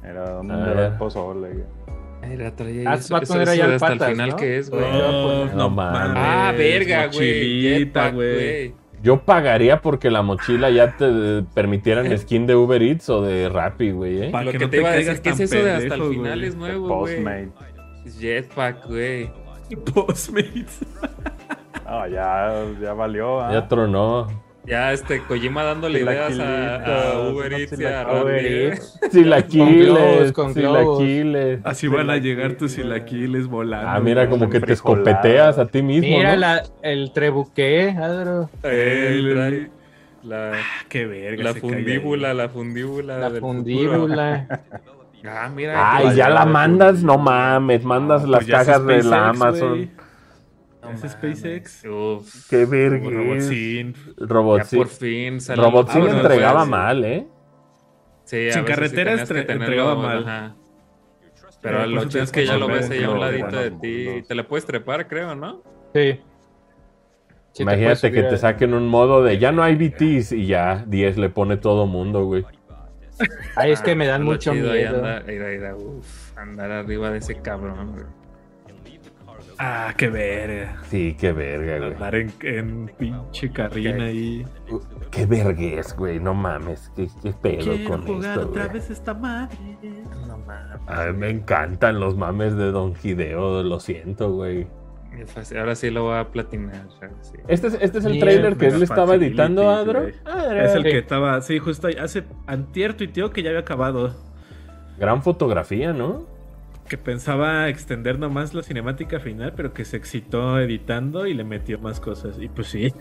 Speaker 4: Era donde
Speaker 1: A
Speaker 4: era
Speaker 1: ver.
Speaker 4: el pozole. güey.
Speaker 5: Era traía
Speaker 2: Ah,
Speaker 5: ahí eso,
Speaker 2: va a
Speaker 5: eso,
Speaker 2: poner ahí
Speaker 5: eso
Speaker 2: al
Speaker 5: hasta
Speaker 2: patas,
Speaker 5: el final
Speaker 2: ¿no?
Speaker 5: que es, güey.
Speaker 3: Oh,
Speaker 1: no mames.
Speaker 5: ah, verga, güey.
Speaker 3: Mochilita,
Speaker 5: Jetpack,
Speaker 3: güey.
Speaker 5: güey.
Speaker 1: ¿eh? Yo pagaría porque la mochila ya te permitieran skin de Uber Eats o de Rappi, güey, ¿eh?
Speaker 3: Pa- Para
Speaker 5: Lo
Speaker 3: que
Speaker 5: que,
Speaker 3: no
Speaker 5: te
Speaker 3: te
Speaker 5: iba a
Speaker 3: caigas
Speaker 5: decir, ¿qué es
Speaker 3: tan
Speaker 5: eso de hasta
Speaker 3: pendejo,
Speaker 5: el final?
Speaker 3: güey.
Speaker 5: Es nuevo, güey.
Speaker 4: Postmate.
Speaker 5: Jetpack, güey.
Speaker 3: Postmates.
Speaker 4: Ah, ya, ya valió. ¿ah?
Speaker 1: Ya tronó.
Speaker 5: Ya, este, Kojima dándole ideas a, a Uber Eats y a Rappi.
Speaker 1: Silaquiles,
Speaker 2: Con globos, con globos.
Speaker 1: silaquiles.
Speaker 3: Así van a llegar tus hilaquiles volando.
Speaker 1: Ah, mira, como que te escopeteas a ti mismo,
Speaker 2: Mira
Speaker 1: ¿no?
Speaker 2: la- el trebuqué, Adro.
Speaker 5: Él
Speaker 3: El-
Speaker 5: trae la,
Speaker 3: Ah, Qué verga.
Speaker 5: la
Speaker 3: se cae de ahí.
Speaker 5: fundíbula, la fundíbula.
Speaker 2: La
Speaker 5: Ah, del
Speaker 2: fundíbula.
Speaker 5: futuro. Ah, mira.
Speaker 1: Ay,
Speaker 5: qué
Speaker 1: ya la
Speaker 5: valiente.
Speaker 1: mandas, no mames, mandas
Speaker 3: Pues
Speaker 1: las
Speaker 3: ya es
Speaker 1: cajas de
Speaker 3: SpaceX,
Speaker 1: la Amazon.
Speaker 3: güey.
Speaker 5: No
Speaker 3: Es
Speaker 5: mames.
Speaker 3: SpaceX.
Speaker 5: Uf,
Speaker 1: Qué
Speaker 3: Como
Speaker 1: vergüenza.
Speaker 3: Robotsin.
Speaker 2: Pues
Speaker 5: ya por
Speaker 1: Robotsin.
Speaker 5: fin salió.
Speaker 1: Robotsin
Speaker 3: Ah, bueno,
Speaker 1: entregaba
Speaker 5: pues,
Speaker 1: mal, ¿eh?
Speaker 5: Sí, a
Speaker 3: Sin
Speaker 5: veces
Speaker 3: carreteras
Speaker 5: tenías que
Speaker 3: tre-
Speaker 5: tenerlo,
Speaker 3: entregaba mal.
Speaker 5: ajá.
Speaker 3: Por
Speaker 5: Pero
Speaker 3: eso
Speaker 5: lo chido
Speaker 3: tenías
Speaker 5: es que
Speaker 3: que
Speaker 5: ya lo
Speaker 3: comprar
Speaker 5: ves
Speaker 3: un
Speaker 5: ahí a un
Speaker 3: globo,
Speaker 5: ladito de
Speaker 4: bueno,
Speaker 5: ti.
Speaker 4: no.
Speaker 5: Te la puedes trepar, creo, ¿no?
Speaker 2: Sí. Sí te puedes
Speaker 1: Imagínate
Speaker 2: subir
Speaker 1: que
Speaker 2: a-
Speaker 1: te saquen un modo de ya no hay BTs y ya 10 le pone todo mundo, güey.
Speaker 2: Ay, es que me dan
Speaker 5: Lo
Speaker 2: mucho
Speaker 5: chido, ahí
Speaker 2: miedo.
Speaker 5: anda- ahí da- ahí da, uf, andar arriba de ese cabrón. güey.
Speaker 3: Ah, qué verga.
Speaker 1: Sí, qué verga, güey.
Speaker 3: Andar en, en pinche carrina ahí.
Speaker 1: Qué vergüenza, güey. No mames, qué, qué pedo con esto, güey.
Speaker 3: esta madre.
Speaker 5: No mames.
Speaker 1: A mí me encantan los mames de Don Hideo, lo siento, güey.
Speaker 5: Qué fácil. Ahora sí lo voy a platinar. ahora sí.
Speaker 1: Este es, este es el
Speaker 2: Mierda,
Speaker 1: trailer que él le estaba
Speaker 3: facilities,
Speaker 1: editando a Adro.
Speaker 3: güey.
Speaker 1: Adro.
Speaker 3: Es el
Speaker 2: Sí.
Speaker 3: que estaba, sí, justo ahí, hace antier tuiteo que ya había acabado.
Speaker 1: Gran fotografía, ¿no?
Speaker 3: Que pensaba extender nomás la cinemática final, pero que se excitó editando y le metió más cosas. Y pues sí,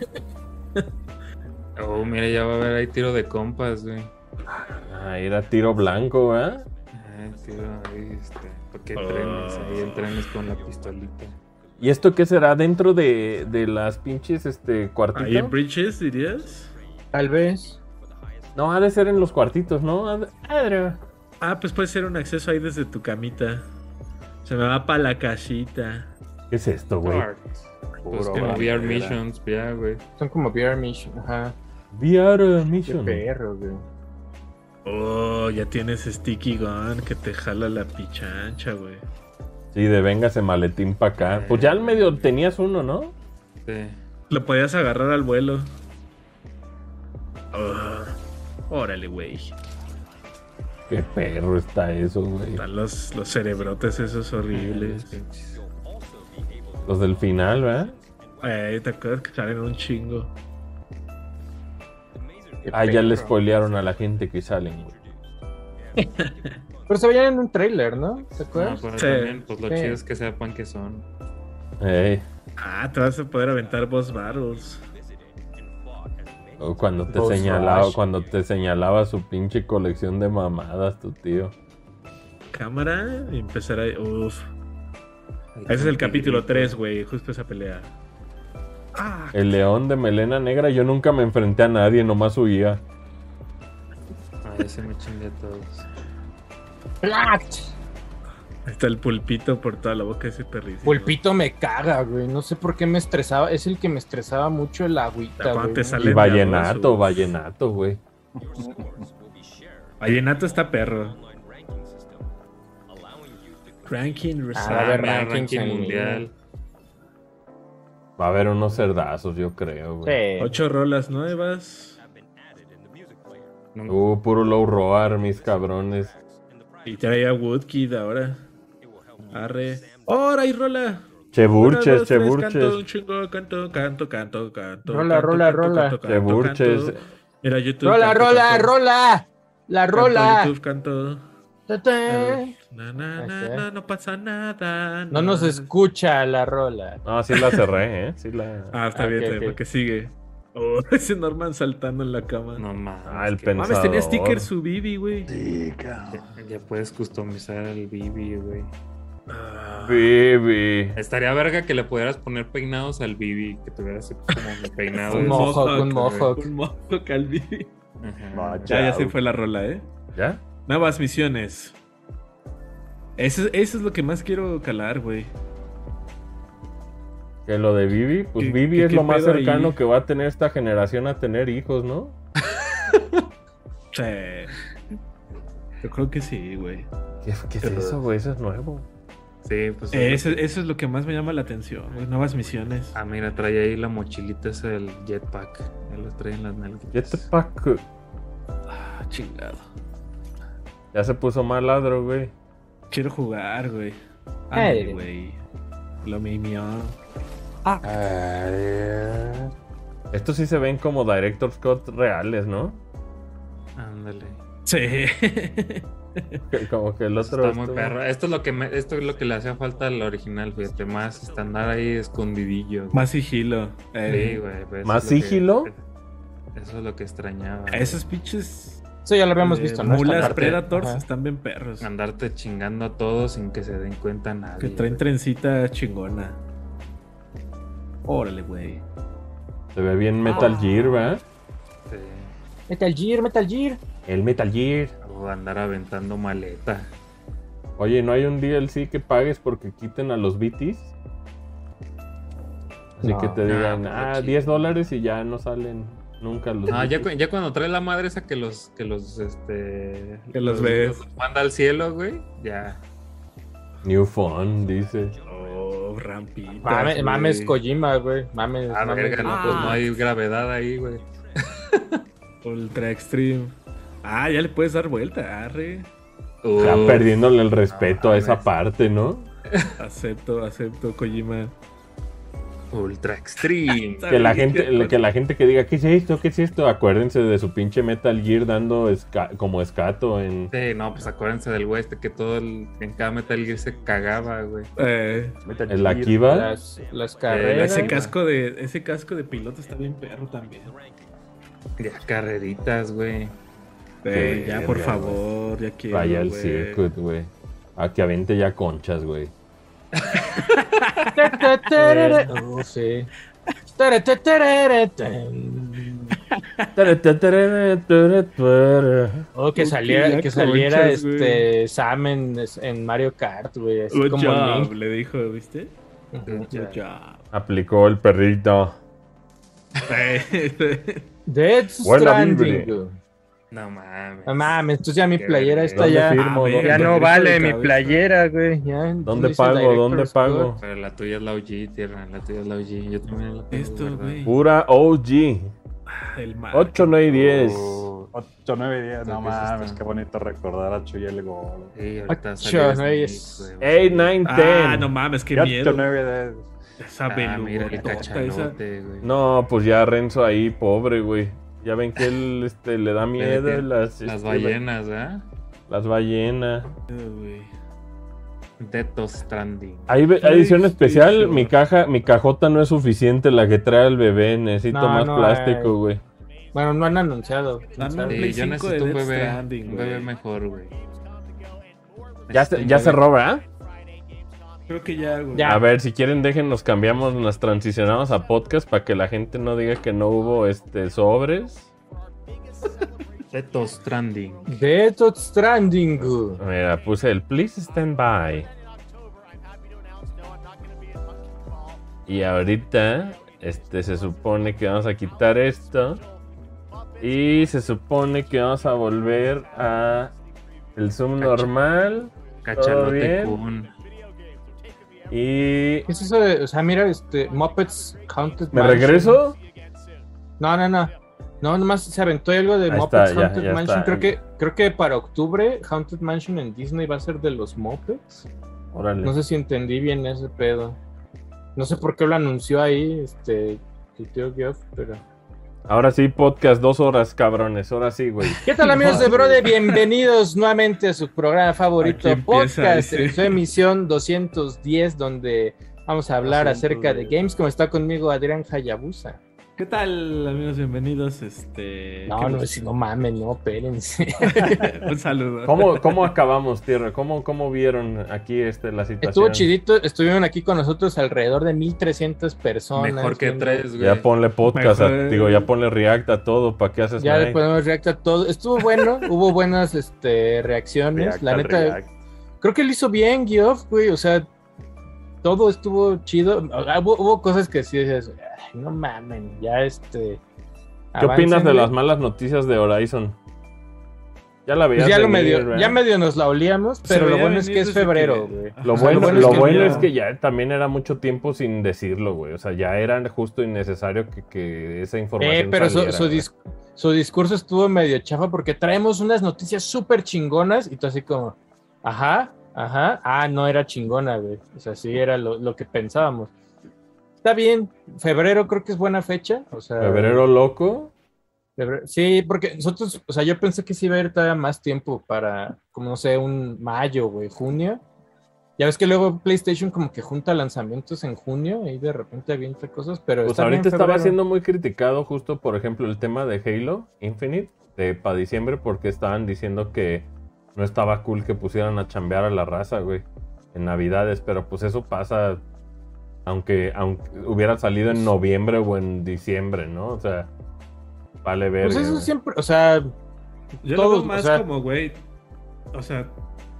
Speaker 5: Oh, mira, ya va a haber ahí tiro de compas, güey.
Speaker 1: Ah, era tiro blanco, ¿verdad?
Speaker 5: Ah, tiro ahí, este. Porque trenes, ahí
Speaker 1: Oh.
Speaker 5: el tren es con la pistolita.
Speaker 1: ¿Y esto qué será dentro de, de las pinches este,
Speaker 3: ahí en
Speaker 1: cuartitos?
Speaker 3: Bridges dirías.
Speaker 2: Tal vez.
Speaker 1: No, ha de ser en los cuartitos, ¿no? Ad- Adro.
Speaker 3: Ah, pues puede ser un acceso ahí desde tu camita. Se me va para la casita.
Speaker 1: ¿Qué es esto, güey?
Speaker 5: Art. Pues
Speaker 4: Puro
Speaker 5: como
Speaker 4: bandera.
Speaker 5: VR Missions, ya, güey.
Speaker 2: Son como VR Mission. Ajá.
Speaker 1: VR
Speaker 2: Qué
Speaker 1: Mission.
Speaker 2: perro, güey.
Speaker 3: Oh, ya tienes Sticky Gun que te jala la pichancha, güey.
Speaker 1: Sí, de véngase maletín para acá. Pues ya al medio tenías uno, ¿no?
Speaker 5: Sí.
Speaker 3: Lo podías agarrar al vuelo. Oh, órale, güey.
Speaker 1: Qué perro está eso, güey.
Speaker 3: Están los, los cerebrotes esos horribles.
Speaker 1: Los del final, ¿verdad?
Speaker 3: Eh, ¿Te acuerdas que salen un chingo?
Speaker 2: Qué
Speaker 1: Ah, ya le
Speaker 2: perro.
Speaker 1: spoilearon a la gente que salen, güey.
Speaker 2: Pero se veían en un trailer, ¿no? ¿Te
Speaker 5: No,
Speaker 2: acuerdas?
Speaker 5: pero
Speaker 3: Sí.
Speaker 5: también, pues lo
Speaker 2: Sí.
Speaker 5: chido es que sepan que son.
Speaker 1: Ey,
Speaker 3: Ah, te vas a poder aventar boss battles.
Speaker 1: o cuando te
Speaker 2: Boss
Speaker 1: señalaba,
Speaker 2: Rush.
Speaker 1: cuando te señalaba su pinche colección de mamadas, tu tío.
Speaker 3: Cámara y empezar a... Uf. Ese es el capítulo 3, güey. Justo esa pelea. Ah,
Speaker 1: El león de melena negra, yo nunca me enfrenté a nadie, nomás huía.
Speaker 5: Ah, ya se me chingué a todos. pues.
Speaker 2: ¡Plat!
Speaker 3: ahí está el pulpito por toda la boca de ese perrito.
Speaker 2: Pulpito me caga, güey. No sé por qué me estresaba. Es el que me estresaba mucho el agüita,
Speaker 3: Cuando
Speaker 2: güey.
Speaker 3: te
Speaker 1: Y
Speaker 3: sale-
Speaker 1: vallenato, vallenato, güey.
Speaker 3: Vallenato está perro. Ranking
Speaker 2: Ah, a
Speaker 5: Ah,
Speaker 2: ver,
Speaker 5: mira,
Speaker 2: rankings
Speaker 5: ranking
Speaker 2: en-
Speaker 5: mundial.
Speaker 1: Va a haber unos cerdazos, yo creo, güey.
Speaker 2: Sí.
Speaker 3: Ocho rolas nuevas.
Speaker 5: Nunca-
Speaker 1: Uh, puro low roar, mis cabrones.
Speaker 3: Y trae a Woodkid ahora. Arre. ¡Ahora hay rola! Una,
Speaker 1: Cheburches,
Speaker 3: dos, tres, Canto, un
Speaker 1: cheburches,
Speaker 3: chingo, canto, canto, canto, canto.
Speaker 2: Rola,
Speaker 3: canto,
Speaker 2: rola,
Speaker 3: canto,
Speaker 2: rola.
Speaker 3: canto, canto,
Speaker 1: cheburches.
Speaker 3: canto. Mira, YouTube.
Speaker 2: Rola,
Speaker 3: canto,
Speaker 2: rola,
Speaker 3: canto,
Speaker 2: rola. La
Speaker 3: canto,
Speaker 2: rola.
Speaker 3: YouTube, canto.
Speaker 2: Ta, ta.
Speaker 3: Na, na,
Speaker 2: Ahí
Speaker 3: na,
Speaker 2: está.
Speaker 3: na, no pasa nada.
Speaker 2: No
Speaker 5: Ah.
Speaker 2: nos escucha la rola.
Speaker 1: No, Ah, sí la cerré, ¿eh? Sí la...
Speaker 3: Ah, está
Speaker 2: Ah,
Speaker 3: bien,
Speaker 2: ok,
Speaker 3: está bien,
Speaker 2: ok.
Speaker 3: porque sigue. Oh, ese Norman saltando en la cama.
Speaker 5: No mames.
Speaker 1: Ah, el
Speaker 5: qué
Speaker 1: pen-
Speaker 3: Mames, tenía
Speaker 1: pensador.
Speaker 3: sticker su Bibi, güey.
Speaker 5: Ya- Ya puedes customizar al Bibi, güey.
Speaker 3: Ah,
Speaker 1: Baby.
Speaker 5: Estaría verga que le pudieras poner peinados al Bibi, que tuvieras como mi peinado.
Speaker 2: Un
Speaker 5: de-
Speaker 3: mo-
Speaker 2: mohawk, un
Speaker 5: mohawk,
Speaker 2: mohawk.
Speaker 3: un mojo al Bibi.
Speaker 5: Ajá.
Speaker 4: No,
Speaker 3: Ya, ya
Speaker 4: Chao.
Speaker 3: se fue la rola, ¿eh?
Speaker 1: ¿Ya?
Speaker 3: Nuevas misiones. Eso, eso es lo que más quiero calar, güey.
Speaker 1: Que lo de Vivi, pues
Speaker 3: ¿Qué-
Speaker 1: Vivi
Speaker 3: qué-
Speaker 1: es
Speaker 3: qué
Speaker 1: lo más
Speaker 3: pedo ahí?
Speaker 1: cercano que va a tener esta generación a tener hijos, ¿no?
Speaker 3: Sí. Yo creo que sí, güey.
Speaker 1: ¿Qué, qué es eso, güey? Eso es nuevo.
Speaker 5: Sí, pues.
Speaker 3: Eso, eso es lo que más me llama la atención, güey. Nuevas misiones.
Speaker 5: Ah, mira, trae ahí la mochilita, es el jetpack. Ya lo trae en las nalgas.
Speaker 1: Jetpack.
Speaker 3: Ah, chingado.
Speaker 1: Ya se puso mal ladro, güey.
Speaker 3: Quiero jugar, güey.
Speaker 2: Ey.
Speaker 3: Ay, güey. Lo mío.
Speaker 2: Ah,
Speaker 1: Estos sí se ven como Director's Cut reales, ¿no?
Speaker 5: Ándale.
Speaker 3: Sí.
Speaker 1: Que- Como que el otro. este,
Speaker 5: Está muy
Speaker 1: estuvo-
Speaker 5: perro. Esto es lo que me- esto es lo que le hacía falta al original, fíjate, más este, andar ahí escondidillo. güey.
Speaker 3: Más sigilo.
Speaker 5: Sí,
Speaker 3: Eh,
Speaker 5: güey, pues, eso
Speaker 1: ¿Más
Speaker 5: es lo que-
Speaker 1: sigilo?
Speaker 5: eso es lo que extrañaba.
Speaker 3: a esos pinches
Speaker 2: Eso ya lo habíamos
Speaker 5: Eh,
Speaker 2: visto, ¿no? Esta
Speaker 3: mulas
Speaker 5: aparte-
Speaker 2: parte.
Speaker 3: predators
Speaker 2: Ajá.
Speaker 3: están bien perros.
Speaker 5: güey. Andarte chingando a todos sin que se den cuenta nadie.
Speaker 3: Que traen
Speaker 5: güey.
Speaker 3: trencita chingona. Órale, güey.
Speaker 1: Se ve bien Metal Gear, ¿verdad?
Speaker 5: Sí.
Speaker 2: Metal Gear, Metal Gear.
Speaker 1: El Metal Gear.
Speaker 5: O andar aventando maleta.
Speaker 1: Oye, ¿no hay un DLC que pagues porque quiten a los BTs? Así
Speaker 2: No.
Speaker 1: que te
Speaker 5: Ah,
Speaker 1: digan,
Speaker 5: pues,
Speaker 1: ah,
Speaker 5: chido.
Speaker 1: 10 dólares y ya no salen nunca los
Speaker 5: Ah, ya,
Speaker 1: BTs".
Speaker 5: cu- ya cuando trae la madre esa que los, que los, este...
Speaker 3: Que los ves.
Speaker 5: manda al cielo, güey, ya.
Speaker 1: New Phone, dice.
Speaker 3: Oh, rampita.
Speaker 2: Mame-
Speaker 3: güey.
Speaker 2: mames Kojima, güey. Mames.
Speaker 5: Ah,
Speaker 2: mames.
Speaker 5: verga, no, pues no hay gravedad ahí, güey.
Speaker 3: Ultra Extreme. Ah, ya le puedes dar vuelta, arre.
Speaker 1: Ya
Speaker 5: Uh,
Speaker 1: perdiéndole el respeto a esa
Speaker 5: mames.
Speaker 1: parte, Ah, ¿no?
Speaker 3: Acepto, acepto, Kojima.
Speaker 5: Uh, Ultra Extreme.
Speaker 1: Que pues- la gente, que la gente que diga, ¿qué es esto? ¿Qué es esto? Acuérdense de su pinche Metal Gear dando esca- como escato en
Speaker 5: Sí, no, pues acuérdense del güey este que todo el- en cada Metal Gear se cagaba, güey.
Speaker 3: Eh,
Speaker 1: en la Kiva.
Speaker 2: Las, las
Speaker 5: Eh,
Speaker 2: carreras.
Speaker 5: ese
Speaker 3: ese casco de ese casco de piloto está bien perro también.
Speaker 5: Ya carreritas, güey.
Speaker 3: Eh, ya, por
Speaker 1: verga,
Speaker 3: favor, ya quiero.
Speaker 1: Vaya el
Speaker 3: güey.
Speaker 1: circuit, güey. A que avente ya conchas, güey. Eh,
Speaker 2: Oh, sí. O que
Speaker 3: Ok,
Speaker 2: saliera,
Speaker 3: ya
Speaker 2: que saliera
Speaker 3: conchas, güey.
Speaker 2: este Sam en, en Mario Kart, güey. Así
Speaker 3: Good
Speaker 2: como
Speaker 3: job,
Speaker 2: Link.
Speaker 3: le dijo, ¿viste?
Speaker 2: Ujú.
Speaker 3: Good job.
Speaker 1: Aplicó el perrito.
Speaker 3: Eh,
Speaker 2: Death
Speaker 1: Buena
Speaker 2: Stranding.
Speaker 1: libre.
Speaker 2: güey.
Speaker 5: No mames.
Speaker 2: No mames, entonces ya mi
Speaker 5: Qué
Speaker 2: playera
Speaker 5: verga.
Speaker 2: está
Speaker 1: ¿Dónde
Speaker 2: ya.
Speaker 1: firmo?
Speaker 3: Ah,
Speaker 1: ¿Dónde,
Speaker 3: verga. Cabeza.
Speaker 2: playera, güey. ya,
Speaker 1: dónde
Speaker 2: dice
Speaker 1: pago? ¿Dónde
Speaker 2: Director's
Speaker 1: pago?
Speaker 5: Pero la tuya es la OG, tierra. La tuya es la OG. Yo también la tengo,
Speaker 3: Esto,
Speaker 5: ¿verdad?
Speaker 3: güey.
Speaker 1: Pura OG.
Speaker 3: El mal.
Speaker 1: 8, 9 y 10.
Speaker 5: Oh,
Speaker 4: 8, 9, 10. No
Speaker 5: ¿Qué es esto?
Speaker 4: mames, qué bonito recordar a Chuy el gol.
Speaker 5: sí, ahorita
Speaker 2: Ocho,
Speaker 5: salió
Speaker 2: nueve,
Speaker 5: Sneak, güey.
Speaker 1: 8, 9, 10.
Speaker 3: Ah, no mames, qué
Speaker 4: 8,
Speaker 3: miedo.
Speaker 4: 9, 10.
Speaker 3: Esa
Speaker 5: Ah, mira el
Speaker 3: belugotota, esa.
Speaker 5: cachalote, güey.
Speaker 1: No, pues ya Renzo ahí, pobre, güey. Ya ven que él este, le da miedo
Speaker 5: que-
Speaker 1: las,
Speaker 5: Las
Speaker 1: este,
Speaker 5: ballenas, ¿ah?
Speaker 1: Las ballenas.
Speaker 3: güey.
Speaker 5: Death Stranding.
Speaker 1: Hay ve- hay edición
Speaker 3: Sí,
Speaker 1: especial,
Speaker 3: sí,
Speaker 1: mi
Speaker 3: sí.
Speaker 1: caja, mi cajota no es suficiente la que trae el bebé, necesito
Speaker 2: No,
Speaker 1: más
Speaker 2: no
Speaker 1: plástico,
Speaker 2: hay.
Speaker 1: güey.
Speaker 2: Good. Bueno, no han anunciado. quién
Speaker 3: Dame
Speaker 2: sabe.
Speaker 3: un
Speaker 5: Sí,
Speaker 3: Play
Speaker 5: yo
Speaker 3: 5
Speaker 5: necesito
Speaker 3: de
Speaker 5: un
Speaker 3: Death
Speaker 5: bebé,
Speaker 3: Stranding,
Speaker 5: un bebé
Speaker 3: güey.
Speaker 5: mejor, güey.
Speaker 1: Ya, se-
Speaker 5: Necesito un
Speaker 1: ya
Speaker 5: bebé.
Speaker 1: cerró, ¿verdad?
Speaker 3: Creo que ya, güey.
Speaker 2: Ya.
Speaker 1: A ver, si quieren dejen, nos cambiamos, nos transicionamos a podcast para que la gente no diga que no hubo este sobres.
Speaker 5: Death Stranding.
Speaker 2: Death Stranding. güey.
Speaker 1: Mira, puse el please stand by. Y ahorita, este, se supone que vamos a quitar esto. Y se supone que vamos a volver a el zoom
Speaker 5: Cacha-
Speaker 1: normal.
Speaker 5: Cachalote
Speaker 1: bien?
Speaker 5: Kun.
Speaker 1: Y...
Speaker 2: ¿Qué es eso de.? O sea, mira, este. Muppets Counted
Speaker 1: ¿Me
Speaker 2: Mansion.
Speaker 1: regreso?
Speaker 2: No, no, no. No, nomás se aventó algo de
Speaker 1: Ahí
Speaker 2: Muppets
Speaker 1: está, ya,
Speaker 2: Haunted
Speaker 1: ya
Speaker 2: Mansion.
Speaker 1: está.
Speaker 2: Creo que, creo que para octubre Haunted Mansion en Disney va a ser de los Muppets.
Speaker 1: Órale.
Speaker 2: No sé si entendí bien ese pedo. No sé por qué lo anunció ahí, este, tu tío Geoff, pero.
Speaker 1: Ahora sí, podcast, dos horas, cabrones. Ahora sí, güey.
Speaker 2: ¿Qué tal amigos de Brode? Bienvenidos nuevamente a su programa favorito,
Speaker 3: Aquí empieza,
Speaker 2: Podcast,
Speaker 3: dice.
Speaker 2: en su emisión 210, donde vamos a hablar acerca de games, como está conmigo Adrián Hayabusa.
Speaker 3: ¿Qué tal, amigos? Bienvenidos.
Speaker 1: Eh,
Speaker 3: Este. ¿qué
Speaker 2: No, no,
Speaker 3: más?
Speaker 2: si no mames, no, espérense.
Speaker 3: un saludo.
Speaker 1: ¿Cómo, cómo acabamos, Tierra? ¿Cómo, ¿Cómo vieron aquí este, la situación?
Speaker 2: Estuvo chidito, estuvieron aquí con nosotros alrededor de 1300 personas.
Speaker 5: Mejor que
Speaker 2: viendo-
Speaker 5: tres, güey.
Speaker 1: Ya ponle podcast,
Speaker 3: Mejor.
Speaker 1: a- digo, ya ponle react a todo, ¿para qué haces
Speaker 2: Ya
Speaker 1: nada?
Speaker 2: le ponemos react a todo. Estuvo bueno, hubo buenas este, reacciones.
Speaker 4: React
Speaker 2: La
Speaker 4: al
Speaker 2: neta,
Speaker 4: react.
Speaker 2: creo que lo hizo bien, Geoff, güey. O sea, todo estuvo chido. Ah, Hubo, hubo cosas que sí decías, "Ay, no mamen, ya este.
Speaker 1: ¿Qué opinas de
Speaker 2: aváncenle".
Speaker 1: las malas noticias de Horizon? Ya ¿eh? la veías
Speaker 2: Pues ya lo
Speaker 1: venir,
Speaker 2: medio,
Speaker 1: ¿verdad?
Speaker 2: ya medio nos la olíamos,
Speaker 3: Se
Speaker 2: pero lo
Speaker 3: veía
Speaker 2: bueno es que
Speaker 3: venir
Speaker 2: es
Speaker 3: desde
Speaker 2: febrero,
Speaker 3: que-
Speaker 2: güey.
Speaker 1: Lo
Speaker 2: O sea,
Speaker 1: bueno, lo
Speaker 2: ya-
Speaker 1: bueno es que ya también era mucho tiempo sin decirlo, güey. O sea, ya era justo y necesario que, que esa información.
Speaker 2: Eh, pero su,
Speaker 1: saliera,
Speaker 2: su,
Speaker 1: güey.
Speaker 2: dis- su discurso estuvo medio chafa porque traemos unas noticias súper chingonas y tú así como, ajá, ajá, ah, no era chingona, güey. O sea, sí era lo, lo que pensábamos. está bien. Febrero creo que es buena fecha. O sea,
Speaker 1: Febrero loco.
Speaker 2: febrero- sí, porque nosotros, o sea, yo pensé que sí iba a haber todavía más tiempo para, como no sé, un mayo, güey, junio. Ya ves que luego PlayStation como que junta lanzamientos en junio y de repente avienta cosas, pero...
Speaker 1: Pues
Speaker 2: está bien
Speaker 1: ahorita estaba
Speaker 2: febrero.
Speaker 1: siendo muy criticado justo, por ejemplo, el tema de Halo Infinite de para diciembre porque estaban diciendo que no estaba cool que pusieran a chambear a la raza, güey, en Navidades, pero pues eso pasa aunque aunque hubiera salido
Speaker 2: Pues
Speaker 1: en noviembre o en diciembre, ¿no? O sea, vale ver.
Speaker 2: Pues eso siempre, o sea,
Speaker 3: Yo
Speaker 2: Todos,
Speaker 3: lo veo más
Speaker 2: o sea-
Speaker 3: como, güey. O sea,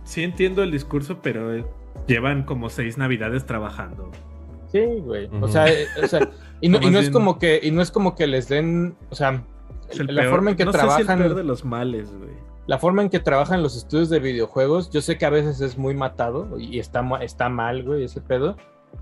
Speaker 3: sí entiendo el discurso, pero eh, llevan como seis navidades trabajando.
Speaker 2: Sí, güey.
Speaker 1: Ujú.
Speaker 2: O sea, eh, o sea, y no,
Speaker 3: Nomás
Speaker 2: y no es
Speaker 3: bien.
Speaker 2: como que, y no es como que les den, o sea,
Speaker 3: Es el
Speaker 2: la
Speaker 3: peor-
Speaker 2: forma en que
Speaker 3: no sé si
Speaker 2: trabajan,
Speaker 3: el peor de los males, güey.
Speaker 2: la forma en que trabajan los estudios de videojuegos, yo sé que a veces es muy matado y está, ma- está mal, güey, ese pedo.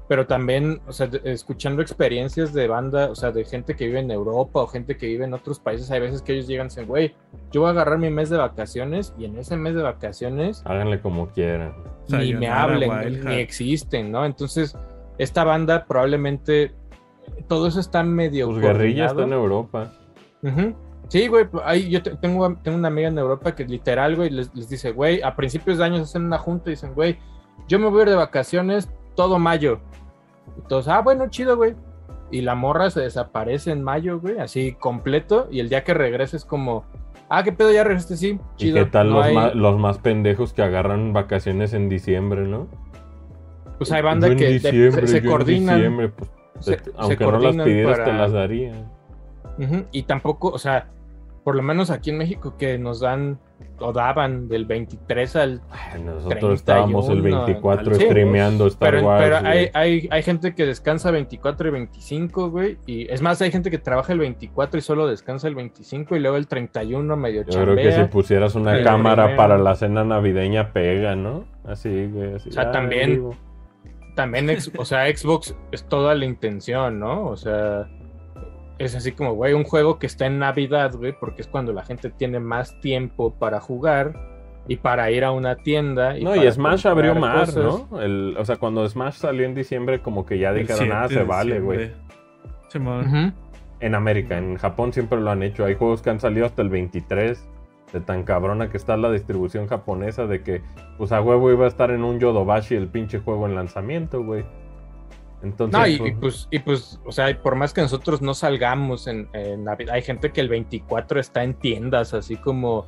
Speaker 2: Pero también, o sea, de- escuchando experiencias de banda, o sea, de gente que vive en Europa o gente que vive en otros países, hay veces que ellos llegan y dicen, güey, yo voy a agarrar mi mes de vacaciones y en ese mes de vacaciones
Speaker 1: Háganle como quieran.
Speaker 2: ni me
Speaker 3: Sayonara,
Speaker 2: hablen,
Speaker 3: Wild
Speaker 2: ni
Speaker 3: Heart.
Speaker 2: existen, ¿no? Entonces, esta banda probablemente todo eso está medio.
Speaker 1: Pues guerrilla está en
Speaker 2: coordinado.
Speaker 1: Europa.
Speaker 2: Ujú. Sí, güey, pues, ahí yo te- tengo, tengo una amiga en Europa que literal, güey, les, les dice, güey, a principios de años hacen una junta y dicen, güey, yo me voy a ir de vacaciones todo mayo. Entonces, ah, bueno, chido, güey. Y la morra se desaparece en mayo, güey, así completo. Y el día que regresa es como, ah, qué pedo, ya regresaste, sí, chido.
Speaker 1: ¿Y qué tal
Speaker 2: no
Speaker 1: los,
Speaker 2: hay-
Speaker 1: ma- los más pendejos que agarran vacaciones en diciembre, no?
Speaker 2: Pues hay banda
Speaker 1: Yo en
Speaker 2: que de-
Speaker 1: diciembre,
Speaker 2: se, se
Speaker 1: yo en
Speaker 2: coordinan.
Speaker 1: diciembre, pues,
Speaker 2: se-
Speaker 1: te-
Speaker 2: se
Speaker 1: aunque no las
Speaker 2: coordinan
Speaker 1: pidieras, te
Speaker 2: para-
Speaker 1: las daría.
Speaker 2: Ujú, Y tampoco, o sea, por lo menos aquí en México que nos dan o daban del 23 al...
Speaker 1: Ay, nosotros
Speaker 2: 31,
Speaker 1: estábamos el 24
Speaker 2: sí,
Speaker 1: streameando Star
Speaker 2: Pero,
Speaker 1: Wars.
Speaker 2: pero
Speaker 1: güey.
Speaker 2: hay, hay, hay gente que descansa 24 y 25, güey. Y es más, hay gente que trabaja el 24 y solo descansa el 25 y luego el 31 medio
Speaker 1: Yo creo que
Speaker 2: chambea.
Speaker 1: si pusieras una
Speaker 2: el
Speaker 1: cámara
Speaker 2: primero.
Speaker 1: para la cena navideña pega, ¿no? Así, güey. así,
Speaker 2: O sea,
Speaker 1: ah,
Speaker 2: también.
Speaker 1: vivo.
Speaker 2: También, ex- o sea, Xbox es toda la intención, ¿no? O sea, es así como, güey, un juego que está en Navidad, güey, porque es cuando la gente tiene más tiempo para jugar y para ir a una tienda.
Speaker 1: No, y
Speaker 2: para
Speaker 1: Smash abrió
Speaker 2: comprar
Speaker 1: más,
Speaker 2: cosas.
Speaker 1: ¿no? El- o sea, cuando Smash salió en diciembre, como que ya
Speaker 3: El
Speaker 1: dijeron, nada,
Speaker 3: 7
Speaker 1: se
Speaker 3: de
Speaker 1: vale, güey.
Speaker 3: diciembre. Simón.
Speaker 2: Ujú.
Speaker 1: En América, en Japón siempre lo han hecho. Hay juegos que han salido hasta el 23. De tan cabrona que está la distribución japonesa de que, pues a huevo iba a estar en un Yodobashi el pinche juego en lanzamiento, güey. Entonces,
Speaker 2: No, y, y
Speaker 1: pues,
Speaker 2: pues, y pues, o sea, por más que nosotros no salgamos en, en Navidad, hay gente que el 24 está en tiendas, así como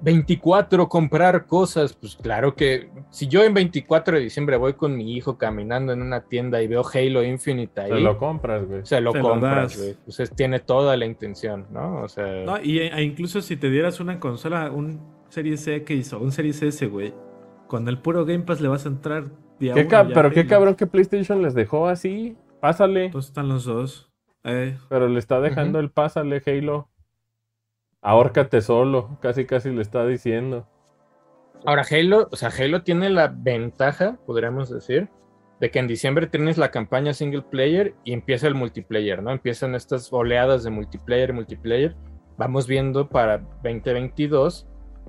Speaker 2: 24 comprar cosas, pues claro que si yo en 24 de diciembre voy con mi hijo caminando en una tienda y veo Halo Infinite ahí,
Speaker 1: te lo compras, güey.
Speaker 2: se lo
Speaker 3: Se lo
Speaker 2: compras,
Speaker 3: das.
Speaker 2: güey. Pues tiene toda la intención, ¿no? O sea,
Speaker 3: No, y e- e incluso si te dieras una consola, un Series X o un Series S, güey, con el puro Game Pass le vas a entrar. día
Speaker 1: Qué
Speaker 3: uno
Speaker 1: cab-
Speaker 3: ya,
Speaker 1: pero qué
Speaker 3: güey.
Speaker 1: cabrón que PlayStation les dejó así. Pásale.
Speaker 2: Pues,
Speaker 3: Entonces están los dos. Eh,
Speaker 1: pero le está dejando el pásale, Halo. Ahórcate solo. Casi, casi le está diciendo.
Speaker 2: ahora Halo, o sea, Halo tiene la ventaja, podríamos decir, de que en diciembre tienes la campaña single player y empieza el multiplayer, ¿no? Empiezan estas oleadas de multiplayer, multiplayer. Vamos viendo para 2022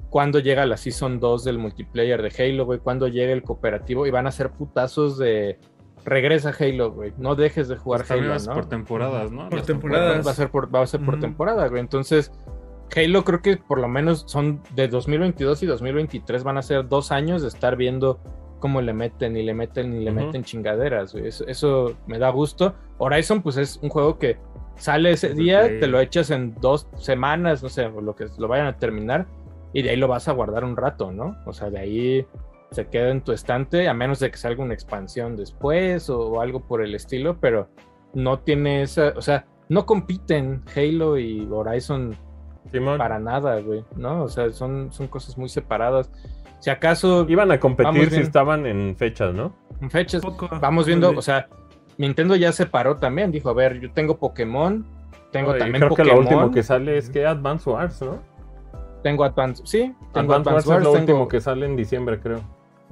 Speaker 2: cuándo llega la Season 2 del multiplayer de Halo, güey, cuándo llega el cooperativo y van a ser putazos de regresa Halo, güey, no dejes de jugar
Speaker 5: Pues también
Speaker 2: Halo,
Speaker 5: es
Speaker 2: ¿no?
Speaker 5: por temporadas, ¿no?
Speaker 3: Por
Speaker 5: Las
Speaker 3: temporadas.
Speaker 2: Va a ser por, va a ser por
Speaker 3: Ujú.
Speaker 2: temporada, güey. Entonces, Halo creo que por lo menos son de 2022 y 2023 van a ser dos años de estar viendo cómo le meten y le meten y le
Speaker 1: Ujú.
Speaker 2: meten chingaderas, güey. Eso, eso me da gusto. Horizon, pues es un juego que sale ese
Speaker 5: Es
Speaker 2: día,
Speaker 5: multiplayer.
Speaker 2: te lo echas en dos semanas, no sé, o lo que lo vayan a terminar, y de ahí lo vas a guardar un rato, ¿no? O sea, de ahí se queda en tu estante, a menos de que salga una expansión después o, o algo por el estilo, pero no tiene esa, o sea, no compiten Halo y Horizon
Speaker 1: Simón.
Speaker 2: para nada, güey, ¿no? O sea, son, son cosas muy separadas. Si acaso
Speaker 1: Iban a
Speaker 2: Vamos
Speaker 1: competir si
Speaker 2: bien.
Speaker 1: estaban en fechas, ¿no?
Speaker 2: en fechas,
Speaker 3: poco.
Speaker 1: Ah,
Speaker 2: vamos viendo,
Speaker 3: Ándale.
Speaker 2: o sea, Nintendo ya se paró también, dijo, a ver, yo tengo Pokémon, tengo
Speaker 1: Y
Speaker 2: también
Speaker 1: creo
Speaker 2: Pokémon,
Speaker 1: que lo último que sale es que Advance Wars, ¿no?
Speaker 2: tengo Advance, sí, tengo
Speaker 1: Advance
Speaker 2: Advance,
Speaker 1: Wars es lo
Speaker 2: Wars, tengo-
Speaker 1: último que sale en diciembre, creo.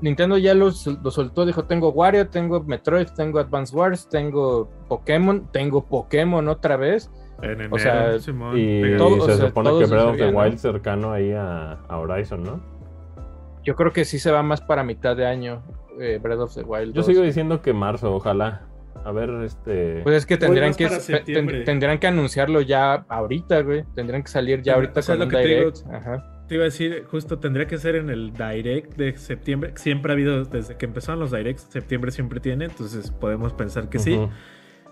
Speaker 2: Nintendo ya lo, sol- lo soltó, dijo, tengo Wario, tengo Metroid, tengo Advance Wars, tengo Pokémon, tengo Pokémon otra vez,
Speaker 3: En enero,
Speaker 2: o sea,
Speaker 3: Simón,
Speaker 1: Y
Speaker 3: pegado.
Speaker 2: todo- o
Speaker 1: se
Speaker 2: sea,
Speaker 1: supone
Speaker 2: todo
Speaker 1: que
Speaker 2: se
Speaker 1: Breath of the
Speaker 2: sabía, ¿no?
Speaker 1: Wild cercano ahí a, a Horizon, ¿no?
Speaker 2: Yo creo que sí se va más para mitad de año, eh, Breath of the Wild.
Speaker 1: Yo
Speaker 2: 2.
Speaker 1: sigo diciendo que marzo, ojalá. A ver, este.
Speaker 2: Pues es que tendrían
Speaker 3: más
Speaker 2: que,
Speaker 3: para
Speaker 2: pe- ten-
Speaker 3: septiembre.
Speaker 2: tendríán que anunciarlo ya ahorita, güey. Tendrían que salir ya
Speaker 3: Ah,
Speaker 2: ahorita
Speaker 3: o sea,
Speaker 2: con
Speaker 3: lo
Speaker 2: un
Speaker 3: que te digo.
Speaker 2: direct. Ajá.
Speaker 3: Te iba a decir, justo tendría que ser en el direct de septiembre. Siempre ha habido, desde que empezaron los directs, septiembre siempre tiene, entonces podemos pensar que sí.
Speaker 1: Ujú.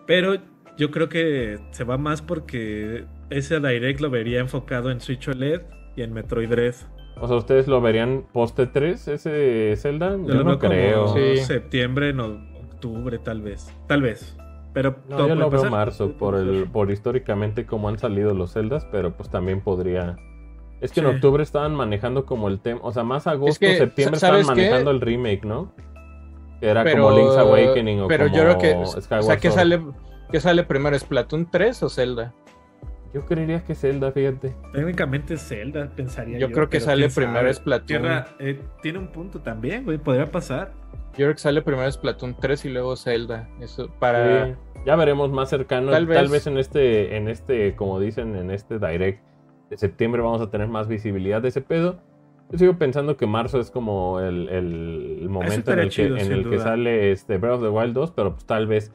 Speaker 3: Pero yo creo que se va más porque ese direct lo vería enfocado en Switch OLED y en Metroid Dread.
Speaker 1: O sea, ¿ustedes lo verían poste 3 ese Zelda? Yo,
Speaker 3: Yo lo
Speaker 1: no
Speaker 3: veo como
Speaker 1: creo.
Speaker 2: Sí.
Speaker 3: septiembre, no, octubre, tal vez. Tal vez. Pero
Speaker 1: No,
Speaker 3: todo
Speaker 1: yo
Speaker 3: puede
Speaker 1: lo veo
Speaker 3: pasar.
Speaker 1: marzo por el por históricamente cómo han salido los celdas, pero pues también podría es que en
Speaker 3: Sí.
Speaker 1: octubre estaban manejando como el tema, o sea, más agosto,
Speaker 2: que,
Speaker 1: septiembre
Speaker 2: sa- ¿sabes
Speaker 1: estaban
Speaker 2: qué?
Speaker 1: manejando el remake, ¿no? Que Era
Speaker 2: Pero,
Speaker 1: como Link's Awakening o
Speaker 2: pero
Speaker 1: como
Speaker 2: yo creo que. o
Speaker 1: Skyward
Speaker 2: sea, ¿qué
Speaker 1: Sword.
Speaker 2: sale, ¿qué sale primero? ¿Splatoon 3 o Zelda?
Speaker 1: Yo creería que Zelda, fíjate.
Speaker 3: Técnicamente Zelda, pensaría yo.
Speaker 2: Yo creo que
Speaker 3: pero
Speaker 2: sale
Speaker 3: quién sabe.
Speaker 2: primero Splatoon.
Speaker 3: Tierra eh, tiene un punto también, güey. Podría pasar.
Speaker 2: Yo creo que sale primero Splatoon 3 y luego Zelda. Eso para.
Speaker 1: Sí, ya veremos más cercano,
Speaker 2: Tal
Speaker 1: tal,
Speaker 2: vez.
Speaker 1: vez. en este en este como dicen en este direct de septiembre vamos a tener más visibilidad de ese pedo. Yo sigo pensando que marzo es como el, el momento en
Speaker 3: estaría
Speaker 1: el,
Speaker 3: chido,
Speaker 1: que, en
Speaker 3: sin
Speaker 1: el que
Speaker 3: duda.
Speaker 1: sale este Breath of the Wild 2, pero pues tal vez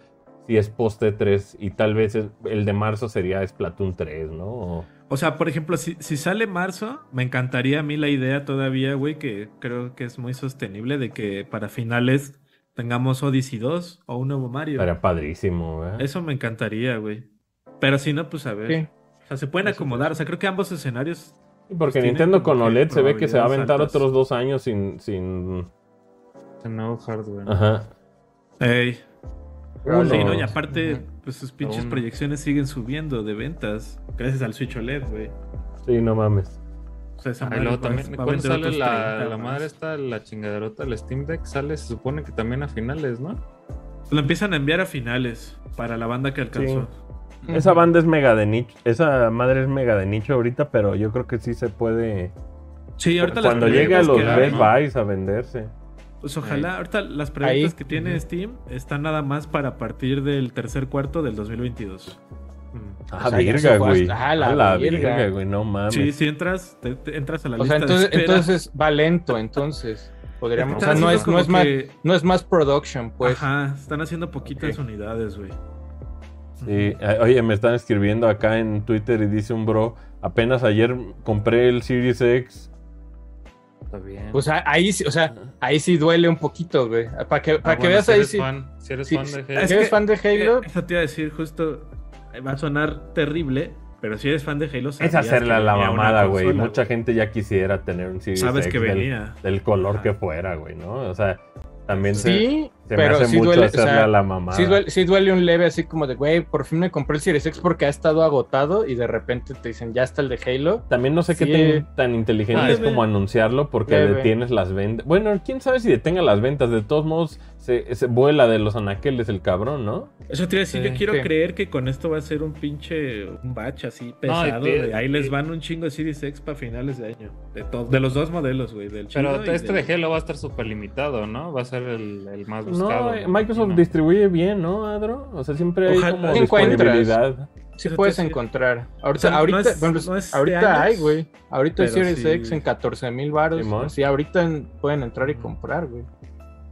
Speaker 1: si es poste 3 y tal vez es- el de marzo sería Splatoon 3, ¿no? O-
Speaker 3: O sea, por ejemplo, si, si sale marzo, me encantaría a mí la idea todavía, güey, que creo que es muy sostenible de que para finales tengamos Odyssey 2 o un nuevo Mario.
Speaker 1: Estaría padrísimo, ¿verdad?
Speaker 3: Eso me encantaría, güey. Pero si no, pues a ver.
Speaker 2: Sí.
Speaker 3: O sea, se pueden acomodar. O sea, creo que ambos escenarios.
Speaker 1: Sí, Porque
Speaker 3: pues tiene
Speaker 1: Nintendo
Speaker 3: como
Speaker 1: con
Speaker 3: que
Speaker 1: OLED se ve que se va a aventar
Speaker 3: probabilidades altas.
Speaker 1: otros dos años sin... sin...
Speaker 5: No hardware.
Speaker 1: Ajá.
Speaker 3: Ey.
Speaker 1: Uno.
Speaker 3: Sí, ¿no? Y aparte,
Speaker 5: Ujú.
Speaker 3: pues sus pinches
Speaker 5: Uno.
Speaker 3: proyecciones siguen subiendo de ventas. Gracias al Switch OLED, güey.
Speaker 1: Sí, no mames.
Speaker 3: O sea, esa
Speaker 5: Ah, y
Speaker 3: madre
Speaker 5: luego
Speaker 3: va-
Speaker 5: también,
Speaker 3: va a
Speaker 5: ¿cuándo
Speaker 3: vender
Speaker 5: sale
Speaker 3: otros
Speaker 5: la,
Speaker 3: 30
Speaker 5: la
Speaker 3: más.
Speaker 5: madre esta, la chingaderota, el Steam Deck? Sale, se supone que también a finales, ¿no?
Speaker 3: Lo empiezan a enviar a finales para la banda que alcanzó.
Speaker 1: Esa banda es mega de nicho. Esa madre es mega de nicho ahorita, pero yo creo que sí se puede.
Speaker 3: Sí, ahorita las
Speaker 1: Cuando llegue a
Speaker 3: preventas
Speaker 1: los
Speaker 3: que dan,
Speaker 1: Best
Speaker 5: ¿no?
Speaker 1: Buys a venderse.
Speaker 3: Pues ojalá, ahorita las preventas
Speaker 2: Ahí.
Speaker 3: que tiene
Speaker 2: Ujú.
Speaker 3: Steam están nada más para partir del tercer cuarto del 2022. Mm,
Speaker 1: Ah,
Speaker 2: sea, ya
Speaker 1: virga,
Speaker 2: se fue
Speaker 1: güey.
Speaker 2: hasta- ah,
Speaker 1: Ah,
Speaker 2: la
Speaker 1: la,
Speaker 2: virga.
Speaker 1: virga. güey. No mames.
Speaker 3: Sí, si entras, te- te entras a la
Speaker 2: O sea,
Speaker 3: lista
Speaker 2: entonces,
Speaker 3: de espera.
Speaker 2: entonces va lento, entonces. Podríamos. O sea,
Speaker 3: Están
Speaker 2: no es,
Speaker 3: haciendo
Speaker 2: no es
Speaker 3: como
Speaker 2: más.
Speaker 3: que-
Speaker 2: No es más production, pues.
Speaker 3: Ajá, están haciendo poquitas
Speaker 2: Ok.
Speaker 3: unidades, güey.
Speaker 1: Sí, eh, Oye, me están escribiendo acá en Twitter y dice un bro. Apenas ayer compré el Series X.
Speaker 5: Está bien.
Speaker 2: Pues a- ahí sí, o sea, ahí sí duele un poquito, güey. Para que,
Speaker 3: Ah,
Speaker 2: para que veas ahí
Speaker 5: Ah, si
Speaker 2: sí.
Speaker 5: eres fan, si eres
Speaker 2: sí,
Speaker 5: fan
Speaker 2: sí,
Speaker 5: de
Speaker 2: si
Speaker 5: Halo.
Speaker 3: Es
Speaker 2: eres
Speaker 3: que-
Speaker 2: fan de Halo,
Speaker 3: Eh, Eso te iba a decir justo, eh, va a sonar terrible, pero si eres fan de Halo,
Speaker 1: Es
Speaker 3: sabías
Speaker 1: hacerla
Speaker 3: que
Speaker 1: la
Speaker 3: venía una
Speaker 1: mamada, güey.
Speaker 3: consola,
Speaker 1: Mucha gente ya quisiera tener un Series
Speaker 3: Sabes
Speaker 1: X
Speaker 3: que
Speaker 1: del,
Speaker 3: venía.
Speaker 1: del color
Speaker 3: Ajá.
Speaker 1: que fuera, güey, ¿no? O sea, también se-
Speaker 2: sí,
Speaker 1: se, me
Speaker 2: pero
Speaker 1: hace
Speaker 2: sí
Speaker 1: mucho
Speaker 2: duele. o sea,
Speaker 1: hacerla la mamada.
Speaker 2: sí, duele, sí duele un leve así como de, güey, por fin me compré el Series X porque ha estado agotado y de repente te dicen, ya está el de Halo.
Speaker 1: También no sé
Speaker 2: Sí.
Speaker 1: qué tan, tan inteligente
Speaker 3: Ah,
Speaker 1: es
Speaker 3: debe.
Speaker 1: como anunciarlo porque
Speaker 2: Debe.
Speaker 1: detienes las ventas. Bueno, quién sabe si detenga las ventas. De todos modos, se, se vuela de los anaqueles el cabrón, ¿no?
Speaker 3: Eso te iba a decir,
Speaker 2: Sí,
Speaker 3: yo quiero
Speaker 2: sí.
Speaker 3: creer que con esto va a ser un pinche un batch así pesado.
Speaker 5: y-
Speaker 3: de ahí les van un chingo de Series X para finales de año. De, to- de los dos modelos, güey. Del
Speaker 5: Pero
Speaker 3: chino y
Speaker 5: este
Speaker 3: del-
Speaker 5: de Halo va a estar súper limitado, ¿no? Va a ser el, el más buscado.
Speaker 1: No, eh,
Speaker 5: me
Speaker 1: Microsoft
Speaker 5: imagino.
Speaker 1: distribuye bien, ¿no, Adro? O sea, siempre hay
Speaker 3: Ojalá-
Speaker 1: como
Speaker 2: ¿Qué encuentras?
Speaker 1: disponibilidad.
Speaker 2: Sí
Speaker 3: Eso
Speaker 2: puedes
Speaker 3: te iba a decir.
Speaker 2: encontrar.
Speaker 3: O
Speaker 2: Ahorita,
Speaker 3: sea, no
Speaker 2: ahorita,
Speaker 3: es-
Speaker 2: por ejemplo,
Speaker 3: no es de
Speaker 2: ahorita
Speaker 3: años,
Speaker 2: hay, güey. Ahorita el
Speaker 3: pero
Speaker 2: Series
Speaker 3: sí.
Speaker 2: X en 14 mil baros.
Speaker 1: Simón.
Speaker 2: Sí, ahorita en- pueden entrar y comprar, güey.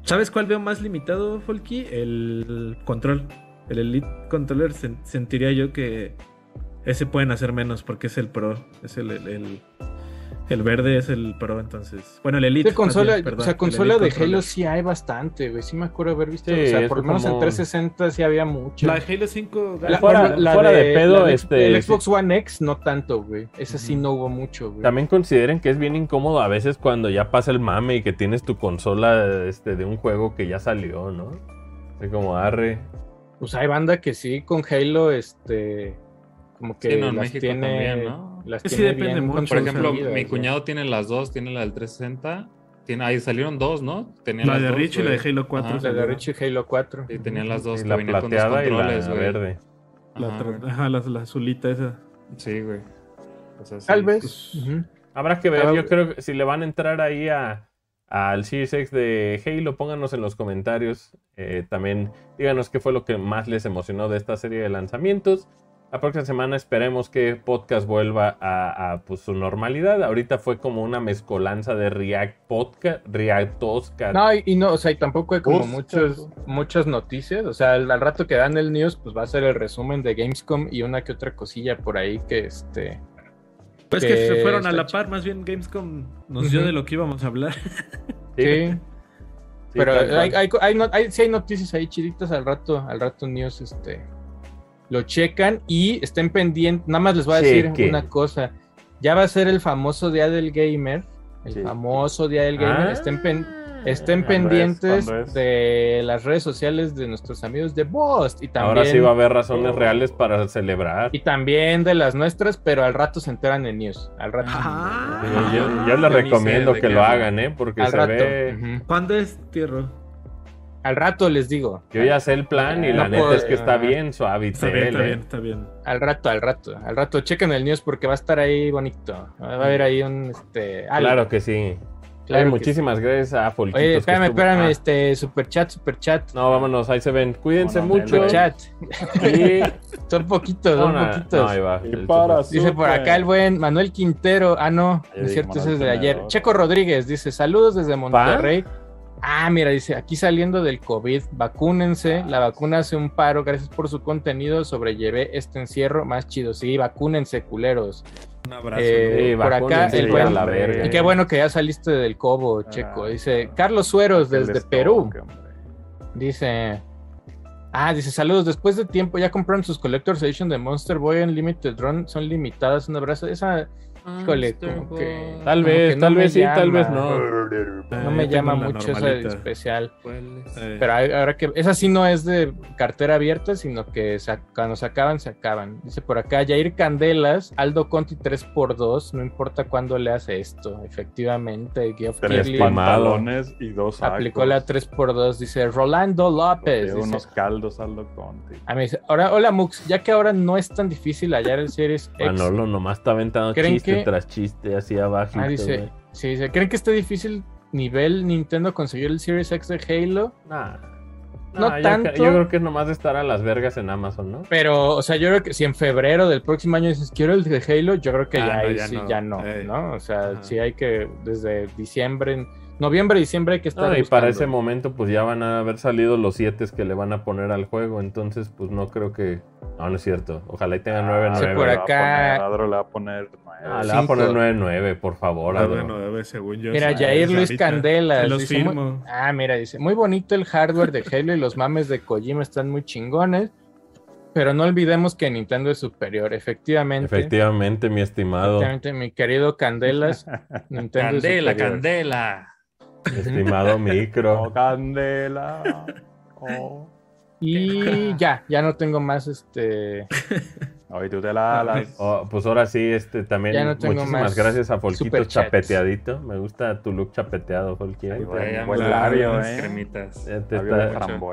Speaker 3: ¿Sabes cuál veo más limitado, Folky? El control. El Elite Controller sen- sentiría yo que ese pueden hacer menos porque es el Pro. Es el, el, el- el verde es el Pro, entonces. Bueno, el Elite.
Speaker 2: De
Speaker 3: más
Speaker 2: consola,
Speaker 3: bien, perdón,
Speaker 2: o sea,
Speaker 3: el
Speaker 2: consola
Speaker 3: Elite
Speaker 2: de
Speaker 3: Controller.
Speaker 2: Halo sí hay bastante, güey. Sí me acuerdo haber visto,
Speaker 1: Sí,
Speaker 2: o sea,
Speaker 1: es
Speaker 2: por lo menos en
Speaker 1: como-
Speaker 2: 360 sí había mucho.
Speaker 3: La de Halo 5.
Speaker 2: La-
Speaker 1: Fuera-
Speaker 2: la-
Speaker 3: la-
Speaker 2: la
Speaker 1: fuera de pedo,
Speaker 2: la Xbox-
Speaker 1: este,
Speaker 2: El Xbox One X no tanto, güey. Ese sí
Speaker 3: Ujú.
Speaker 2: no hubo mucho, güey.
Speaker 1: También consideren que es bien incómodo a veces cuando ya pasa el mame y que tienes tu consola este, de un juego que ya salió, ¿no? Así como arre.
Speaker 2: Pues hay banda que sí con Halo, este, como que
Speaker 5: Sí, no, en
Speaker 2: las
Speaker 5: México
Speaker 2: tiene,
Speaker 5: también, ¿no?
Speaker 2: las
Speaker 3: Sí,
Speaker 2: tiene
Speaker 3: depende
Speaker 2: bien
Speaker 3: mucho.
Speaker 5: Por
Speaker 2: concebidas,
Speaker 5: ejemplo, mi
Speaker 2: güey.
Speaker 5: cuñado tiene las dos, tiene la del 360. Tiene, ahí salieron dos, ¿no? Tenía
Speaker 3: la
Speaker 5: las
Speaker 3: de
Speaker 5: dos,
Speaker 3: Rich y la
Speaker 5: güey.
Speaker 3: de Halo 4.
Speaker 5: Ajá.
Speaker 2: La de Richie Halo 4.
Speaker 5: Sí, tenía las dos.
Speaker 1: Y
Speaker 5: que
Speaker 1: la
Speaker 5: venían con dos
Speaker 1: plateada y la
Speaker 5: controles, güey.
Speaker 1: verde.
Speaker 3: La,
Speaker 5: Ajá,
Speaker 3: tra-
Speaker 5: güey.
Speaker 3: ajá, la, la azulita esa.
Speaker 5: Sí, güey. O sea, sí.
Speaker 2: Tal vez.
Speaker 3: pues,
Speaker 2: ujú.
Speaker 1: Habrá que ver,
Speaker 2: Ah,
Speaker 1: yo creo que si le van a entrar ahí a, al Series X de Halo, pónganos en los comentarios. eh, también díganos qué fue lo que más les emocionó de esta serie de lanzamientos. La próxima semana esperemos que podcast vuelva a, a pues, su normalidad. Ahorita fue como una mezcolanza de React Podcast, React Oscar.
Speaker 2: No, y, y no, o sea, y tampoco hay como Oscar. muchos, muchas noticias. O sea, al, al, rato que dan el news, pues va a ser el resumen de Gamescom y una que otra cosilla por ahí que este.
Speaker 3: Pues que, que se fueron a la par, más bien Gamescom nos dio uh -huh. de lo que íbamos a hablar.
Speaker 2: Sí. sí Pero hay, hay, hay, hay, sí hay noticias ahí chiditas al rato, al rato news, este lo checan y estén pendientes. Nada más les voy a decir Cheque. una cosa. Ya va a ser el famoso Día del Gamer. El Cheque. famoso Día del Gamer. Ah, estén, pen, estén pendientes es? de las redes sociales de nuestros amigos de Bost. Y también,
Speaker 1: Ahora sí va a haber razones reales para celebrar.
Speaker 2: Y también de las nuestras, pero al rato se enteran en news. Al rato.
Speaker 1: Ah, sí, yo, yo, les yo recomiendo que, que lo hagan, ¿eh? Porque al se rato. ve.
Speaker 3: Uh -huh. ¿Cuándo es, Tierro?
Speaker 2: Al rato les digo.
Speaker 1: Yo ya sé el plan y Eh, no la puedo, neta es que está bien suave.
Speaker 3: Está bien,
Speaker 2: eh.
Speaker 3: está bien, está bien.
Speaker 2: Al rato, al rato, al rato. Chequen el news porque va a estar ahí bonito. Va a haber ahí un... Este,
Speaker 1: algo. Claro que sí. Claro Ay, que muchísimas sí. gracias a Folquitos.
Speaker 2: Oye, espérame, estuvo... espérame, ah. este, super chat, super chat.
Speaker 1: No, vámonos, ahí se ven. Cuídense bueno, mucho. Super
Speaker 2: chat. Y... son poquitos, son Una... poquitos. No, ahí va. Para dice super. por acá el buen Manuel Quintero. Ah, no, no es cierto, ese es de ayer. Checo Rodríguez dice, saludos desde Monterrey. ¿Pan? Ah, mira, dice, aquí saliendo del COVID, vacúnense, la vacuna hace un paro, gracias por su contenido, sobrellevé este encierro, más chido, sí, vacúnense, culeros.
Speaker 3: Un abrazo. Eh,
Speaker 2: sí, por acá, el buen, la verga, y qué bueno que ya saliste del cobo,
Speaker 3: Ah,
Speaker 2: Checo, dice, Carlos Sueros desde Perú, dice... Ah, dice, saludos, después de tiempo, ¿ya compraron sus Collector's Edition de Monster Boy en Limited Run? Son limitadas, un abrazo. Esa,
Speaker 5: Ah,
Speaker 2: Híjole, como que,
Speaker 1: tal vez, tal vez sí, tal vez no. Eh,
Speaker 2: No me llama mucho esa especial. Pero ahora que esa sí no es de cartera abierta, sino que cuando se acaban, se acaban. Dice por acá, Jair Candelas, Aldo Conti 3x2, no importa cuándo le hace esto. Efectivamente,
Speaker 4: Geoff Tres pantalones y dos
Speaker 2: Aplicó la 3x2, dice Rolando López.
Speaker 4: unos caldos Aldo Conti.
Speaker 2: A mí Ah, dice, ahora, hola Mux, ya que ahora no es tan difícil hallar el Series X.
Speaker 1: Manolo nomás está aventando chistes tras chiste así abajo.
Speaker 2: Ah, dice, sí, dice, ¿creen que esté difícil nivel Nintendo conseguir el Series X de Halo?
Speaker 1: Nah. No nah, tanto. Yo, yo, creo que es nomás estar a las vergas en Amazon, ¿no?
Speaker 2: Pero, o sea, yo creo que si en febrero del próximo año dices quiero el de Halo, yo creo que ah, ya, no, ya, sí, no. ya no, eh. ¿no? O sea, Ajá. sí hay que desde diciembre, en, noviembre, diciembre hay que estar. No,
Speaker 1: y buscando. para ese momento, pues ya van a haber salido los 7 que le van a poner al juego, entonces, pues no creo que. No, no es cierto. Ojalá y tenga 9 ah, 9.
Speaker 2: Por acá.
Speaker 4: Adro le va a poner 9.
Speaker 1: Ah, le va a poner 9 9, por favor, Adro.
Speaker 3: 9 9, Ah, según yo.
Speaker 2: Mira, Jair Luis ahorita. Candelas.
Speaker 3: Los
Speaker 2: dice, muy... Ah, mira, dice, muy bonito el hardware de Halo y los mames de Kojima están muy chingones. Pero no olvidemos que Nintendo es superior, efectivamente.
Speaker 1: Efectivamente, mi estimado. Efectivamente,
Speaker 2: mi querido Candelas.
Speaker 5: Nintendo candela, Candela.
Speaker 1: Estimado micro.
Speaker 4: Oh, candela. Oh.
Speaker 2: Y ya, ya no tengo más este.
Speaker 4: Hoy tú te la alas.
Speaker 1: Oh, pues ahora sí, este también. Ya no tengo muchísimas más gracias a Folquito chapeteadito. Me gusta tu look chapeteado, Folquito.
Speaker 4: Ay, bueno, buen labio, eh.
Speaker 5: cremitas.
Speaker 1: Ya te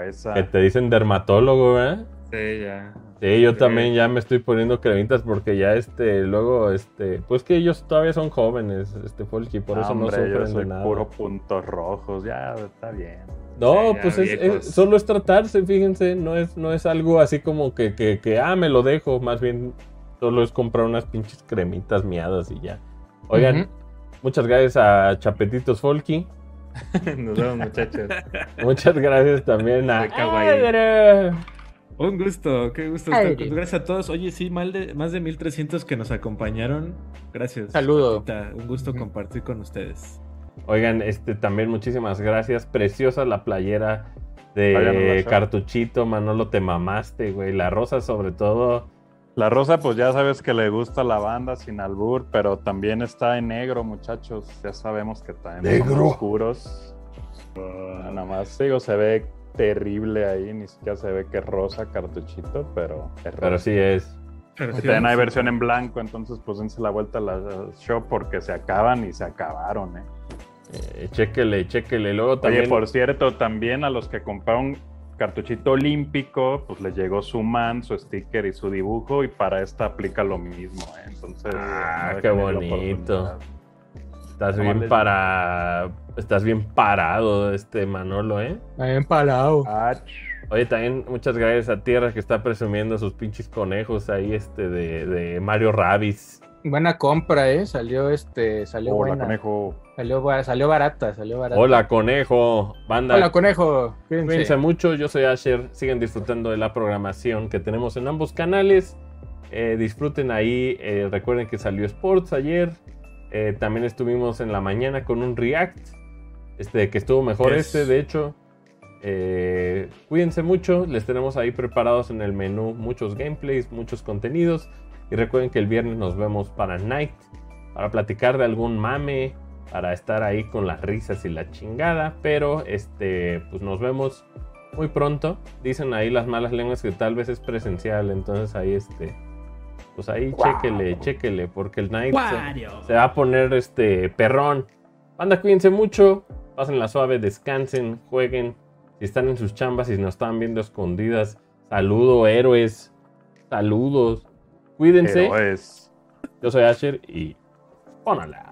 Speaker 1: está... Que te dicen dermatólogo, ¿eh?
Speaker 5: Sí, ya.
Speaker 1: Sí, yo sí. también ya me estoy poniendo cremitas porque ya este, luego, este, pues que ellos todavía son jóvenes, este Folky, por no, eso hombre, no sufren yo soy de nada.
Speaker 4: Puro puntos rojos, ya está bien.
Speaker 1: No, sí, pues es, es, solo es tratarse, fíjense, no es, no es algo así como que, que, que, ah, me lo dejo, más bien solo es comprar unas pinches cremitas miadas y ya. Oigan, uh -huh. muchas gracias a Chapetitos Folky.
Speaker 5: Nos vemos muchachos.
Speaker 1: muchas gracias también a...
Speaker 3: Un gusto, qué gusto estar con Gracias a todos. Oye, sí, mal de, más de 1300 que nos acompañaron. Gracias.
Speaker 2: Saludo.
Speaker 3: Patita. Un gusto compartir con ustedes.
Speaker 1: Oigan, este también muchísimas gracias. Preciosa la playera de Váganos, Cartuchito, Manolo, te mamaste, güey. La rosa sobre todo.
Speaker 4: La rosa, pues ya sabes que le gusta la banda sin albur, pero también está en negro, muchachos. Ya sabemos que también
Speaker 1: negro. Son
Speaker 4: oscuros. Nada más, digo, se ve terrible ahí, ni siquiera se ve que rosa cartuchito, pero es
Speaker 1: Pero sí es. Pero
Speaker 4: sí también hay versión en blanco, entonces pues dense la vuelta a la shop porque se acaban y se acabaron, eh.
Speaker 1: eh chéquele, chéquele. Luego también...
Speaker 4: Oye, por cierto, también a los que compraron cartuchito olímpico, pues le llegó su man, su sticker y su dibujo, y para esta aplica lo mismo, eh. Entonces...
Speaker 1: Ah, no qué bonito. Estás no, bien les... para. Estás bien parado, este Manolo, ¿eh?
Speaker 2: bien parado.
Speaker 4: Ach.
Speaker 1: Oye, también muchas gracias a Tierra que está presumiendo sus pinches conejos ahí, este, de, de Mario Rabbids.
Speaker 2: Buena compra, eh. Salió este, salió
Speaker 4: Hola,
Speaker 2: buena.
Speaker 4: conejo.
Speaker 2: Salió, ba- salió barata, salió barata.
Speaker 1: Hola, conejo. Banda.
Speaker 2: Hola, conejo. Cuídense.
Speaker 1: Cuídense mucho, yo soy Asher. Sigan disfrutando de la programación que tenemos en ambos canales. Eh, disfruten ahí. eh, recuerden que salió Sports ayer. Eh, también estuvimos en la mañana con un React. Este que estuvo mejor
Speaker 3: Yes.
Speaker 1: este, de hecho. Eh, cuídense mucho. Les tenemos ahí preparados en el menú muchos gameplays, muchos contenidos. Y recuerden que el viernes nos vemos para Night. Para platicar de algún mame para estar ahí con las risas y la chingada. Pero este, pues nos vemos muy pronto. Dicen ahí las malas lenguas que tal vez es presencial. Entonces ahí este. Pues ahí chéquele, chéquele. Porque el night se, se va a poner este perrón. Banda, cuídense mucho. Pásenla suave, descansen, jueguen. Si están en sus chambas y si nos están viendo escondidas. Saludo, héroes. Saludos. Cuídense.
Speaker 4: Pero es.
Speaker 1: Yo soy Asher y pónala.